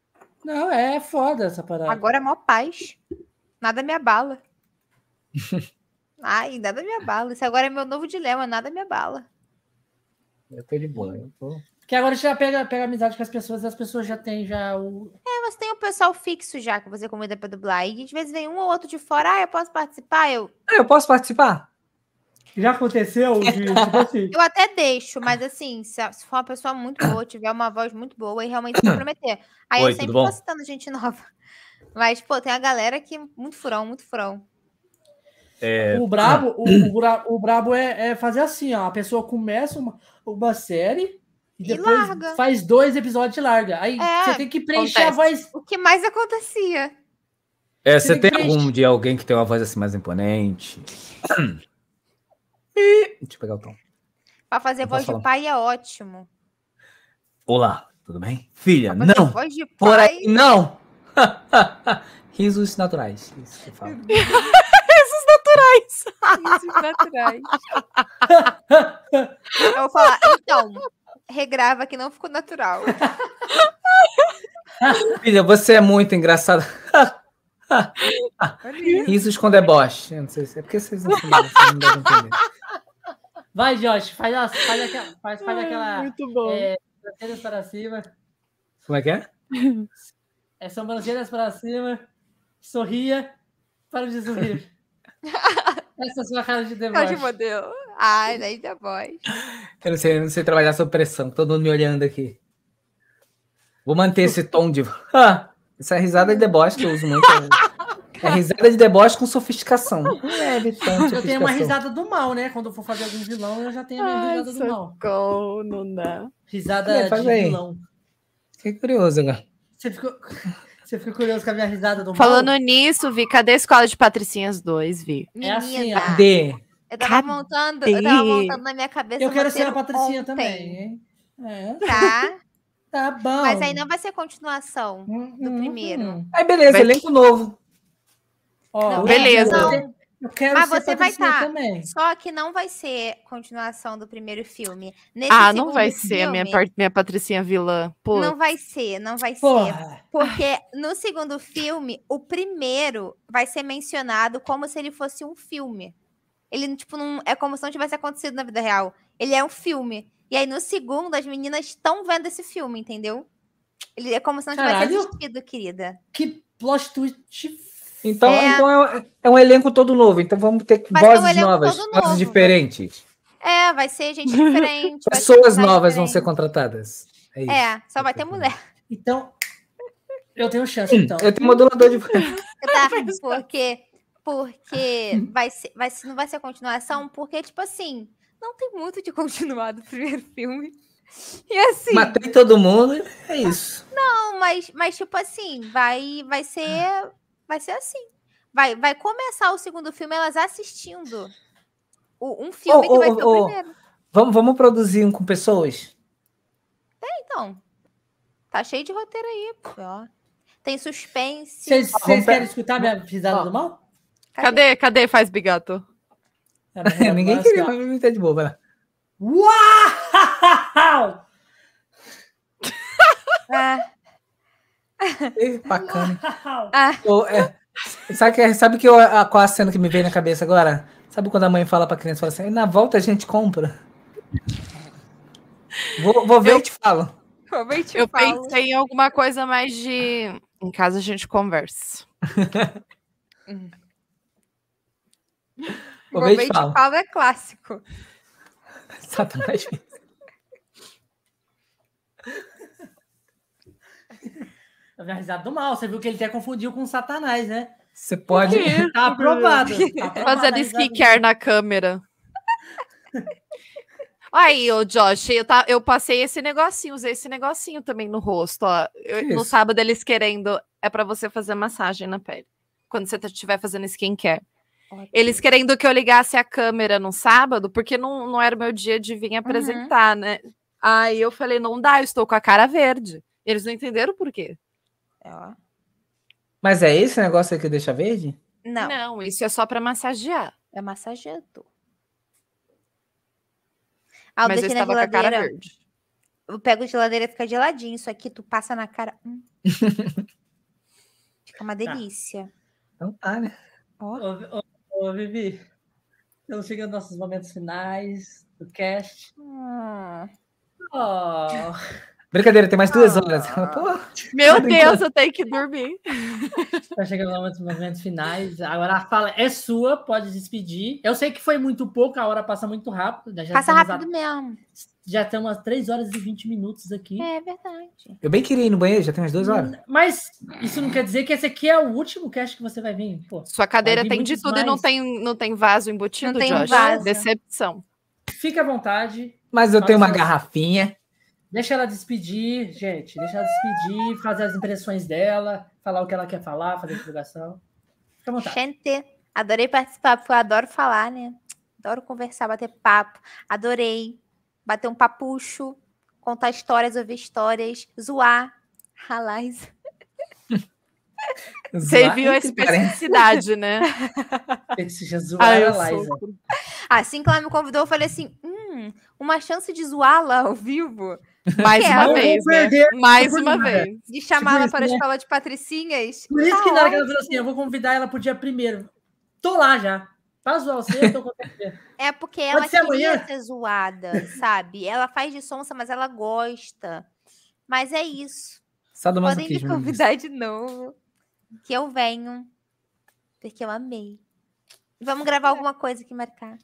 Não, é foda essa Ah. parada. Agora é mó paz. Nada me abala. Ai, nada me abala. Isso agora é meu novo dilema, nada me abala. Eu tô de boa. eu tô- Porque agora você já pega, pega amizade com as pessoas e as pessoas já têm já o. É, você tem um pessoal fixo já que você convida pra dublar. E às vezes vem um ou outro de fora, ah, eu posso participar? Eu, Ah, eu posso participar? Já aconteceu de tipo assim. eu até deixo, mas assim, se, a- se for uma pessoa muito boa, tiver uma voz muito boa e realmente se comprometer. Aí Oi, eu sempre tudo bom? tô citando gente nova. Mas, pô, tem a galera que é muito furão, muito furão. É, O brabo, o, o, bra- o brabo é, é fazer assim, ó. A pessoa começa uma, uma série e E depois larga. faz dois episódios e larga. Aí É, você tem que preencher a acontece. voz. O que mais acontecia? é, você tem Simplesmente. algum de alguém que tem uma voz assim mais imponente? Ih, Deixa eu pegar o tom. Pra fazer Eu voz posso de falar. pai é ótimo. Olá, tudo bem? Filha, Pra fazer não! Voz de Por pai. aí, não! Risos naturais. Isso que eu falo. Eu vou falar, então, regrava que não ficou natural. Filha, você é muito engraçada. Risos com deboche. Eu não sei se é porque vocês não entenderam, vocês não devem entender. Vai, Josh, faz, as- faz aquela. Faz, faz aquela. Muito bom. É, sobrancelhas para cima. Como é que é? É sobrancelhas para cima. Sorria. Para de sorrir. Essa é a sua cara de Não, de deboche. modelo. Ai, daí da voz. Eu não sei, eu não sei trabalhar sob pressão. Todo mundo me olhando aqui. Vou manter esse tom de. Ah, Essa risada de deboche que eu uso muito. É risada de deboche com sofisticação. Um Leve tom de Eu tenho uma sofisticação. risada do mal, né? Quando eu for fazer algum vilão, eu já tenho a minha Ai, risada do mal. Socorro, não dá. Risada É, faz de aí. vilão. Fiquei curioso né? agora. Você ficou, você ficou curioso com a minha risada do Falando mal? nisso, Vi, cadê a escola de Patricinhas 2, Vi? É assim, Menina, ó. Cadê? eu tava Cadê? montando, eu tava montando na minha cabeça. Eu um quero ser a roteiro Patricinha ontem, também, hein? É, tá Tá, bom. Hum, mas aí não vai ser continuação. do primeiro. Aí, beleza, Vai- elenco novo. Ó, Beleza. Eu quero, eu quero Mas ser você vai Patricinha tá. também. Só que não vai ser continuação do primeiro filme. Nesse Ah, não vai segundo ser a minha, filme, par- minha Patricinha vilã. Pô, Não vai ser, não vai ser. Porra, Porque no segundo filme, o primeiro vai ser mencionado como se ele fosse um filme. Ele, tipo, não é como se não tivesse acontecido na vida real. Ele é um filme. E aí, no segundo, as meninas estão vendo esse filme, entendeu? Ele é como se não tivesse Caralho. assistido, querida. que plot twist. Então, É. então é, um- é um elenco todo novo. Então vamos ter Vai ser um vozes elenco novas, todo vozes novo. diferentes. É, vai ser gente diferente. vai ser Pessoas personagem novas vão ser diferente. contratadas. É isso. É, só vai ter mulher. Então, eu tenho chance, Hum, então. Eu tenho modulador de voz. Tá? Porque, porque vai ser, vai, ser- não vai ser continuação, porque, tipo assim, não tem muito de continuar do primeiro filme. E assim. Matei todo mundo, é isso. Não, mas, mas tipo assim, vai, vai ser, Ah. vai ser assim. Vai, vai começar o segundo filme elas assistindo o- um filme que vai ô, ser ô, o primeiro. Vamos, vamos produzir um com pessoas? Então, tá cheio de roteiro aí. pô, ó. Tem suspense. Vocês Ah, Vamos vocês pe- querem escutar minha risada Ó. do mal? cadê? Cadê? Faz bigato. É, minha risada do Ninguém mal é queria, assim, mas não tá de boa. vai lá. ó. Uau! Ah, Ih, Bacana. Ah. Ou, é, sabe, que, sabe que eu, a, qual a cena que me veio na cabeça agora? Sabe quando a mãe fala pra criança, fala assim, na volta a gente compra? Vou, vou ver e te falo. Como eu te Eu falo. pensei em alguma coisa mais de. Em casa a gente conversa. Como eu te falo. é clássico. Satanás. A risada do mal. Você viu que ele até confundiu com Satanás, né? Você pode. Tá aprovado. Tá É aprovado a Fazendo risada skincare na câmera. Aí, ô Josh, eu, tá, eu passei esse negocinho, usei esse negocinho também no rosto, ó. Eu- Que no isso? sábado eles querendo, é pra você fazer massagem na pele, quando você estiver fazendo skincare. Eles querendo que eu ligasse a câmera no sábado, porque não, não era o meu dia de vir Uhum. apresentar, né? Aí eu falei, não dá, eu estou com a cara verde. Eles não entenderam por quê. Mas é esse negócio aí que deixa verde? Não. Não, isso é só pra massagear. É massageador. Ah, eu Mas eu deixei na estava com a cara geladeira. verde. Eu pego a geladeira e fica geladinho. Isso aqui tu passa na cara. hum. fica Tá. uma delícia. Então tá, né? Ô, ô, ô, Vivi, estamos chegando aos nossos momentos finais do cast. Hum. Oh. Brincadeira, tem mais Ah. duas horas. Porra. Meu Tá brincando. Deus, eu tenho que dormir. Tá chegando aos momentos, momentos finais. Agora a fala é sua, pode despedir. Eu sei que foi muito pouco, a hora passa muito rápido. né? Já Passa estamos a- rápido mesmo. já estamos às 3 horas e 20 minutos aqui. É verdade. Eu bem queria ir no banheiro, já tem umas duas horas. Mas isso não quer dizer que esse aqui é o último cast que você vai vir. Pô, Sua cadeira Vai vir tem de muitos tudo e não mais. tem, não tem vaso embutido, Não tem Josh. vaso. Decepção. fica à vontade. Mas eu Fala tenho uma só. garrafinha. Deixa ela despedir, gente. Deixa ela despedir, fazer as impressões dela, falar o que ela quer falar, fazer divulgação. Fica Então tá. à vontade. Gente, adorei participar, porque eu adoro falar, né? Adoro conversar, bater papo. Adorei bater um papucho, contar histórias, ouvir histórias, zoar, ralar. isso. Você Zoar. viu a Ih, que parente. especificidade, né? Esse Jesus Ah, era eu sou. Liza. Assim que ela me convidou, eu falei assim: hum, uma chance de zoá-la ao vivo, Mais Quero. uma Não vez, né? perder Mais por uma nada. vez. de chamá-la isso, para a né? escola de patricinhas. Por isso Tá que na hora que ela ótimo. falou assim, eu vou convidar ela pro dia primeiro. Tô lá já. Pra zoar você, eu tô contente. É porque ela ser queria amanhã. ser zoada, sabe? Ela faz de sonsa, mas ela gosta. Mas é isso. Só do Podem me masoquismo. meu Deus. convidar de novo. Que eu venho. Porque eu amei. Vamos gravar alguma coisa aqui, marcar.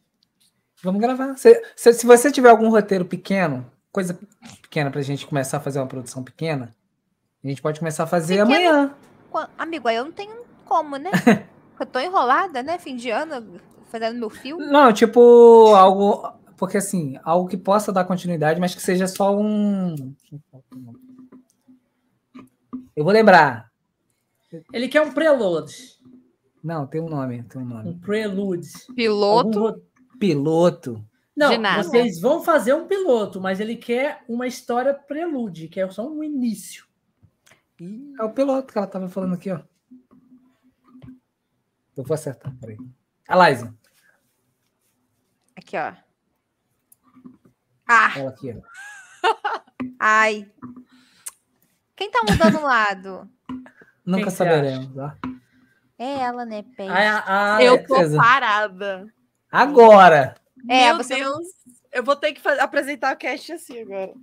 Vamos gravar. Se, se, se você tiver algum roteiro pequeno, coisa pequena pra gente começar a fazer uma produção pequena, a gente pode começar a fazer Pequeno. amanhã. Qua- Amigo, aí eu não tenho como, né? eu tô enrolada, né? Fim de ano, fazendo meu fio. Não, tipo, algo. Porque assim, algo que possa dar continuidade, mas que seja só um. Eu vou lembrar. Ele quer um preload. Não, tem um nome, tem um nome. Um prelude. Piloto. Algum ro- Piloto. Não, De nada. vocês vão fazer um piloto, mas ele quer uma história prelude, que é só um início. É o piloto que ela tava falando aqui, ó. Eu vou acertar, peraí. A Liza, Aqui, ó. Ah, ela aqui, ó. ai. Quem tá mudando o lado? Nunca que você saberemos. ó. É ela, né, Pei? Aí ah, a- a- Eu tô certeza. parada. Agora! É, Meu você não- Deus. Eu vou ter que fa- apresentar o cast assim agora.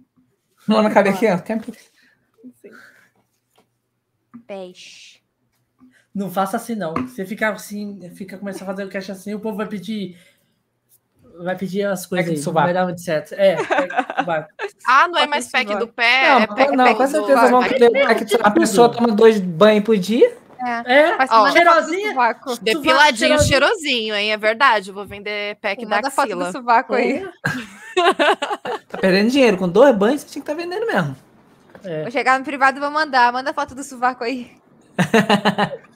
Mano, cadê aqui, ó? Tempo. Peixe. Não faça assim, não. Você fica assim, fica começar a fazer o cast assim, o povo vai pedir. Vai pedir as coisas. Pack de aí, não sovaco. vai dar muito certo. É, pack de sovaco. Ah, não é mais Pode pack do continuar. pé, Não, é pack, não, pack com do- certeza vão Vai, ter. a pessoa toma dois banhos por dia. é Faz Ó, uma foto do cheirosinha. sovaco. um Depiladinho, Sovaco, cheirosinho, hein? É verdade. Eu vou vender pack Me da manda foto do axila. sovaco aí. Tá perdendo dinheiro. Com dois banhos, você tinha que estar vendendo mesmo. É. Vou chegar no privado e vou mandar. Manda foto do sovaco aí.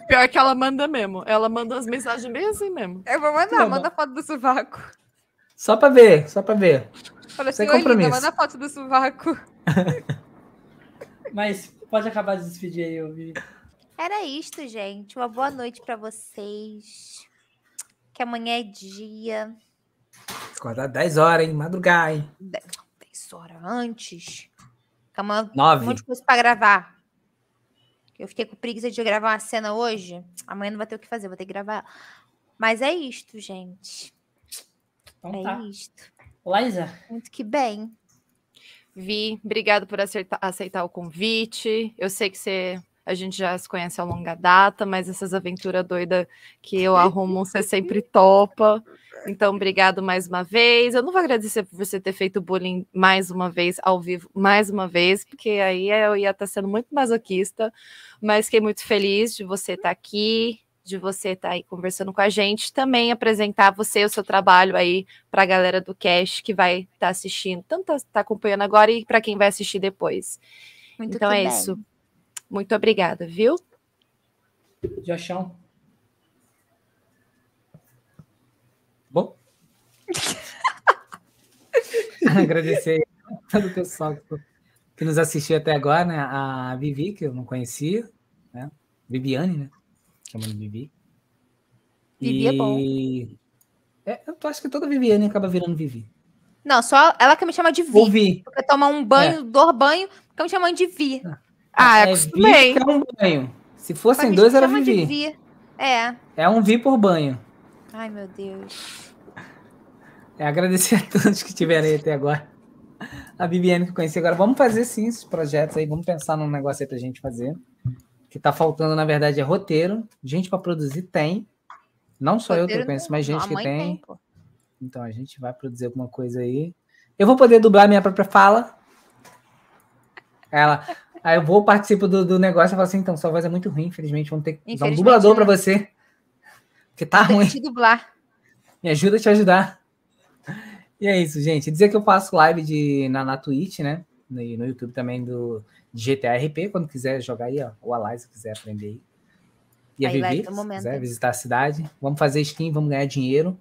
Pior que ela manda mesmo. Ela manda as mensagens bem assim mesmo. Eu vou mandar, Tá bom. manda foto do sovaco. Só pra ver, só pra ver. Fala assim, Sem ô linda, compromisso. manda foto do sovaco. Mas pode acabar de despedir aí, eu vi. Era isto, gente. Uma boa noite pra vocês. Que amanhã é dia. Acordar 10 horas, hein? Madrugar, hein? 10 horas antes. Que amanhã tem um 9. monte de coisa pra gravar. Eu fiquei com preguiça de gravar uma cena hoje. Amanhã não vai ter o que fazer, vou ter que gravar. ela. Mas é isto, gente. Então É tá. isto. Liza, Muito que bem. Vi, obrigado por acertar- aceitar o convite. Eu sei que você. A gente já se conhece há longa data, mas essas aventuras doidas que eu arrumo, você sempre topa. Então, obrigado mais uma vez. Eu não vou agradecer por você ter feito bullying mais uma vez, ao vivo, mais uma vez, porque aí eu ia estar sendo muito masoquista. Mas fiquei muito feliz de você estar aqui, de você estar aí conversando com a gente. Também apresentar você e o seu trabalho aí para a galera do Cash que vai estar assistindo, tanto está acompanhando agora e para quem vai assistir depois. Muito então que é bem. isso. Muito obrigada, viu? Joshão. Agradecer todo o pessoal que- que nos assistiu até agora, né? A Vivi, que eu não conhecia, né? Viviane, né? Chamando de Vivi. Vivi é bom. É, eu acho que toda Viviane acaba virando Vivi. Não, só ela que me chama de Vi. Ou Vi. Porque eu tomo um banho, dor banho, fica me chamando de Vi. Ah, é acostumei. Vi que é um banho. Se Só fossem me dois, era chama Vivi. de Vi. É. É um Vi por banho. Ai, meu Deus. É, agradecer a todos que estiveram aí até agora. A Viviane que eu conheci agora. Vamos fazer sim esses projetos aí. Vamos pensar num negócio aí pra gente fazer. O que tá faltando, na verdade, é roteiro. Gente pra produzir tem. Não só eu que Roteiro eu conheço, não- mas gente a que mãe tem. tem, pô. Então a gente vai produzir alguma coisa aí. Eu vou poder dublar minha própria fala. Ela. Aí eu vou, participo do, do negócio e falo assim, então, sua voz é muito ruim, infelizmente. Vamos ter que usar um Infelizmente, dublador pra né? você. Porque tá Tem ruim. que te dublar. Me ajuda a te ajudar. E é isso, gente. Dizer que eu faço live de, na, na Twitch, né? No, no YouTube também do de GTA RP, quando quiser jogar aí, ó. Ou a Liza quiser aprender aí. E a Aí, Liza, Vivi, no se momento, quiser hein? visitar a cidade. Vamos fazer skin, vamos ganhar dinheiro.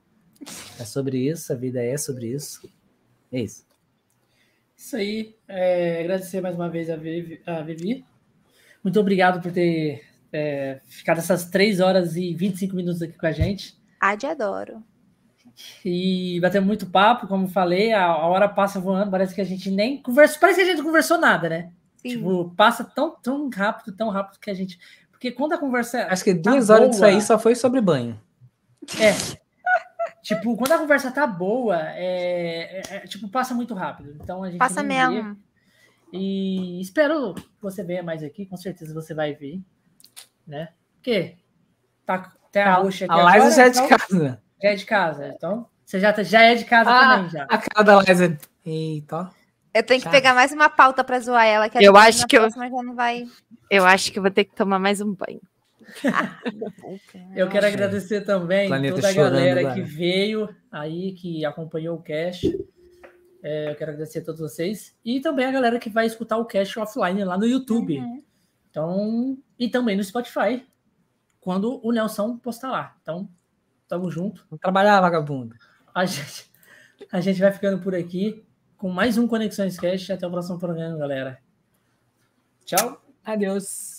É sobre isso, a vida é sobre isso. É isso. Isso aí. é, agradecer mais uma vez a Vivi. a Vivi. Muito obrigado por ter é, ficado essas 3 horas e 25 minutos aqui com a gente. Ai, de adoro. E bateu muito papo, como falei, a, a hora passa voando, parece que a gente nem conversou, parece que a gente não conversou nada, né? Sim. Tipo, passa tão, tão rápido, tão rápido que a gente. Porque quando a conversa. Acho que tá duas horas disso boa, aí só foi sobre banho. É. tipo, quando a conversa tá boa, é, é- é- tipo, passa muito rápido. Então a gente. Passa nem vê. mesmo. E espero que você venha mais aqui, com certeza você vai vir, né? Porque tá até a roxa aqui. A Liza agora, já é de então- casa. Já é de casa, então. Você já, tá- já é de casa Ah, também, já. a cara da Liza. Eita, ó. Eu tenho que Tá. pegar mais uma pauta pra zoar ela. Que Eu a acho que eu- próxima já não vai. Eu acho que vou ter que tomar mais um banho. Eu quero Nossa. agradecer também Planeta toda a chorando galera agora. que veio aí, que acompanhou o cast. É, eu quero agradecer a todos vocês. E também a galera que vai escutar o cast offline lá no YouTube. Então, e também no Spotify, quando o Nelson postar lá. Então, tamo junto. Vamos trabalhar, vagabundo. A gente, a gente vai ficando por aqui com mais um Conexões Cast. Até o próximo programa, galera. Tchau. Adeus.